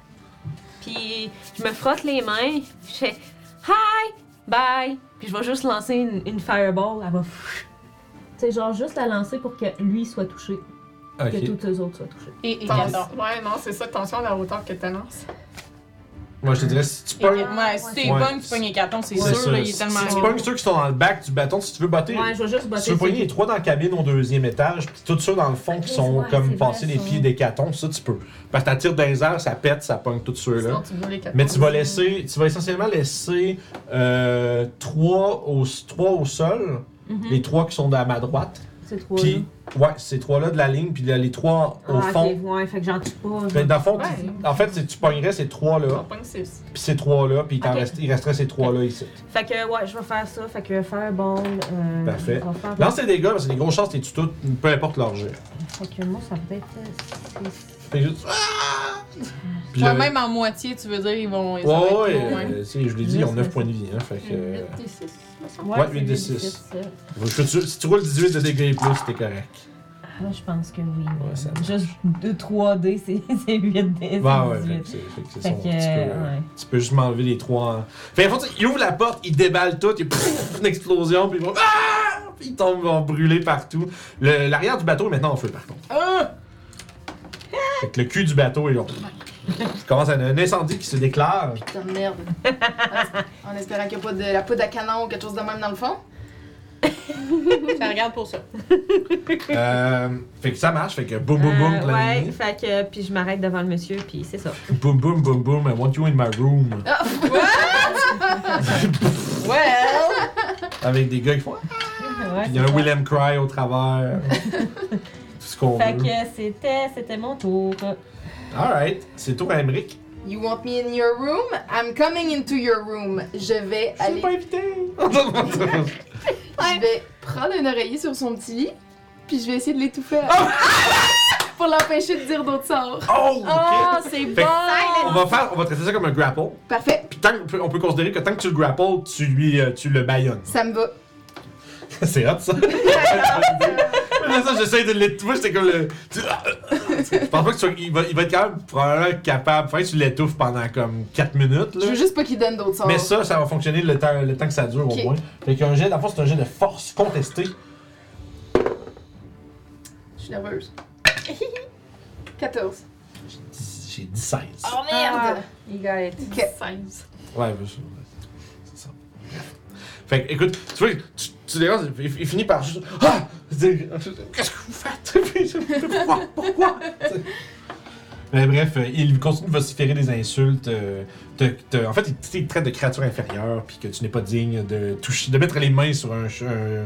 Speaker 4: Puis je me frotte les mains, puis je fais Hi, bye. Puis je vais juste lancer une, une fireball, elle va. Tu sais, genre juste la lancer pour que lui soit touché,
Speaker 1: Ok.
Speaker 4: que tous les autres soient touchés.
Speaker 5: Et, et
Speaker 3: Tens-
Speaker 5: Gador.
Speaker 3: Ouais, non, c'est ça. Attention à la hauteur que tu lances.
Speaker 1: Moi, je te dirais, si tu
Speaker 7: Ouais,
Speaker 1: pognes.
Speaker 7: ouais, si t'es
Speaker 1: Ouais.
Speaker 7: bonne, tu pognes les cartons, c'est
Speaker 1: C'est
Speaker 7: sûr,
Speaker 1: ça.
Speaker 7: là, il est
Speaker 1: Si
Speaker 7: tellement
Speaker 1: tu
Speaker 7: gros.
Speaker 1: pognes ceux qui sont dans le back du bâton, si tu veux botter.
Speaker 4: Ouais, je vais juste botter.
Speaker 1: Tu veux pogner les
Speaker 4: ceux qui-
Speaker 1: trois dans la cabine aux deuxième étage, puis tous ceux dans le fond qui
Speaker 4: Ok,
Speaker 1: sont
Speaker 4: ouais,
Speaker 1: comme
Speaker 4: c'est
Speaker 1: passés
Speaker 4: vrai,
Speaker 1: les
Speaker 4: ça.
Speaker 1: pieds des catons, ça tu peux. Parce que t'attires dans les airs, ça pète, ça pogne tous ceux-là.
Speaker 3: Sinon, tu brûles les cartons.
Speaker 1: Mais tu vas laisser, tu vas essentiellement laisser euh, trois, au, trois au sol,
Speaker 4: Mhm.
Speaker 1: les trois qui sont à ma droite,
Speaker 4: Ces trois.
Speaker 1: puis ouais, ces trois-là de la ligne, puis les trois au
Speaker 4: ah,
Speaker 1: fond. ben,
Speaker 4: ok, ouais, fait que j'en touche pas.
Speaker 1: Fait que dans le fond, tu-
Speaker 3: Ouais.
Speaker 1: en fait, c'est- tu pognerais ces
Speaker 3: T'en
Speaker 1: trois-là,
Speaker 3: pognes six.
Speaker 1: puis ces trois-là, puis il t'en
Speaker 4: Ok.
Speaker 1: reste- il resterait ces trois-là ici.
Speaker 4: Fait que ouais, je vais faire ça. Fait que fireball. Euh,
Speaker 1: Parfait.
Speaker 4: on va faire-
Speaker 1: Lance tes dégâts, parce que les grosses chances, t'es tout, peu importe leur jet.
Speaker 4: Fait que moi, ça peut être. euh, six.
Speaker 1: Fait juste. ah! Puis
Speaker 7: Toi,
Speaker 1: le-
Speaker 7: même en moitié, tu veux dire, ils vont. ils
Speaker 1: Ouais,
Speaker 7: vont être
Speaker 1: ouais,
Speaker 7: gros, hein.
Speaker 1: euh, tu sais, je l'ai dit, ils ont
Speaker 4: Ouais, Mm.
Speaker 1: 9
Speaker 4: c'est-
Speaker 1: points de vie, hein, fait que... euh,
Speaker 3: 8 et 6.
Speaker 1: Ouais,
Speaker 4: c'est
Speaker 1: huit des
Speaker 4: huit
Speaker 1: six. je-
Speaker 4: ça.
Speaker 1: tu- si tu roules 18 de dégâts et plus, t'es correct.
Speaker 4: Moi, je pense que oui.
Speaker 1: Ouais, ça marche.
Speaker 4: Juste 2, 3 D, c'est 8 D.
Speaker 1: Bah ouais, fait que c'est fait que c'est
Speaker 4: Fait
Speaker 1: son- tu
Speaker 4: que,
Speaker 1: peux, euh,
Speaker 4: ouais.
Speaker 1: Tu peux juste m'enlever les trois... en- Fait en fait, il ouvre la porte, il déballe tout, il y a pfff, une explosion, puis ils vont... Ah! Puis ils tombent, vont brûler partout. Le- L'arrière du bateau est maintenant en feu, par contre.
Speaker 4: Ah!
Speaker 1: Fait que le cul du bateau est là. Il commence à un incendie qui se déclare.
Speaker 2: Putain de merde. en espérant qu'il n'y a pas de la poudre à canon ou quelque chose de même dans le fond.
Speaker 5: Ça regarde pour ça.
Speaker 1: Euh, fait que ça marche, fait que boum boum boum,
Speaker 4: Euh,
Speaker 1: plein de
Speaker 4: ouais,
Speaker 1: nuit.
Speaker 4: fait que. Puis je m'arrête devant le monsieur, puis c'est ça.
Speaker 1: Boum boum boum boum, I want you in my room.
Speaker 2: Ah,
Speaker 5: Well!
Speaker 1: Avec des gars qui font.
Speaker 4: Ouais,
Speaker 1: Il y a
Speaker 4: c'est
Speaker 1: un
Speaker 4: ça.
Speaker 1: Willem Cry au travers. Tout ce qu'on
Speaker 4: Fait
Speaker 1: veut.
Speaker 4: que c'était, c'était mon tour.
Speaker 1: Alright, c'est tout à Emmerich.
Speaker 2: You want me in your room? I'm coming into your room. Je vais aller.
Speaker 1: invité!
Speaker 2: Je vais prendre un oreiller sur son petit lit, puis je vais essayer de l'étouffer pour l'empêcher de dire d'autres sorts.
Speaker 1: oh!
Speaker 7: Ah,
Speaker 1: ok.
Speaker 2: c'est
Speaker 1: Fait que on va faire, on va traiter ça comme un grapple.
Speaker 2: Parfait,
Speaker 1: Puis tant, que- on peut considérer que tant que tu le grapples, tu lui, euh, tu le baïonnes.
Speaker 2: ça me va.
Speaker 1: Ah, c'est hot ça. Mais ça, j'essaie de l'étouffer, c'est comme le. tu- Je pense pas que tu- il va, il va être quand même probablement capable. Fait que tu l'étouffes pendant comme 4 minutes
Speaker 2: Je
Speaker 1: là.
Speaker 2: veux juste pas qu'il donne d'autres sorts.
Speaker 1: Mais ça, ça va fonctionner le temps, le temps que ça dure
Speaker 2: Ok.
Speaker 1: au moins. Fait qu'un jet, dans le fond, c'est un jet de force contestée.
Speaker 2: Je suis nerveuse. 14.
Speaker 1: J'ai 16.
Speaker 2: Ah,
Speaker 5: Oh
Speaker 2: Merde!
Speaker 5: You got it.
Speaker 2: Ok.
Speaker 3: 16.
Speaker 1: Ouais, mais c'est c'est ça. Bref. Fait que, écoute, tu vois, tu, tu les regardes, il, il finit par juste. Ah! Dire, Qu'est-ce que vous faites? Puis je- Pourquoi? Pourquoi? Tu sais. Mais bref, euh, il continue de vociférer des insultes. euh, te- te- en fait, il te- il te traite de créature inférieure, puis que tu n'es pas digne de toucher, de mettre les mains sur un, ch- un,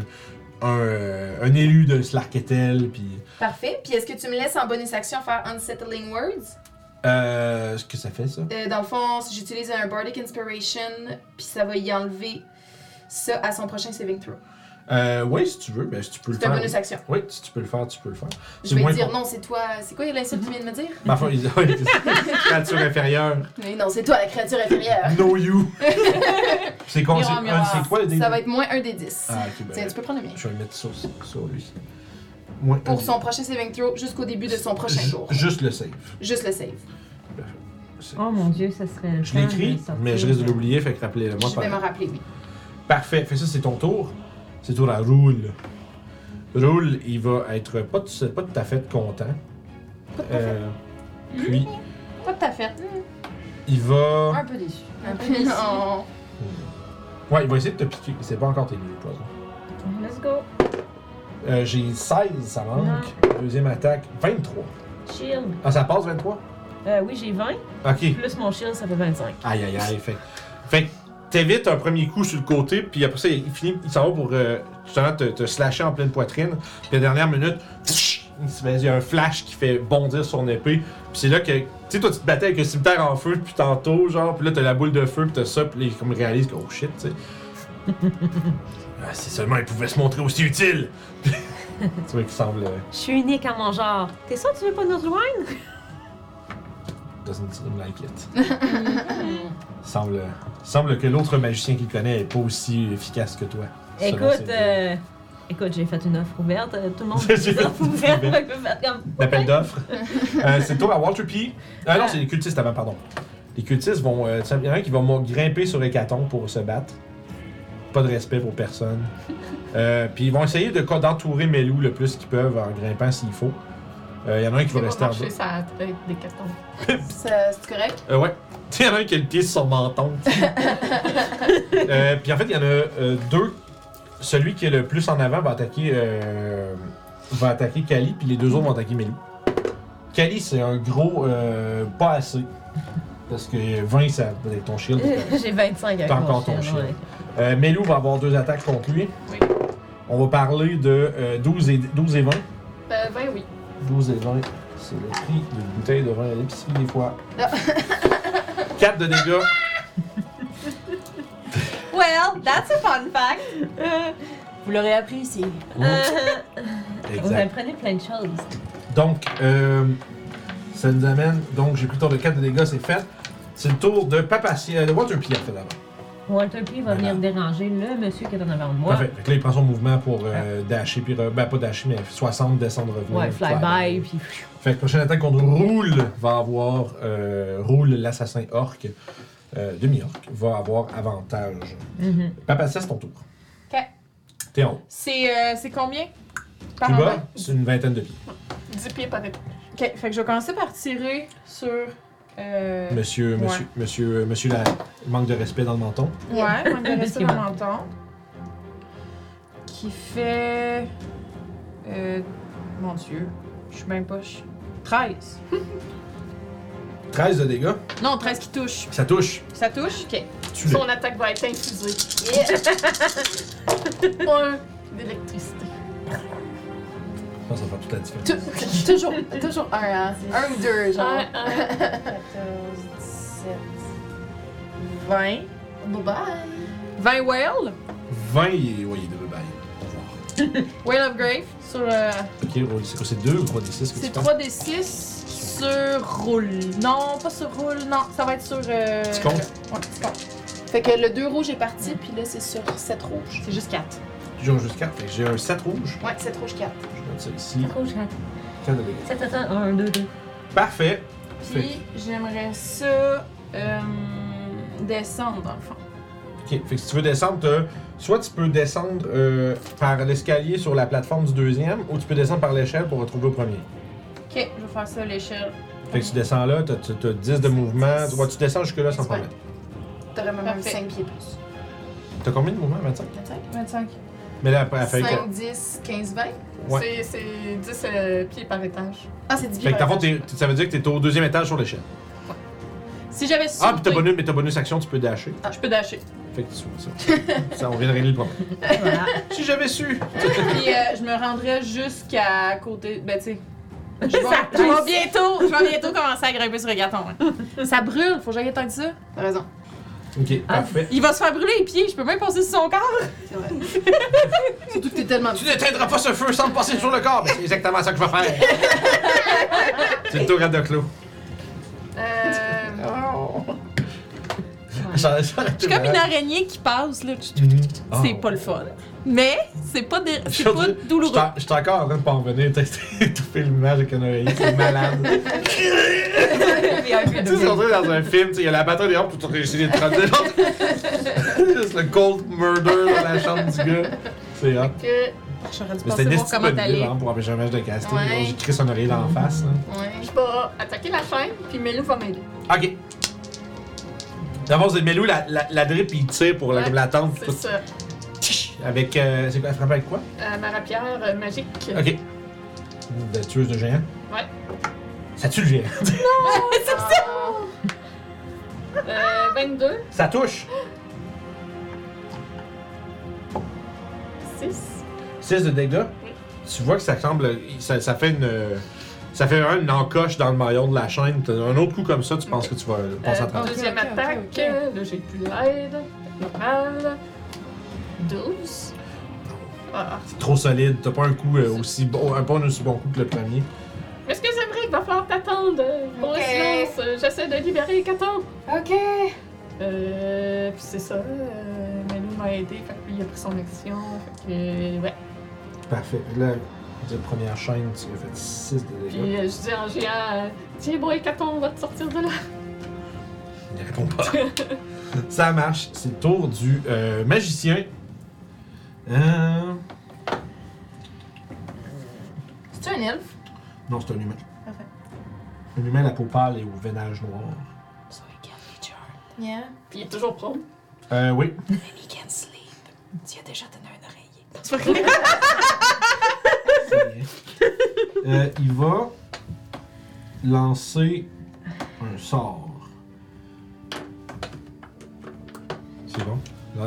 Speaker 1: un, euh, un élu de Slarketel, puis.
Speaker 2: Parfait. Puis est-ce que tu me laisses en bonus action faire Unsettling Words?
Speaker 1: Euh, ce que ça fait, ça?
Speaker 2: Euh, dans le fond, si j'utilise un Bardic Inspiration, puis ça va y enlever ça à son prochain saving throw.
Speaker 1: Euh, oui, si tu veux, ben, si tu peux le
Speaker 2: C'est un
Speaker 1: faire.
Speaker 2: bonus action.
Speaker 1: Oui, si tu peux le faire, tu peux le faire.
Speaker 2: Je
Speaker 1: C'est
Speaker 2: vais
Speaker 1: moins
Speaker 2: dire
Speaker 1: con-
Speaker 2: non, c'est toi. C'est quoi l'insulte que tu viens de me dire?
Speaker 1: Ma foi, il dit, oui, c'est ça. créature inférieure.
Speaker 2: Mais non, c'est toi la créature inférieure.
Speaker 1: Know you. c'est quoi, c'est,
Speaker 5: Miroir, miroir.
Speaker 1: un- c'est quoi le dé?
Speaker 2: Ça va être moins un des 10.
Speaker 1: Ah, ok, ben,
Speaker 2: Tiens, tu peux prendre le mien.
Speaker 1: je vais le mettre sur, sur lui. Moins un
Speaker 2: Pour
Speaker 1: dé.
Speaker 2: son prochain saving throw jusqu'au début de son prochain
Speaker 1: Ju-
Speaker 2: tour.
Speaker 1: Juste le save.
Speaker 2: Juste le save.
Speaker 1: C'est-
Speaker 4: Oh mon dieu, ça serait le
Speaker 1: Je
Speaker 4: temps
Speaker 1: l'écris,
Speaker 4: de sortir
Speaker 1: mais je risque de l'oublier, fait que rappelez-le-moi.
Speaker 2: Je
Speaker 1: par-
Speaker 2: vais m'en rappeler, oui.
Speaker 1: Parfait. Fait que ça, c'est ton tour. C'est tour à Roule. Roule, il va être pas, tout- pas tout à fait content. Euh, puis,
Speaker 6: Pas tout à fait.
Speaker 1: il va.
Speaker 6: peu déçu.
Speaker 2: Non.
Speaker 1: Ouais, il va essayer de te piquer. C'est pas encore tes mieux, poison.
Speaker 4: Let's go.
Speaker 1: Euh, J'ai 16, ça manque. Deuxième attaque, 23.
Speaker 4: Shield.
Speaker 1: Ah, ça passe 23?
Speaker 4: Euh, oui, j'ai 20.
Speaker 1: Ok.
Speaker 4: Plus mon shield, ça fait 25.
Speaker 1: Aïe, aïe, aïe. Fait, fait que t'évites un premier coup sur le côté, puis après ça, il finit, il s'en va pour euh, justement te, te slasher en pleine poitrine. Puis la dernière minute, tch, il se fait- il y a un flash qui fait bondir son épée. Puis c'est là que, tu sais, toi, tu te battais avec le cimetière en feu depuis tantôt, genre, puis là, t'as la boule de feu, puis t'as ça, puis là, il comme réalise que, oh shit, tu sais. Ah, si seulement il pouvait se montrer aussi utile! Tu vois qu'il semble. euh,
Speaker 4: Je suis unique à mon genre. T'es sûr que tu veux pas nous rejoindre?
Speaker 1: Doesn't seem like it. semble, semble que l'autre magicien qu'il connaît est pas aussi efficace que toi. selon ses
Speaker 4: Écoute,
Speaker 1: dires.
Speaker 4: euh, écoute, j'ai fait une offre ouverte. euh, Tout le monde
Speaker 1: J'ai
Speaker 4: fait des
Speaker 1: fait
Speaker 4: offres
Speaker 1: une offre
Speaker 4: ouvertes.
Speaker 1: ouverte.
Speaker 4: fait que vous faites comme-
Speaker 1: L'appel d'offres. Euh, c'est le tour à Walter P. Ah non, c'est les cultistes avant, pardon. Les cultistes vont. euh, tiens, il y en a un qui va mo- grimper sur Hécaton pour se battre. Pas de respect pour personne. Euh, puis ils vont essayer de co- d'entourer Melou le plus qu'ils peuvent en grimpant s'il faut. Euh, Il y en a un qui va
Speaker 3: va
Speaker 1: rester en
Speaker 3: marcher
Speaker 1: bas.
Speaker 3: ça avec des cartons.
Speaker 2: Ça, C'est correct?
Speaker 1: Euh, ouais. Il y en a un qui a le pied sur son menton. euh, puis en fait, il y en a euh, deux. Celui qui est le plus en avant va attaquer, euh, va attaquer Kali, puis les deux autres vont attaquer Melou. Kali, c'est un gros euh, pas assez. Parce que 20, ça va être ton shield.
Speaker 4: J'ai 25 avec
Speaker 1: T'as
Speaker 4: mon
Speaker 1: encore ton
Speaker 4: chien,
Speaker 1: chien.
Speaker 4: ouais.
Speaker 1: Euh, Melou va avoir deux attaques contre lui. On va parler de euh, 12, et, 12 et 20.
Speaker 2: Euh,
Speaker 3: Ben, ben oui.
Speaker 1: 12 et 20, c'est le prix d'une bouteille de vin à l'épicerie des fois. 4 de dégâts.
Speaker 4: Well, that's a fun fact. Euh,
Speaker 5: Vous l'aurez appris ici.
Speaker 4: Vous apprenez plein de choses.
Speaker 1: Donc, euh, ça nous amène. Donc, j'ai plus le tour de 4 de dégâts, c'est fait. C'est le tour de Papa Si- euh, de Waterpie, en fait, d'abord.
Speaker 4: Walter P va
Speaker 1: Voilà.
Speaker 4: venir déranger le monsieur qui est en avant de moi.
Speaker 1: Parfait. Fait que là, il prend son mouvement pour euh, dasher, puis. re- Ben, pas dasher, mais 60, descendre, revenir.
Speaker 4: Ouais, fly-by, puis...
Speaker 1: Fait que prochaine attaque contre Roule va avoir. euh, Roule, l'assassin orc, euh, demi-orc, va avoir avantage.
Speaker 4: Mhm.
Speaker 1: Papa Si, c'est ton tour.
Speaker 7: Ok.
Speaker 1: T'es en haut.
Speaker 7: C'est euh, c'est combien? Par
Speaker 1: Plus
Speaker 7: en
Speaker 1: bas,
Speaker 7: bas?
Speaker 1: c'est une vingtaine de pieds.
Speaker 3: 10 pieds par épaule.
Speaker 7: Ok, fait que je vais commencer par tirer sur. Euh...
Speaker 1: Monsieur,
Speaker 7: Ouais.
Speaker 1: monsieur, monsieur, euh, monsieur, la... manque de respect dans le menton.
Speaker 7: Ouais, on va rester
Speaker 4: Monsieur
Speaker 7: dans menton. Qui fait. Euh... Mon dieu, je suis bien poche. 13.
Speaker 1: 13 de dégâts.
Speaker 7: Non, 13 qui touche.
Speaker 1: Ça touche.
Speaker 7: Ça touche? Ok.
Speaker 1: Tu le-
Speaker 3: Son attaque va être infusée. Un d'électricité.
Speaker 1: Ça, ça fait toute la différence.
Speaker 2: Tou- toujours, toujours un, hein? Un ou deux, genre.
Speaker 3: Un, un.
Speaker 7: 14, 17, 20.
Speaker 2: Bye bye!
Speaker 7: 20 Whale.
Speaker 1: 20, il est, ouais, il est de bail. On va voir.
Speaker 7: Whale of Grave sur. euh,
Speaker 1: Ok, roule. c'est quoi, c'est 2 ou 3 des 6 que tu
Speaker 7: C'est
Speaker 1: prends?
Speaker 7: 3 des 6 sur roule. Non, pas sur roule, non, ça va être sur. Euh...
Speaker 1: Tu comptes?
Speaker 7: Ouais, tu comptes.
Speaker 2: Fait que le 2 rouge est parti, puis là c'est sur 7 rouges.
Speaker 7: C'est juste 4.
Speaker 1: Je joue juste 4. Fait que j'ai un 7 rouge.
Speaker 2: Ouais, 7 rouges 4.
Speaker 1: Je note ça ici.
Speaker 4: Trop chouette.
Speaker 1: 4 de dégâts.
Speaker 4: 7, 7, 1, 2, 2.
Speaker 1: Parfait. Fait.
Speaker 7: Puis j'aimerais ça. Euh, descendre dans le fond.
Speaker 1: Ok, fait que si tu veux descendre, t'as- soit tu peux descendre euh, par l'escalier sur la plateforme du deuxième, ou tu peux descendre par l'échelle pour retrouver au premier.
Speaker 7: Ok, je vais faire ça à l'échelle.
Speaker 1: Fait que tu descends là, t'as as, 10 de mouvement.
Speaker 2: dix.
Speaker 1: Ouais, tu descends jusque-là sans
Speaker 2: Ouais.
Speaker 1: problème.
Speaker 2: T'aurais même
Speaker 7: Parfait.
Speaker 2: 5 pieds plus.
Speaker 1: T'as combien de mouvements 25
Speaker 2: 25?
Speaker 7: 25.
Speaker 1: Mais là, après, elle Ah, fait que.
Speaker 2: 5, 10, 15, 20?
Speaker 1: Ouais.
Speaker 3: C'est- C'est 10 euh, pieds par étage.
Speaker 2: Ah, c'est 10 pieds.
Speaker 1: Fait que t'as
Speaker 2: par
Speaker 1: fond,
Speaker 2: étage.
Speaker 1: t'es- ça veut dire que t'es au deuxième étage sur l'échelle.
Speaker 7: Si j'avais Ah. sauté,
Speaker 1: Ah, puis t'as bonus, mais t'as bonus action, tu Ah, peux dasher.
Speaker 7: je peux dasher.
Speaker 1: Fait que tu sois ça. ça, on vient de régler le problème.
Speaker 4: Voilà.
Speaker 1: Si j'avais su!
Speaker 7: Puis euh, je me rendrais jusqu'à côté. Ben, tu sais. Je vais,
Speaker 4: Ça
Speaker 7: je vais
Speaker 4: pousse.
Speaker 7: bientôt, je vais bientôt commencer à grimper sur le gâton. hein. Ça brûle, faut que j'aille éteindre ça.
Speaker 2: T'as raison,
Speaker 1: Ok,
Speaker 4: Ah,
Speaker 1: parfait.
Speaker 7: Il va se faire brûler les pieds, je peux même passer sur son corps.
Speaker 2: c'est vrai. Surtout que t'es tellement
Speaker 1: Tu n'éteindras pas ce feu sans me passer sur le corps! Mais c'est exactement ça que je vais faire! c'est le tour à Doclo.
Speaker 3: Euh,
Speaker 7: Oh. Je suis comme une araignée qui passe, là.
Speaker 1: Ah.
Speaker 7: C'est pas le fun. Mais c'est pas, dé- c'est pas douloureux.
Speaker 1: Je suis encore en train de pas en venir. T'as étouffé l'image avec un oreiller, c'est malade. tu sais, c'est rentré dans un film, tu sais, il y a la bataille des arbres pour réussir les 30 Juste le cold murder dans la chambre du gars. C'est hot.
Speaker 3: que
Speaker 7: J'aurais dû
Speaker 1: Mais c'était
Speaker 7: passer voir
Speaker 1: Nestie
Speaker 7: comment
Speaker 1: Bonneville,
Speaker 7: t'allais.
Speaker 1: hein, pour empêcher un match de casting.
Speaker 2: Ouais.
Speaker 1: J'ai crissé son oreiller dans la face. là.
Speaker 2: Ouais.
Speaker 3: je vais attaquer la chaîne, puis Melou va m'aider.
Speaker 1: Ok. D'avance, Melou, la, la, la drip, il tire pour la,
Speaker 3: Ouais,
Speaker 1: comme la tente.
Speaker 3: C'est ça.
Speaker 1: Tch! Avec. euh, c'est quoi, elle frappe avec quoi
Speaker 3: Euh, ma rapière euh, magique.
Speaker 1: Ok. De tueuse de géant.
Speaker 3: Ouais.
Speaker 1: Ça tue le géant.
Speaker 3: Euh, 22,
Speaker 1: ça touche.
Speaker 3: 6.
Speaker 1: 6 de dégâts.
Speaker 3: Oui.
Speaker 1: Tu vois que ça semble. Ça, ça fait une. euh, Ça fait un, une encoche dans le maillon de la chaîne. T'as Un autre coup comme ça, tu penses que tu vas euh, passer
Speaker 2: Euh,
Speaker 1: à travers.
Speaker 3: Euh, deuxième
Speaker 7: ok, ok,
Speaker 3: attaque.
Speaker 7: ok.
Speaker 3: euh, Là, j'ai plus l'aide. Normal. 12. Ah.
Speaker 1: C'est trop solide. T'as pas un coup euh, aussi bon, un bon aussi bon coup que le premier.
Speaker 3: Mais ce que c'est vrai qu'il va falloir t'attendre. Bon,
Speaker 2: Ok.
Speaker 3: silence, euh, j'essaie de libérer Hécaton.
Speaker 2: Ok.
Speaker 3: Euh, puis c'est ça. Euh, Malou m'a aidé, fait que lui, il a pris son action. Fait que, euh, ouais.
Speaker 1: Parfait. Là, la première chaîne, tu as fait 6 de
Speaker 2: Mm.
Speaker 3: Puis euh, je dis en géant, euh, tiens, bon, Hécaton, on va te sortir de là.
Speaker 1: Il ne répond pas. Ça marche. C'est le tour du euh, magicien. Euh,
Speaker 2: C'est un elfe.
Speaker 1: Non, c'est un humain.
Speaker 2: Parfait.
Speaker 1: Un humain à la peau pâle et au veinage noir.
Speaker 2: Yeah.
Speaker 3: Puis il est toujours prompt.
Speaker 1: Euh, oui.
Speaker 3: C'est pas grave.
Speaker 1: c'est bien. Euh, il va lancer un sort. C'est bon.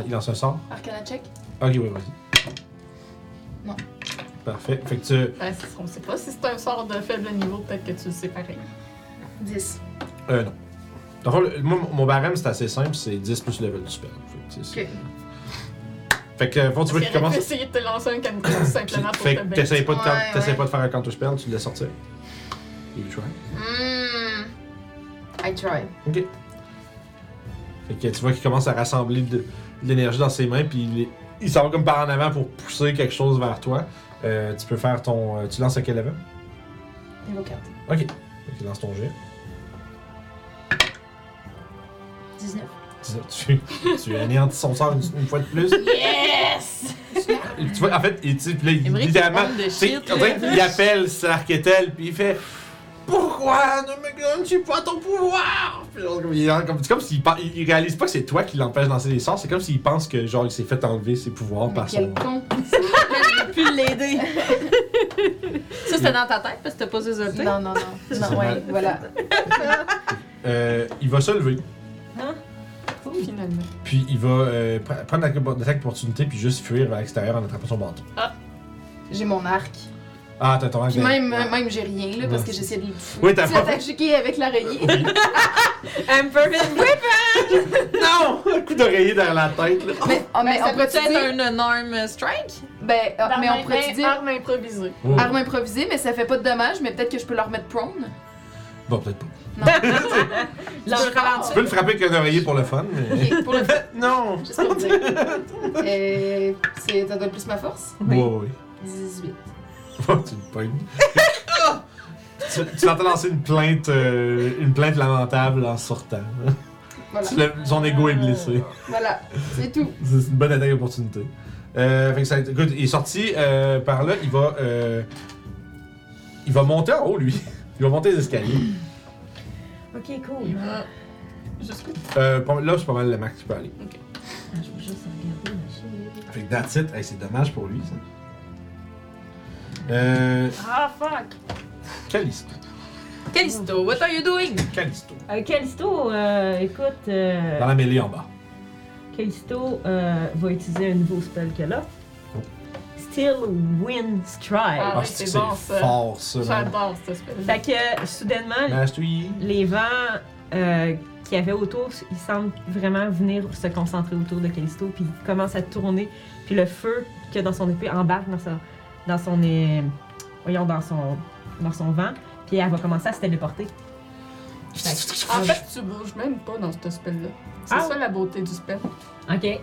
Speaker 1: Il lance un sort.
Speaker 2: Arcana check.
Speaker 1: Ok, oui, vas-y.
Speaker 2: Non.
Speaker 1: Parfait. Fait que tu.
Speaker 3: Ben, c'est- on sait pas si c'est un sort de faible niveau, peut-être que tu le sais pareil.
Speaker 2: 10.
Speaker 1: Euh, non. Dans le fond, le- moi, mon barème, c'est assez simple, c'est 10 plus le level du spell. Fait que, c'est-
Speaker 3: Ok.
Speaker 1: Fait que, euh, faut tu veux
Speaker 3: Parce
Speaker 1: qu'il
Speaker 3: qu'il aurait pu
Speaker 1: commence.
Speaker 3: essayer de te lancer un canicule
Speaker 1: Puis-
Speaker 3: simplement pour
Speaker 1: Fait
Speaker 3: te
Speaker 1: que
Speaker 3: battre.
Speaker 1: t'essayes pas, de
Speaker 2: Ouais,
Speaker 1: faire- t'essayes
Speaker 2: ouais.
Speaker 1: pas de faire un counter spell, tu le laisses sortir. You try.
Speaker 2: Mmm. I try.
Speaker 1: Ok. Fait que tu vois qu'il commence à rassembler de, de l'énergie dans ses mains, puis il, est- il s'en va comme par en avant pour pousser quelque chose vers toi. Euh, tu peux faire ton. euh, Tu lances à quel level
Speaker 2: Niveau 4.
Speaker 1: Ok. Fait que lance ton jet.
Speaker 2: 19.
Speaker 1: Tu, tu anéantis son sort une, une fois de plus.
Speaker 5: Yes!
Speaker 1: Et tu vois, en fait, il, tu, puis là, il-
Speaker 5: Aimerait qu'il
Speaker 1: littéralement,
Speaker 5: parle de
Speaker 1: tu sais,
Speaker 5: shit,
Speaker 1: on dirait
Speaker 5: là.
Speaker 1: qu'il appelle Sarketel, puis il fait Pourquoi ne me donnes-tu pas ton pouvoir Puis genre, comme, il, comme- C'est comme s'il pen- il, il réalise pas que c'est toi qui l'empêche de lancer des sorts, c'est comme s'il pense que genre il s'est fait enlever ses pouvoirs
Speaker 2: Mais
Speaker 1: par son.
Speaker 2: quel con.
Speaker 5: J'ai pu l'aider. Ça, c'était dans ta tête parce que t'as pas zozoté.
Speaker 2: Non, non, non.
Speaker 1: c'est
Speaker 2: Non, ouais,
Speaker 1: mal.
Speaker 2: voilà.
Speaker 1: Euh, il va se lever,
Speaker 3: Finalement.
Speaker 1: puis il va euh, pre- prendre l'attaque l'attaque d'opportunité, puis juste fuir vers l'extérieur en attrapant son bâton.
Speaker 2: J'ai mon arc.
Speaker 1: Ah, t'as ton arc
Speaker 2: Puis
Speaker 1: de-
Speaker 2: même,
Speaker 1: Ouais.
Speaker 2: même j'ai rien, là, parce que j'essaie de le
Speaker 1: Oui, t'as pas-
Speaker 2: attaqué avec l'araignée.
Speaker 1: Oui.
Speaker 5: I'm perfect.
Speaker 1: non Un coup d'oreiller derrière la tête, là.
Speaker 2: mais ah, mais
Speaker 5: Ça
Speaker 2: on
Speaker 5: peut
Speaker 2: pourrait
Speaker 5: être
Speaker 2: dire...
Speaker 5: un énorme strike?
Speaker 2: Ben, ah, mais on pourrait
Speaker 3: pourrait
Speaker 2: dire...
Speaker 3: Arme improvisée.
Speaker 1: Oh.
Speaker 2: Arme improvisée, mais ça fait pas de dommage, mais peut-être que je peux leur mettre prone.
Speaker 1: Bon, peut-être pas.
Speaker 5: L'enfant.
Speaker 1: Tu peux le frapper avec un oreiller pour le fun, mais.
Speaker 2: Ok, pour le
Speaker 1: non
Speaker 2: Juste pour dire. Euh, c'est- ça donne plus ma force?
Speaker 1: Ouais, ouais, ouais.
Speaker 2: 18.
Speaker 1: Oh, tu le pognes. tu tu l'entends lancer une plainte, euh, une plainte lamentable en sortant.
Speaker 2: Voilà.
Speaker 1: Tu l'as- Son ego est blessé.
Speaker 2: Voilà. C'est tout.
Speaker 1: C'est une bonne attaque d'opportunité. Euh, fait que ça, écoute, il est sorti euh, par là, il va, euh, il va monter en haut lui. Il va monter les escaliers.
Speaker 4: Ok,
Speaker 3: Il
Speaker 4: cool.
Speaker 3: va jusqu'où?
Speaker 1: Euh, pas- là, c'est pas mal le max qu'il peut aller.
Speaker 4: Ah, Je vais juste regarder ma chaîne.
Speaker 1: Fait que that's it. Hey, c'est dommage pour lui ça. Euh,
Speaker 3: Ah, fuck!
Speaker 1: Calisto.
Speaker 5: Calisto, what are you doing?
Speaker 1: Calisto.
Speaker 4: Euh, Callisto, euh, écoute, euh,
Speaker 1: Dans la mêlée en bas.
Speaker 4: Callisto euh, va utiliser un nouveau spell qu'elle a.
Speaker 1: Oh.
Speaker 4: Still Wind Strike.
Speaker 3: Ah. ouais,
Speaker 1: c'est
Speaker 3: c'est bon, ça.
Speaker 1: fort ça. man.
Speaker 3: J'adore cette espèce.
Speaker 4: Fait que euh, soudainement,
Speaker 1: Ben. Mastery.
Speaker 4: les vents euh, qu'il y avait autour, ils semblent vraiment venir se concentrer autour de Callisto, puis il commence à tourner, puis le feu qu'il y a dans son épée embarque dans son, dans son, euh, voyons, dans son, dans son vent, puis elle va commencer à se téléporter.
Speaker 3: En fait, tu bouges même pas dans ce spell-là. C'est
Speaker 4: Ah.
Speaker 3: ça la beauté du spell.
Speaker 4: Ok.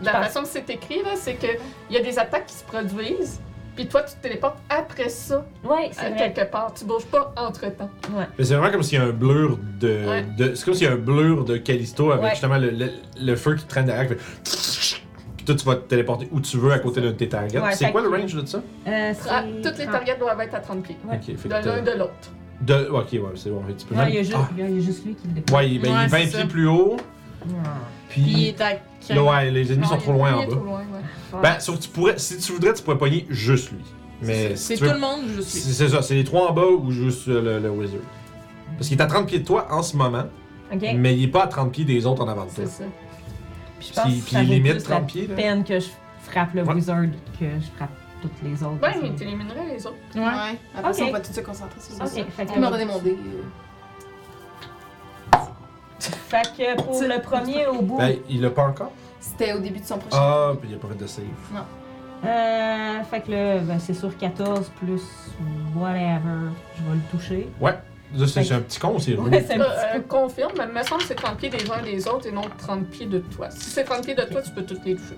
Speaker 3: La
Speaker 4: pense-
Speaker 3: façon que c'est écrit, là, c'est que il y a des attaques qui se produisent, puis toi, tu te téléportes après ça,
Speaker 4: Ouais,
Speaker 3: à
Speaker 4: c'est vrai.
Speaker 3: quelque part. Tu bouges pas entre-temps.
Speaker 1: Mais c'est vraiment comme s'il y a un blur de.
Speaker 3: Ouais.
Speaker 1: de- c'est comme s'il y a un blur de Callisto avec
Speaker 4: Ouais.
Speaker 1: justement le, le- le feu qui traîne derrière. qui fait Puis toi, tu vas te téléporter où tu veux à côté de tes targets.
Speaker 4: Ouais,
Speaker 1: c'est
Speaker 4: fait
Speaker 1: quoi le
Speaker 4: que-
Speaker 1: range de ça
Speaker 4: Euh, c'est-
Speaker 3: Ah, Toutes les targets doivent être à 30 pieds.
Speaker 4: Ouais.
Speaker 1: Ok, fait
Speaker 3: De
Speaker 1: que
Speaker 3: l'un
Speaker 1: t'as-
Speaker 3: et de l'autre.
Speaker 1: de- Ok, ouais, c'est bon. fait que Tu peux
Speaker 4: Ouais,
Speaker 1: même-
Speaker 4: il y, a juste-
Speaker 1: Ah.
Speaker 4: il y a juste lui qui le déplace.
Speaker 1: Ouais, ben, il est
Speaker 5: Ouais,
Speaker 1: 20
Speaker 5: c'est ça.
Speaker 1: pieds plus haut.
Speaker 5: Puis il
Speaker 1: Puis.
Speaker 5: est à
Speaker 1: Là, ouais, les ennemis sont
Speaker 3: Non,
Speaker 1: trop
Speaker 3: il-
Speaker 1: loin
Speaker 3: il
Speaker 1: en
Speaker 3: est
Speaker 1: bas.
Speaker 3: trop loin, ouais.
Speaker 1: Ben, sauf que tu pourrais. Si tu voudrais, tu pourrais pogner juste lui. Mais si
Speaker 5: C'est
Speaker 1: tu
Speaker 5: tout
Speaker 1: veux-
Speaker 5: le monde, je suis.
Speaker 1: C'est c'est ça, c'est les trois en bas ou juste euh, le, le wizard. Parce qu'il est à 30 pieds de toi en ce moment,
Speaker 4: Ok.
Speaker 1: mais il est pas à 30 pieds des autres en avant de toi.
Speaker 3: C'est ça.
Speaker 4: Puis je pense
Speaker 1: Puis,
Speaker 4: que
Speaker 1: puis
Speaker 4: ça
Speaker 1: il
Speaker 4: vaut
Speaker 1: limite
Speaker 4: plus
Speaker 1: 30 pieds, là.
Speaker 4: la peine que je frappe le
Speaker 1: Ouais.
Speaker 4: wizard que je frappe toutes les autres.
Speaker 3: Ouais, Ben, mais t'éliminerais les autres.
Speaker 2: Ouais. Après ça,
Speaker 4: Ok.
Speaker 2: on va tout se concentrer sur ça.
Speaker 4: Ok, fait que-
Speaker 2: On euh, m'a redemandé.
Speaker 4: Fait que pour le premier au bout.
Speaker 1: Ben, il l'a pas encore.
Speaker 2: C'était au début de son prochain.
Speaker 1: Ah, puis il a pas fait de save.
Speaker 2: Non.
Speaker 4: Euh, fait que là, ben, c'est sur 14 plus whatever. Je vais le toucher.
Speaker 1: Ouais. Là, c'est c'est un petit con, c'est roux.
Speaker 4: Ouais, c'est un petit
Speaker 3: Euh, euh, confirme, mais il me semble que c'est 30 pieds des uns des autres et non 30 pieds de toi. Si c'est 30 pieds de toi, tu peux toutes les toucher.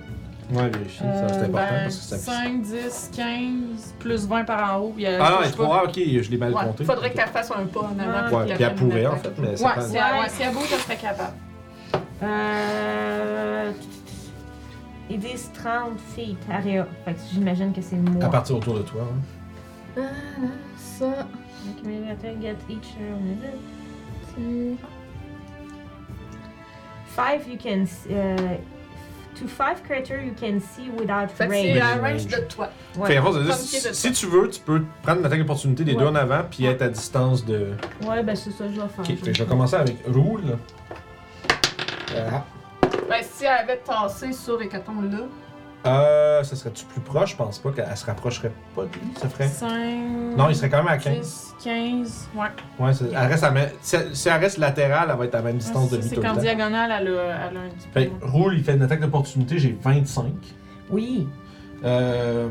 Speaker 1: Ouais, vérifier,
Speaker 5: Euh,
Speaker 1: ça, c'est important
Speaker 7: Ben,
Speaker 1: parce que ça
Speaker 7: 5, 10, 15, plus 20 par en haut. puis elle-
Speaker 1: Ah non,
Speaker 7: je
Speaker 1: elle
Speaker 7: sais
Speaker 1: est
Speaker 7: pas.
Speaker 1: trois, ok, je l'ai mal
Speaker 3: Ouais,
Speaker 1: compté.
Speaker 3: faudrait qu'elle fasse un pas en avant.
Speaker 1: Ouais, puis elle pourrait en fait, mais ça
Speaker 7: Ouais,
Speaker 1: prend-
Speaker 7: c'est-
Speaker 1: ouais.
Speaker 7: Ouais.
Speaker 5: Ouais, si elle bouge, elle serait capable.
Speaker 4: Euh, Ils disent 30 feet, area. Fait que j'imagine que c'est moi.
Speaker 1: à partir autour de toi. hein.
Speaker 4: Ça. Donc, mais attends, get each uh, minute. Two. Five you can s- uh, to five creature you can see without
Speaker 3: Fait que
Speaker 4: range.
Speaker 3: c'est à range de toi.
Speaker 4: Ouais.
Speaker 1: Fait, à force de dire,
Speaker 3: Comme pied de
Speaker 1: si, si tu veux, tu peux prendre l'attaque d'opportunité des
Speaker 4: Ouais.
Speaker 1: deux en avant puis être à distance de.
Speaker 4: Ouais, ben c'est ça, je vais faire.
Speaker 1: Ok, fait que je vais commencer avec Roule. Ah.
Speaker 3: Ben, si elle avait tassé sur les cartons là,
Speaker 1: Euh, ça serait-tu plus proche? Je pense pas qu'elle se rapprocherait pas de lui, ça ferait.
Speaker 7: 5.
Speaker 1: Non, il serait quand même à 15.
Speaker 7: 15. 15, ouais.
Speaker 1: Ouais, c'est- elle reste à même- Si, elle- si elle reste latérale, elle va être à la même distance de
Speaker 7: Ah,
Speaker 1: lui
Speaker 7: c'est
Speaker 1: tout le
Speaker 7: qu'en
Speaker 1: temps.
Speaker 7: diagonale, elle a, elle a un petit peu.
Speaker 1: Fait que Roule, il fait une attaque d'opportunité, j'ai 25.
Speaker 4: Oui.
Speaker 1: Euh,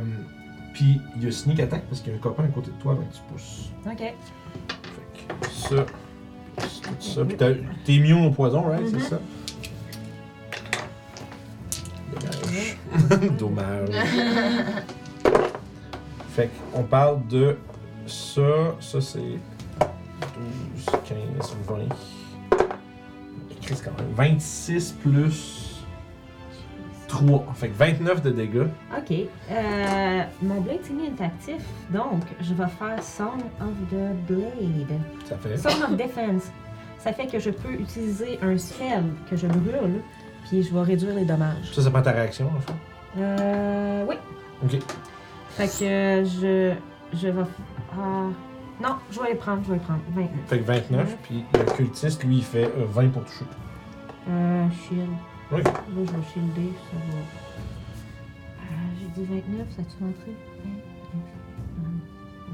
Speaker 1: puis il y a Sneak Attack parce qu'il y a un copain à côté de toi, avec tu pousses.
Speaker 4: Ok.
Speaker 1: Fait que ça, plus tout ça. Puis t'as- t'es immune au poison, right?
Speaker 4: Mhm.
Speaker 1: C'est ça? Dommage. Dommage. fait qu'on parle de ça. Ça, c'est 12, 15, 20. Chris, quand même. 26 plus 3. Fait que 29 de dégâts.
Speaker 4: Ok. Euh, mon blade tiny est actif, donc je vais faire Song of the Blade.
Speaker 1: Ça fait.
Speaker 4: Song of Defense. Ça fait que je peux utiliser un spell que je brûle, puis je vais réduire les dommages.
Speaker 1: Ça, ça prend ta réaction, en fait.
Speaker 4: Euh, oui.
Speaker 1: Ok.
Speaker 4: Fait que je, je vais. Ah, non, je vais les prendre, je vais les prendre. 29.
Speaker 1: Fait que 29, puis le cultiste, lui, il fait euh, 20 pour toucher.
Speaker 4: Euh, shield.
Speaker 1: Oui.
Speaker 4: Là, je vais shielder, ça va. Ah, J'ai dit 29, ça a-tu rentré?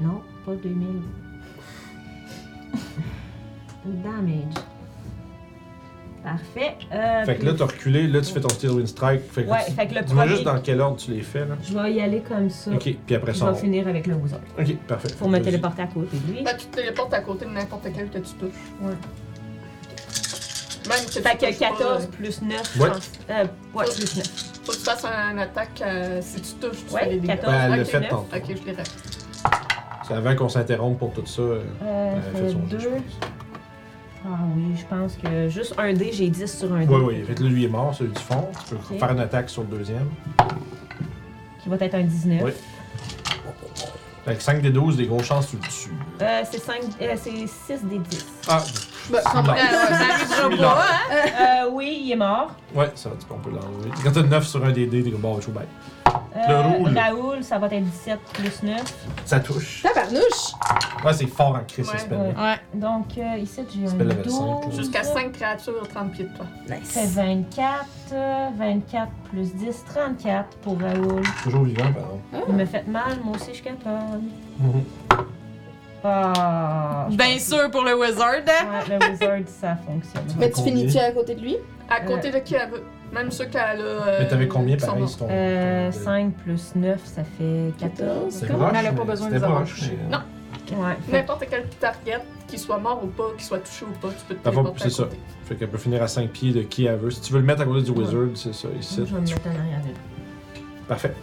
Speaker 4: 29. Non, pas 2000. Damage. Parfait. Euh,
Speaker 1: Fait que
Speaker 4: puis-
Speaker 1: là, t'as reculé, là, tu fais ton steel wind strike. Fait que
Speaker 4: Ouais,
Speaker 1: tu-
Speaker 4: fait que le
Speaker 1: Dis-moi juste
Speaker 4: premier-
Speaker 1: dans quel ordre tu les fais, là.
Speaker 4: Je vais y aller comme ça.
Speaker 1: Ok, puis après
Speaker 4: Je
Speaker 1: ça,
Speaker 4: vais
Speaker 1: on-
Speaker 4: finir avec le wizard.
Speaker 1: Ok, parfait.
Speaker 4: Pour me
Speaker 1: Vas-y.
Speaker 4: téléporter à côté de lui.
Speaker 3: ben, tu te téléportes à côté de n'importe quel que tu touches.
Speaker 4: Ouais.
Speaker 3: Même si tu
Speaker 4: Fait que
Speaker 3: touches pas,
Speaker 4: 14 plus 9.
Speaker 1: Ouais.
Speaker 4: Euh, ouais, plus 9.
Speaker 3: euh, Faut que tu fasses un attaque euh, si tu touches, tu
Speaker 4: Ouais,
Speaker 3: fais des dégâts.
Speaker 4: 14.
Speaker 1: Ben, elle l'a
Speaker 3: Ok,
Speaker 1: fait
Speaker 4: neuf.
Speaker 1: tantôt.
Speaker 3: Ok, je l'ai raté.
Speaker 1: C'est avant qu'on s'interrompe pour tout ça. euh,
Speaker 4: Euh,
Speaker 1: elle a fait
Speaker 4: fait
Speaker 1: son jeu, je
Speaker 4: 2.
Speaker 1: pense.
Speaker 4: Ah oui, je pense que juste un dé, j'ai 10 sur un dé.
Speaker 1: Ouais, ouais. Fait que là, lui est mort, celui du fond. Tu peux
Speaker 4: Ok.
Speaker 1: faire une attaque sur le deuxième.
Speaker 4: Qui va être un 19.
Speaker 1: Ouais. Fait que 5 des 12, des grosses chances, tu le tues.
Speaker 4: Euh, c'est 5, euh, c'est 6 des 10.
Speaker 1: Ah,
Speaker 2: Bah,
Speaker 5: Ouais, ouais, ça
Speaker 1: Celui-là.
Speaker 5: arrivera pas, hein?
Speaker 4: euh, oui, il est mort.
Speaker 1: ouais, ça, tu peux, on peut l'enlever. Quand t'as 9 sur un des dés, t'es comme bon, je suis bête.
Speaker 4: Euh,
Speaker 1: Raoul.
Speaker 4: Raoul, ça va être 17 plus 9.
Speaker 1: Ça touche.
Speaker 7: Tabarnouche!
Speaker 1: Ouais, c'est fort en Christ,
Speaker 3: Ouais.
Speaker 1: ce spell-là.
Speaker 7: Ouais.
Speaker 4: Donc euh, ici, j'ai un
Speaker 1: s'appelle level cinq, là.
Speaker 4: 12.
Speaker 3: Jusqu'à 5 créatures à 30 pieds de toi.
Speaker 4: C'est 24. euh, 24 plus 10, 34 pour Raoul.
Speaker 1: Toujours vivant, pardon.
Speaker 4: Il me fait mal, moi aussi je suis capable.
Speaker 1: Mhm.
Speaker 4: Ah,
Speaker 5: Ben,
Speaker 4: je
Speaker 7: Bien
Speaker 4: pense-
Speaker 7: sûr pour le wizard! hein?
Speaker 4: Ouais, le wizard, ça fonctionne.
Speaker 2: Mais tu
Speaker 1: Combien?
Speaker 2: finis-tu à côté de lui?
Speaker 3: À
Speaker 6: Euh.
Speaker 3: côté de qui elle veut. Même ceux qu'elle a. euh,
Speaker 1: Mais t'avais combien
Speaker 3: qui sont
Speaker 1: pareil
Speaker 3: morts.
Speaker 1: sur ton.
Speaker 4: Euh,
Speaker 1: ton-
Speaker 4: 5 plus 9, ça fait 14.
Speaker 1: C'est
Speaker 7: Comme
Speaker 1: proche,
Speaker 7: on n'avait pas
Speaker 1: mais
Speaker 7: besoin de
Speaker 1: c'était
Speaker 7: les avoir
Speaker 1: proche,
Speaker 7: touchés.
Speaker 1: mais-
Speaker 3: Non.
Speaker 4: Ouais, fait
Speaker 3: N'importe quel target, qu'il soit mort ou pas, qu'il soit touché ou pas, tu peux te
Speaker 1: Dans le fond,
Speaker 3: téléporter à
Speaker 1: Bah, c'est ça.
Speaker 3: côté.
Speaker 1: Fait qu'elle peut finir à 5 pieds de qui elle veut. Si tu veux le mettre à côté du
Speaker 4: Ouais.
Speaker 1: wizard, c'est ça, ici.
Speaker 4: Je vais me mettre en arrière de lui.
Speaker 1: Parfait.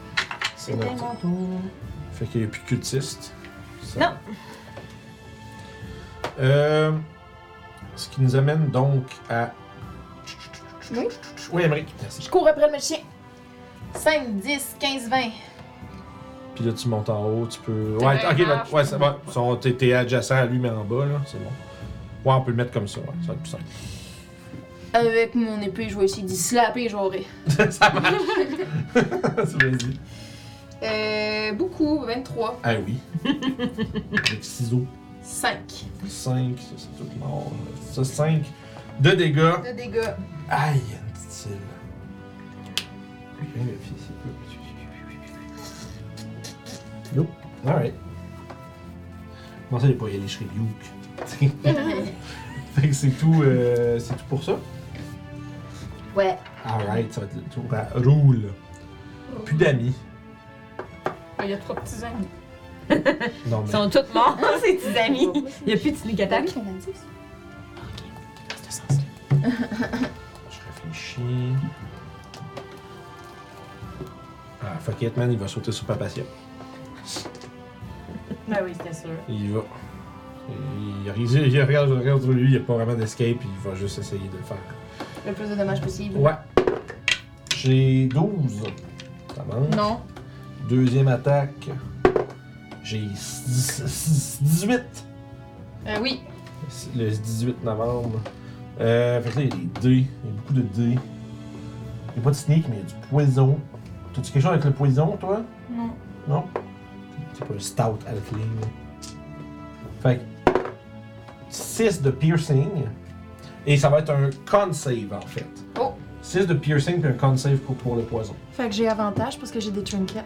Speaker 1: C'est
Speaker 4: C'était
Speaker 1: noté.
Speaker 4: mon tour.
Speaker 1: Fait qu'il n'y a plus de cultiste. Ça-
Speaker 4: Non.
Speaker 1: Euh, ce qui nous amène donc à.
Speaker 2: Oui?
Speaker 1: Oui, Amérique. Merci.
Speaker 2: Je cours après le magicien. 5, 10, 15, 20.
Speaker 1: Puis là, tu montes en haut, tu peux.
Speaker 3: T'es
Speaker 1: Ouais,
Speaker 3: bien
Speaker 1: ok, ben,
Speaker 3: large.
Speaker 1: ouais, ça va. Son- T'es t'es adjacent à lui, mais en bas, là. C'est bon. Ouais, on peut le mettre comme ça, ouais. Ça va être plus simple.
Speaker 2: Avec mon épée, je vais essayer d'y slapper, j'aurai.
Speaker 1: ça marche. Vas-y.
Speaker 2: Euh, beaucoup, 23,
Speaker 1: Ah oui. Avec ciseaux.
Speaker 2: 5
Speaker 1: 5, ça c'est tout mort. Ça, 5 de dégâts.
Speaker 2: de dégâts.
Speaker 1: Aïe, une petite île. Nope. Alright. Comment ça, il est pas y aller chez Luke? fait que c'est tout, euh, c'est tout pour ça.
Speaker 2: Ouais.
Speaker 1: Alright, ça va être le tour à Roule. Plus Ben, d'amis.
Speaker 3: Ah, Il y a trois petits amis.
Speaker 1: Non,
Speaker 4: Ils
Speaker 1: mais.
Speaker 4: sont tous morts, ces petits amis. Il n'y a plus de sneak attack.
Speaker 1: Je réfléchis. Ah, fuck it, man, il va sauter sur Papatia.
Speaker 5: Ben oui, c'était sûr.
Speaker 1: Il y va. Il, il- il regarde, il regarde autour de lui, il n'y a pas vraiment d'escape, il va juste essayer de le faire.
Speaker 2: Le plus de dommages possible.
Speaker 1: Ouais. J'ai 12. Ça manque.
Speaker 7: Non.
Speaker 1: Deuxième attaque. J'ai 18.
Speaker 2: Euh, oui.
Speaker 1: Le 18 novembre. Euh, fait que là, il y a des dés. Il y a beaucoup de dés. Il n'y a pas de sneak, mais il y a du poison. T'as-tu quelque chose avec le poison, toi?
Speaker 7: Non.
Speaker 1: Non? C'est pas le stout alcoolisé. Fait que 6 de piercing. Et ça va être un con save, en fait.
Speaker 2: Oh.
Speaker 1: 6 de piercing puis un con save pour, pour le poison.
Speaker 7: Fait que j'ai avantage parce que j'ai des trinkets.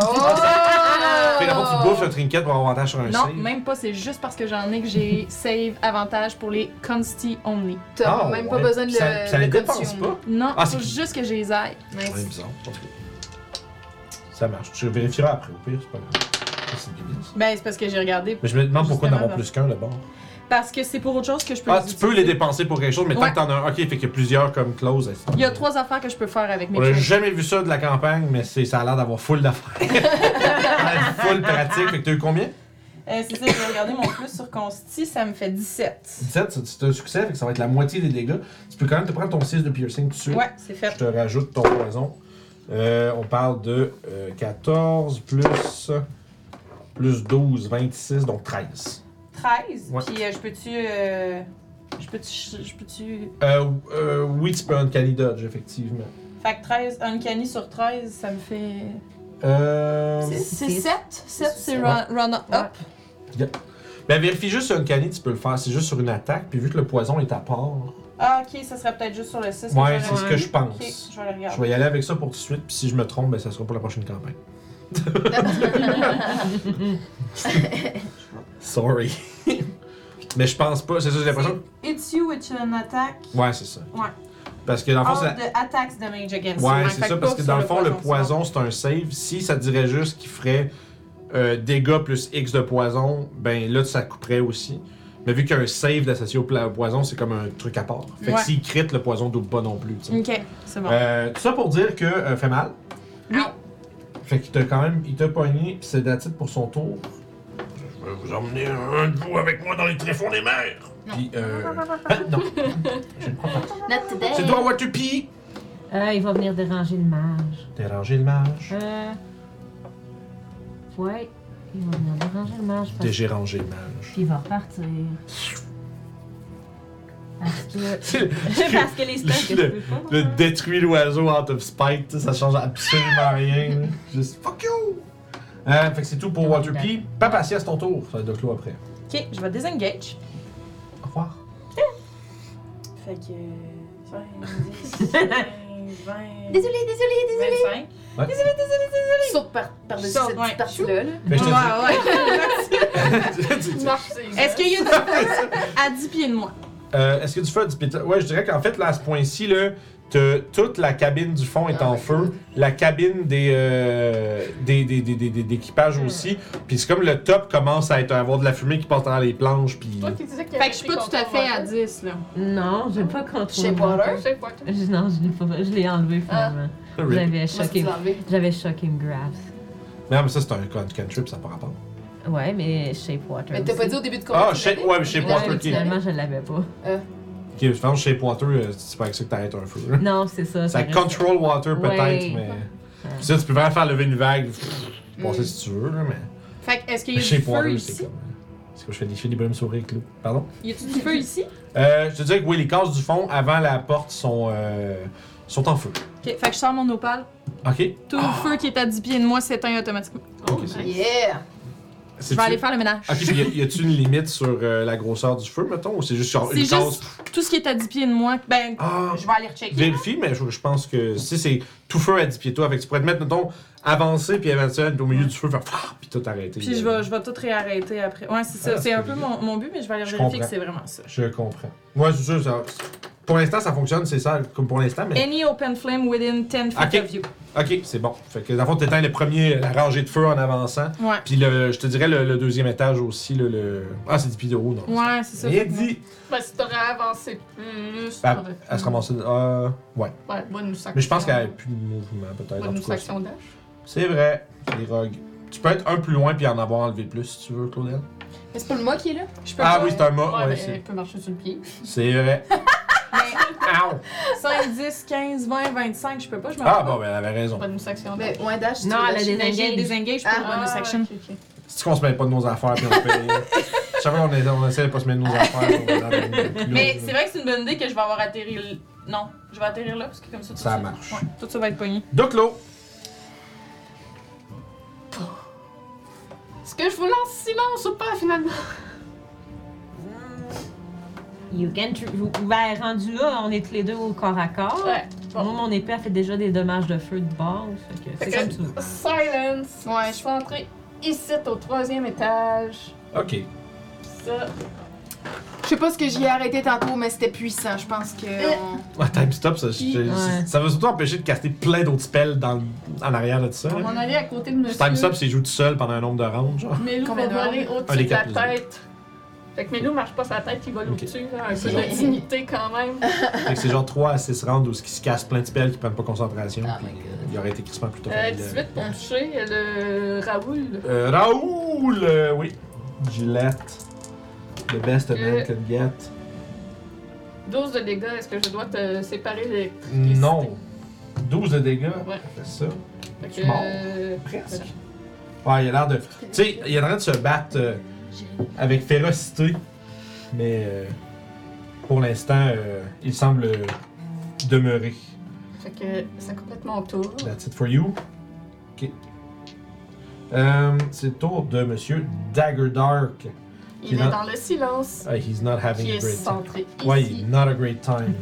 Speaker 2: Oh!
Speaker 1: Fait que d'abord, tu bouffes le trinket pour avoir avantage sur un
Speaker 7: Non,
Speaker 1: save.
Speaker 7: même pas, c'est juste parce que j'en ai que j'ai save avantage pour les consti only.
Speaker 2: T'as
Speaker 1: Ah,
Speaker 2: même
Speaker 1: ouais.
Speaker 2: pas besoin de
Speaker 1: Puis ça-
Speaker 2: le.
Speaker 1: puis ça les
Speaker 2: de
Speaker 1: dépense
Speaker 2: consumer.
Speaker 1: pas.
Speaker 7: Non,
Speaker 1: Ah,
Speaker 7: faut
Speaker 1: c'est-
Speaker 7: juste que je les aille.
Speaker 1: Ouais,
Speaker 2: Nice.
Speaker 1: bizarre. en tout cas. Ça marche. Je vérifierai après, au pire, c'est pas grave. Ça, C'est débile, ça.
Speaker 5: Ben, c'est parce que j'ai regardé.
Speaker 1: Mais je me demande pourquoi
Speaker 5: Justement,
Speaker 1: d'avoir
Speaker 5: dans-
Speaker 1: plus qu'un, d'abord.
Speaker 5: Parce que c'est pour autre chose que je peux
Speaker 1: Ah,
Speaker 5: les
Speaker 1: tu peux les
Speaker 5: utiliser.
Speaker 1: dépenser pour quelque chose, mais tant
Speaker 7: Ouais.
Speaker 1: que t'en as un. Ok, fait qu'il y a plusieurs comme close.
Speaker 7: Il y a trois affaires que je peux faire avec mes
Speaker 1: On n'a
Speaker 7: trinkets.
Speaker 1: jamais vu ça de la campagne, mais c'est, ça a l'air d'avoir full d'affaires. ça a l'air full pratique. Fait que t'as eu combien
Speaker 5: Euh, c'est ça, j'ai regardé mon plus sur Consti, ça me fait 17.
Speaker 1: 17, c'est, c'est un succès, fait que ça va être la moitié des dégâts. Tu peux quand même te prendre ton 6 de piercing tout de suite.
Speaker 5: Ouais, c'est fait.
Speaker 1: Je te rajoute ton poison. Euh, on parle de euh, 14 plus, plus 12, 26, donc 13.
Speaker 5: 13.
Speaker 1: Ouais.
Speaker 5: Puis euh, je peux-tu. euh, je peux-tu. ch- Je peux-tu.
Speaker 1: Euh, euh, oui, tu peux Uncanny Dodge, effectivement.
Speaker 5: Fait que 13, Uncanny sur 13, ça me fait.
Speaker 1: Euh,
Speaker 7: C'est
Speaker 4: Six.
Speaker 7: 7. 7, c'est
Speaker 1: Ouais.
Speaker 7: run, run up.
Speaker 1: ben, vérifie juste sur Uncanny, tu peux le faire. C'est juste sur une attaque, puis vu que le poison est à part,
Speaker 5: Ah, ok, ça serait peut-être juste sur le 6.
Speaker 1: Ouais, c'est ce que je pense.
Speaker 5: Ok, je vais aller regarder.
Speaker 1: je vais y aller avec ça pour tout de suite, puis si je me trompe, ben, ça sera pour la prochaine campagne. Sorry. Mais je pense pas, c'est ça, j'ai l'impression.
Speaker 5: It's you with an attack.
Speaker 1: Ouais, c'est ça.
Speaker 5: Ouais. Ah,
Speaker 1: Parce que dans le fond,
Speaker 5: All
Speaker 1: c'est la-
Speaker 5: the attacks damage against you.
Speaker 1: Ouais,
Speaker 5: Fait
Speaker 1: c'est ça,
Speaker 5: pas
Speaker 1: parce que
Speaker 5: sur
Speaker 1: dans le fond, le
Speaker 5: c'est
Speaker 1: poison, c'est un save. Si ça dirait juste qu'il ferait euh, dégâts plus X de poison, ben là, ça couperait aussi. Mais vu qu'il y a un save d'associé au pla- au poison, c'est comme un truc à part. Fait que
Speaker 5: Ouais.
Speaker 1: s'il crit, le poison double pas non plus. tu sais.
Speaker 7: Ok.
Speaker 5: C'est bon.
Speaker 1: Euh, tout ça pour dire que euh, fait mal.
Speaker 7: Oui.
Speaker 1: Fait qu'il t'a quand même, il t'a poigné, pis c'est d'attitude pour son tour. Je vais vous emmener un de vous avec moi dans les tréfonds des mers.
Speaker 2: Non. Eh.
Speaker 1: Puis, euh... non. Je ne crois pas.
Speaker 2: Not today.
Speaker 1: C'est toi, what tu pis?
Speaker 4: Euh, il va venir déranger le mage.
Speaker 1: Déranger le mage.
Speaker 4: Euh... Ouais, il va venir déranger le mage. parce-
Speaker 1: Dégéranger le mage.
Speaker 4: Puis il va repartir. Parce que...
Speaker 1: le,
Speaker 4: parce que les spells que je peux pas.
Speaker 1: le détruit l'oiseau out of spite, ça change absolument rien. là. Juste fuck you! Euh, fait que c'est tout pour Waterpie. Papacia, c'est ton tour. Ça va être de clos après.
Speaker 5: Ok, je vais désengage.
Speaker 1: Au revoir.
Speaker 5: Fait que. euh, 5, 10, 15, 20.
Speaker 2: Désolée, désolée, désolée.
Speaker 5: 25.
Speaker 1: Ouais.
Speaker 2: Saute par, par-dessus
Speaker 5: Saute,
Speaker 2: cette
Speaker 5: ouais.
Speaker 2: petite partie-là. là.
Speaker 1: Fait que je te dis-
Speaker 7: Est-ce qu'il y a du à 10 pieds de moi?
Speaker 1: Euh, Est-ce que tu fais du péta- Ouais, je dirais qu'en fait, là, à ce point-ci, là, t'as- toute la cabine du fond
Speaker 6: Ah,
Speaker 1: est en feu. La cabine des, euh, des, des, des, des- des- d'équipage
Speaker 6: Ah.
Speaker 1: aussi. Puis c'est comme le top commence à être, à avoir de la fumée qui passe dans les planches. Puis.
Speaker 3: Toi qui disais qu'il y
Speaker 6: Fait que je suis pas tout à fait à 10, là.
Speaker 4: Non, je vais pas contrôler.
Speaker 2: Chez Water.
Speaker 3: Je sais pas, toi.
Speaker 4: Je- Non, je l'ai pas. Je l'ai enlevé finalement.
Speaker 1: euh, Rip.
Speaker 4: J'avais
Speaker 2: Moi, c'est
Speaker 4: shocking.
Speaker 2: enlevé.
Speaker 4: J'avais shocking grabs.
Speaker 1: Non, mais ça, c'est un con- cantrip, ça n'a pas rapport.
Speaker 4: Ouais, mais Shapewater.
Speaker 2: Mais t'as
Speaker 4: aussi.
Speaker 2: pas dit au début de combat.
Speaker 1: Ah, shape, ouais, mais shape
Speaker 4: Ouais,
Speaker 1: water,
Speaker 4: mais
Speaker 1: ok.
Speaker 4: finalement, je l'avais pas.
Speaker 1: Ok, je pense que shape water, euh, c'est pas avec ça que t'arrêtes un feu. là.
Speaker 4: Non, c'est ça.
Speaker 1: Ça
Speaker 4: reste-
Speaker 1: control water peut-être,
Speaker 4: Ouais.
Speaker 1: mais. Puis ça, tu peux vraiment faire lever une vague, pff, passer
Speaker 2: Mm.
Speaker 1: si tu veux, là, mais.
Speaker 6: Fait que est-ce qu'il y a du
Speaker 1: Shape
Speaker 6: feu
Speaker 1: water, c'est
Speaker 6: ici?
Speaker 1: comme. C'est quoi, je fais des, je fais des bonhommes souris avec l'eau. Pardon?
Speaker 6: Y a-tu du feu ici?
Speaker 1: Euh, je te dirais que oui, les cases du fond avant la porte sont, euh, sont en feu.
Speaker 7: Ok, fait que je sors mon opale.
Speaker 1: Ok?
Speaker 7: Tout le feu qui est à 10 pieds de moi s'éteint automatiquement.
Speaker 1: Ok,
Speaker 2: Yeah!
Speaker 1: c'est
Speaker 7: Je vais aller faire le ménage.
Speaker 1: Ok, puis y a- y a-tu une limite sur euh, la grosseur du feu, mettons, ou c'est juste genre
Speaker 7: C'est
Speaker 1: une case?
Speaker 7: juste tout ce qui est à 10 pieds de moi. Ben,
Speaker 1: Ah,
Speaker 5: Je vais aller rechecker.
Speaker 1: vérifie, mais je, je pense que si c'est tout feu à 10 pieds de toi, fait que tu pourrais te mettre, mettons, avancer, puis éventuellement, au milieu du feu, faire Ah puis tout arrêter.
Speaker 5: Puis je vais, je vais tout réarrêter après. Ouais, c'est ça.
Speaker 1: Ah,
Speaker 5: c'est
Speaker 1: c'est
Speaker 5: un
Speaker 1: une
Speaker 5: peu
Speaker 1: bonne
Speaker 5: mon, mon but, mais je vais aller
Speaker 1: Je
Speaker 5: vérifier
Speaker 1: comprends.
Speaker 5: que c'est vraiment ça.
Speaker 1: Je comprends. Moi, c'est sûr, ça. Pour l'instant, ça fonctionne, c'est ça, comme pour l'instant, mais.
Speaker 7: Any open flame within 10 feet
Speaker 1: Ok.
Speaker 7: of you.
Speaker 1: Ok, c'est bon. Fait que dans le fond, t'éteins le premier, la rangée de feu en avançant.
Speaker 7: Ouais.
Speaker 1: Puis le, je te dirais le, le deuxième étage aussi, le. le- Ah, c'est 10 pieds de haut, non?
Speaker 7: Ouais, c'est ça.
Speaker 1: Il
Speaker 7: fait que
Speaker 1: dit.
Speaker 3: Ben, si t'aurais avancé plus,
Speaker 1: Ben,
Speaker 3: t'aurais pu-
Speaker 1: elle se ramasse. Euh. Ouais.
Speaker 3: Ouais, bonus action.
Speaker 1: Mais je pense qu'elle a plus de mouvement, peut-être. en tout
Speaker 3: Bonus
Speaker 1: cas.
Speaker 3: action dash.
Speaker 1: C'est vrai, les rogues. Tu peux être un plus loin puis en avoir enlevé plus si tu veux, Claudel.
Speaker 2: Mais c'est pas le moi qui est là?
Speaker 3: Je peux
Speaker 1: Ah
Speaker 3: pas-
Speaker 1: oui, c'est un mât.
Speaker 3: Ouais,
Speaker 1: Ouais,
Speaker 3: mais
Speaker 1: c'est-
Speaker 3: elle peut marcher sur le pied.
Speaker 1: c'est vrai. Ow!
Speaker 7: 5, 10, 15, 20, 25, je peux pas, je m'en
Speaker 1: Ah
Speaker 7: rappelle
Speaker 1: bon, ben elle avait raison.
Speaker 3: Bonus action dash.
Speaker 2: Mais ouais, Dash, Ben, tu
Speaker 4: Non,
Speaker 2: veux
Speaker 4: elle a
Speaker 2: dash-
Speaker 4: des
Speaker 7: pas. Mais
Speaker 4: Désengage.
Speaker 7: j'ai désengage pour
Speaker 2: Ah,
Speaker 7: bonus action.
Speaker 3: ok, ok.
Speaker 1: C'est qu'on se mêle pas de nos affaires puis on fait. Chaque fois qu'on est- on essaie de pas se mêler de nos affaires. on a l'air d'être plus
Speaker 5: Mais
Speaker 1: loin.
Speaker 5: c'est vrai que c'est une bonne idée que je vais avoir atterri. l- Non, je vais atterrir là parce que comme ça. tout
Speaker 1: Ça
Speaker 5: de suite-
Speaker 1: marche.
Speaker 5: Ouais.
Speaker 7: Tout ça va être pogné.
Speaker 1: Donc l'eau.
Speaker 3: Est-ce que je vous lance silence ou pas finalement?
Speaker 4: You can tr- vous- ben, rendu là, on est tous les deux au corps à corps.
Speaker 3: Ouais.
Speaker 4: Moi, mon épée a fait déjà des dommages de feu de base. Fait que c'est
Speaker 3: Fait
Speaker 4: comme
Speaker 3: que-
Speaker 4: tu veux.
Speaker 3: Silence.
Speaker 2: Ouais.
Speaker 3: Je suis entrée ici au troisième étage.
Speaker 1: Ok.
Speaker 3: Ça.
Speaker 2: Je sais pas ce que j'y ai arrêté tantôt, mais c'était puissant. Je pense que. on-
Speaker 1: Ah, time stop, ça, je- je-
Speaker 4: Ouais.
Speaker 1: ça va surtout empêcher de caster plein d'autres spells dans, en arrière de ça.
Speaker 3: On
Speaker 1: là.
Speaker 3: m'en allait à côté de monsieur.
Speaker 1: Time stop, c'est jouer tout seul pendant un nombre de rounds, genre.
Speaker 3: Melou va
Speaker 2: Combien de
Speaker 3: voler
Speaker 1: Un
Speaker 3: au-dessus
Speaker 1: des
Speaker 3: de la
Speaker 1: Ah, quatre plus
Speaker 3: tête. Fait que Melou marche pas sa tête, il vole
Speaker 1: Ok.
Speaker 3: au-dessus. là, Un peu
Speaker 1: C'est
Speaker 3: de
Speaker 2: gentil.
Speaker 3: dignité quand même.
Speaker 1: Fait que c'est genre 3 à 6 rounds où ils se cassent plein de spells qui prennent pas concentration.
Speaker 2: Oh
Speaker 1: puis
Speaker 2: my God.
Speaker 1: il aurait été crispant plus tôt.
Speaker 3: Euh, 18 pour toucher le Raoul.
Speaker 1: Euh, Raoul, euh, oui. Gillette. The best a man
Speaker 3: Euh.
Speaker 1: can get.
Speaker 3: 12 de dégâts, est-ce que je dois te séparer les.
Speaker 1: Non. 12 de dégâts.
Speaker 3: Ouais.
Speaker 1: C'est ça.
Speaker 3: Fait
Speaker 1: Tu
Speaker 3: que.
Speaker 1: mords.
Speaker 3: euh,
Speaker 1: Presque. Ouais, il a l'air de. Tu sais, il est en train de se battre euh, avec férocité. Mais euh, pour l'instant, euh, il semble euh, demeurer.
Speaker 3: Fait que ça complète mon tour.
Speaker 1: That's it for you. Ok. Euh, C'est le tour de Monsieur Dagger Dark.
Speaker 3: Il
Speaker 1: Puis
Speaker 3: est
Speaker 1: là-
Speaker 3: dans le silence.
Speaker 1: Ah, he's not having
Speaker 3: Qui
Speaker 1: a
Speaker 3: est
Speaker 1: great time.
Speaker 3: centré ici.
Speaker 1: Ouais, not a great time.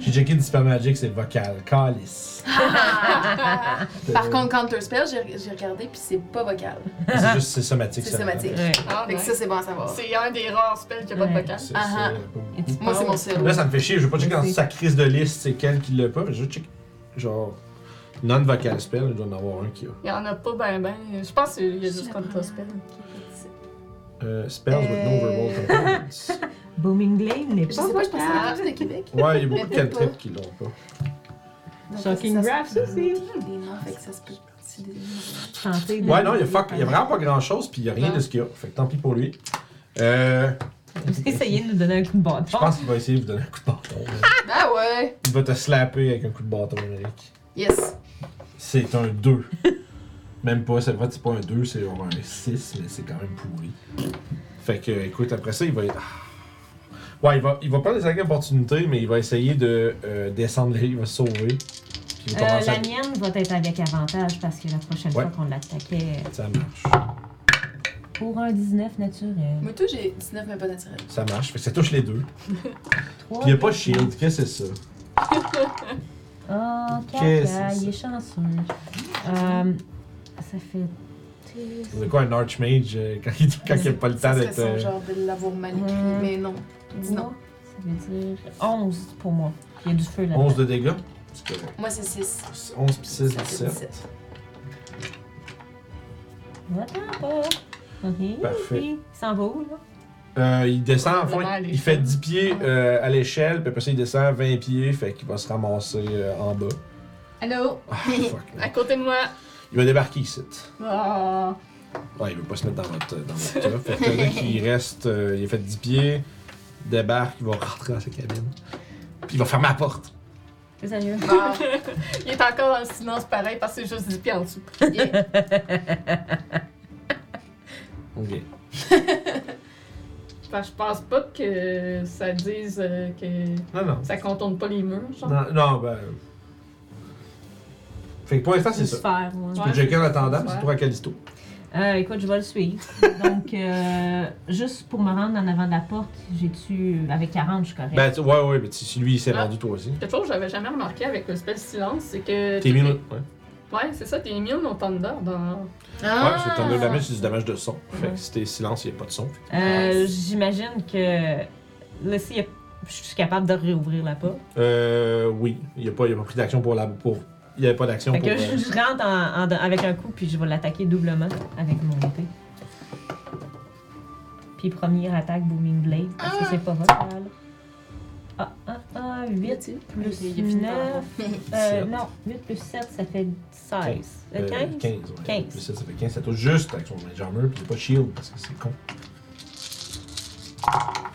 Speaker 1: J'ai checké Dispel Magic, c'est vocal. Calice.
Speaker 2: Par
Speaker 1: Euh,
Speaker 2: contre, Counterspell, j'ai j'ai regardé, puis c'est pas vocal.
Speaker 1: c'est juste c'est somatique.
Speaker 2: C'est
Speaker 1: seulement.
Speaker 2: somatique.
Speaker 4: Ouais.
Speaker 3: Ah,
Speaker 2: Fait que
Speaker 3: nice.
Speaker 2: ça, c'est bon à savoir.
Speaker 3: C'est un des rares spells qui a pas de
Speaker 4: Ouais.
Speaker 3: vocal.
Speaker 1: C'est-
Speaker 2: Ah, ah.
Speaker 1: c'est-
Speaker 4: Et tu
Speaker 2: Moi, c'est
Speaker 4: pars.
Speaker 2: mon seul.
Speaker 1: Là, ça me fait chier. Je vais pas checker dans
Speaker 4: Merci.
Speaker 1: sa crise de liste, c'est quel qui l'a pas, mais je vais checker. Genre, non-vocal spell, il doit en avoir un qui a.
Speaker 3: Il y en a pas ben ben. Je pense qu'il y a juste comme pas spell.
Speaker 1: Euh, spells with no verbal components.
Speaker 4: Booming Glaive n'est
Speaker 2: Je
Speaker 4: pas
Speaker 2: sais pas, je pense que c'est la
Speaker 4: vocal.
Speaker 2: carte de Québec.
Speaker 1: Ouais, il y a beaucoup de
Speaker 2: Mais peut-être
Speaker 1: cantrips qui l'ont pas.
Speaker 2: Donc,
Speaker 4: Shocking
Speaker 2: ça se-
Speaker 4: Graph, ça, c'est-
Speaker 2: Des noms, fait que ça se peut. C'est des-
Speaker 4: Chanter de-
Speaker 1: Ouais, non, il y a, fuck, il y a vraiment pas Ah. grand chose, puis il y a rien de ce qu'il y a. Fait que tant pis pour lui. Euh,
Speaker 4: Vous essayez de nous donner un coup de bâton.
Speaker 1: je pense qu'il va essayer de vous donner un coup de bâton. là.
Speaker 2: Ah ouais!
Speaker 1: Il va te slapper avec un coup de bâton, Eric.
Speaker 2: Yes!
Speaker 1: C'est un 2. même pas, cette fois, c'est pas un 2, c'est genre un 6, mais c'est quand même pourri. Fait que, écoute, après ça, il va être. Ah. Ouais, il va, il va prendre des attaques d'opportunité, mais il va essayer de euh, descendre, il va se sauver. Puis il
Speaker 4: Euh,
Speaker 1: va commencer
Speaker 4: la mienne va être avec avantage parce que la prochaine
Speaker 1: Ouais.
Speaker 4: fois qu'on l'attaquait
Speaker 1: à. Ça marche.
Speaker 4: pour un 19 naturel.
Speaker 2: Moi, tout, j'ai 19, mais pas naturel.
Speaker 1: Ça marche. Fait que ça touche les deux.
Speaker 4: Trois.
Speaker 1: Puis
Speaker 2: Oh.
Speaker 1: il n'y a pas de shield, qu'est-ce que c'est ça?
Speaker 4: Oh,
Speaker 1: Qu'est-ce
Speaker 4: caca,
Speaker 1: que
Speaker 4: il est chanceux. Euh, ça fait.
Speaker 1: C'est quoi un Archmage euh, quand il quand il a pas le temps
Speaker 2: Ça serait
Speaker 1: d'être.
Speaker 2: son
Speaker 1: euh,
Speaker 2: genre de l'avoir mal écrit,
Speaker 4: Hmm.
Speaker 2: mais non. Dis non.
Speaker 4: Ça veut dire 11 pour moi. Il y a du feu là.
Speaker 1: 11 de dégâts. C'est correct.
Speaker 2: Moi, c'est 6.
Speaker 1: 11 puis 6,
Speaker 2: Ça fait
Speaker 1: 17.
Speaker 2: 17.
Speaker 1: Parfait.
Speaker 4: Il s'en va où, là?
Speaker 1: Euh, il descend, en fond,
Speaker 3: Vraiment à
Speaker 1: il- il
Speaker 3: l'échelle.
Speaker 1: fait 10 pieds euh, à l'échelle, puis après ça, il descend 20 pieds, fait qu'il va se ramasser euh, en bas.
Speaker 3: Allô?
Speaker 1: Ah, fuck.
Speaker 3: À
Speaker 1: man.
Speaker 3: côté de moi.
Speaker 1: Il va débarquer ici.
Speaker 3: Ah.
Speaker 1: Ouais, il veut pas se mettre dans votre, dans votre tas. Fait que là, qu'il reste, euh, il a fait 10 pieds, débarque, il va rentrer dans sa cabine. Puis il va fermer la porte.
Speaker 4: C'est sérieux.
Speaker 2: Bon.
Speaker 3: Il est encore dans le silence pareil parce que c'est juste 10 pieds en dessous.
Speaker 2: Yeah.
Speaker 1: Ok.
Speaker 3: Fait que je pense pas que ça dise euh, que
Speaker 1: Non, non.
Speaker 3: ça contourne pas les murs, genre.
Speaker 1: Non, non, ben. Fait que pour l'instant, c'est ça.
Speaker 4: Sphère, ouais.
Speaker 1: Le Joker en attendant,
Speaker 3: Ouais.
Speaker 1: c'est toi à Calisto.
Speaker 4: Euh, écoute, je vais le suivre. Donc, euh, juste pour me rendre en avant de la porte, j'ai-tu. Avec 40, je suis correcte.
Speaker 1: Ben, tu- ouais, ouais, mais tu- si lui, il s'est
Speaker 3: Ah.
Speaker 1: rendu, toi aussi.
Speaker 3: Quelque chose que j'avais jamais remarqué avec le spell silence, c'est que.
Speaker 1: T'es mis. Ouais,
Speaker 3: Ouais, c'est ça, t'es immune au thunder dans.
Speaker 1: ouais c'est ton
Speaker 2: Ah!
Speaker 1: de damage, c'est du damage de son. Fait que si t'es silence, il n'y a pas de son.
Speaker 4: Euh, J'imagine que. Là, s'il y a Je suis capable de réouvrir la porte.
Speaker 1: Euh, oui. Il n'a pas, il a pas pris d'action pour la. Pour... Il n'y avait pas d'action
Speaker 4: Fait
Speaker 1: pour.
Speaker 4: que je,
Speaker 1: euh,
Speaker 4: je rentre en- en- avec un coup, puis je vais l'attaquer doublement avec mon épée. Puis première attaque, Booming Blade, parce que c'est pas vocal. Ah, ah, ah, 8 plus
Speaker 5: Il a fini par
Speaker 4: 9. Euh,
Speaker 1: Sept.
Speaker 4: non, 8 plus 7, ça fait 16.
Speaker 1: euh,
Speaker 4: 15?
Speaker 1: 15. ouais.
Speaker 4: 15.
Speaker 1: Plus ça, ça fait 15. Ça touche juste avec son Mage Armor, puis il n'y a pas de shield parce que c'est con.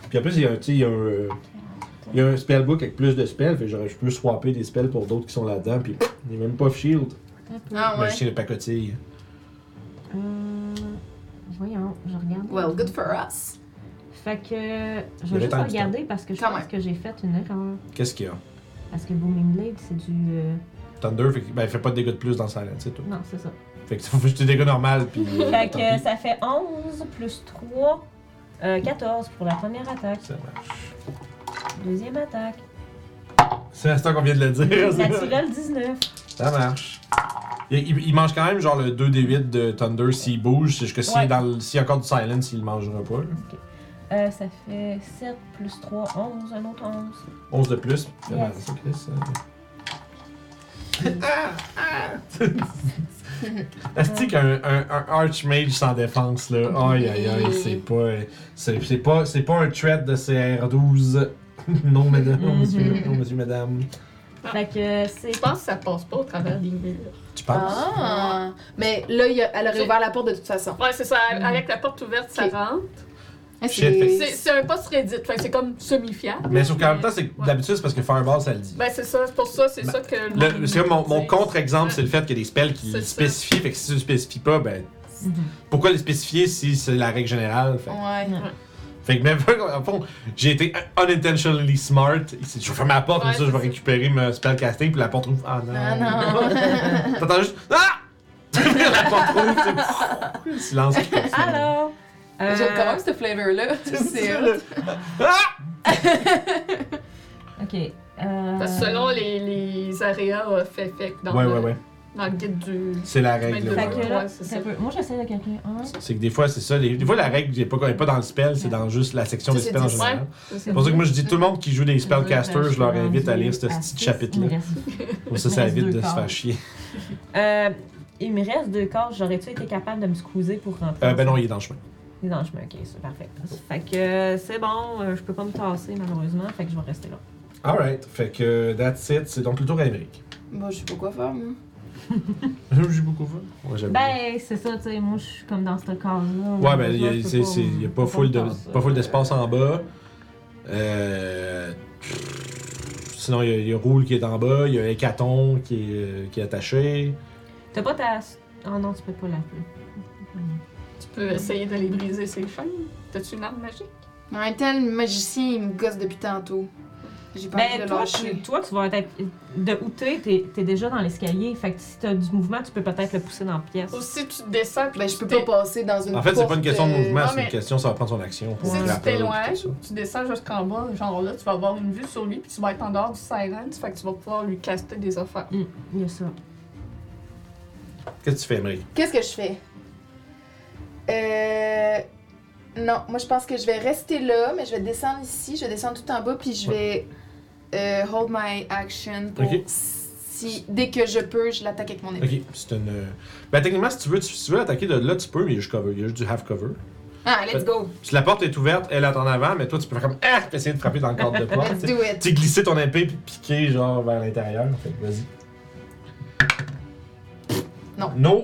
Speaker 1: Puis en plus, il y a, un- tu sais, il y a un. euh, Il y a un spellbook avec plus de spells, fait que j'aurais- je peux swapper des spells pour d'autres qui sont là-dedans, puis il n'y a même pas de shield.
Speaker 2: Ah
Speaker 1: Mais
Speaker 2: ouais.
Speaker 1: je sais les pacotilles.
Speaker 4: Hum, voyons, je regarde.
Speaker 2: Well, good for us.
Speaker 4: Fait
Speaker 1: Il
Speaker 4: que je
Speaker 1: y avait
Speaker 4: vais juste
Speaker 1: tant de
Speaker 4: regarder parce que je
Speaker 2: Quand
Speaker 4: pense
Speaker 2: même.
Speaker 4: que j'ai fait une erreur.
Speaker 1: Qu'est-ce qu'il y a
Speaker 4: Parce que Booming Blade, c'est du. euh,
Speaker 1: Thunder, fait, que- ben, il fait pas de dégâts de plus dans sa lane, c'est tout.
Speaker 4: Non, c'est ça.
Speaker 1: Fait que ça faut juste des dégâts normaux, puis. euh,
Speaker 4: Fait
Speaker 1: tant
Speaker 4: que
Speaker 1: pis.
Speaker 4: ça fait 11 plus 3, euh, 14 pour la première attaque.
Speaker 1: Ça marche.
Speaker 4: Deuxième attaque.
Speaker 1: C'est l'instant qu'on vient de le dire.
Speaker 4: Naturel 19.
Speaker 1: Ça marche. Il, il- il mange quand même genre le 2d8 de Thunder s'il bouge. C'est juste que s'il
Speaker 4: Ouais.
Speaker 1: est dans le- s'il y a encore du silence, il le mangera pas. là.
Speaker 4: Euh, ça fait 7 plus 3, 11. Un autre 11.
Speaker 1: 11 de plus. Ah, C'est
Speaker 4: Yes.
Speaker 1: mal, ça, Chris, euh. ah! Ah! Asti qu'un ah! un, un archmage sans défense là. Aïe aïe aïe, c'est pas. euh, C'est c'est pas, c'est pas un threat de CR12. non, mesdames, non, monsieur,
Speaker 4: Mm-hmm.
Speaker 1: non, monsieur, madame.
Speaker 4: Fait que c'est.
Speaker 3: Je pense que ça passe pas au travers des murs.
Speaker 1: Tu penses?
Speaker 2: Ah. Mais là, il y a- elle aurait
Speaker 3: C'est-
Speaker 2: ouvert la porte de toute façon.
Speaker 3: Ouais, c'est ça. Avec la porte ouverte, ça
Speaker 2: Mm. Ok.
Speaker 1: Shit,
Speaker 3: rentre.
Speaker 1: fait
Speaker 3: C'est c'est un poste Reddit. Fait que c'est comme semi-fiable.
Speaker 1: Mais sauf qu'en même temps, c'est que d'habitude, c'est parce que Fireball, ça le dit.
Speaker 3: Ben, c'est ça. C'est pour ça, c'est
Speaker 1: Ben,
Speaker 3: ça que.
Speaker 1: Le- C'est comme mon, mon contre-exemple, c'est le fait qu'il y a des spells qui
Speaker 3: C'est
Speaker 1: le
Speaker 3: ça.
Speaker 1: spécifient, fait que si tu le spécifies pas, ben. Pourquoi le spécifier si c'est la règle générale? Fait,
Speaker 2: Ouais.
Speaker 1: fait que même en fond, j'ai été unintentionally smart. Je vais fermer la porte,
Speaker 3: Ouais,
Speaker 1: comme ça je
Speaker 3: c'est
Speaker 1: vais
Speaker 3: ça.
Speaker 1: récupérer mon spell casting, puis la porte ouvre. Ah non!
Speaker 2: Ah non.
Speaker 1: T'entends juste. Ah! la porte ouvre, c'est. Silence qui continue.
Speaker 3: Ah.
Speaker 4: Alors. euh,
Speaker 2: J'aime quand même ce flavor-là.
Speaker 1: C'est
Speaker 2: C'est
Speaker 1: ça, là. Ah!
Speaker 4: Ok. euh,
Speaker 3: Parce que selon les, les aréas euh, fait fait dans,
Speaker 1: Ouais,
Speaker 3: le,
Speaker 1: ouais, ouais.
Speaker 3: dans le guide du.
Speaker 1: C'est la
Speaker 3: mets
Speaker 1: règle.
Speaker 3: deux
Speaker 1: ouais.
Speaker 4: Fait que là,
Speaker 3: Ouais, c'est ça.
Speaker 4: ça peut- moi j'essaie de calculer un.
Speaker 1: C'est que des fois, c'est ça. les- Des fois, la règle n'est pas, elle est pas dans le spell, c'est dans juste la section
Speaker 2: Ça,
Speaker 1: des
Speaker 2: c'est
Speaker 1: spells en
Speaker 2: dix-
Speaker 1: général.
Speaker 3: ouais.
Speaker 1: C'est pour ça que moi je dis tout le monde qui joue des spellcasters, je leur invite à lire ce petit chapitre-là. Comme ça, ça
Speaker 4: Il me reste
Speaker 1: évite
Speaker 4: deux
Speaker 1: de se
Speaker 4: corps.
Speaker 1: faire chier.
Speaker 4: Euh, il me reste deux corps. J'aurais-tu été capable de me squeezer pour rentrer?
Speaker 1: Euh, ben non, il est dans le chemin.
Speaker 4: Il est dans le chemin, ok, c'est parfait. Fait que euh, c'est bon, euh, je peux pas me tasser malheureusement, fait que je vais rester là.
Speaker 1: Alright, fait que that's it, c'est donc le tour à Émeric.
Speaker 2: Bon, je sais pas quoi faire, moi.
Speaker 1: J'ai beaucoup vu. Ouais, j'aime bien.
Speaker 4: Ben, c'est ça, tu sais, moi je suis comme dans ce corps-là.
Speaker 1: Ouais, ben il
Speaker 4: Malheureusement, je
Speaker 1: y
Speaker 4: peux
Speaker 1: a, c'est- c'est- il y a pas full de-
Speaker 4: me tasser.
Speaker 1: pas full d'espace en bas. Euh, pff, Sinon, il y a- il y, a Roule qui est en bas, il y a Hécaton qui est, euh, qui est attaché.
Speaker 4: T'as pas ta. Oh non, tu peux pas l'appeler.
Speaker 3: Tu peux essayer d'aller briser ses chaînes. T'as-tu une arme magique?
Speaker 2: Mais En même temps, le magicien, il me gosse depuis tantôt. J'ai pas envie
Speaker 4: Ben,
Speaker 2: de
Speaker 4: toi,
Speaker 2: lâcher.
Speaker 4: tu, toi, tu vas être. De où t'es, t'es t'es déjà dans l'escalier. Fait que si t'as du mouvement, tu peux peut-être le pousser dans la pièce.
Speaker 3: Ou si tu descends puis
Speaker 2: Ben,
Speaker 3: tu
Speaker 2: je peux
Speaker 3: t'é-
Speaker 2: pas passer dans une
Speaker 1: En fait, c'est pas une
Speaker 2: porte,
Speaker 1: question de
Speaker 2: euh,
Speaker 1: mouvement,
Speaker 3: non,
Speaker 1: c'est une
Speaker 3: mais-
Speaker 1: question, ça va prendre son action. pour
Speaker 3: Si
Speaker 1: la
Speaker 3: tu
Speaker 1: peur,
Speaker 3: t'éloignes,
Speaker 1: tout
Speaker 3: tu descends jusqu'en bas, genre là, tu vas avoir une vue sur lui, puis tu vas être en dehors du silence, fait que tu vas pouvoir lui caster des affaires.
Speaker 4: Hum, il y a ça.
Speaker 1: ça. Qu'est-ce que tu fais, Émeric?
Speaker 2: Qu'est-ce que je fais? Euh. Non, moi je pense que je vais rester là, mais je vais descendre ici, je vais descendre tout en bas, puis je vais euh, hold my action pour
Speaker 1: Ok.
Speaker 2: si dès que je peux, je l'attaque avec mon épée.
Speaker 1: Ok, c'est une. euh, Ben techniquement, si tu veux, si tu veux attaquer de là, tu peux, mais il y a juste cover, il y a juste du half cover.
Speaker 2: Ah, let's go!
Speaker 1: Si la porte est ouverte, elle est en avant, mais toi tu peux faire comme ah, puis essayer de frapper dans le cadre de porte.
Speaker 2: Let's do it!
Speaker 1: Tu glisser ton épée puis piquer genre vers l'intérieur. Fait que vas-y.
Speaker 2: Non.
Speaker 1: Non.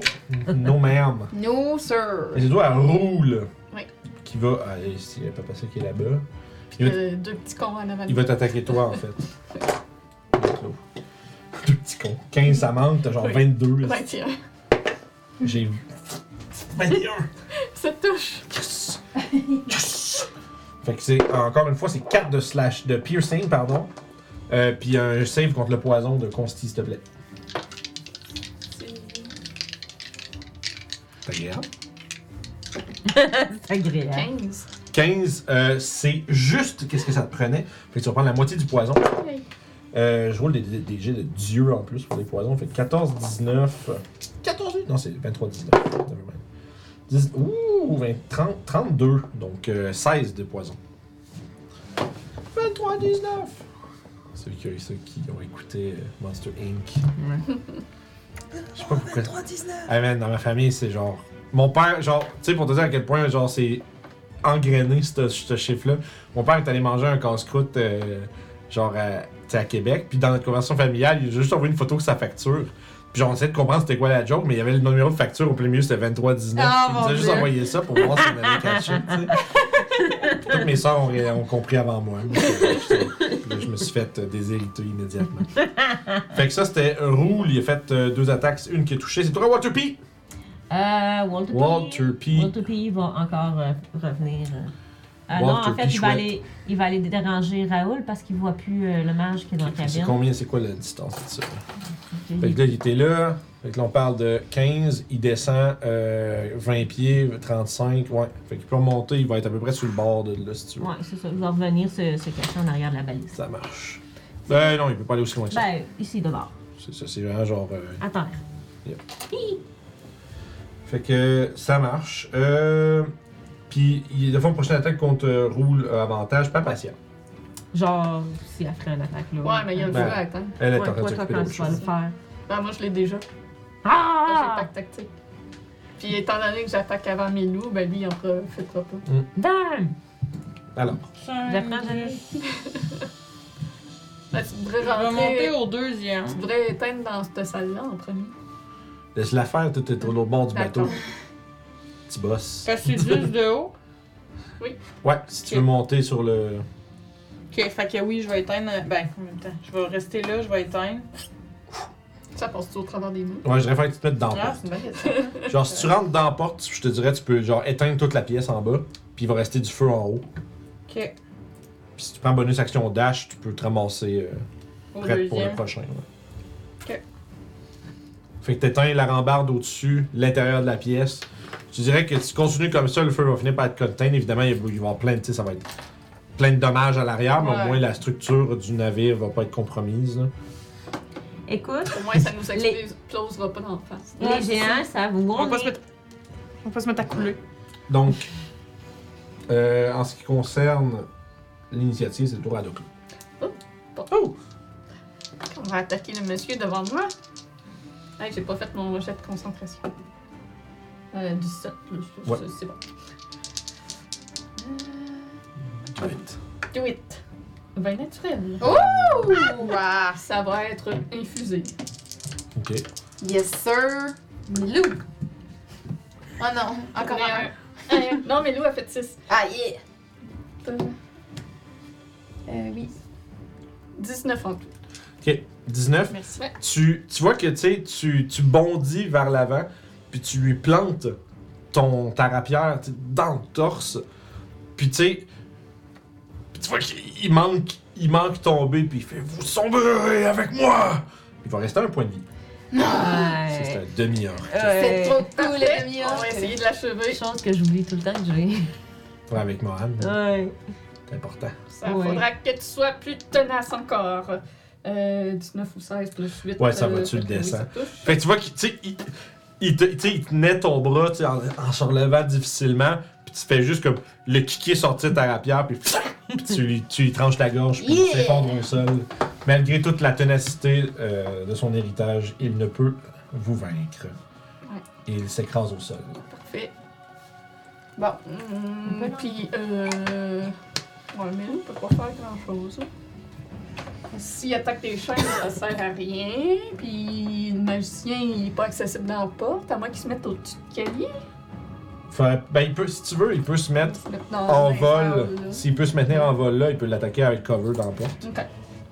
Speaker 1: Non, ma'am.
Speaker 2: No, sir!
Speaker 1: Et c'est toi, elle roule.
Speaker 3: Oui.
Speaker 1: Qui va. Ah, ici, elle peut passer qui est là-bas.
Speaker 3: Puis
Speaker 1: Il va-
Speaker 3: t'as Euh, deux petits cons en avant.
Speaker 1: Il va t'attaquer toi en fait. Deux petits cons. 15 ça manque, t'as genre
Speaker 3: Oui.
Speaker 1: 22.
Speaker 3: 21.
Speaker 1: J'ai. 21.
Speaker 3: Ça te touche.
Speaker 1: Yes! Yes! Fait que c'est, encore une fois, c'est 4 de slash, de piercing, pardon. Euh, puis un save contre le poison de Consti, s'il te plaît. C'est agréable.
Speaker 4: C'est agréable.
Speaker 3: 15.
Speaker 1: 15, euh, c'est juste qu'est-ce que ça te prenait. Fait que tu vas prendre la moitié du poison.
Speaker 3: Yay.
Speaker 1: Euh, je roule des, des, des jets de dieu en plus pour les poisons. Fait que 14, 19. euh, 14, non, c'est 23, 19. Nevermind. 10, ouh, 20, 30, 32. Donc euh, 16 de poison. 22 3,19. Ceux qui, ceux qui ont écouté euh, Monster Inc. Je sais pas pourquoi.
Speaker 5: 3,19.
Speaker 1: Hey man, dans ma famille, c'est genre. Mon père, genre, tu sais, pour te dire à quel point, genre, c'est engrainé, ce, ce chiffre-là. Mon père est allé manger un casse-croûte, euh, genre, à, tu sais, à Québec. Puis dans notre conversation familiale, il a juste envoyé une photo de sa facture. Puis genre, on essayait de comprendre c'était quoi la joke, mais il y avait le numéro de facture au plein milieu, c'était 2319.
Speaker 7: Ah,
Speaker 1: Puis il
Speaker 7: mon
Speaker 1: nous a juste
Speaker 7: Dieu.
Speaker 1: envoyé ça pour voir si on allait catcher, tu sais. Puis Toutes mes soeurs ont, ré- ont compris avant moi. Puis, euh, je- là, je me suis fait euh, déshériter immédiatement. Fait que ça, c'était un roule. Il a fait euh, deux attaques, une qui est touchée. C'est toi, Water Pea!
Speaker 4: Euh, Walter,
Speaker 1: Walter P.
Speaker 4: P. Walter P. va encore euh, revenir. euh. Euh, non,
Speaker 1: Walter
Speaker 4: en fait,
Speaker 1: P.
Speaker 4: il va,
Speaker 1: chouette.
Speaker 4: aller, il va aller déranger Raoul parce qu'il voit plus euh, le mage qui est dans la
Speaker 1: C'est
Speaker 4: cabine.
Speaker 1: combien, c'est quoi la distance de ça?
Speaker 4: Il-
Speaker 1: Fait que là, il était là. Fait que là, on parle de 15, il descend euh, 20 pieds, 35, ouais. Fait qu'il peut remonter, il va être à peu près sur le bord de là, si tu veux.
Speaker 4: Ouais, c'est ça. Il va revenir se, se cacher en arrière de la balise.
Speaker 1: Ça marche. Ben non, il peut pas aller aussi loin que ça.
Speaker 4: Ben, ici, dehors.
Speaker 1: C'est ça, c'est vraiment genre... euh,
Speaker 4: À terre.
Speaker 1: Fait que ça marche. Euh... Puis, il- de fond, prochaine attaque contre euh, roule euh, avantage, pas patient.
Speaker 4: Genre, si elle ferait une attaque là.
Speaker 3: Ouais, mais il y a un
Speaker 1: Ben,
Speaker 3: jeu à attendre.
Speaker 1: Elle est
Speaker 4: Ouais,
Speaker 1: en train de
Speaker 4: toi, toi,
Speaker 1: s'occuper
Speaker 4: quand
Speaker 1: d'autre
Speaker 4: tu vas le
Speaker 1: chose.
Speaker 4: faire.
Speaker 3: Ben, moi, je l'ai déjà. J'ai
Speaker 4: Ah!
Speaker 3: pack tactique. Puis étant donné que j'attaque avant mes loups, ben lui, il en profitera pas.
Speaker 4: Damn!
Speaker 1: Alors,
Speaker 4: J'apprends de
Speaker 3: Ben, tu devrais
Speaker 5: Je vais
Speaker 3: rentrer.
Speaker 5: monter au deuxième.
Speaker 3: Tu devrais éteindre dans cette salle-là en premier.
Speaker 1: laisse-la faire, tout est au bord du bateau.
Speaker 3: D'accord.
Speaker 1: Petit
Speaker 4: Euh,
Speaker 1: boss.
Speaker 5: Parce que c'est juste de haut.
Speaker 1: Ouais, si tu veux
Speaker 5: Ok.
Speaker 1: monter sur le...
Speaker 5: Ok, fait que oui, je vais éteindre. euh, Ben, en même temps, je vais rester là, je vais éteindre.
Speaker 3: Ça passe-tu au travers des murs?
Speaker 1: Ouais, je préfère que tu te mettes dans le
Speaker 5: Ah, c'est une bonne idée.
Speaker 1: Genre, si tu rentres dans la porte, tu- je te dirais, tu peux genre éteindre toute la pièce en bas, puis il va rester du feu en haut.
Speaker 5: Ok,
Speaker 1: Puis si tu prends bonus action dash, tu peux te ramasser euh,
Speaker 5: au
Speaker 1: prête pour le
Speaker 5: deuxième.
Speaker 1: prochain. ouais.
Speaker 5: Ok.
Speaker 1: Fait que t'éteins la rambarde au-dessus, l'intérieur de la pièce. Je dirais que si tu continues comme ça, le feu va finir par être contain. Évidemment, il va il va y avoir plein de, tu sais, ça va être plein de dommages à l'arrière, mais
Speaker 3: Ouais.
Speaker 1: au moins la structure du navire va pas être compromise. là.
Speaker 4: Écoute,
Speaker 3: Au moins, ça nous explosera pas dans la face.
Speaker 4: les géants, ça vous
Speaker 7: On va pas se
Speaker 4: gronde.
Speaker 7: mettre, on va pas se mettre à couler.
Speaker 1: Donc, euh, en ce qui concerne l'initiative, c'est le tour à Doc.
Speaker 3: On va attaquer le monsieur devant moi. Hey, j'ai pas fait mon jet de concentration. Euh, 17 plus. plus,
Speaker 1: Ouais.
Speaker 3: C'est bon.
Speaker 1: Vite.
Speaker 3: Do it. 20 naturel.
Speaker 2: Ouah.
Speaker 3: Ah! Ça va être infusé.
Speaker 1: Ok.
Speaker 2: Yes, sir. Milou. Oh non, encore un.
Speaker 3: un. non, mais Lou a fait 6.
Speaker 2: Ah, yeah.
Speaker 3: Euh, oui. 19 en tout.
Speaker 1: Ok, 19.
Speaker 3: Merci.
Speaker 1: Tu, tu vois que tu, sais, tu tu bondis vers l'avant, puis tu lui plantes ton, ta rapière tu sais, dans le torse. Puis tu sais, puis tu vois qu'il il manque, il manque tomber, puis il fait Vous sombrerez avec moi Il va rester un point de vie. Ça, C'est
Speaker 4: Ouais.
Speaker 1: un demi-heure.
Speaker 2: C'est trop cool,
Speaker 3: Parfait.
Speaker 2: les amis. hein.
Speaker 3: On va essayer de l'achever.
Speaker 4: Chose que j'oublie tout le temps que j'ai.
Speaker 1: Ouais, avec Mohan,
Speaker 4: Ouais.
Speaker 1: c'est important.
Speaker 3: Ça
Speaker 4: Ouais.
Speaker 3: faudra que tu sois plus tenace encore. Euh, 19 ou 16 plus euh, 8.
Speaker 1: Ouais, ça va, tu le descends. Fait que tu vois qu'il tu sais, il, il te, tu sais, il tenait ton bras tu sais, en, en se relevant difficilement, puis tu fais juste comme le kiki est sorti de ta rapière, puis, puis tu, lui, tu lui tranches la gorge, puis il
Speaker 2: Yeah!
Speaker 1: s'effondre au sol. Malgré toute la ténacité euh, de son héritage, il ne peut vous vaincre.
Speaker 3: Ouais.
Speaker 1: Et il s'écrase au sol.
Speaker 3: Parfait.
Speaker 2: Bon.
Speaker 3: Mmh, Puis, euh. Ouais, mais on peut pas faire grand chose. S'il attaque des chaînes, ça sert à rien. Puis, le magicien, il est pas accessible dans la porte, à moins qu'il se mette au-dessus de calier.
Speaker 1: Fait- ben, il peut, si tu veux, il peut se mettre
Speaker 3: se mette dans
Speaker 1: en
Speaker 3: dans les
Speaker 1: vol.
Speaker 3: tables, Oh, là.
Speaker 1: S'il peut se maintenir en vol là, il peut l'attaquer avec cover dans la porte.
Speaker 3: Ok.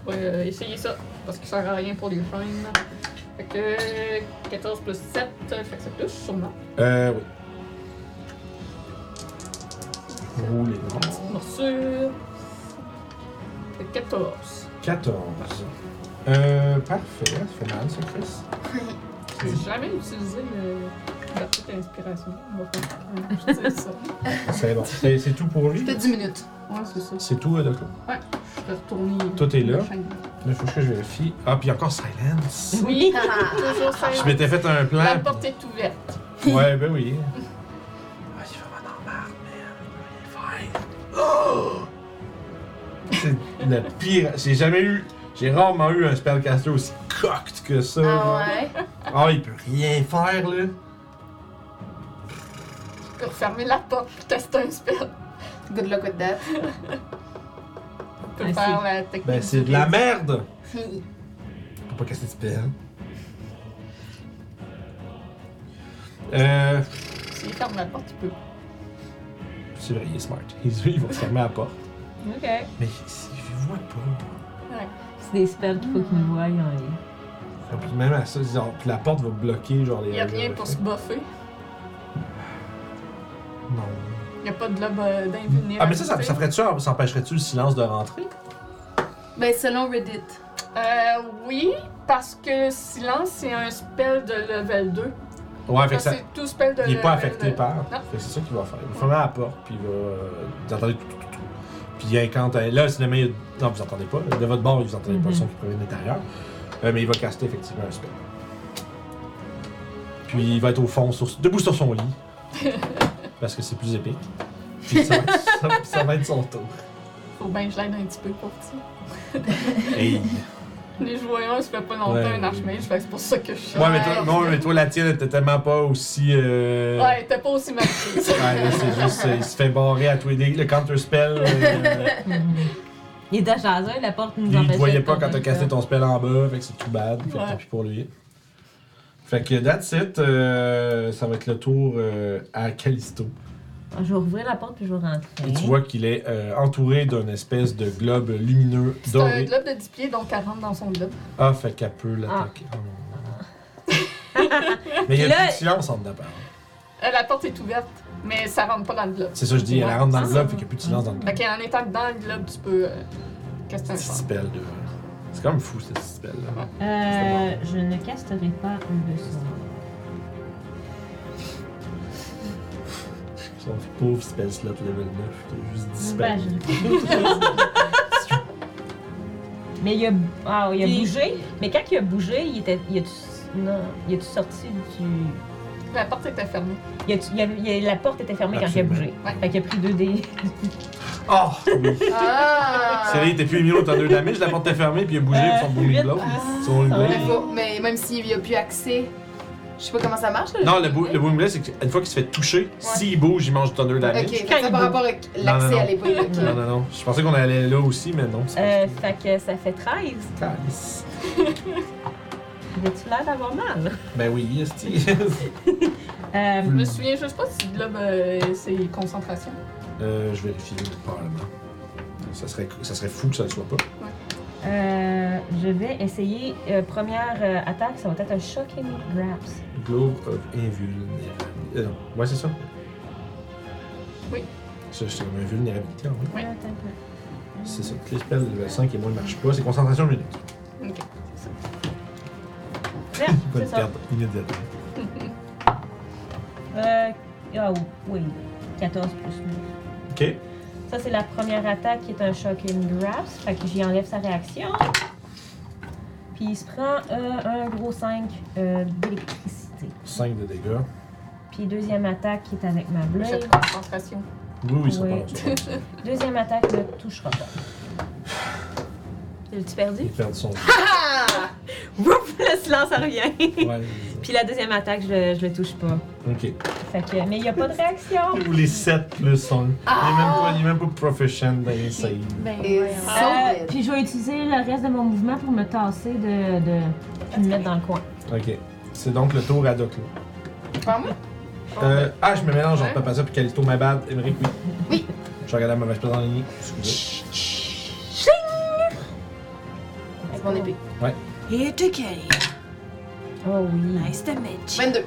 Speaker 3: On va euh, essayer ça, parce qu'il sert à rien pour les chaînes. Fait que 14 plus 7, fait que ça touche sûrement.
Speaker 1: Euh, oui. Roulez non.
Speaker 3: Petite morsure. Fait que 14.
Speaker 1: 14. Euh, parfait. Ça fait mal, ça, Chris.
Speaker 3: J'ai jamais utilisé le la petite inspiration. On va faire je tire ça.
Speaker 1: C'est bon. C'est c'est tout pour lui.
Speaker 2: C'était 10 minutes.
Speaker 3: Ouais, c'est ça.
Speaker 1: C'est tout, euh, Doc. là.
Speaker 3: Je vais retourner.
Speaker 1: Tout est là.
Speaker 3: la chaîne.
Speaker 1: Là, faut que je vérifie. Ah, puis encore silence.
Speaker 3: Oui,
Speaker 2: Ah.
Speaker 3: toujours ça.
Speaker 1: Je m'étais fait un plan.
Speaker 3: La porte est ouverte.
Speaker 1: puis- Ouais, ben oui. Ah, il est vraiment dans la merde, man. Il est fine. Oh! c'est le pire. J'ai jamais eu. J'ai rarement eu un spellcaster aussi cocked que ça. genre.
Speaker 2: Ah ouais?
Speaker 1: Ah, il peut rien faire, là.
Speaker 6: Tu peux refermer la porte pour tester un spell.
Speaker 2: Good luck with that.
Speaker 6: Tu peux
Speaker 4: Ah,
Speaker 6: faire la technique.
Speaker 1: Ben, c'est de la merde!
Speaker 2: Hi.
Speaker 1: Faut pas casser hein. de spell. Euh.
Speaker 6: Si il ferme la porte, tu peux.
Speaker 1: C'est vrai, il est smart. Il il va fermer la porte.
Speaker 4: Ok.
Speaker 1: Mais si je vois pas.
Speaker 4: C'est des spells qu'il faut qu'ils voient. hein.
Speaker 1: Ah, Puis même à ça, genre, puis la porte va bloquer, genre les.
Speaker 6: Il n'y a rien pour se buffer.
Speaker 1: Non.
Speaker 6: Il n'y a pas de lobe euh, d'invulnérabilité.
Speaker 1: Ah, mais ça, ça, ça ferait-tu, ça empêcherait-tu le silence de rentrer?
Speaker 2: Ben, selon Reddit.
Speaker 6: Euh, oui, parce que silence, c'est un spell de level 2.
Speaker 1: Ouais, fait
Speaker 6: Ça,
Speaker 1: que ça.
Speaker 6: c'est tout spell de
Speaker 1: Il est pas
Speaker 6: level
Speaker 1: affecté
Speaker 6: de-
Speaker 1: par.
Speaker 6: Non.
Speaker 1: Fait que c'est ça qu'il va faire. Il va fermer la porte, puis il va. euh, Vous entendez tout, tout, tout, tout. Puis il y a un quand euh, Là, si jamais il y a- Non, vous entendez pas. De votre bord, vous entendez pas le son qui provient de l'intérieur. Euh, mais il va caster effectivement un spell. Puis il va être au fond, sur- debout sur son lit. parce que c'est plus épique. Puis ça va, être, ça va- ça va être son tour.
Speaker 6: Faut bien que je l'aide un petit peu pour ça.
Speaker 1: Hey.
Speaker 6: Les joueurs, ça fait pas longtemps
Speaker 1: Ouais.
Speaker 6: un archmage, fait que c'est pour ça que je suis.
Speaker 1: Ouais, mais toi, non, mais toi, la tienne était tellement pas aussi. euh,
Speaker 6: Ouais, t'es pas aussi mal prise.
Speaker 1: ouais, là, c'est juste. euh, il se fait barrer à tous les dés. Le counter-spell. euh,
Speaker 4: Il était chez eux, la porte nous
Speaker 1: Puis il
Speaker 4: empêchait.
Speaker 1: te voyait
Speaker 4: de
Speaker 1: pas quand
Speaker 4: tourner
Speaker 1: t'as
Speaker 4: le
Speaker 1: casté
Speaker 4: spell.
Speaker 1: ton spell en bas, fait que c'est tout bad, fait que
Speaker 6: Ouais.
Speaker 1: tant pis pour lui. Fait que that's it, euh, ça va être le tour euh, à Callisto.
Speaker 4: Je vais ouvrir la porte puis je vais rentrer.
Speaker 1: Et tu vois qu'il est euh, entouré d'une espèce de globe lumineux
Speaker 6: C'est un
Speaker 1: doré.
Speaker 6: globe de 10 pieds, donc elle rentre dans son globe.
Speaker 1: Ah, fait qu'elle peut l'attaquer. Oh, Mais il y a
Speaker 4: Là-
Speaker 1: plus de silence en dedans. par exemple.
Speaker 6: Euh, la porte est ouverte, mais ça rentre pas dans le globe.
Speaker 1: C'est ça, je dis, elle rentre dans le
Speaker 4: Ah.
Speaker 1: globe, fait qu'il y a plus de silence dans le
Speaker 6: Fait
Speaker 1: globe.
Speaker 6: qu'en étant dans le globe, tu peux. Euh, Qu'est-ce que
Speaker 1: C'est
Speaker 6: c'est un
Speaker 1: spell de. C'est quand même fou, ce spell là.
Speaker 4: Euh, je ne casterai pas un de ça.
Speaker 1: Son pauvre spell slot level 9, t'as juste 10
Speaker 4: Ben,
Speaker 1: spells.
Speaker 4: je- mais il a, ah, il a
Speaker 5: Puis-
Speaker 4: bougé. Mais quand il a bougé, il était. Il a non, il a-tu sorti du.
Speaker 6: La porte était fermée.
Speaker 4: Il a-tu- il a- il a- la porte était fermée quand il a
Speaker 1: Absolument.
Speaker 4: bougé.
Speaker 6: Ouais.
Speaker 4: Fait qu'il a pris deux dés.
Speaker 1: Oh! oui.
Speaker 2: Ah!
Speaker 1: C'est vrai, il était plus mignon, t'as deux damage, la porte est fermée, puis il a bougé, puis son
Speaker 4: Euh,
Speaker 1: bowling
Speaker 4: vite.
Speaker 1: blow. Son bowling
Speaker 2: Mais,
Speaker 1: blade.
Speaker 2: faut- mais même s'il n'y a plus accès, je sais pas comment ça marche. Là,
Speaker 1: Non, le, bou- le bowling blade, c'est qu'une fois qu'il se fait toucher, s'il bouge, il mange du thunder damage.
Speaker 2: Ok, fait que
Speaker 4: Quand
Speaker 2: ça
Speaker 4: il
Speaker 2: par
Speaker 4: bouge.
Speaker 2: rapport à
Speaker 1: Non, non,
Speaker 2: l'accès à l'épaule. ok.
Speaker 1: Non, non, non. Je pensais qu'on allait là aussi, mais non. c'est
Speaker 4: Euh,
Speaker 1: pas
Speaker 4: fait que ça fait 13.
Speaker 1: ça. Calice.
Speaker 4: Il a-tu l'air d'avoir mal?
Speaker 1: Ben oui, esti.
Speaker 4: Euh,
Speaker 6: Je me souviens juste pas si le globe, euh, c'est concentration.
Speaker 1: euh, je vérifie, probablement. Ça serait, ça serait fou que ça le soit pas.
Speaker 4: euh, je vais essayer. euh, première euh, attaque, ça va être un shocking grasp.
Speaker 1: Globe of Invulnérabilité. Euh, non. ouais, c'est ça?
Speaker 6: Oui.
Speaker 1: Ça, c'est une invulnérabilité, en vrai.
Speaker 6: Ouais.
Speaker 4: Attends, attends.
Speaker 1: C'est ça. Les spells level 5 et moi, ne marchent pas. C'est concentration minute.
Speaker 6: Ok.
Speaker 1: Il
Speaker 4: Merde,
Speaker 1: va
Speaker 4: c'est
Speaker 1: le
Speaker 4: ça.
Speaker 1: perdre immédiatement.
Speaker 4: Euh, ah oui, 14 plus 9.
Speaker 1: Ok.
Speaker 4: Ça, c'est la première attaque qui est un shocking grasp. Fait que j'y enlève sa réaction. Puis il se prend euh, un gros 5 euh, d'électricité.
Speaker 1: 5 de dégâts.
Speaker 4: Puis deuxième attaque qui est avec ma blade.
Speaker 6: Cette concentration.
Speaker 1: Oui, oui, ça
Speaker 4: Oui.
Speaker 1: passe.
Speaker 4: Deuxième attaque ne touchera pas.
Speaker 5: L'as-tu perdu?
Speaker 1: Il perd son.
Speaker 4: Ouf, le silence ça revient.
Speaker 1: Ouais.
Speaker 4: Puis la deuxième attaque, je, je le touche pas.
Speaker 1: Ok.
Speaker 4: Fait que, mais il n'y a pas de réaction.
Speaker 1: Ou les 7 plus 1. Il est même pas profession dans les saves.
Speaker 6: Ben,
Speaker 2: Et
Speaker 4: Euh,
Speaker 2: so-
Speaker 4: puis je vais utiliser le reste de mon mouvement pour me tasser de. de puis me mettre dans le coin.
Speaker 1: Ok. C'est donc le tour à Doc. là.
Speaker 2: Pas moi?
Speaker 1: Euh, ah, je me mélange entre
Speaker 6: Ouais.
Speaker 1: Papa Sop et Callisto, my bad. Émeric, oui. Je regardais ma mauvaise place dans la ligne. Excusez.
Speaker 2: C'est mon épée.
Speaker 7: Here to Kelly.
Speaker 4: Oh oui.
Speaker 7: Nice damage.
Speaker 2: 22.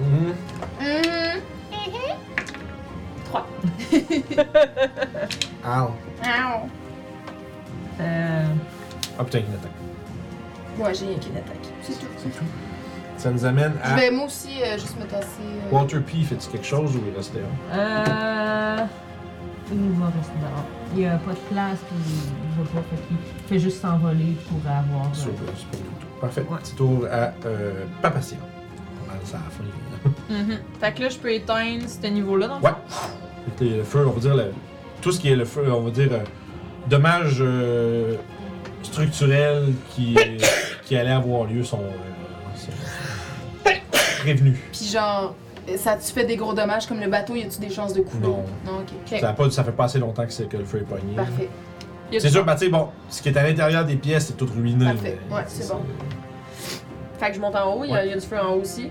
Speaker 2: Mm-hmm.
Speaker 1: Mhm.
Speaker 5: Mmh.
Speaker 2: Hum,
Speaker 1: Ow.
Speaker 4: Euh,
Speaker 1: Ah putain, une attaque.
Speaker 2: Ouais, j'ai rien qui l'attaque. C'est tout.
Speaker 1: Ça nous amène
Speaker 2: Je
Speaker 1: à.
Speaker 2: vais moi aussi euh, juste me tasser. euh,
Speaker 1: Walter P. Fait-tu quelque chose ou il reste là?
Speaker 4: Euh. Il va rester dehors. Il n'y a pas de place, puis il va pas. Fait qu'il fait juste s'envoler pour avoir. euh,
Speaker 1: Sur le- sur le tour. Parfait.
Speaker 4: Ouais.
Speaker 1: Petit tour à euh, Papa Sop. Pas mal, ça a fini.
Speaker 5: Mhm. Fait que là, je peux éteindre ce niveau-là dans le
Speaker 1: Ouais. Fait que Le feu, on va dire le- tout ce qui est le feu, on va dire euh, dommages euh, structurels qui, qui allaient avoir lieu sont, euh, sont prévenus.
Speaker 2: Puis genre, euh, ça tu fait des gros dommages comme le bateau, y a-tu des chances de couler
Speaker 1: Non.
Speaker 2: Non, ok.
Speaker 1: Ça, a pas, ça fait pas assez longtemps que, c'est- que le feu est pogné.
Speaker 2: Parfait.
Speaker 1: C'est sûr, bah, tu sais, bon, ce qui est à l'intérieur des pièces, c'est tout ruiné.
Speaker 2: Parfait.
Speaker 1: mais-
Speaker 2: Ouais, c'est bon.
Speaker 5: Fait que je monte en haut, il y, a- il y a du feu en haut aussi.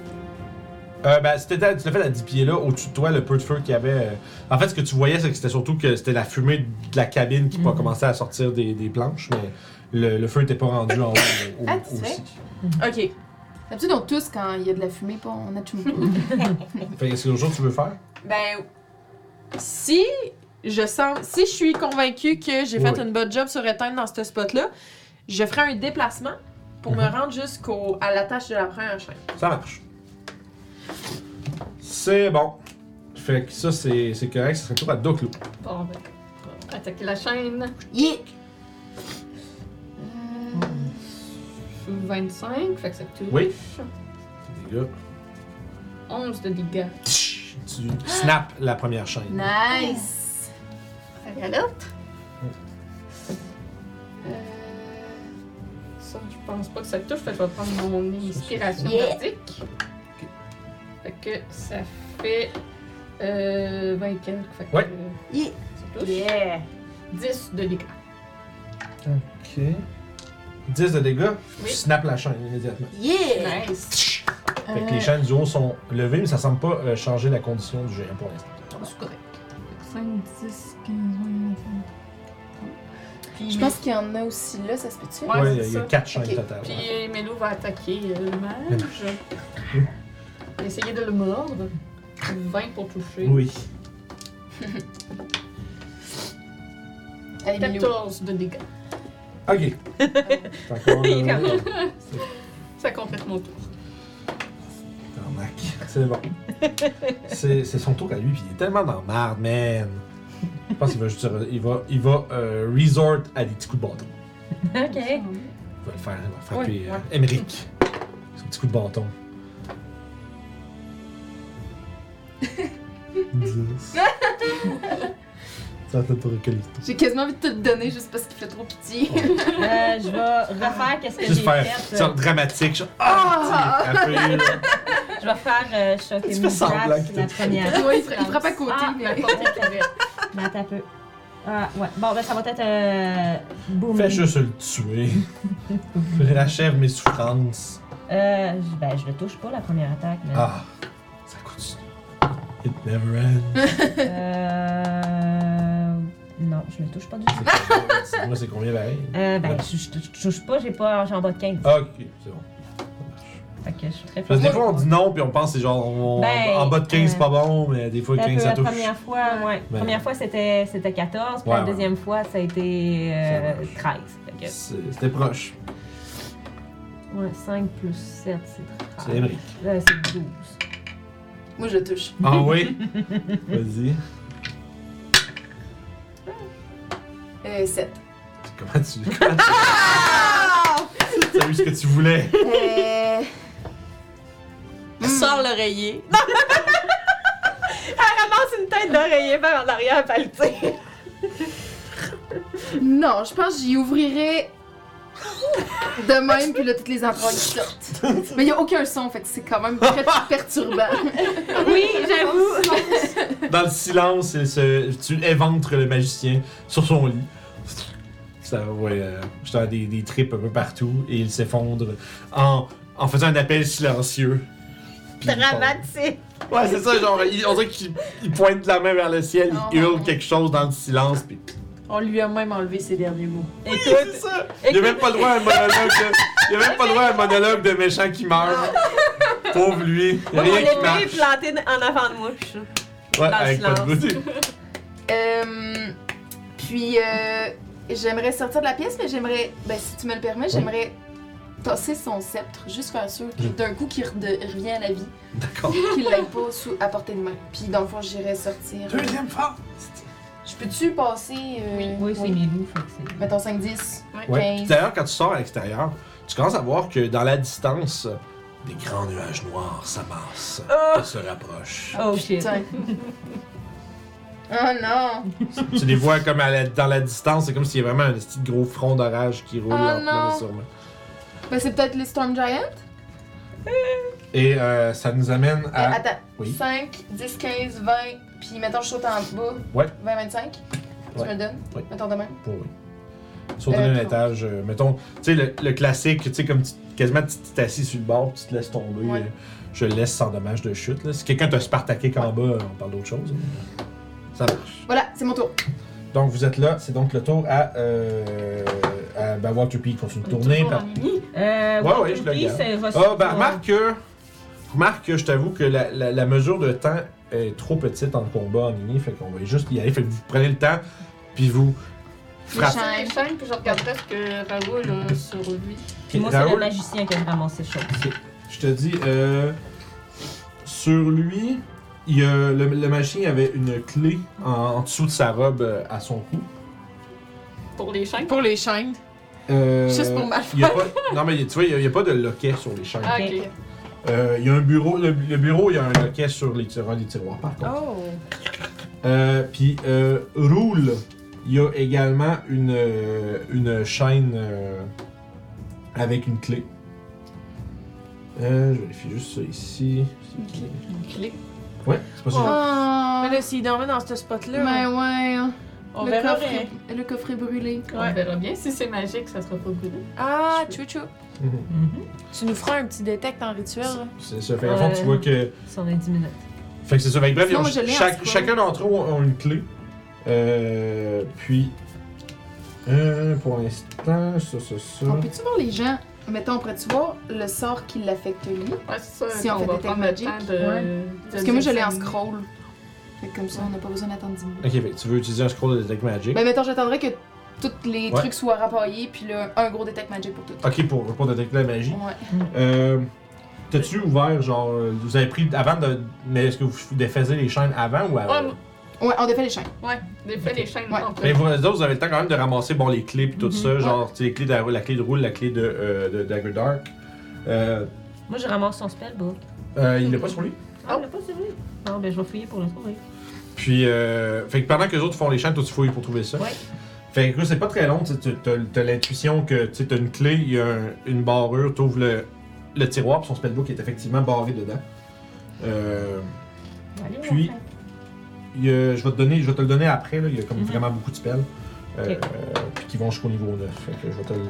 Speaker 1: Euh, ben, c'était à- tu l'as fait à 10 pieds là, au-dessus de toi, le peu de feu qu'il y avait. euh, En fait, ce que tu voyais, c'est que c'était surtout que c'était la fumée de la cabine qui
Speaker 4: Mhm.
Speaker 1: commençait à sortir des, des planches, mais le, le feu n'était pas rendu en haut au- au-
Speaker 2: Ah, tu
Speaker 1: aussi.
Speaker 5: Ok.
Speaker 2: D'habitude, on tousse quand il y a de la fumée, pas on a tout.
Speaker 1: Fait que est-ce que le jour tu veux faire?
Speaker 5: Ben,
Speaker 7: Si je sens, si je suis convaincue que j'ai fait
Speaker 1: Oui.
Speaker 7: une bonne job sur éteindre dans ce spot-là, je ferai un déplacement
Speaker 5: pour
Speaker 1: Mhm.
Speaker 5: me rendre jusqu'au à l'attache de la première chaîne.
Speaker 1: Ça marche. C'est bon. Fait que ça, c'est c'est correct, ça serait tout à Doclo.
Speaker 3: Bon, ben, on va attaquer la chaîne.
Speaker 2: Yeah!
Speaker 3: 25, fait que ça touche.
Speaker 1: Oui. Les gars,
Speaker 3: 11 de dégâts.
Speaker 1: tch, tu snaps la première chaîne.
Speaker 2: Nice!
Speaker 3: Ça galope. Euh, Ça, je pense pas que ça touche, fait que je vais prendre mon inspiration
Speaker 2: Yeah.
Speaker 3: pratique. Fait que ça fait euh, 20 et quelques, fait que
Speaker 1: Ouais.
Speaker 3: euh,
Speaker 2: Yeah!
Speaker 3: ça touche.
Speaker 5: Yeah!
Speaker 3: 10 de dégâts.
Speaker 1: Ok. 10 de dégâts,
Speaker 3: Oui.
Speaker 1: tu snaps la chaîne immédiatement.
Speaker 2: Yeah!
Speaker 3: Nice.
Speaker 1: Fait que les chaînes du haut sont levées, mais ça semble pas euh, changer la condition du géant pour l'instant.
Speaker 3: C'est correct.
Speaker 6: 5, 10, 15, 20,
Speaker 3: Puis,
Speaker 2: Je pense qu'il y en a aussi là, ça se peut-tu?
Speaker 3: Ouais,
Speaker 1: Ouais,
Speaker 3: c'est
Speaker 1: il y a
Speaker 3: ça.
Speaker 1: 4 chaînes
Speaker 2: Ok.
Speaker 1: totales.
Speaker 3: Puis
Speaker 1: ouais.
Speaker 3: euh, Melo va attaquer euh, le mage. Essayer de le mordre. 20 pour toucher.
Speaker 1: Oui.
Speaker 2: Allez, Milou.
Speaker 3: 14 de dégâts.
Speaker 1: Ok. T'as encore
Speaker 4: Il est
Speaker 1: euh,
Speaker 3: Ça complète mon tour.
Speaker 1: Tarnac. C'est bon. C'est c'est son tour à lui, puis il est tellement dans la marde, man. Je pense qu'il va juste. se re- Il va, il va euh, resort à des petits coups de bâton.
Speaker 4: Ok.
Speaker 1: Il va le faire, il va frapper
Speaker 4: Ouais,
Speaker 1: euh, Emmerich. Son petit coup de bâton. 10. Ça te reculer.
Speaker 2: J'ai quasiment envie de te le donner juste parce qu'il fait trop pitié.
Speaker 4: Euh, je vais refaire qu'est-ce que j'ai
Speaker 1: Juste faire
Speaker 4: fait.
Speaker 1: sorte dramatique, genre Ah! tu l'as frappé, là.
Speaker 4: Je vais faire euh, choquer
Speaker 1: Tu
Speaker 4: mon
Speaker 1: fais
Speaker 4: glace
Speaker 1: semblant que
Speaker 4: la
Speaker 1: t'as-
Speaker 4: première.
Speaker 2: Ouais, il fra- il frappe à côté,
Speaker 4: Ah,
Speaker 2: mais-
Speaker 4: la porte est ouverte. Mais attends un peu. Ah, ouais. Bon, ben ça va être euh, boom.
Speaker 1: Fais juste le tuer. Rachève mes souffrances.
Speaker 4: Euh, je- ben, je le touche pas la première attaque, mais.
Speaker 1: Ah, ça continue. It never ends.
Speaker 4: Euh. Non, je le touche pas du tout.
Speaker 1: C'est- Moi, c'est combien pareil?
Speaker 4: Euh, ben, je, je- je touche pas, j'ai pas, j'ai en bas de 15.
Speaker 1: Ah, ok, c'est bon. Ça marche.
Speaker 4: Fait que je suis très
Speaker 1: Ah. Parce que des fois, on
Speaker 4: forte.
Speaker 1: dit non, puis on pense que c'est genre on-
Speaker 4: Ben,
Speaker 1: en bas de 15,
Speaker 4: euh,
Speaker 1: c'est pas bon, mais des fois,
Speaker 4: T'as
Speaker 1: 15,
Speaker 4: peu,
Speaker 1: ça
Speaker 4: la
Speaker 1: touche.
Speaker 4: première fois, ouais.
Speaker 1: Ben.
Speaker 4: Première fois, c'était, c'était 14, puis
Speaker 1: Ouais,
Speaker 4: la
Speaker 1: ouais.
Speaker 4: deuxième fois, ça a été euh,
Speaker 1: Ça marche.
Speaker 4: 13. Fait que,
Speaker 1: C'est- C'était proche.
Speaker 4: ouais, 5 plus 7, c'est 13.
Speaker 1: C'est Emmerich.
Speaker 4: Euh, c'est 12.
Speaker 2: Moi, je le touche.
Speaker 1: Ah oui? Vas-y.
Speaker 2: Euh, 7.
Speaker 1: Comment tu. Comment tu... T'as eu ce que tu voulais.
Speaker 2: Euh.
Speaker 5: Mm.
Speaker 7: Sors l'oreiller.
Speaker 4: C'est une tête d'oreiller par en arrière, pas le
Speaker 2: Non, je pense que j'y ouvrirai de même, puis là, toutes les entrailles sortent. Mais il n'y a aucun son, fait que c'est quand même très perturbant.
Speaker 4: Oui, j'avoue.
Speaker 1: Dans le silence, il se- tu éventres le magicien sur son lit. Ça, ouais, euh, j'étais à des, des tripes un peu partout et il s'effondre en, en faisant un appel silencieux. Puis il tombe.
Speaker 4: Dramatique.
Speaker 1: Ouais, c'est ça, genre, il- on dirait qu'il il pointe la main vers le ciel,
Speaker 2: Oh,
Speaker 1: il hurle
Speaker 2: non.
Speaker 1: quelque chose dans le silence, puis
Speaker 5: On lui a même enlevé ses derniers mots.
Speaker 1: c'est ça! Il a même pas le droit à un monologue de, il a même pas le droit à un monologue de méchant qui meurt. Pauvre lui,
Speaker 4: Mon
Speaker 1: rien qui
Speaker 4: épée est
Speaker 1: marche.
Speaker 4: plantée en avant de moi, puis je
Speaker 1: Ouais,
Speaker 4: dans le
Speaker 1: avec pas de
Speaker 4: silence.
Speaker 1: beauté.
Speaker 2: Euh, puis, euh, j'aimerais sortir de la pièce, mais j'aimerais, ben, si tu me le permets, j'aimerais tasser son sceptre, juste faire sûr que d'un coup qu'il rede- revient à la vie,
Speaker 1: D'accord.
Speaker 2: qu'il l'ait pas sous, à portée de main. Puis, dans le fond, j'irai sortir. euh,
Speaker 1: Deuxième force!
Speaker 2: Je peux-tu passer. euh,
Speaker 4: Oui, c'est Milou, fait que c'est.
Speaker 2: Mettons 5-10.
Speaker 1: Ouais.
Speaker 2: 15.
Speaker 1: Puis D'ailleurs, quand tu sors à l'extérieur, tu commences à voir que dans la distance, euh, des grands nuages noirs s'amassent et se rapprochent.
Speaker 4: Oh shit.
Speaker 2: Putain. Oh non!
Speaker 1: tu les vois comme à la- dans la distance, c'est comme s'il y avait vraiment un petit gros front d'orage qui roule
Speaker 2: Oh
Speaker 1: lentement,
Speaker 2: non.
Speaker 1: mais sûrement.
Speaker 2: Ben, c'est peut-être les Storm Giants?
Speaker 1: Et euh, ça nous amène à.
Speaker 2: Mais attends,
Speaker 1: oui.
Speaker 2: 5, 10, 15, 20, puis mettons je saute en bas.
Speaker 1: Ouais.
Speaker 2: 20, 25. Tu
Speaker 1: Ouais.
Speaker 2: me le donnes?
Speaker 1: Oui.
Speaker 2: Mettons demain.
Speaker 1: Pour, oui. Sauter d'un
Speaker 2: Euh,
Speaker 1: étage, euh, mettons, tu sais, le, le classique, tu sais, comme tu, quasiment tu tu t'assis sur le bord, tu te laisses tomber.
Speaker 2: Ouais.
Speaker 1: euh, je laisse sans dommage de chute. Là. Si quelqu'un te spartaqué en bas, euh, on parle d'autre chose. hein. Ça marche.
Speaker 2: Voilà, c'est mon tour.
Speaker 1: Donc vous êtes là, c'est donc le tour à. Euh, à ben, Walter P. continue de tourner. par-
Speaker 4: Euh,
Speaker 1: Ouais, ouais,
Speaker 4: Walter
Speaker 1: je le
Speaker 4: P,
Speaker 1: garde.
Speaker 4: ça va
Speaker 1: Ah,
Speaker 4: sur-
Speaker 1: ben, remarque que. Remarque que je t'avoue que la, la- la mesure de temps est trop petite en combat en ligne, fait qu'on va juste y aller. Fait que vous prenez le temps, puis vous frappez.
Speaker 2: Méchant.
Speaker 3: Je les chaînes, puis je regarderai ce que Raoul a sur lui.
Speaker 4: Puis moi, c'est le
Speaker 1: Raoul,
Speaker 4: magicien qui a ramassé les choses.
Speaker 1: je te dis, euh, sur lui, il y a- le, le magicien il avait une clé en, en dessous de sa robe euh, à son cou.
Speaker 3: Pour les chaînes.
Speaker 7: Pour les chaînes.
Speaker 1: Euh,
Speaker 7: Juste pour mal
Speaker 1: il y a pas- Non, mais il y a- tu vois, il y a- il n'y a, pas de loquet sur les chaînes.
Speaker 3: Ah,
Speaker 4: Ok.
Speaker 3: ok.
Speaker 1: Euh, il y a un bureau, le, le bureau, il y a un loquet sur les tiroirs, les tiroirs par contre.
Speaker 7: Oh.
Speaker 1: Euh, Puis, euh, Roule, il y a également une, euh, une chaîne euh, avec une clé. Euh, je vérifie juste ça ici. C'est une clé.
Speaker 3: Une clé.
Speaker 1: Ouais, c'est pas ça.
Speaker 2: Oh!
Speaker 5: Mais là, s'il dormait dans ce spot-là,
Speaker 2: Mais ouais.
Speaker 5: on
Speaker 2: le,
Speaker 5: verra
Speaker 2: coffre
Speaker 5: rien.
Speaker 2: est, le coffre est brûlé.
Speaker 3: On verra bien. Si c'est magique, ça sera pas brûlé.
Speaker 5: Ah, chouchou.
Speaker 1: Mhm.
Speaker 5: Tu nous feras un petit détect en rituel. là.
Speaker 1: C'est ça. Fait, en fond,
Speaker 4: Ouais.
Speaker 1: tu vois que.
Speaker 4: Si on a 10 minutes.
Speaker 1: Fait que c'est ça. Fait que bref,
Speaker 2: Euh. Sinon,
Speaker 1: ils ont-
Speaker 2: je l'ai en
Speaker 1: chaque-
Speaker 2: scroll.
Speaker 1: chacun d'entre eux ont une clé. Euh, puis. euh, pour l'instant, ça, ça, ça.
Speaker 2: On peut-tu voir les gens? Mettons, on pourrait-tu voir le sort qui l'affecte lui?
Speaker 3: Ouais, c'est ça.
Speaker 2: Si on
Speaker 3: qu'on
Speaker 2: fait
Speaker 3: va
Speaker 2: des
Speaker 3: prendre le
Speaker 2: techniques,
Speaker 3: temps de-
Speaker 2: ouais.
Speaker 3: de
Speaker 2: Parce que moi, je l'ai en
Speaker 3: dire ça.
Speaker 2: scroll. Fait que comme ça, on n'a pas besoin d'attendre 10 minutes.
Speaker 1: Ok, fait que tu veux utiliser un scroll de Detect Magic.
Speaker 2: Ben, mettons, j'attendrai que tous les
Speaker 1: Ouais.
Speaker 2: trucs soient rappaillés, puis là, un gros détect magic pour tout.
Speaker 1: Ok, pour, pour détecter la magie.
Speaker 2: Ouais.
Speaker 1: Euh, T'as-tu ouvert, genre. euh, Vous avez pris. Avant de. Mais est-ce que vous défaisiez les chaînes avant ou
Speaker 3: Ouais,
Speaker 1: avant?
Speaker 3: moi-
Speaker 2: Ouais, on défait les chaînes.
Speaker 3: Ouais, des fois, les chaînes
Speaker 2: Ouais.
Speaker 3: on
Speaker 1: Mais
Speaker 3: peut-
Speaker 1: vous, les autres, vous avez le temps quand même de ramasser bon, les clés puis tout ça,
Speaker 2: Mhm.
Speaker 1: genre tu sais, les clés de, la- la clé de roule, la clé de, euh, de Dagger Dark. Euh,
Speaker 4: Moi, je ramasse son spellbook.
Speaker 1: euh, il l'a pas sur lui?
Speaker 4: Ah, on l'a pas celui Non, ben, je vais fouiller pour le trouver.
Speaker 1: Puis, euh, fait que pendant que les autres font les chaînes, toi tu fouilles pour trouver ça.
Speaker 4: Ouais.
Speaker 1: Fait que c'est pas très long, tu sais, tu- t'as t'as l'intuition que tu sais, t'as une clé, il y a un- une barrure, t'ouvres le, le tiroir, puis son spellbook est effectivement barré dedans. Euh,
Speaker 4: Allez,
Speaker 1: Puis-
Speaker 4: enfin.
Speaker 1: il y a- je, vais te donner, je vais te le donner après, là, il y a comme
Speaker 4: Mhm.
Speaker 1: vraiment beaucoup de spells. euh,
Speaker 4: Ok.
Speaker 1: Puis qui vont jusqu'au niveau 9. Fait que je vais te le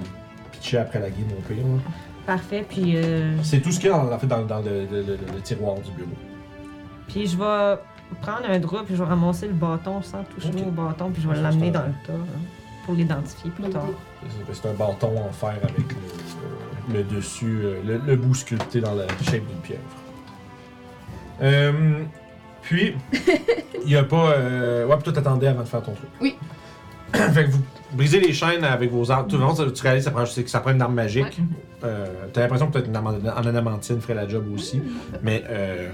Speaker 1: pitcher après la game, au pire. là.
Speaker 4: Parfait, puis, euh,
Speaker 1: C'est tout ce qu'il y a en en fait, dans, dans le, le- le- le tiroir du bureau.
Speaker 4: puis je vais prendre un drap, puis je vais ramasser le bâton sans toucher
Speaker 1: Ok.
Speaker 4: au bâton, puis je vais
Speaker 1: Ça,
Speaker 4: l'amener
Speaker 1: c'est
Speaker 4: dans
Speaker 1: un-
Speaker 4: le tas hein, pour l'identifier plus
Speaker 2: Bonne
Speaker 4: tard.
Speaker 2: idée.
Speaker 1: C'est- C'est un bâton en fer avec le, le dessus, euh, le, le bout sculpté dans la shape d'une pieuvre. Euh, puis, il n'y a pas. euh, ouais, puis toi, t'attendais avant de faire ton truc.
Speaker 2: Oui.
Speaker 1: fait que vous brisez les chaînes avec vos armes. Tout le monde, ça- tu réalises ça prend- c'est que ça prend une arme magique. Euh, T'as l'impression que peut-être une arme en en adamantine ferait la job aussi. Mais, euh,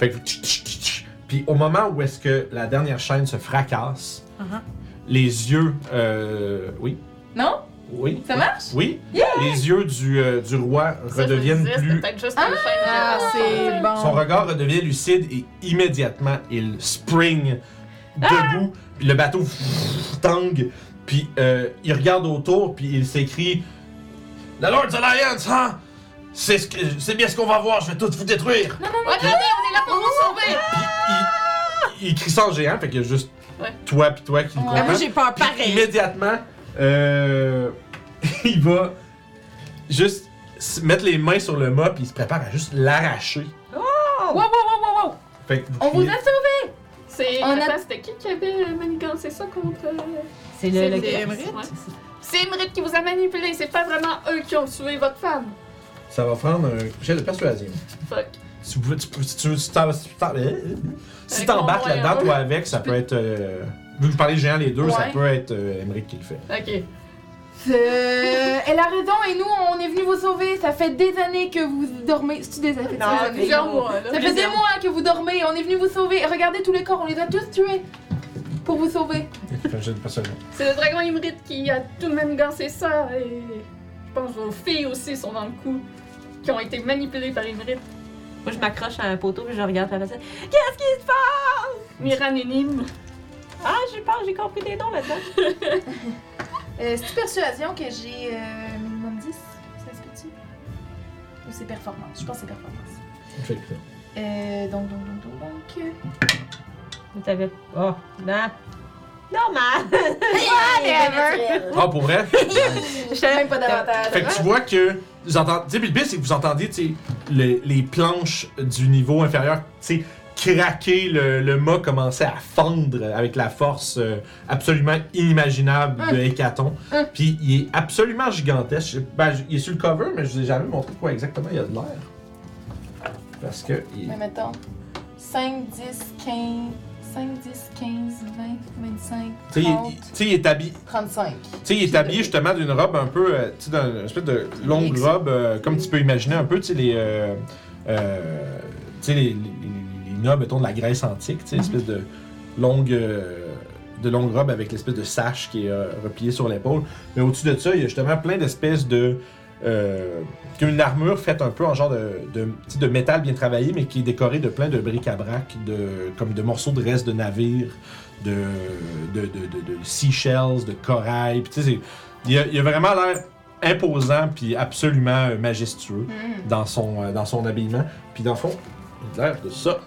Speaker 1: fait que vous- tch, tch, tch, tch. Puis au moment où est-ce que la dernière chaîne se fracasse,
Speaker 7: Uh-huh.
Speaker 1: les yeux, euh, oui,
Speaker 2: Non?
Speaker 1: oui,
Speaker 2: Ça marche?
Speaker 1: oui, les yeux du, euh, du roi
Speaker 3: Ça, je me
Speaker 1: redeviennent
Speaker 3: disais,
Speaker 1: plus.
Speaker 3: c'était peut-être juste les chaînes de-
Speaker 7: Ah, c'est bon.
Speaker 1: Son regard redevient lucide et immédiatement il spring debout. Puis le bateau tangue. Puis euh, il regarde autour puis il s'écrie The Lord's Alliance, hein? C'est ce que- c'est bien ce qu'on va voir, je vais tout vous détruire!
Speaker 3: On est là pour vous sauver!
Speaker 1: Puis il, il crie ça en géant, fait qu'il y a juste
Speaker 3: Ouais.
Speaker 1: toi puis toi qui le
Speaker 7: Ah,
Speaker 1: comprends.
Speaker 7: moi, j'ai peur
Speaker 1: Puis
Speaker 7: pareil.
Speaker 1: immédiatement, euh, il va juste s- mettre les mains sur le mât puis il se prépare à juste l'arracher.
Speaker 2: Oh! Wow, wow, wow, wow, wow!
Speaker 1: Fait que vous
Speaker 2: On vous
Speaker 1: criez-
Speaker 2: a sauvé!
Speaker 3: C'est.
Speaker 2: On a-
Speaker 3: Attends, c'était qui qui avait euh, manigancé ça contre. euh,
Speaker 4: C'est
Speaker 3: C'est
Speaker 4: le, le-
Speaker 3: les émerites? C'est Emerit qui vous a manipulé, c'est pas vraiment eux qui ont tué votre femme!
Speaker 1: Ça va prendre un jet de persuasion.
Speaker 3: Fuck.
Speaker 1: Si tu pouvais- tu peux- si tu veux- si t'en- si t'en- eh, si
Speaker 3: Avec
Speaker 1: t'embarques
Speaker 3: mon moyen.
Speaker 1: là-dedans, toi avec, ça peut être. euh, vu que vous parlez géant les deux, ça
Speaker 2: Ouais.
Speaker 1: peut être euh, Emmerich qui le fait.
Speaker 3: Ok.
Speaker 2: Euh, elle a raison et nous, on est venus vous sauver. Ça fait des années que vous dormez. C'est-tu des années?
Speaker 5: Non,
Speaker 2: Ça fait
Speaker 5: mais
Speaker 2: des
Speaker 3: Plusieurs
Speaker 2: années.
Speaker 3: mois, là.
Speaker 2: Ah, Ça fait des mois que vous dormez. On est venus vous sauver. Regardez tous les corps, on les a tous tués pour vous sauver.
Speaker 1: Fais un jet de persuasion.
Speaker 3: C'est le dragon Emerit qui a tout manigancé ça et. Je pense aux filles aussi sont dans le coup, qui ont été manipulées par Emerit.
Speaker 4: Moi, je m'accroche à un poteau, puis je regarde la facette.
Speaker 3: Miran et Nim.
Speaker 4: Ah, j'ai peur, j'ai compris des noms là-dedans.
Speaker 2: Euh, C'est-tu persuasion que j'ai euh, minimum 10 Ça se peut-tu Ou c'est performance Je pense que c'est performance.
Speaker 1: Effectivement.
Speaker 2: Euh, donc, donc, donc, donc, donc. euh,
Speaker 4: Mais t'avais. Oh, non. Normal.
Speaker 1: Ah, pour vrai?
Speaker 2: Je t'avais même pas davantage.
Speaker 1: Fait que tu vois que. Vous entendez, tu sais, puis le pire, c'est que vous entendez tu sais, les, les planches du niveau inférieur tu sais, craquer, le, le mât commençait à fendre avec la force euh, absolument inimaginable
Speaker 2: Hum.
Speaker 1: de Hécaton. Puis il est absolument gigantesque. Je sais- Ben, je- il est sur le cover, mais je vous ai jamais montré quoi exactement il a de l'air. Parce que. il-
Speaker 2: Mais mettons, 5, 10, 15, 5, 10, 15, 20,
Speaker 1: tu
Speaker 2: 25,
Speaker 1: sais, il,
Speaker 2: 30,
Speaker 1: il- tu sais, il est habillé.
Speaker 2: 35.
Speaker 1: Tu sais, il est habillé justement d'une robe un peu, euh, tu sais, d'une espèce de longue robe, euh, comme tu peux imaginer un peu, tu sais, les, euh, euh, tu sais, les, les, les- les nobles, mettons, de la Grèce antique, tu sais, une espèce de longue, euh, de longue robe avec l'espèce de sache qui est euh, repliée sur l'épaule. Mais au-dessus de ça, il y a justement plein d'espèces de, euh, comme une armure faite un peu en genre de, de, tu sais, de métal bien travaillé, mais qui est décorée de plein de bric-à-brac, de, comme de morceaux de restes de navires, de, de, de, de- de seashells, de corail. Puis tu sais, c'est- il y a, il y a vraiment l'air imposant puis absolument euh, majestueux dans, son, euh, dans son habillement. Puis dans le fond, il a l'air de ça.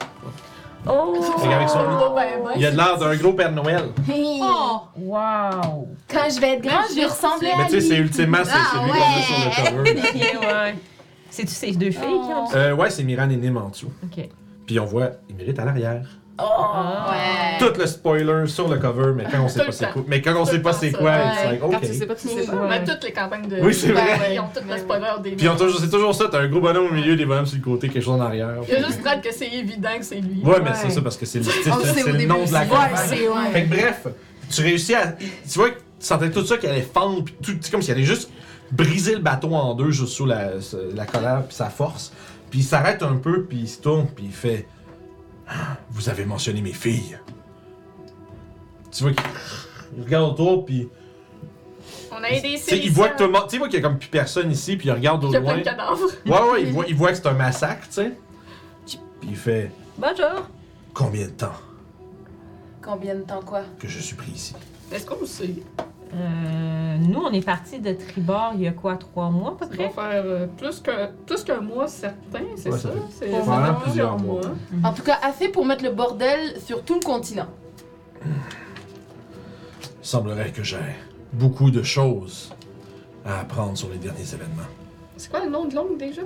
Speaker 4: Oh.
Speaker 1: Fait qu'avec son-
Speaker 3: ben,
Speaker 1: Il a l'air d'un gros Père Noël.
Speaker 2: Hey,
Speaker 4: Wow.
Speaker 2: Oh! Quand je vais être grande, je vais ressembler à
Speaker 1: Mais tu sais,
Speaker 2: lui.
Speaker 1: c'est ultimement, c'est
Speaker 2: Ah,
Speaker 1: c'est lui qu'on a sur le cover.
Speaker 4: Ok, ouais. C'est-tu ces deux filles qui ont ça?
Speaker 1: Euh, ouais, c'est Miran et Nim en dessous.
Speaker 4: Ok.
Speaker 1: Puis on voit, il mérite à l'arrière.
Speaker 4: Ah.
Speaker 2: Ouais.
Speaker 1: tout le spoiler sur le cover, mais quand on sait
Speaker 3: Tout
Speaker 1: pas
Speaker 3: le
Speaker 1: c'est
Speaker 3: temps.
Speaker 1: quoi, mais quand on
Speaker 3: Tout
Speaker 1: sait
Speaker 3: le
Speaker 1: pas
Speaker 3: temps,
Speaker 1: c'est
Speaker 3: ça.
Speaker 1: quoi,
Speaker 2: Ouais.
Speaker 1: c'est like,
Speaker 3: Quand tu
Speaker 1: ok.
Speaker 3: sais pas, tu sais pas.
Speaker 4: Ouais.
Speaker 3: Mais Ben, toutes les campagnes de.
Speaker 1: Oui, c'est
Speaker 3: Ben
Speaker 1: vrai.
Speaker 3: ouais, Ils ont toutes le spoiler des.
Speaker 1: Puis on toujours, c'est toujours ça, t'as un gros bonhomme au milieu, des bonhommes sur le côté, quelque chose en arrière.
Speaker 3: Il y a juste Brad que c'est évident que c'est lui.
Speaker 1: Ouais, mais
Speaker 4: Ouais.
Speaker 1: c'est ça parce que c'est le, c'est-
Speaker 7: On
Speaker 1: c'est-
Speaker 7: le sait
Speaker 1: c'est le
Speaker 7: au début
Speaker 1: nom de la
Speaker 7: aussi.
Speaker 1: campagne.
Speaker 7: Ouais, c'est- ouais.
Speaker 1: Fait que bref, tu réussis à, tu vois, que tu sentais tout ça qui allait fendre, puis tout, c'est comme s'il allait juste briser le bateau en deux juste sous la, ce- la colère puis sa force. Puis il s'arrête un peu, puis il se tourne, puis il fait, Ah, vous avez mentionné mes filles. Tu vois qu'il il regarde autour, puis
Speaker 3: On a aidé
Speaker 1: Tu
Speaker 3: ici.
Speaker 1: sais, il voit que tout le monde, tu sais, il voit qu'il y a comme plus personne ici, puis il regarde au
Speaker 3: Il y a plein
Speaker 1: loin.
Speaker 3: de cadavres.
Speaker 1: Ouais, ouais, il voit, il voit que c'est un massacre, tu sais. Puis il fait
Speaker 4: Bonjour.
Speaker 1: combien de temps
Speaker 2: Combien de temps, quoi
Speaker 1: que je suis pris ici
Speaker 3: Est-ce qu'on sait
Speaker 4: Euh, nous, on est partis de Tribord il y a quoi, trois mois à peu
Speaker 3: Ça va
Speaker 4: près?
Speaker 3: faire euh, plus qu'un plus qu'un mois certain, c'est
Speaker 1: Ouais, ça
Speaker 3: ça?
Speaker 1: fait
Speaker 3: C'est
Speaker 1: vraiment
Speaker 3: ça fait
Speaker 1: plusieurs mois.
Speaker 2: En tout cas, assez pour mettre le bordel sur tout le continent.
Speaker 1: Il semblerait que j'ai beaucoup de choses à apprendre sur les derniers événements.
Speaker 3: C'est quoi le nom de l'ongle déjà?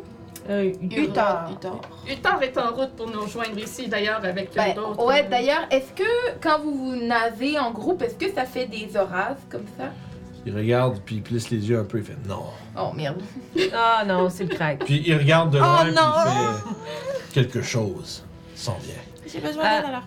Speaker 4: Euh,
Speaker 2: Uthor.
Speaker 3: Uthor est en route pour nous rejoindre ici, d'ailleurs, avec euh,
Speaker 2: Ben,
Speaker 3: d'autres.
Speaker 2: ouais,
Speaker 3: euh,
Speaker 2: d'ailleurs, est-ce que quand vous vous navez en groupe, est-ce que ça fait des orages comme ça
Speaker 1: Il regarde, puis il plisse les yeux un peu, il fait non.
Speaker 2: Oh merde.
Speaker 4: Ah non, c'est le crack.
Speaker 1: Puis il regarde de loin,
Speaker 7: Oh,
Speaker 1: puis
Speaker 7: non!
Speaker 1: il fait quelque chose s'en vient.
Speaker 7: J'ai besoin
Speaker 4: Ah.
Speaker 7: d'aide alors.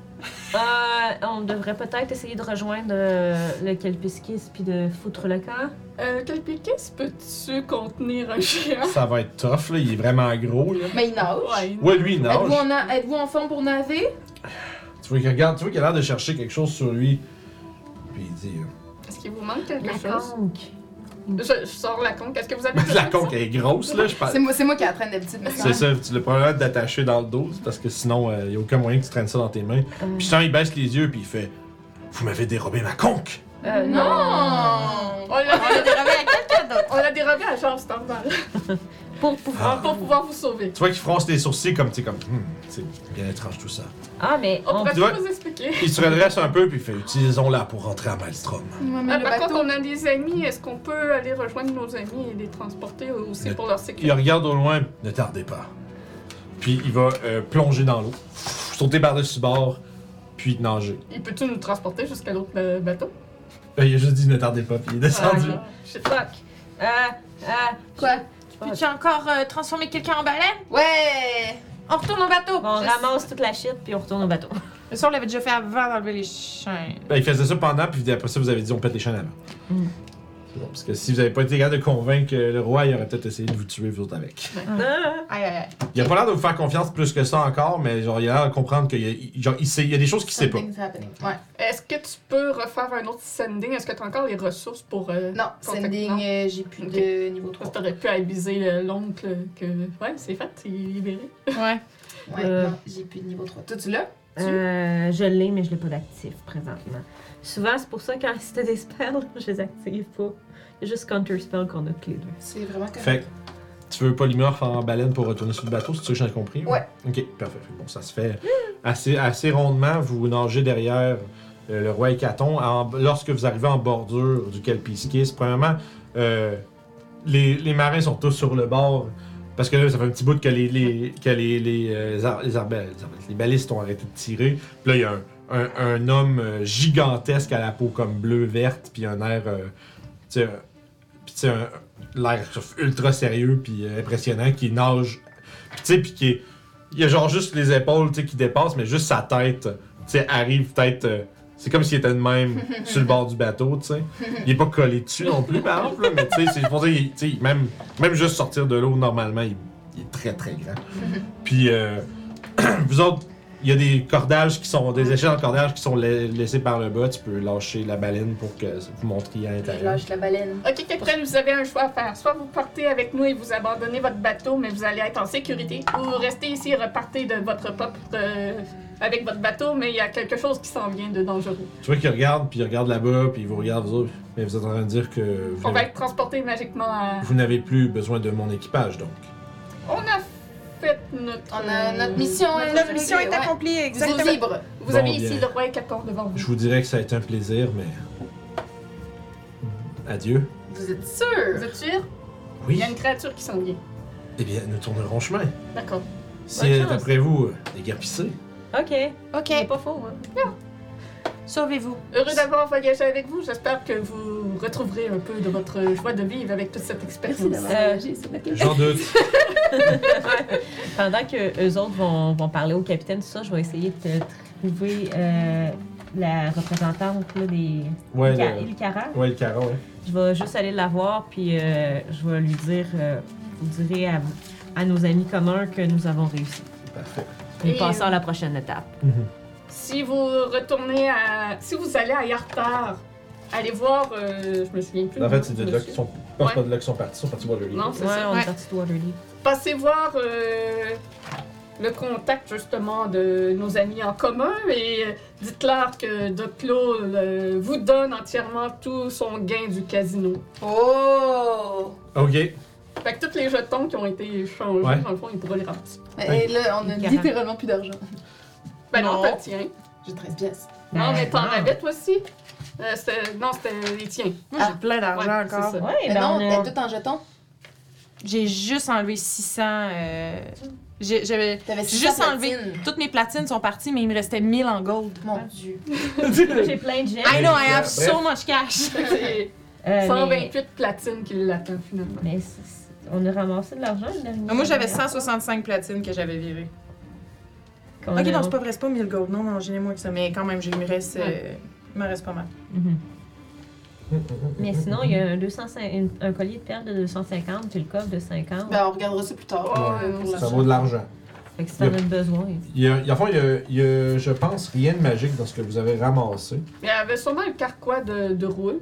Speaker 4: Euh, on devrait peut-être essayer de rejoindre euh, le Kelpiskis puis de foutre le camp.
Speaker 3: Euh, quel piquet peux-tu contenir un géant?
Speaker 1: Ça va être tough, là, il est vraiment gros, là.
Speaker 2: Mais il nage.
Speaker 3: Ouais, il-
Speaker 1: Ouais, lui, il
Speaker 2: Êtes-vous
Speaker 1: nage.
Speaker 2: en, a- êtes-vous en forme pour nager
Speaker 1: Tu vois qu'il regarde, tu vois qu'il a l'air de chercher quelque chose sur lui. Puis il dit euh,
Speaker 3: Est-ce qu'il vous manque quelque
Speaker 4: La
Speaker 3: chose?
Speaker 4: conque.
Speaker 3: Je, je sors la conque. Est-ce que vous avez
Speaker 1: La
Speaker 3: besoin de ça?
Speaker 1: conque elle est grosse, là, je parle.
Speaker 2: C'est moi, c'est moi qui apprends d'habitude. mais
Speaker 1: C'est ça, tu l'as probablement d'attacher dans le dos, parce que sinon, il n'y a aucun moyen que tu traînes ça dans tes mains.
Speaker 4: Euh,
Speaker 1: Puis sans, il baisse les yeux, puis il fait Vous m'avez dérobé ma conque
Speaker 4: euh,
Speaker 2: Non
Speaker 3: On l'a,
Speaker 7: On a dérobé à quelqu'un d'autre.
Speaker 3: on l'a dérobé à Charles, c'est normal.
Speaker 4: Pour pouvoir.
Speaker 3: Pour pouvoir vous sauver.
Speaker 1: Tu vois qu'il fronce les sourcils comme, tu sais, comme, Hmm, c'est bien étrange tout ça.
Speaker 4: Ah, mais
Speaker 3: On
Speaker 4: on
Speaker 3: pourrait
Speaker 1: doit-
Speaker 3: tout vous expliquer.
Speaker 1: Il se redresse un peu, puis il fait Utilisons-la pour rentrer à Maelstrom.
Speaker 2: Ouais, mais
Speaker 3: Ah,
Speaker 2: le
Speaker 3: par
Speaker 2: bateau-
Speaker 3: contre, on a des amis. Est-ce qu'on peut aller rejoindre nos amis et les transporter aussi
Speaker 1: Le-
Speaker 3: pour leur
Speaker 1: Il
Speaker 3: sécurité?
Speaker 1: regarde au loin Ne tardez pas. Puis il va euh, plonger dans l'eau, sauter par-dessus bord, puis nager.
Speaker 3: Il peut-tu nous transporter jusqu'à l'autre euh, bateau?
Speaker 1: Euh, il a juste dit Ne tardez pas, puis il est descendu.
Speaker 3: Ah, shit.
Speaker 4: fuck. Euh, euh,
Speaker 2: Quoi
Speaker 7: Peux-tu encore euh, transformer quelqu'un en baleine?
Speaker 2: Ouais
Speaker 7: On retourne au bateau.
Speaker 4: on
Speaker 7: Je-
Speaker 4: ramasse toute la shit puis on retourne au bateau.
Speaker 7: Ça, on l'avait déjà fait avant d'enlever les chaînes.
Speaker 1: Ben, il faisait ça pendant, puis après ça, vous avez dit on pète les chaînes avant.
Speaker 4: Mm.
Speaker 1: C'est bon, parce que si vous n'avez pas été capable de convaincre euh, le roi, il aurait peut-être essayé de vous tuer, vous autres, avec.
Speaker 4: Ah.
Speaker 7: Aïe, aïe, aïe.
Speaker 1: Il a pas l'air de vous faire confiance plus que ça encore, mais genre, il a l'air de comprendre qu'il y, a- il- genre, il sait- il y a des choses qu'il sait pas.
Speaker 2: Something's happening. Ouais.
Speaker 3: Est-ce que tu peux refaire un autre sending? Est-ce que tu as encore les ressources pour. euh,
Speaker 2: Non,
Speaker 3: Contact,
Speaker 2: sending,
Speaker 3: non.
Speaker 2: euh, j'ai plus
Speaker 3: Ok.
Speaker 2: de niveau 3.
Speaker 3: Parce que t'aurais pu abuser euh, l'oncle que. Ouais, c'est fait, il est libéré.
Speaker 7: Ouais.
Speaker 2: Ouais,
Speaker 4: Euh.
Speaker 2: non, j'ai plus de niveau 3. Toi, tu l'as
Speaker 4: Euh, je l'ai, mais je l'ai pas d'actif présentement. Souvent, c'est pour ça que quand c'était des spells, je les active pas. Il y a juste Counter Spell qu'on a tous les deux.
Speaker 2: C'est vraiment correct.
Speaker 1: Fait que tu veux pas l'humeur faire en baleine pour retourner sur le bateau, si tu que j'ai compris?
Speaker 2: Ouais.
Speaker 1: Ok, parfait. Fait que Bon, ça se fait assez, assez rondement. Vous nagez derrière euh, le roi Hécaton. En- lorsque vous arrivez en bordure du Calpisquis, premièrement, euh, les, les marins sont tous sur le bord. Parce que là, ça fait un petit bout que les, les, que les, les, euh, ar- les arbelles- les arbelles- les balistes ont arrêté de tirer. Puis là, il y a un, un- un homme euh, gigantesque à la peau comme bleu-verte, puis un air. euh, tu sais, un- puis tu sais, un- l'air ultra sérieux puis euh, impressionnant qui nage Puis tu sais puis qui est- il y a genre juste les épaules tu sais qui dépassent mais juste sa tête tu sais arrive peut-être euh, c'est comme s'il était de même sur le bord du bateau tu sais il est pas collé dessus non plus par exemple là, mais tu sais c'est je veux dire, il- tu sais même même juste sortir de l'eau normalement il, il est très très grand puis euh, vous autres il y a des cordages qui sont des échelles en cordage qui sont la- laissées par le bas tu peux lâcher la baleine pour que vous montriez à
Speaker 2: Je
Speaker 1: l'intérieur
Speaker 2: lâche la baleine.
Speaker 3: Ok, Capitaine, vous avez un choix à faire. Soit vous partez avec nous et vous abandonnez votre bateau, mais vous allez être en sécurité, ou restez ici et repartez de votre propre. euh, avec votre bateau, mais il y a quelque chose qui s'en vient de dangereux.
Speaker 1: Tu vois qu'il regarde, puis il regarde là-bas, puis il vous regarde, vous autres. Mais vous êtes en train de dire que vous
Speaker 3: On va
Speaker 1: n'avez-
Speaker 3: être transporté magiquement à.
Speaker 1: vous n'avez plus besoin de mon équipage, donc.
Speaker 3: On a fait notre.
Speaker 2: On a notre mission.
Speaker 3: Euh, Notre
Speaker 2: Notre
Speaker 7: La mission est
Speaker 2: ouais.
Speaker 7: accomplie,
Speaker 2: Vous êtes
Speaker 7: exactement.
Speaker 2: libre.
Speaker 3: Vous
Speaker 1: Bon,
Speaker 3: avez
Speaker 1: bien.
Speaker 3: ici le roi Hécaton devant vous.
Speaker 1: Je vous dirais que ça a été un plaisir, mais. Adieu.
Speaker 2: Vous êtes
Speaker 3: Vous
Speaker 2: sûr.
Speaker 3: êtes sûr? Il
Speaker 1: Oui.
Speaker 3: y a une créature qui s'en vient.
Speaker 1: Eh bien, nous tournerons chemin.
Speaker 3: D'accord.
Speaker 1: Si
Speaker 4: Bonne
Speaker 1: elle est
Speaker 4: chance.
Speaker 1: après vous, euh, déguerpissez.
Speaker 4: Ok.
Speaker 7: Ok,
Speaker 4: pas faux, hein.
Speaker 7: sauvez-vous.
Speaker 3: Heureux d'avoir voyagé avec vous. J'espère que vous retrouverez un peu de votre joie de vivre avec toute cette expérience.
Speaker 2: Euh,
Speaker 4: voyagé
Speaker 1: J'en doute.
Speaker 4: Pendant que eux autres vont, vont parler au capitaine, tout ça, je vais essayer de trouver euh, la représentante là, des.
Speaker 1: Ouais,
Speaker 4: Ca-
Speaker 1: le,
Speaker 4: le Cara.
Speaker 1: ouais, le caron, hein.
Speaker 4: Je vais juste aller la voir, puis euh, je vais lui dire, euh, vous direz à, à nos amis communs que nous avons réussi.
Speaker 1: Parfait.
Speaker 4: Et,
Speaker 3: Et,
Speaker 4: passons
Speaker 3: euh,
Speaker 4: à la prochaine étape.
Speaker 1: Mhm.
Speaker 3: Si vous retournez à. Si vous allez à Yartar, allez voir. euh, je me souviens plus.
Speaker 1: En
Speaker 3: du
Speaker 1: fait,
Speaker 3: nom
Speaker 1: c'est
Speaker 3: du
Speaker 1: de là
Speaker 3: monsieur.
Speaker 1: qu'ils sont. je pense
Speaker 3: Ouais.
Speaker 1: pas de là qu'ils sont partis, ils sont partis voir le livre.
Speaker 3: Non, c'est
Speaker 4: Ouais,
Speaker 3: ça.
Speaker 4: on
Speaker 7: Ouais.
Speaker 4: est parti de Waterloo.
Speaker 3: Passez voir euh, le contact justement de nos amis en commun et euh, dites-leur que Doc Lo, euh, vous donne entièrement tout son gain du casino.
Speaker 2: Oh!
Speaker 1: Ok.
Speaker 3: Fait que tous les jetons qui ont été échangés,
Speaker 1: Ouais.
Speaker 3: dans le fond, ils pourraient les ramasser.
Speaker 2: Et là, on a
Speaker 4: Quarante.
Speaker 2: littéralement plus d'argent.
Speaker 3: Ben non,
Speaker 2: Non.
Speaker 3: t'as le tien.
Speaker 2: J'ai 13 pièces.
Speaker 3: non,
Speaker 4: Ben,
Speaker 3: mais t'en
Speaker 4: non.
Speaker 3: avais toi aussi? Euh, c'était- non, c'était les tiens.
Speaker 7: Moi, j'ai plein d'argent
Speaker 3: Ouais,
Speaker 7: encore.
Speaker 3: c'est ça.
Speaker 4: Ouais,
Speaker 2: Mais
Speaker 4: ben,
Speaker 2: non,
Speaker 4: on a-
Speaker 2: t'as tout en jetons.
Speaker 7: J'ai juste enlevé 600. euh, j'ai- J'avais
Speaker 2: T'avais
Speaker 7: j'ai
Speaker 2: 600
Speaker 7: juste enlevé.
Speaker 2: platines.
Speaker 7: Toutes mes platines sont parties, mais il me restait 1000 en gold.
Speaker 2: Mon dieu.
Speaker 4: j'ai plein de gens.
Speaker 7: I know, I
Speaker 1: Yeah,
Speaker 7: have
Speaker 1: bref.
Speaker 7: so much cash.
Speaker 3: Fait que c'est
Speaker 4: Euh,
Speaker 3: 128
Speaker 4: mais-
Speaker 3: platines qui l'attend finalement.
Speaker 4: mais c'est- c'est- on a ramassé de l'argent. le dernier-
Speaker 7: Moi, j'avais 165 platines que j'avais virées.
Speaker 4: Qu'on a-
Speaker 7: Ok, non, c'est pas vrai, c'est pas 1000 gold. Non, non, j'en ai moins que ça. Mais quand même, j'ai- il me reste, euh, il me reste pas mal.
Speaker 4: Mhm. Mais sinon, il y a un, 205 une- un collier de perles de 250 puis le coffre de 50.
Speaker 2: Ben, on regardera ça plus tard.
Speaker 3: Ouais,
Speaker 2: euh, pour
Speaker 1: Ça
Speaker 2: l'argent.
Speaker 1: vaut de l'argent.
Speaker 4: Fait que si t'en as besoin.
Speaker 1: Il y a, il y a- en fond, il y a- il y a, je pense, rien de magique dans ce que vous avez ramassé.
Speaker 3: Il y avait sûrement un carquois de, de roule.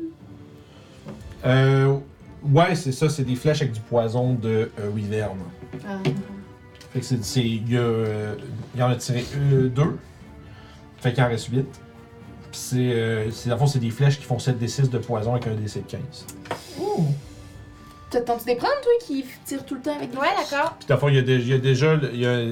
Speaker 1: Euh, ouais, c'est ça, c'est des flèches avec du poison de euh, wyvern.
Speaker 2: Ah.
Speaker 1: Fait que c'est. c'est- Il y, a, euh, il y en a tiré euh, deux. Fait qu'il en reste huit. Puis c'est. Euh, c'est- dans le fond, c'est des flèches qui font 7d6 de poison avec un d6 de 15.
Speaker 2: T'as tenté des prendre, toi, qui tire tout le temps avec des flèches?
Speaker 7: d'accord.
Speaker 1: Puis dans le fond, il y a, dé- il y a déjà. le- Il y a,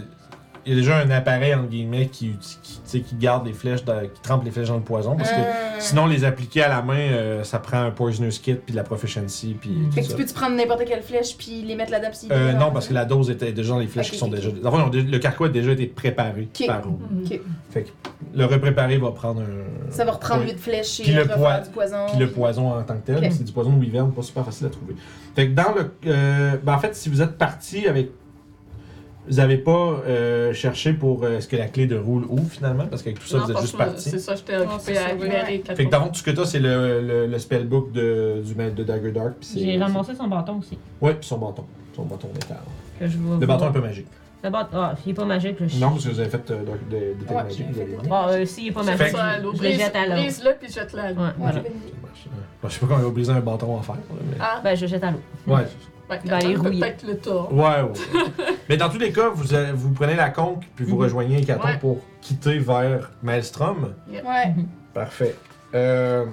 Speaker 1: il y a déjà un appareil, entre guillemets, qui, uti- qui, tu sais, qui garde les flèches, dans- qui trempe les flèches dans le poison. Parce que
Speaker 2: Euh,
Speaker 1: sinon, les appliquer à la main, euh, ça prend un Poisoner's Kit, puis de la Proficiency, puis
Speaker 4: Mm.
Speaker 1: tout
Speaker 2: Fait que
Speaker 1: ça.
Speaker 2: tu peux-tu prendre n'importe quelle flèche puis les mettre là-dedans puis
Speaker 1: Euh, non, parce que la dose était déjà dans les flèches
Speaker 2: Ok,
Speaker 1: qui sont
Speaker 2: ok,
Speaker 1: déjà. Enfin, ils ont dé- le carquois a déjà été préparé
Speaker 2: Ok.
Speaker 1: par Roux.
Speaker 2: Ok.
Speaker 1: Fait que le repréparé va prendre un.
Speaker 2: Ça va reprendre
Speaker 1: Oui.
Speaker 2: 8 flèches et
Speaker 1: Puis le
Speaker 2: refaire
Speaker 1: poids-
Speaker 2: du poison.
Speaker 1: Puis le poison en tant que tel,
Speaker 2: Ok.
Speaker 1: c'est du poison de wyvern, pas super facile à trouver. Fait que dans le. euh, ben en fait, si vous êtes parti avec. Vous avez pas euh, cherché pour euh, est-ce que la clé de roule où finalement, parce qu'avec tout ça,
Speaker 3: Non,
Speaker 1: vous êtes
Speaker 3: parce
Speaker 1: juste
Speaker 3: que
Speaker 1: parti.
Speaker 3: C'est ça, j'étais
Speaker 6: Non, c'est
Speaker 3: occupé
Speaker 6: ça,
Speaker 3: à
Speaker 6: oui.
Speaker 3: libérer quatre
Speaker 1: Fait que dans tout ce que t'as, c'est le, le, le spellbook de, du maître de Dagger Dark. puis c'est-
Speaker 4: J'ai ramassé son bâton aussi.
Speaker 1: Ouais, puis son bâton. Son bâton métal.
Speaker 4: Que je vais
Speaker 1: Le bâton
Speaker 4: voir.
Speaker 1: un peu magique.
Speaker 4: Le bâton. Ah, s'il est pas magique, je
Speaker 1: Non, parce que vous avez fait euh, donc, des, des
Speaker 2: Ouais,
Speaker 1: magiques.
Speaker 2: j'ai
Speaker 1: vous
Speaker 2: fait
Speaker 1: avez-
Speaker 2: des
Speaker 4: Bon, euh, s'il est pas
Speaker 3: Je
Speaker 1: Fait
Speaker 4: magique,
Speaker 1: que-
Speaker 3: ça à l'eau.
Speaker 4: je le
Speaker 3: Brise-
Speaker 4: jette à l'eau. Ouais,
Speaker 3: Brise-le puis jette-le à l'eau.
Speaker 2: Ouais,
Speaker 4: voilà.
Speaker 2: j'ai bonne idée.
Speaker 1: marche. Ouais. Je sais pas comment il va briser un bâton en fer. là, mais-
Speaker 2: Ah.
Speaker 4: Ben, je jette à l'eau.
Speaker 1: Ouais,
Speaker 6: Ouais,
Speaker 4: Ben, il est
Speaker 6: peut
Speaker 4: rouillé.
Speaker 6: peut-être le tort.
Speaker 1: Ouais, ouais. mais dans tous les cas, vous, allez- vous prenez la conque, puis vous
Speaker 4: Mhm.
Speaker 1: rejoignez Hécatombe
Speaker 6: Ouais.
Speaker 1: pour quitter vers Maelstrom.
Speaker 7: Ouais.
Speaker 1: Parfait. Euh,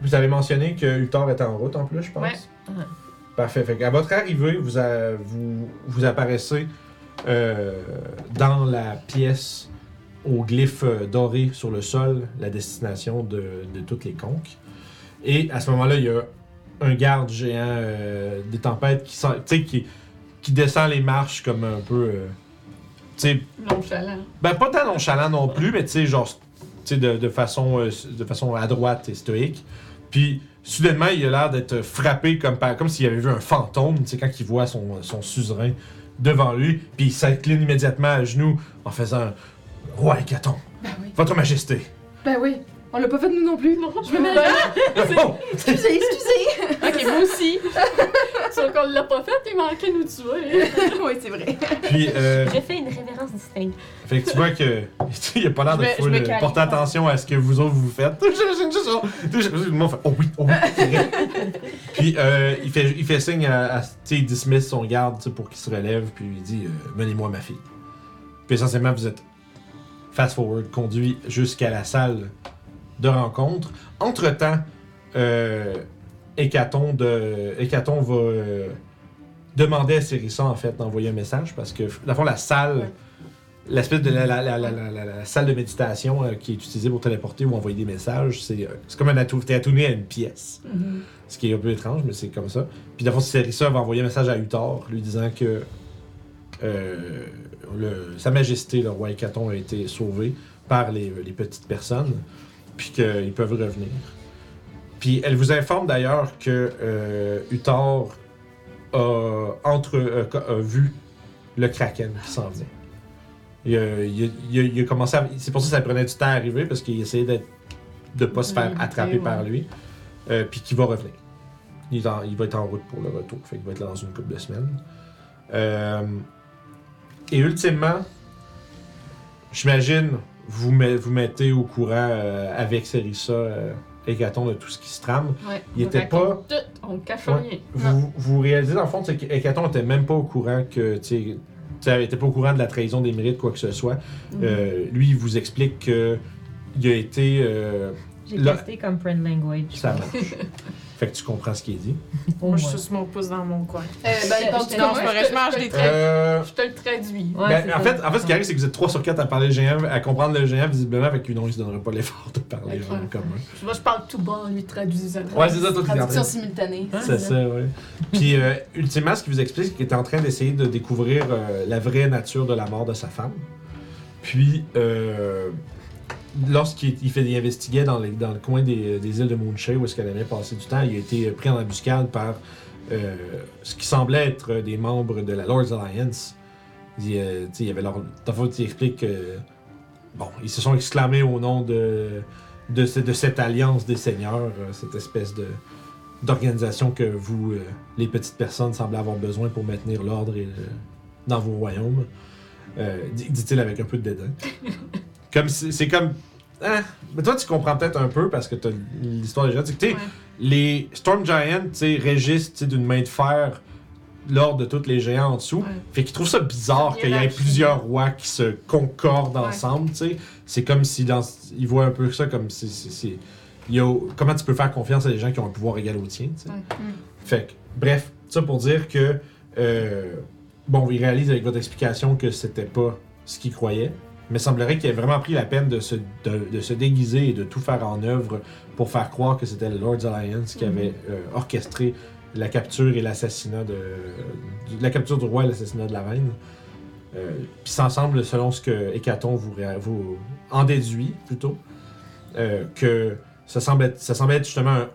Speaker 1: vous avez mentionné que Uthor était en route en plus, je pense.
Speaker 6: Ouais.
Speaker 4: Ouais.
Speaker 1: Parfait. Fait à votre arrivée, vous, a- vous, vous apparaissez euh, dans la pièce au glyphe euh, doré sur le sol, la destination de, de toutes les conques. Et à ce moment-là, il y a un garde géant euh, des tempêtes qui, sent- tu sais, qui, qui descend les marches comme un peu. euh, tu sais,
Speaker 6: Nonchalant.
Speaker 1: ben, pas tant nonchalant non plus, mais tu sais, genre, tu sais, de, de façon, euh, de façon adroite et stoïque. Puis, soudainement, il a l'air d'être frappé comme, par- comme s'il avait vu un fantôme, tu sais, quand il voit son, son suzerain devant lui. Puis, il s'incline immédiatement à genoux en faisant Roi Hécaton,
Speaker 2: Ben oui.
Speaker 1: votre majesté.
Speaker 2: Ben oui. On l'a pas fait nous non plus. Je me mets
Speaker 1: Oh!
Speaker 2: Excusez, excusez.
Speaker 3: Ok, moi aussi. Sauf qu'on l'a pas fait, il manquait de nous tuer.
Speaker 2: oui, c'est vrai.
Speaker 1: Puis, euh,
Speaker 4: Je fais une révérence distincte.
Speaker 1: fait que tu vois que, tu sais, il a pas l'air de
Speaker 5: Je me- je
Speaker 1: full,
Speaker 5: me
Speaker 1: euh,
Speaker 5: calme.
Speaker 1: porter attention à ce que vous autres vous faites. J'imagine juste genre, tu sais, j'imagine tout le monde fait Oh oui, oh oui, c'est vrai. Puis euh, il, fait, il fait signe à. à- tu sais, il dismiss son garde tu sais, pour qu'il se relève, puis il dit euh, Menez-moi ma fille. Puis essentiellement, vous êtes fast forward, conduit jusqu'à la salle de rencontre. Entre-temps, euh, Hécaton, de, Hécaton va euh, demander à Sérissa, en fait, d'envoyer un message parce que, dans le fond, la salle. L'espèce de la, la- la- la- la- la- la salle de méditation euh, qui est utilisée pour téléporter ou envoyer des messages, c'est euh, c'est comme un atout, t'es attourné à une pièce. Ce qui est un peu étrange, mais c'est comme ça. Puis d'abord, Sérissa va envoyer un message à Uthor, lui disant que euh, le- Sa Majesté, le roi Hécaton, a été sauvé par les, les petites personnes, puis qu'ils peuvent revenir. Puis elle vous informe d'ailleurs que euh, Uthor a, entre, euh, co- a vu le Kraken qui s'en vient. Il a, il a- il a- il a commencé à- C'est pour ça que ça prenait du temps à arriver, parce qu'il essayait d'être- de ne pas se faire
Speaker 6: Ouais,
Speaker 1: attraper
Speaker 6: ouais.
Speaker 1: par lui, euh, puis qu'il va revenir. Il, est en- il va être en route pour le retour, fait qu'il va être là dans une couple de semaines. Euh, et ultimement, j'imagine, vous, met- vous mettez au courant euh, avec Serissa euh, Hécaton de tout ce qui se trame.
Speaker 6: Ouais.
Speaker 1: Il
Speaker 6: on
Speaker 1: était
Speaker 6: raconte Tout, on cache
Speaker 1: Ouais.
Speaker 6: rien.
Speaker 1: Vous, vous réalisez dans le fond c'est qu'Hécaton était même pas au courant que. tu sais, tu sais, elle était pas au courant de la trahison des mérites, quoi que ce soit.
Speaker 4: Mhm.
Speaker 1: Euh, lui, il vous explique que il a été. euh,
Speaker 4: J'ai
Speaker 1: Là-
Speaker 4: testé comme friend language.
Speaker 1: ça marche. fait que tu comprends ce qu'il dit.
Speaker 4: Au
Speaker 7: Moi,
Speaker 4: moins.
Speaker 7: je suis mon pouce dans mon coin.
Speaker 2: Euh, ben, il
Speaker 6: Je-
Speaker 2: pense
Speaker 6: je-
Speaker 2: que
Speaker 7: Non,
Speaker 6: moi,
Speaker 7: c'est pas vrai, je mange des
Speaker 6: je-
Speaker 7: traits.
Speaker 1: Euh,
Speaker 6: Je te le traduis.
Speaker 4: Ouais,
Speaker 1: ben,
Speaker 4: c'est
Speaker 1: en,
Speaker 4: ça.
Speaker 1: fait, en fait, ce qui arrive, c'est que vous êtes 3 sur 4 à parler le géant, à comprendre le géant, visiblement, fait que non, il se donnerait pas l'effort de parler
Speaker 6: Ok.
Speaker 1: en commun.
Speaker 6: Moi, je parle tout bas, lui traduisant.
Speaker 1: Ouais, c'est ça, toi, tu
Speaker 2: Traduction simultanée.
Speaker 1: C'est ça, oui. Puis, euh, ultimement, ce qui vous explique, c'est qu'il est en train d'essayer de découvrir euh, la vraie nature de la mort de sa femme. Puis, euh, lorsqu'il il fait, il investiguait dans, les- dans le coin des, des îles de Moonshae, où est-ce qu'elle avait passé du temps, il a été pris en embuscade par euh, ce qui semblait être des membres de la Lord's Alliance. Il, euh, tu sais, il y avait leur... Dans le fond, il explique que... Bon, ils se sont exclamés au nom de, de, ce- de cette alliance des seigneurs, euh, cette espèce de d'organisation que vous, euh, les petites personnes, semblez avoir besoin pour maintenir l'ordre et le- dans vos royaumes. Euh, dit- dit-il avec un peu de dédain. comme si- c'est comme. Hein? Mais toi, tu comprends peut-être un peu parce que t'as l'histoire déjà. Tu sais, t'sais,
Speaker 6: Ouais.
Speaker 1: les Storm Giants tu sais, régissent tu sais, d'une main de fer l'ordre de tous les géants en dessous. Fait qu'ils trouvent ça bizarre
Speaker 6: Une
Speaker 1: qu'il y ait
Speaker 6: hiérarchie.
Speaker 1: plusieurs rois qui se concordent
Speaker 6: Ouais.
Speaker 1: ensemble, tu sais. C'est comme si dans... Ils voient un peu ça comme si... si- si- il y a- Comment tu peux faire confiance à des gens qui ont un pouvoir égal au tien, tu sais.
Speaker 6: Ouais.
Speaker 1: Fait que, bref, ça pour dire que... euh, bon, ils réalisent avec votre explication que c'était pas ce qu'ils croyaient, mais semblerait qu'ils aient vraiment pris la peine de se, de, de se déguiser et de tout faire en œuvre pour faire croire que c'était le Lord's Alliance qui avait euh, orchestré la capture et l'assassinat de, du- la capture du roi et l'assassinat de la reine. Euh, Puis ça semble, selon ce que Hécaton vous, ré- vous en déduit plutôt, euh, que ça semble être, ça semble être justement un-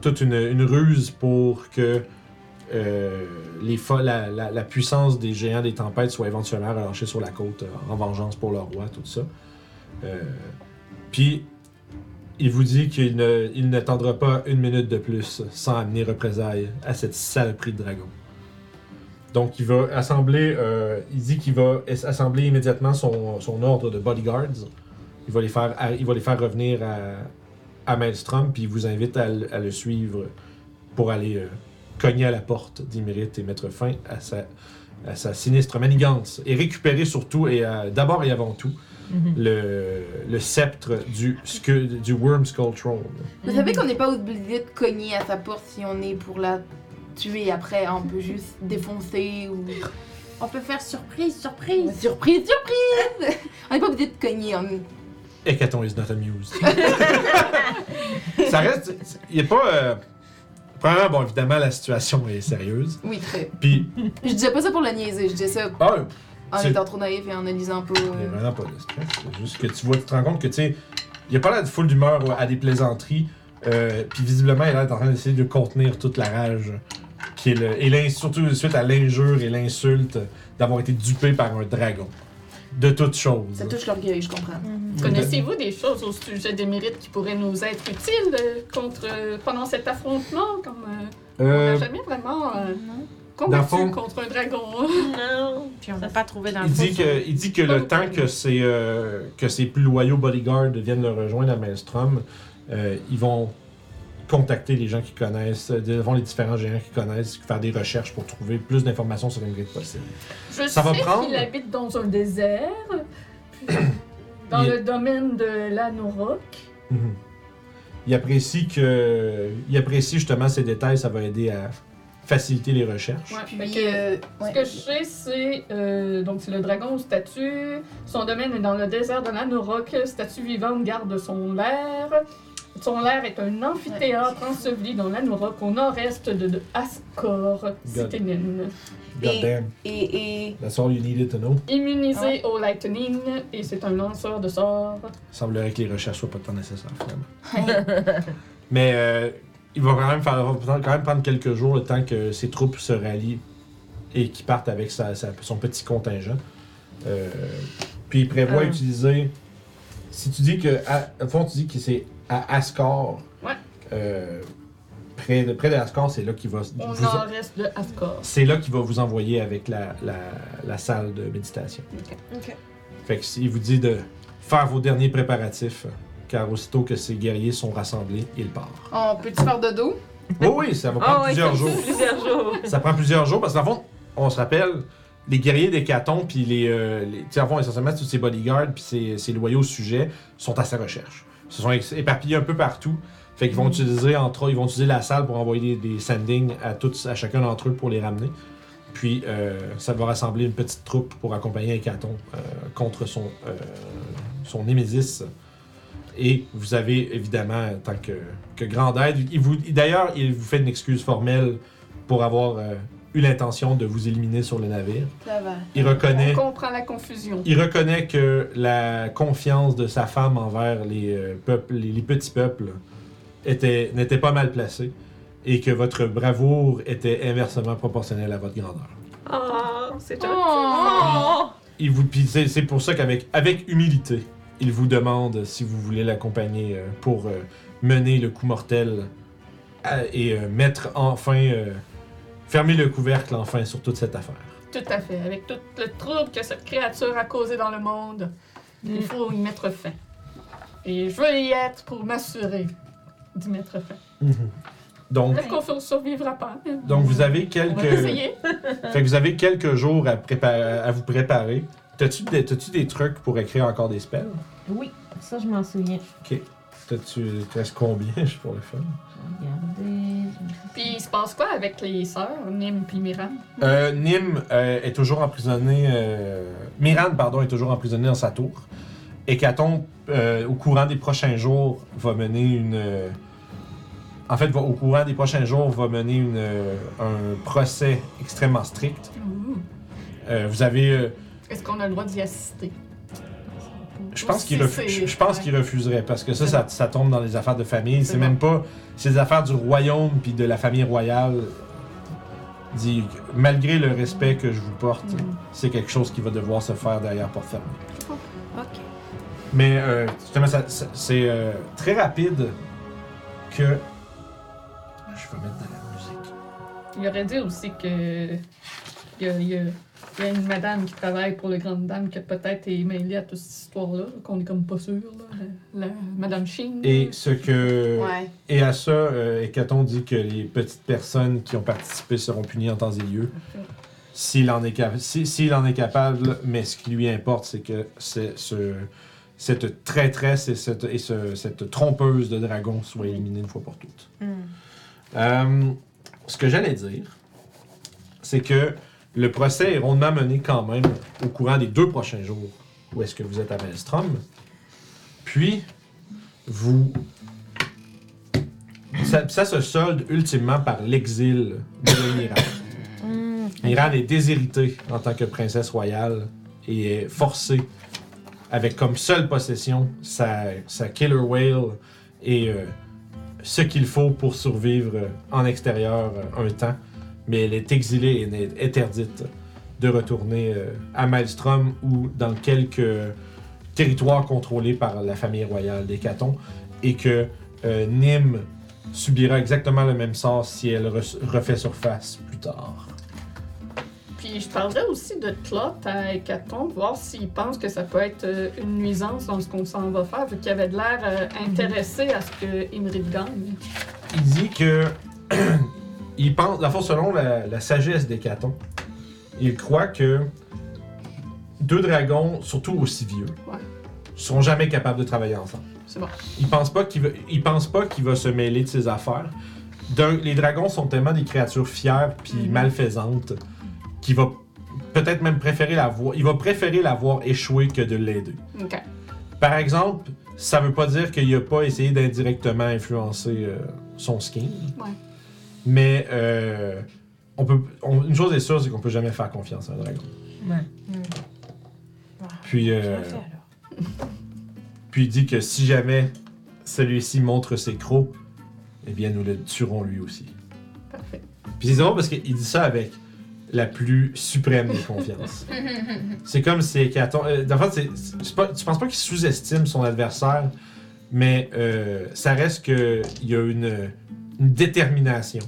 Speaker 1: toute une, une ruse pour que euh, les fo- la, la- la puissance des géants des tempêtes soit éventuellement relâchée sur la côte euh, en vengeance pour leur roi, tout ça. Euh, Puis il vous dit qu'il ne, il n'attendra pas une minute de plus sans amener représailles à cette saloperie de dragon. Donc il va assembler, euh, il dit qu'il va es- assembler immédiatement son, son ordre de bodyguards. Il va les faire, ar- il va les faire revenir à, à Maelstrom, puis il vous invite à, le- à le suivre pour aller euh, cogner à la porte d'Imérite et mettre fin à sa, à sa sinistre manigance. Et récupérer surtout, et à- d'abord et avant tout,
Speaker 4: Mhm.
Speaker 1: le, le sceptre du, scu- du Worm Skull Throne.
Speaker 2: Vous savez qu'on n'est pas obligé de cogner à sa porte si on est pour la tuer après. hein, On peut juste défoncer ou.
Speaker 5: On peut faire surprise, surprise.
Speaker 2: Surprise, surprise On n'est pas obligé de cogner. on-
Speaker 1: Hécaton is not amused. ça reste. Il n'y a pas. euh, Premièrement, bon, évidemment, la situation est sérieuse.
Speaker 2: Oui, très.
Speaker 1: Puis.
Speaker 2: Je disais pas ça pour le niaiser, je disais ça
Speaker 1: Ah,
Speaker 2: en
Speaker 1: C'est-
Speaker 2: étant trop naïf et en analysant un peu.
Speaker 1: il n'y a
Speaker 2: euh,
Speaker 1: vraiment pas de stress. C'est juste que tu vois, tu te rends compte que, tu sais, il a pas l'air de foule d'humeur à des plaisanteries. euh, puis visiblement, il a l'air d'être en train d'essayer de contenir toute la rage. Qui est le- et l'in- surtout suite à l'injure et l'insulte d'avoir été dupé par un dragon. De toutes choses.
Speaker 2: Ça touche l'orgueil, je comprends.
Speaker 3: Connaissez-vous des choses au sujet des mérites qui pourraient nous être utiles euh, contre, euh, pendant cet affrontement? Comme, euh, on
Speaker 1: Euh,
Speaker 3: n'a jamais vraiment euh,
Speaker 1: Dans
Speaker 3: combattu
Speaker 1: le fond-
Speaker 3: contre un dragon.
Speaker 4: Non.
Speaker 5: Puis on n'a pas trouvé dans le
Speaker 1: Il
Speaker 5: fond,
Speaker 1: dit,
Speaker 5: ça.
Speaker 1: que, il dit que le temps que ses, euh, que ses plus loyaux bodyguards viennent le rejoindre à Maelstrom, euh, ils vont contacter les gens qui connaissent, euh, devant les différents géants qui connaissent, faire des recherches pour trouver plus d'informations sur Ingrid possible.
Speaker 3: Je
Speaker 1: Ça va
Speaker 3: sais
Speaker 1: prendre-
Speaker 3: qu'il habite dans un désert, puis dans
Speaker 1: Il-
Speaker 3: le domaine de l'Anorok.
Speaker 1: Mhm. Il apprécie que, il apprécie justement ces détails, ça va aider à faciliter les recherches.
Speaker 3: Ouais,
Speaker 2: Puis,
Speaker 3: fait que-
Speaker 2: euh, ouais.
Speaker 3: Ce que je sais, c'est euh, donc c'est le dragon aux statues. Son domaine est dans le désert de l'Anorok. Statue vivante garde son lair. Son lair est un amphithéâtre enseveli dans l'Anorok au nord-est de, de Ascor, cité mine.
Speaker 1: God damn,
Speaker 2: Et, et
Speaker 1: that's all you needed to know.
Speaker 3: Immunisé au lightning et c'est un lanceur de sorts.
Speaker 1: Il semblerait que les recherches soient pas tant nécessaires, finalement. Mais euh, il va quand même, faire, va quand même prendre quelques jours le temps que ses troupes se rallient et qu'ils partent avec sa- sa- son petit contingent. Euh, puis il prévoit
Speaker 3: Euh.
Speaker 5: Ah.
Speaker 1: utiliser. Si tu dis que. À, au fond, tu dis que c'est à Ascor.
Speaker 3: Ouais.
Speaker 1: euh, près, de, près de Ascor, c'est là qu'il va.
Speaker 3: Au
Speaker 1: vous-
Speaker 3: nord-est de Ascor.
Speaker 1: c'est là qu'il va vous envoyer avec la, la, la salle de méditation.
Speaker 3: Ok.
Speaker 7: Ok.
Speaker 1: Fait que il vous dit de faire vos derniers préparatifs, car aussitôt que ces guerriers sont rassemblés, ils partent.
Speaker 2: on peut-tu faire de dos
Speaker 1: Oui, oui, ça va prendre
Speaker 4: oui,
Speaker 1: plusieurs
Speaker 4: Ah ça-
Speaker 1: jours.
Speaker 4: Plusieurs jours.
Speaker 1: ça prend plusieurs jours, parce qu'en fond, on se rappelle, les guerriers d'Hécaton, puis les, euh, les- tu sais, en fond, essentiellement, tous ces bodyguards, puis ces, ces loyaux sujets, sont à sa recherche. Ils se sont ex- éparpillés un peu partout. Fait qu'ils vont utiliser entre ils vont utiliser la salle pour envoyer des, des sendings à, tous, à chacun d'entre eux pour les ramener. Puis euh, ça va rassembler une petite troupe pour accompagner Hécaton euh, contre son, euh, son Némésis. Et vous avez évidemment, en tant que, que grande aide, il vous, d'ailleurs, il vous fait une excuse formelle pour avoir euh, eu l'intention de vous éliminer sur le navire.
Speaker 2: Ça va.
Speaker 1: Il reconnaît,
Speaker 3: On comprend la confusion.
Speaker 1: il reconnaît que la confiance de sa femme envers les, euh, peuples, les, les petits peuples était, n'était pas mal placée et que votre bravoure était inversement proportionnelle à votre grandeur.
Speaker 4: Oh, c'est gentil.
Speaker 2: Oh.
Speaker 1: Il vous, puis c'est, c'est pour ça qu'avec avec humilité, il vous demande si vous voulez l'accompagner euh, pour euh, mener le coup mortel à- et euh, mettre enfin, euh, fermer le couvercle enfin sur toute cette affaire.
Speaker 3: Tout à fait. Avec tout le trouble que cette créature a causé dans le monde, il faut y mettre fin. Et je veux y être pour m'assurer d'y mettre fin.
Speaker 1: Donc,
Speaker 3: Peut-être qu'on ne survivra pas. mais
Speaker 1: donc vous avez
Speaker 3: On
Speaker 1: quelques,
Speaker 3: va essayer.
Speaker 1: fait que vous avez quelques jours à, prépa- à vous préparer. T'as-tu des, t'as-tu des trucs pour écrire encore des spells?
Speaker 4: Oui, ça, je m'en souviens.
Speaker 1: T'as-tu te reste combien je pour le faire?
Speaker 4: Regardez.
Speaker 3: Puis il se passe quoi avec les sœurs, Nim puis Miram?
Speaker 1: Euh, Nim euh, est toujours emprisonné. euh, Miran, pardon, est toujours emprisonné dans sa tour. Hécaton, euh, au courant des prochains jours, va mener une. euh, en fait, va- au courant des prochains jours, va mener une, euh, un procès extrêmement strict. Euh, vous avez. euh,
Speaker 3: Est-ce qu'on a le droit d'y assister?
Speaker 1: Je pense
Speaker 3: Ou
Speaker 1: qu'il
Speaker 3: si
Speaker 1: refu-
Speaker 3: c'est-
Speaker 1: je- je pense
Speaker 3: ouais.
Speaker 1: qu'il refuserait parce que ça, ça, ça tombe dans les affaires de famille. C'est
Speaker 3: C'est
Speaker 1: même pas. C'est des affaires du royaume puis de la famille royale. Dit, malgré le respect que je vous porte,
Speaker 3: Mm.
Speaker 1: c'est quelque chose qui va devoir se faire derrière porte fermée.
Speaker 3: Oh,
Speaker 5: Ok.
Speaker 1: Mais euh, justement, ça- ça- c'est euh, très rapide que. Je vais mettre de la musique.
Speaker 3: Il aurait dit aussi que. Il y a, il y a- Il y a une madame qui travaille pour le Grande Dame qui peut-être est mêlée à toute cette histoire-là, qu'on est comme pas sûr. Là. La, la- Madame Sheen.
Speaker 1: Et ce que.
Speaker 2: Ouais.
Speaker 1: Et à ça, euh, Hécaton dit que les petites personnes qui ont participé seront punies en temps et lieu. S'il en, est cap- si- s'il en est capable, mais ce qui lui importe, c'est que c'est ce, cette traîtresse et, cette, et ce- cette trompeuse de dragon soit éliminée une fois pour toutes.
Speaker 5: Hmm.
Speaker 1: Euh, ce que j'allais dire, c'est que le procès est rondement mené quand même au courant des deux prochains jours où est-ce que vous êtes à Maelstrom. Puis, vous ça, ça se solde ultimement par l'exil de Miran. Miran est déshéritée en tant que princesse royale et est forcée, avec comme seule possession sa, sa killer whale et euh, ce qu'il faut pour survivre euh, en extérieur euh, un temps. Mais elle est exilée et n'est interdite de retourner euh, à Maelstrom ou dans quelques territoires contrôlés par la famille royale d'Hécaton et que euh, Nîmes subira exactement le même sort si elle re- refait surface plus tard.
Speaker 3: Puis je parlerais aussi de Clot à Hécaton, voir s'il pense que ça peut être euh, une nuisance dans ce qu'on s'en va faire, vu qu'il avait de l'air euh, intéressé à ce que Imrid gagne.
Speaker 1: Il dit que il pense, la force selon la, la sagesse des catons, il croit que deux dragons, surtout aussi vieux,
Speaker 3: Ouais.
Speaker 1: seront jamais capables de travailler ensemble.
Speaker 3: C'est bon.
Speaker 1: Il pense pas qu'il va, il pense pas qu'il va se mêler de ses affaires. D'un- les dragons sont tellement des créatures fières puis
Speaker 3: Mhm.
Speaker 1: malfaisantes qu'il va peut-être même préférer la voir. Il va préférer la voir échouer que de l'aider.
Speaker 3: Ok.
Speaker 1: Par exemple, ça veut pas dire qu'il a pas essayé d'indirectement influencer euh, son skin.
Speaker 3: Ouais.
Speaker 1: Mais euh, on peut, on- une chose est sûre, c'est qu'on peut jamais faire confiance à un dragon.
Speaker 4: Ouais.
Speaker 1: Puis, euh,
Speaker 12: Parfait, alors.
Speaker 1: puis il dit que si jamais celui-ci montre ses crocs, eh bien nous le tuerons lui aussi.
Speaker 3: Parfait.
Speaker 1: Puis c'est drôle parce qu'il dit ça avec la plus suprême des confiances. c'est comme si Hécaton. euh, en fait, c'est- c'est- c'est pas- tu penses pas qu'il sous-estime son adversaire, mais euh, ça reste qu'il y a une, une détermination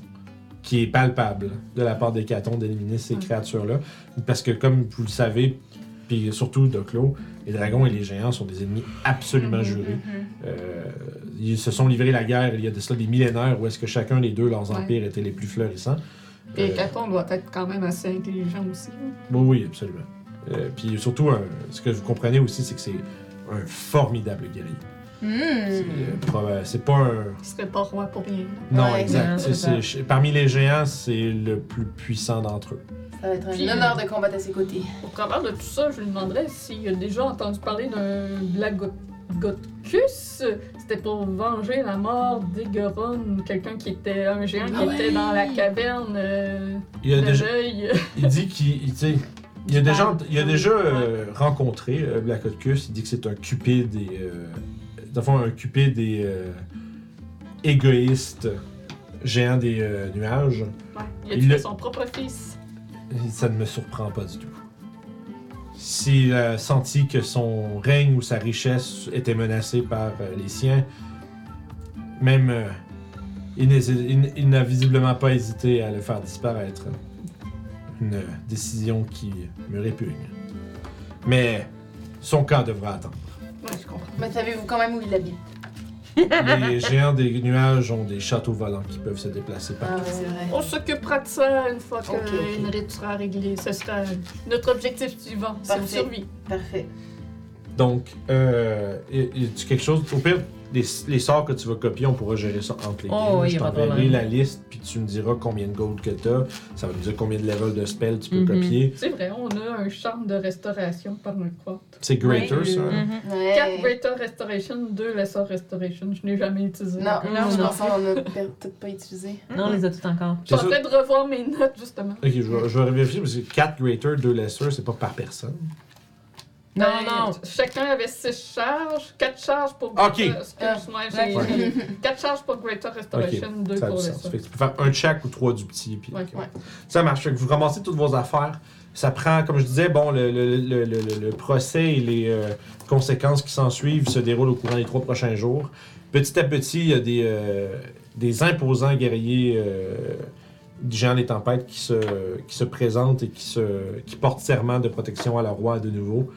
Speaker 1: qui est palpable de la part d'Hécaton d'éliminer ces
Speaker 3: Ouais.
Speaker 1: créatures-là. Parce que, comme vous le savez, puis surtout Doclo, les dragons et les géants sont des ennemis
Speaker 3: Mm-hmm,
Speaker 1: absolument jurés. Euh, ils se sont livrés la guerre il y a de cela des millénaires où est-ce que chacun des deux, leurs
Speaker 3: Ouais.
Speaker 1: empires étaient les plus florissants.
Speaker 3: Puis
Speaker 1: Euh,
Speaker 3: Hécaton doit être quand même assez intelligent aussi.
Speaker 1: oui, oui, absolument. Euh, puis surtout, un- ce que vous comprenez aussi, c'est que c'est un formidable guerrier. C'est, euh, proba- C'est pas un.
Speaker 3: Il serait pas roi pour rien.
Speaker 1: Non,
Speaker 2: Ouais,
Speaker 1: exact.
Speaker 4: non,
Speaker 1: C'est-
Speaker 4: c'est
Speaker 1: c'est- parmi les géants, c'est le plus puissant d'entre eux.
Speaker 2: Ça va être
Speaker 3: Puis-
Speaker 2: un honneur de combattre à ses côtés.
Speaker 3: Au travers de tout ça, je lui demanderais s'il a déjà entendu parler d'un Blagotcus. C'était pour venger la mort d'Egoron, quelqu'un qui était un géant qui
Speaker 2: Ouais.
Speaker 3: était dans la caverne euh,
Speaker 1: Il, a
Speaker 3: de
Speaker 1: déjà,
Speaker 3: l'œil.
Speaker 1: il dit qu'il. il- tu sais, Il a déjà, il a
Speaker 3: Ouais.
Speaker 1: déjà euh, rencontré euh, Black Hawkus. Il dit que c'est un cupide et. Euh, dans le fond, un cupide et. euh, égoïste géant des euh, nuages.
Speaker 3: Ouais. Il a
Speaker 1: Il
Speaker 3: tué
Speaker 1: le-
Speaker 3: son propre fils.
Speaker 1: Ça ne me surprend pas du tout. S'il a senti que son règne ou sa richesse était menacée par euh, les siens, même euh, il n'hési- il n- il n'a visiblement pas hésité à le faire disparaître. Une décision qui me répugne. Mais son camp devra attendre.
Speaker 3: Ouais, je comprends.
Speaker 2: Mais savez-vous quand même où il habite?
Speaker 1: Les géants des nuages ont des châteaux volants qui peuvent se déplacer partout.
Speaker 2: c'est vrai.
Speaker 3: On s'occupera de ça une fois que
Speaker 2: Ok, ok.
Speaker 3: Henry sera réglé. Ce sera notre objectif suivant. C'est une
Speaker 2: Parfait.
Speaker 3: survie.
Speaker 2: Parfait.
Speaker 1: Donc, euh, y y a-tu quelque chose? Au pire, les, les sorts que tu vas copier, on pourra gérer ça entre les
Speaker 12: Oh,
Speaker 1: games.
Speaker 12: oui,
Speaker 1: Je
Speaker 12: y a pas de
Speaker 1: t'enverrai
Speaker 12: problème.
Speaker 1: la liste, puis tu me diras combien de gold que t'as. Ça va me dire combien de level de spell tu peux
Speaker 4: Mhm.
Speaker 1: copier.
Speaker 3: C'est vrai, on a un charme de restauration par notre crotte.
Speaker 1: C'est greater, ça. hein?
Speaker 12: Mhm.
Speaker 4: Mhm.
Speaker 2: Ouais.
Speaker 3: 4 Greater Restoration, 2 Lesser Restoration. Je n'ai jamais utilisé.
Speaker 2: Non,
Speaker 3: encore.
Speaker 2: non,
Speaker 4: Non,
Speaker 2: je
Speaker 4: non.
Speaker 2: pense qu'on l'a per- peut-être pas utilisé.
Speaker 4: Non, on les a tout encore.
Speaker 3: Je
Speaker 1: C'est
Speaker 3: suis en
Speaker 1: ça.
Speaker 3: train de revoir mes notes, justement.
Speaker 1: Ok, je vais, je vais vérifier parce que 4 greater, 2 lesser, c'est pas par personne.
Speaker 4: Non,
Speaker 3: Ben,
Speaker 4: non.
Speaker 3: Chacun avait 6 charges, 4 charges pour.
Speaker 1: Ah, Ok.
Speaker 3: Euh,
Speaker 4: Ah,
Speaker 3: Excuse-moi, j'ai. 4 charges pour Greater Restoration, 2
Speaker 1: Ça a
Speaker 3: pour
Speaker 1: du
Speaker 3: les
Speaker 1: sens. Fait que tu peux faire un de chaque ou trois du petit. Puis,
Speaker 3: Ouais.
Speaker 1: ok.
Speaker 2: Ouais.
Speaker 1: Ça marche. Fait que vous ramassez toutes vos affaires. Ça prend, comme je disais, bon, le, le- le- le- le- le procès et les euh, conséquences qui s'en suivent se déroulent au courant des trois prochains jours. Petit à petit, il y a des, euh, des imposants guerriers euh, Jean des Tempêtes qui se, qui se présente et qui, se, qui porte serment de protection à la roi de nouveau.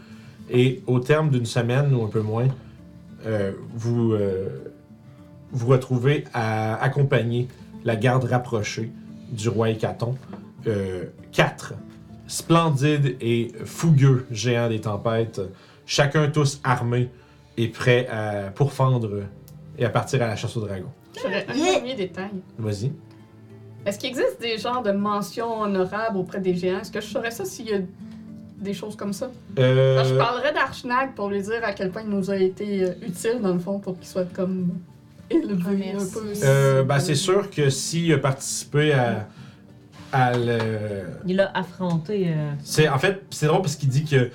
Speaker 1: Et au terme d'une semaine ou un peu moins, euh, vous euh, vous retrouvez à accompagner la garde rapprochée du roi Hécaton. Euh, quatre splendides et fougueux géants des tempêtes, chacun tous armés et prêts à pourfendre et à partir à la chasse au dragon.
Speaker 3: J'aurais un
Speaker 2: Yeah.
Speaker 3: premier détail.
Speaker 1: Vas-y.
Speaker 3: Est-ce qu'il existe des genres de mentions honorables auprès des géants? Est-ce que je saurais ça s'il y a des choses comme ça?
Speaker 1: Euh,
Speaker 3: Parce que je parlerais d'Archnag pour lui dire à quel point il nous a été euh, utile, dans le fond, pour qu'il soit comme élevé un
Speaker 7: Merci.
Speaker 3: peu.
Speaker 1: euh, ben, c'est sûr que s'il a participé à, à le,
Speaker 4: Il a affronté. euh,
Speaker 1: C'est en fait, c'est drôle parce qu'il dit que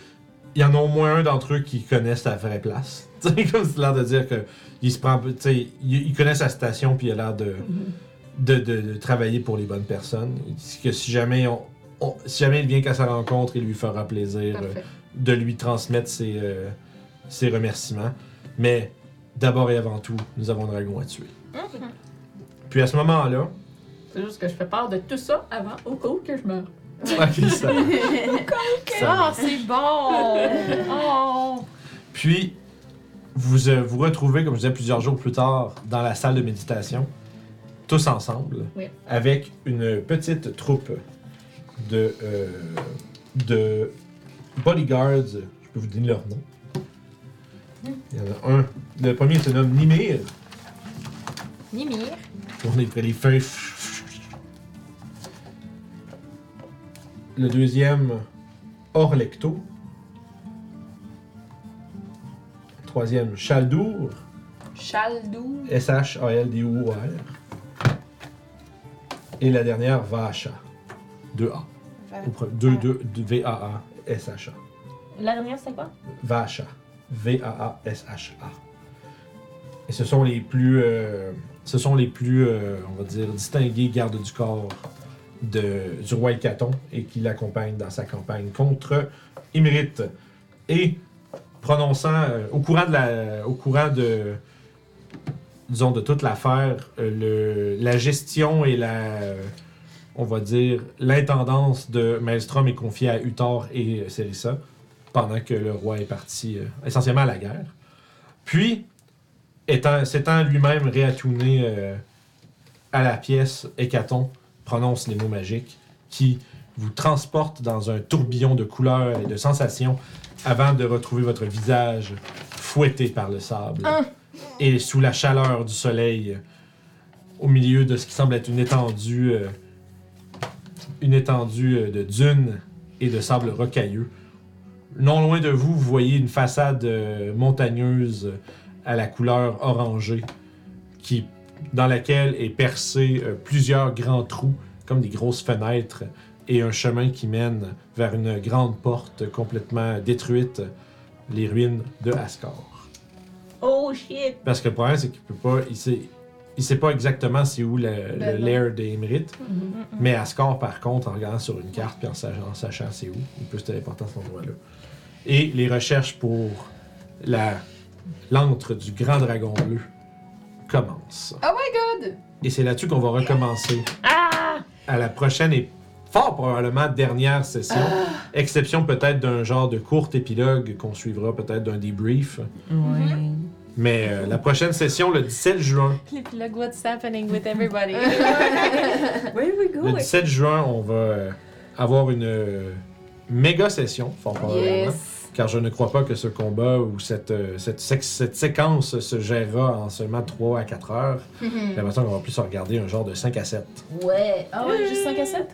Speaker 1: il y en a au moins un d'entre eux qui connaissent la vraie place. Tu sais, comme c'est l'air de dire que il se prend, tu sais, il, il connaît sa station puis il a l'air de, de, de- de travailler pour les bonnes personnes. Il dit que si jamais on, on- si jamais il vient qu'à sa rencontre, il lui fera plaisir euh,
Speaker 3: Parfait.
Speaker 1: de lui transmettre ses, euh, ses remerciements. Mais d'abord et avant tout, nous avons un dragon à tuer. Puis à ce moment-là,
Speaker 3: C'est juste que je fais part de tout ça avant, au cas où que je meure.
Speaker 1: Ok, ça va. Ça va.
Speaker 7: Ah, c'est bon! oh!
Speaker 1: Puis, vous euh, vous retrouvez, comme je disais, plusieurs jours plus tard, dans la salle de méditation, tous ensemble,
Speaker 3: Oui.
Speaker 1: avec une petite troupe de, euh, de bodyguards. Je peux vous donner leur nom. Il y en a un. Le premier se nomme Nimir.
Speaker 5: Mimir.
Speaker 1: On est près des feuilles. Le deuxième, Orlecto. Troisième, Chaldour.
Speaker 5: Chaldou.
Speaker 1: S-H-A-L-D-O-U-R. Et la dernière, Vacha. 2A. Au pre- deux- deux- deux- V-A-A-S-H-A.
Speaker 4: La dernière, c'est quoi?
Speaker 1: Vacha. V-A-A-S-H-A. Et ce sont les plus, euh, ce sont les plus, euh, on va dire, distingués gardes du corps de, du roi Hécaton et qui l'accompagnent dans sa campagne contre Imrite. Et prononçant, euh, au courant de la, au courant de, disons, de toute l'affaire, euh, le- la gestion et la, euh, on va dire, l'intendance de Maelstrom est confiée à Uthor et euh, Serissa pendant que le roi est parti euh, essentiellement à la guerre. Puis, étant, s'étant lui-même réatouné euh, à la pièce, Hécaton prononce les mots magiques qui vous transportent dans un tourbillon de couleurs et de sensations avant de retrouver votre visage fouetté par le sable et sous la chaleur du soleil au milieu de ce qui semble être une étendue euh, une étendue euh, de dunes et de sable rocailleux non loin de vous, vous voyez une façade euh, montagneuse euh, à la couleur orangée, qui, dans laquelle est percé euh, plusieurs grands trous, comme des grosses fenêtres, et un chemin qui mène vers une grande porte complètement détruite, les ruines de Asgore.
Speaker 4: Oh shit!
Speaker 1: Parce que le problème, c'est qu'il peut pas, il sait, il sait pas exactement c'est où le,
Speaker 2: Ben Mm-hmm.
Speaker 1: le
Speaker 2: non.
Speaker 1: lair des Émerites. Mais Asgore, par contre, en regardant sur une carte puis en sachant, en sachant c'est où, il peut se téléporter à cet endroit-là. Et les recherches pour la l'antre du grand dragon bleu commencent.
Speaker 2: Oh my god!
Speaker 1: Et c'est là-dessus qu'on va recommencer
Speaker 4: Ah!
Speaker 1: à la prochaine et fort probablement dernière session.
Speaker 2: Ah!
Speaker 1: Exception peut-être d'un genre de court épilogue qu'on suivra peut-être d'un débrief.
Speaker 4: Ouais.
Speaker 1: Mais euh, la prochaine session, le 17 juin,
Speaker 7: L'épilogue, what's happening with everybody?
Speaker 5: Where we
Speaker 2: Ah
Speaker 1: Le 17 juin, on va euh, avoir une euh, méga session, fort probablement.
Speaker 2: Yes!
Speaker 1: Car je ne crois pas que ce combat ou cette, euh, cette, sec- cette séquence se gérera en seulement 3 à 4 heures.
Speaker 2: Mhm.
Speaker 1: J'ai l'impression qu'on va plus se regarder un genre de 5 à 7.
Speaker 2: Ouais!
Speaker 7: Ah ouais, juste 5 à 7?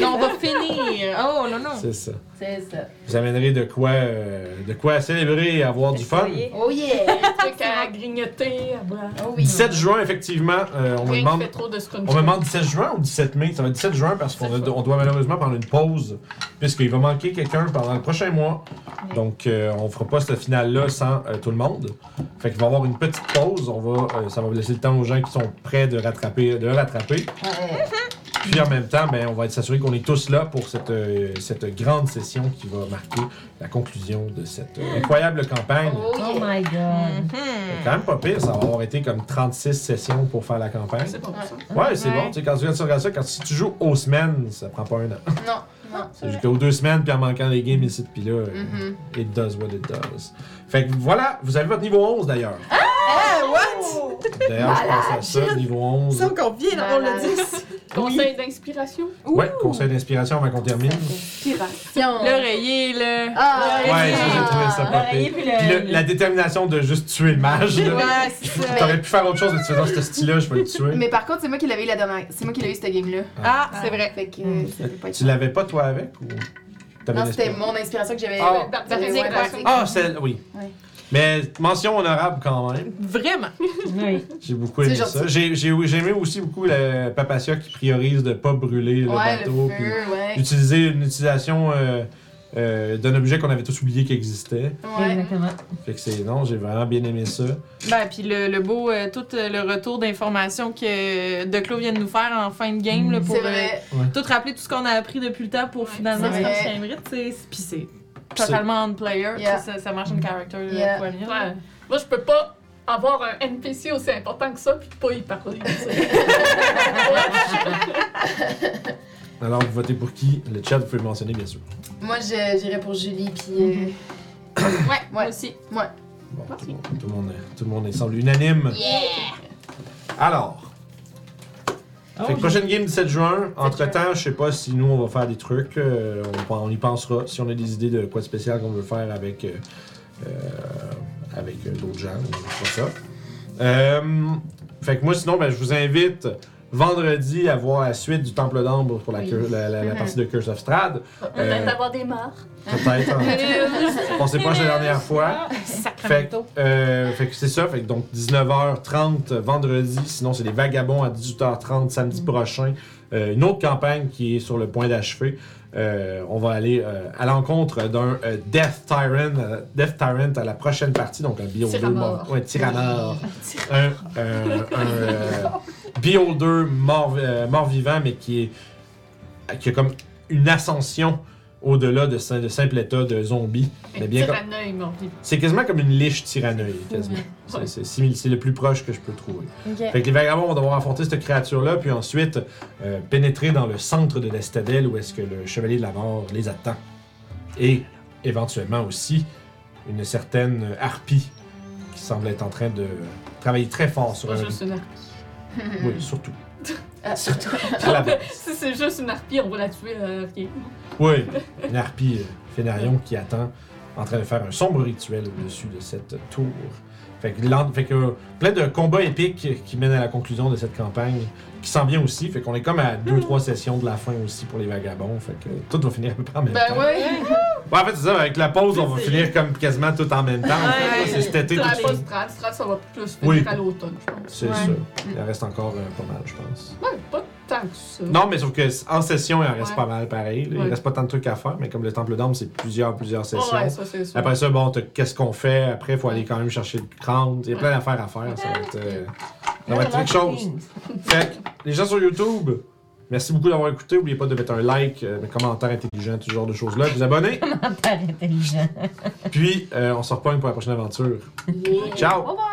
Speaker 5: Non, on va
Speaker 7: finir! Oh non, non!
Speaker 1: C'est ça.
Speaker 2: C'est ça.
Speaker 1: Vous amènerez de quoi, euh, de quoi célébrer et avoir du fun.
Speaker 2: Oh yeah!
Speaker 3: Truc à grignoter, à boire.
Speaker 2: Oh oui!
Speaker 1: 17 juin, effectivement, euh, on me
Speaker 3: Rien
Speaker 1: demande
Speaker 3: qui fait trop de scrunchies.
Speaker 1: On me demande 17 juin ou 17 mai. Ça va être 17 juin parce qu'on a- on doit malheureusement prendre une pause puisqu'il va manquer quelqu'un pendant le prochain mois. Donc, euh, on fera pas cette finale-là sans euh, tout le monde. Fait qu'il va y avoir une petite pause. On va, euh, ça va laisser le temps aux gens qui sont prêts de rattraper, de le rattraper.
Speaker 2: Ouais.
Speaker 1: Puis en même temps, ben, on va être s'assurer qu'on est tous là pour cette, euh, cette grande session qui va marquer la conclusion de cette euh, incroyable campagne.
Speaker 3: Oh,
Speaker 4: Oh my god. Mhm.
Speaker 1: C'est quand même pas pire, ça va avoir été comme 36 sessions pour faire la campagne.
Speaker 3: c'est bon ça.
Speaker 1: Ouais, c'est
Speaker 2: Ouais.
Speaker 1: bon. Tu sais, quand tu regardes ça, quand si tu joues aux semaines, ça prend pas un an.
Speaker 2: Non, non.
Speaker 1: C'est juste qu'aux deux semaines, puis en manquant les games ici, puis là, euh,
Speaker 2: Mhm.
Speaker 1: it does what it does. Fait que voilà, vous avez votre niveau 11 d'ailleurs.
Speaker 7: Ah, what?
Speaker 1: D'ailleurs, je pense à ça, niveau 11.
Speaker 7: Ça, on convient, là, on le dit.
Speaker 3: Conseil d'inspiration.
Speaker 1: Ouais, conseil d'inspiration avant qu'on termine.
Speaker 2: Inspiration.
Speaker 7: L'oreiller, là.
Speaker 2: Ah,
Speaker 1: Ouais, ça, j'ai trouvé ça pas
Speaker 4: L'oreiller,
Speaker 1: pire.
Speaker 4: puis
Speaker 1: Puis
Speaker 4: le-
Speaker 1: le- la détermination de juste tuer le mage. là.
Speaker 7: Ouais, c'est ça.
Speaker 1: T'aurais pu faire autre chose, mais tu fais dans ce style-là, je vais le tuer.
Speaker 2: Mais par contre, c'est moi qui l'avais eu la dernière. C'est moi qui l'ai eu cette game-là.
Speaker 7: Ah,
Speaker 2: C'est vrai. Fait que euh, ça peut pas être.
Speaker 1: Tu l'avais pas, toi, avec ou t'avais
Speaker 2: Non,
Speaker 1: une
Speaker 2: c'était
Speaker 1: espèce-
Speaker 2: mon inspiration que j'avais.
Speaker 1: Ah.
Speaker 2: Bardique,
Speaker 3: Ouais.
Speaker 2: bardique.
Speaker 1: Ah, celle, oui.
Speaker 2: Ouais.
Speaker 1: Mais mention honorable quand même.
Speaker 7: vraiment.
Speaker 4: Oui.
Speaker 1: J'ai beaucoup
Speaker 2: C'est
Speaker 1: aimé
Speaker 2: gentil.
Speaker 1: ça. J'ai j'ai- oui, j'ai aimé aussi beaucoup le Papacia qui priorise de pas brûler le
Speaker 2: Ouais,
Speaker 1: bateau.
Speaker 2: le
Speaker 1: puis
Speaker 2: feu, ouais.
Speaker 1: Utiliser une utilisation euh, euh, d'un objet qu'on avait tous oublié qu'il existait.
Speaker 2: Ouais.
Speaker 4: Exactement.
Speaker 1: Fait que c'est non, j'ai vraiment bien aimé ça.
Speaker 7: Ben, puis le, le beau, euh, tout euh, le retour d'informations que Declos vient de nous faire en fin de game, là, pour
Speaker 2: C'est vrai.
Speaker 7: euh, tout rappeler tout ce qu'on a appris depuis le temps pour finalement
Speaker 2: c'est
Speaker 7: se
Speaker 2: vrai.
Speaker 7: faire Shamrit, tu sais. Puis c'est
Speaker 1: c'est-
Speaker 7: totalement on player, tu sais,
Speaker 2: Yeah.
Speaker 7: ça, ça marche une character euh, de
Speaker 2: Yeah.
Speaker 7: poignée, là.
Speaker 3: Ouais. Moi, je peux pas avoir un NPC aussi important que ça puis pas y parler. tu sais.
Speaker 1: Alors, vous votez pour qui Le chat, vous pouvez le mentionner, bien sûr.
Speaker 2: Moi, je- j'irais pour Julie, puis. euh,
Speaker 6: Ouais,
Speaker 2: moi
Speaker 6: aussi.
Speaker 1: Bon, tout, le monde- tout le monde, est- tout le monde est- semble unanime. Alors,
Speaker 4: Ah
Speaker 1: fait
Speaker 4: Oh,
Speaker 1: que prochaine game 17 juin. Entre-temps, je sais pas si nous, on va faire des trucs. euh, on, pen- on y pensera. Si on a des idées de quoi de spécial qu'on veut faire avec, euh, euh, avec euh, d'autres gens, ou pas ça. Euh, fait que moi, sinon, ben, je vous invite vendredi à voir la suite du Temple d'Ambre pour la, cur- la- la- la partie de Curse of Strad. Euh,
Speaker 13: Peut-être avoir des morts.
Speaker 1: Peut-être. hein. on s'est proche la dernière fois. Fait, que, euh, fait que c'est ça, fait que donc 19h30 euh, vendredi, sinon c'est les vagabonds à 18h30 samedi prochain. Euh, une autre campagne qui est sur le point d'achever. Euh, on va aller euh, à l'encontre d'un euh, Death Tyrant, euh, Death Tyrant à la prochaine partie, donc un Beholder
Speaker 3: Tyrannor.
Speaker 1: mort. Ouais, Tyrannor. un euh, un, euh, Beholder mort, euh, mort vivant, mais qui est qui a comme une ascension au-delà de, sa- de simple état de zombie.
Speaker 3: Un
Speaker 1: Mais bien comme-
Speaker 3: tyrannoïde, mon Dieu.
Speaker 1: c'est quasiment comme une liche tyranneuil, quasiment. C'est- C'est simil- c'est le plus proche que je peux trouver. Fait que les vagabonds vont devoir affronter cette créature-là, puis ensuite euh, pénétrer dans le centre de l'Estadelle où est-ce que le Chevalier de la Mort les attend. Et éventuellement aussi une certaine harpie qui semble être en train de travailler très fort
Speaker 3: C'est
Speaker 1: sur un.
Speaker 3: pas juste une harpie.
Speaker 1: Oui, surtout.
Speaker 2: Ah.
Speaker 1: Surtout. Sur la base.
Speaker 3: Si c'est juste une harpie, on va la tuer. euh, ok.
Speaker 1: Ben Oui, une harpie euh, Fénarion qui attend en train de faire un sombre rituel au-dessus de cette tour. Fait que, l'en- fait que, euh, plein de combats épiques qui mènent à la conclusion de cette campagne, qui s'en vient aussi. Fait qu'on est comme à deux, trois sessions de la fin aussi pour les vagabonds. Fait que tout va finir à peu près en même temps.
Speaker 2: Ben ouais.
Speaker 1: Ouais, en fait, c'est ça, avec la pause, on va finir comme quasiment tout en même temps.
Speaker 7: Ouais.
Speaker 1: C'est cet été, tout
Speaker 3: Strat,
Speaker 1: se
Speaker 3: pas
Speaker 1: fait-
Speaker 3: Strat. Strat, ça va plus finir
Speaker 1: Oui.
Speaker 3: à l'automne, je pense.
Speaker 1: C'est ça. Il en reste encore euh, pas mal, je pense.
Speaker 3: Ouais, pas tant que ça.
Speaker 1: Non, mais sauf que c- en session, il en reste
Speaker 3: Ouais.
Speaker 1: pas mal pareil. là. Il
Speaker 3: Ouais.
Speaker 1: reste pas tant de trucs à faire, mais comme le Temple d'Armes, c'est plusieurs, plusieurs sessions.
Speaker 3: Ouais, ça c'est sûr.
Speaker 1: Après ça, bon, t'as- qu'est-ce qu'on fait? Après, faut aller quand même chercher le crâne. Il y a plein d'affaires à faire. Ça va être, euh, ça va être quelque chose. Fait que, les gens sur YouTube, merci beaucoup d'avoir écouté. N'oubliez pas de mettre un like, euh, un commentaire intelligent, tout ce genre de choses-là, de vous abonner.
Speaker 4: Commentaire intelligent.
Speaker 1: Puis, euh, on se repogne pour la prochaine aventure. Ciao!
Speaker 13: Au revoir.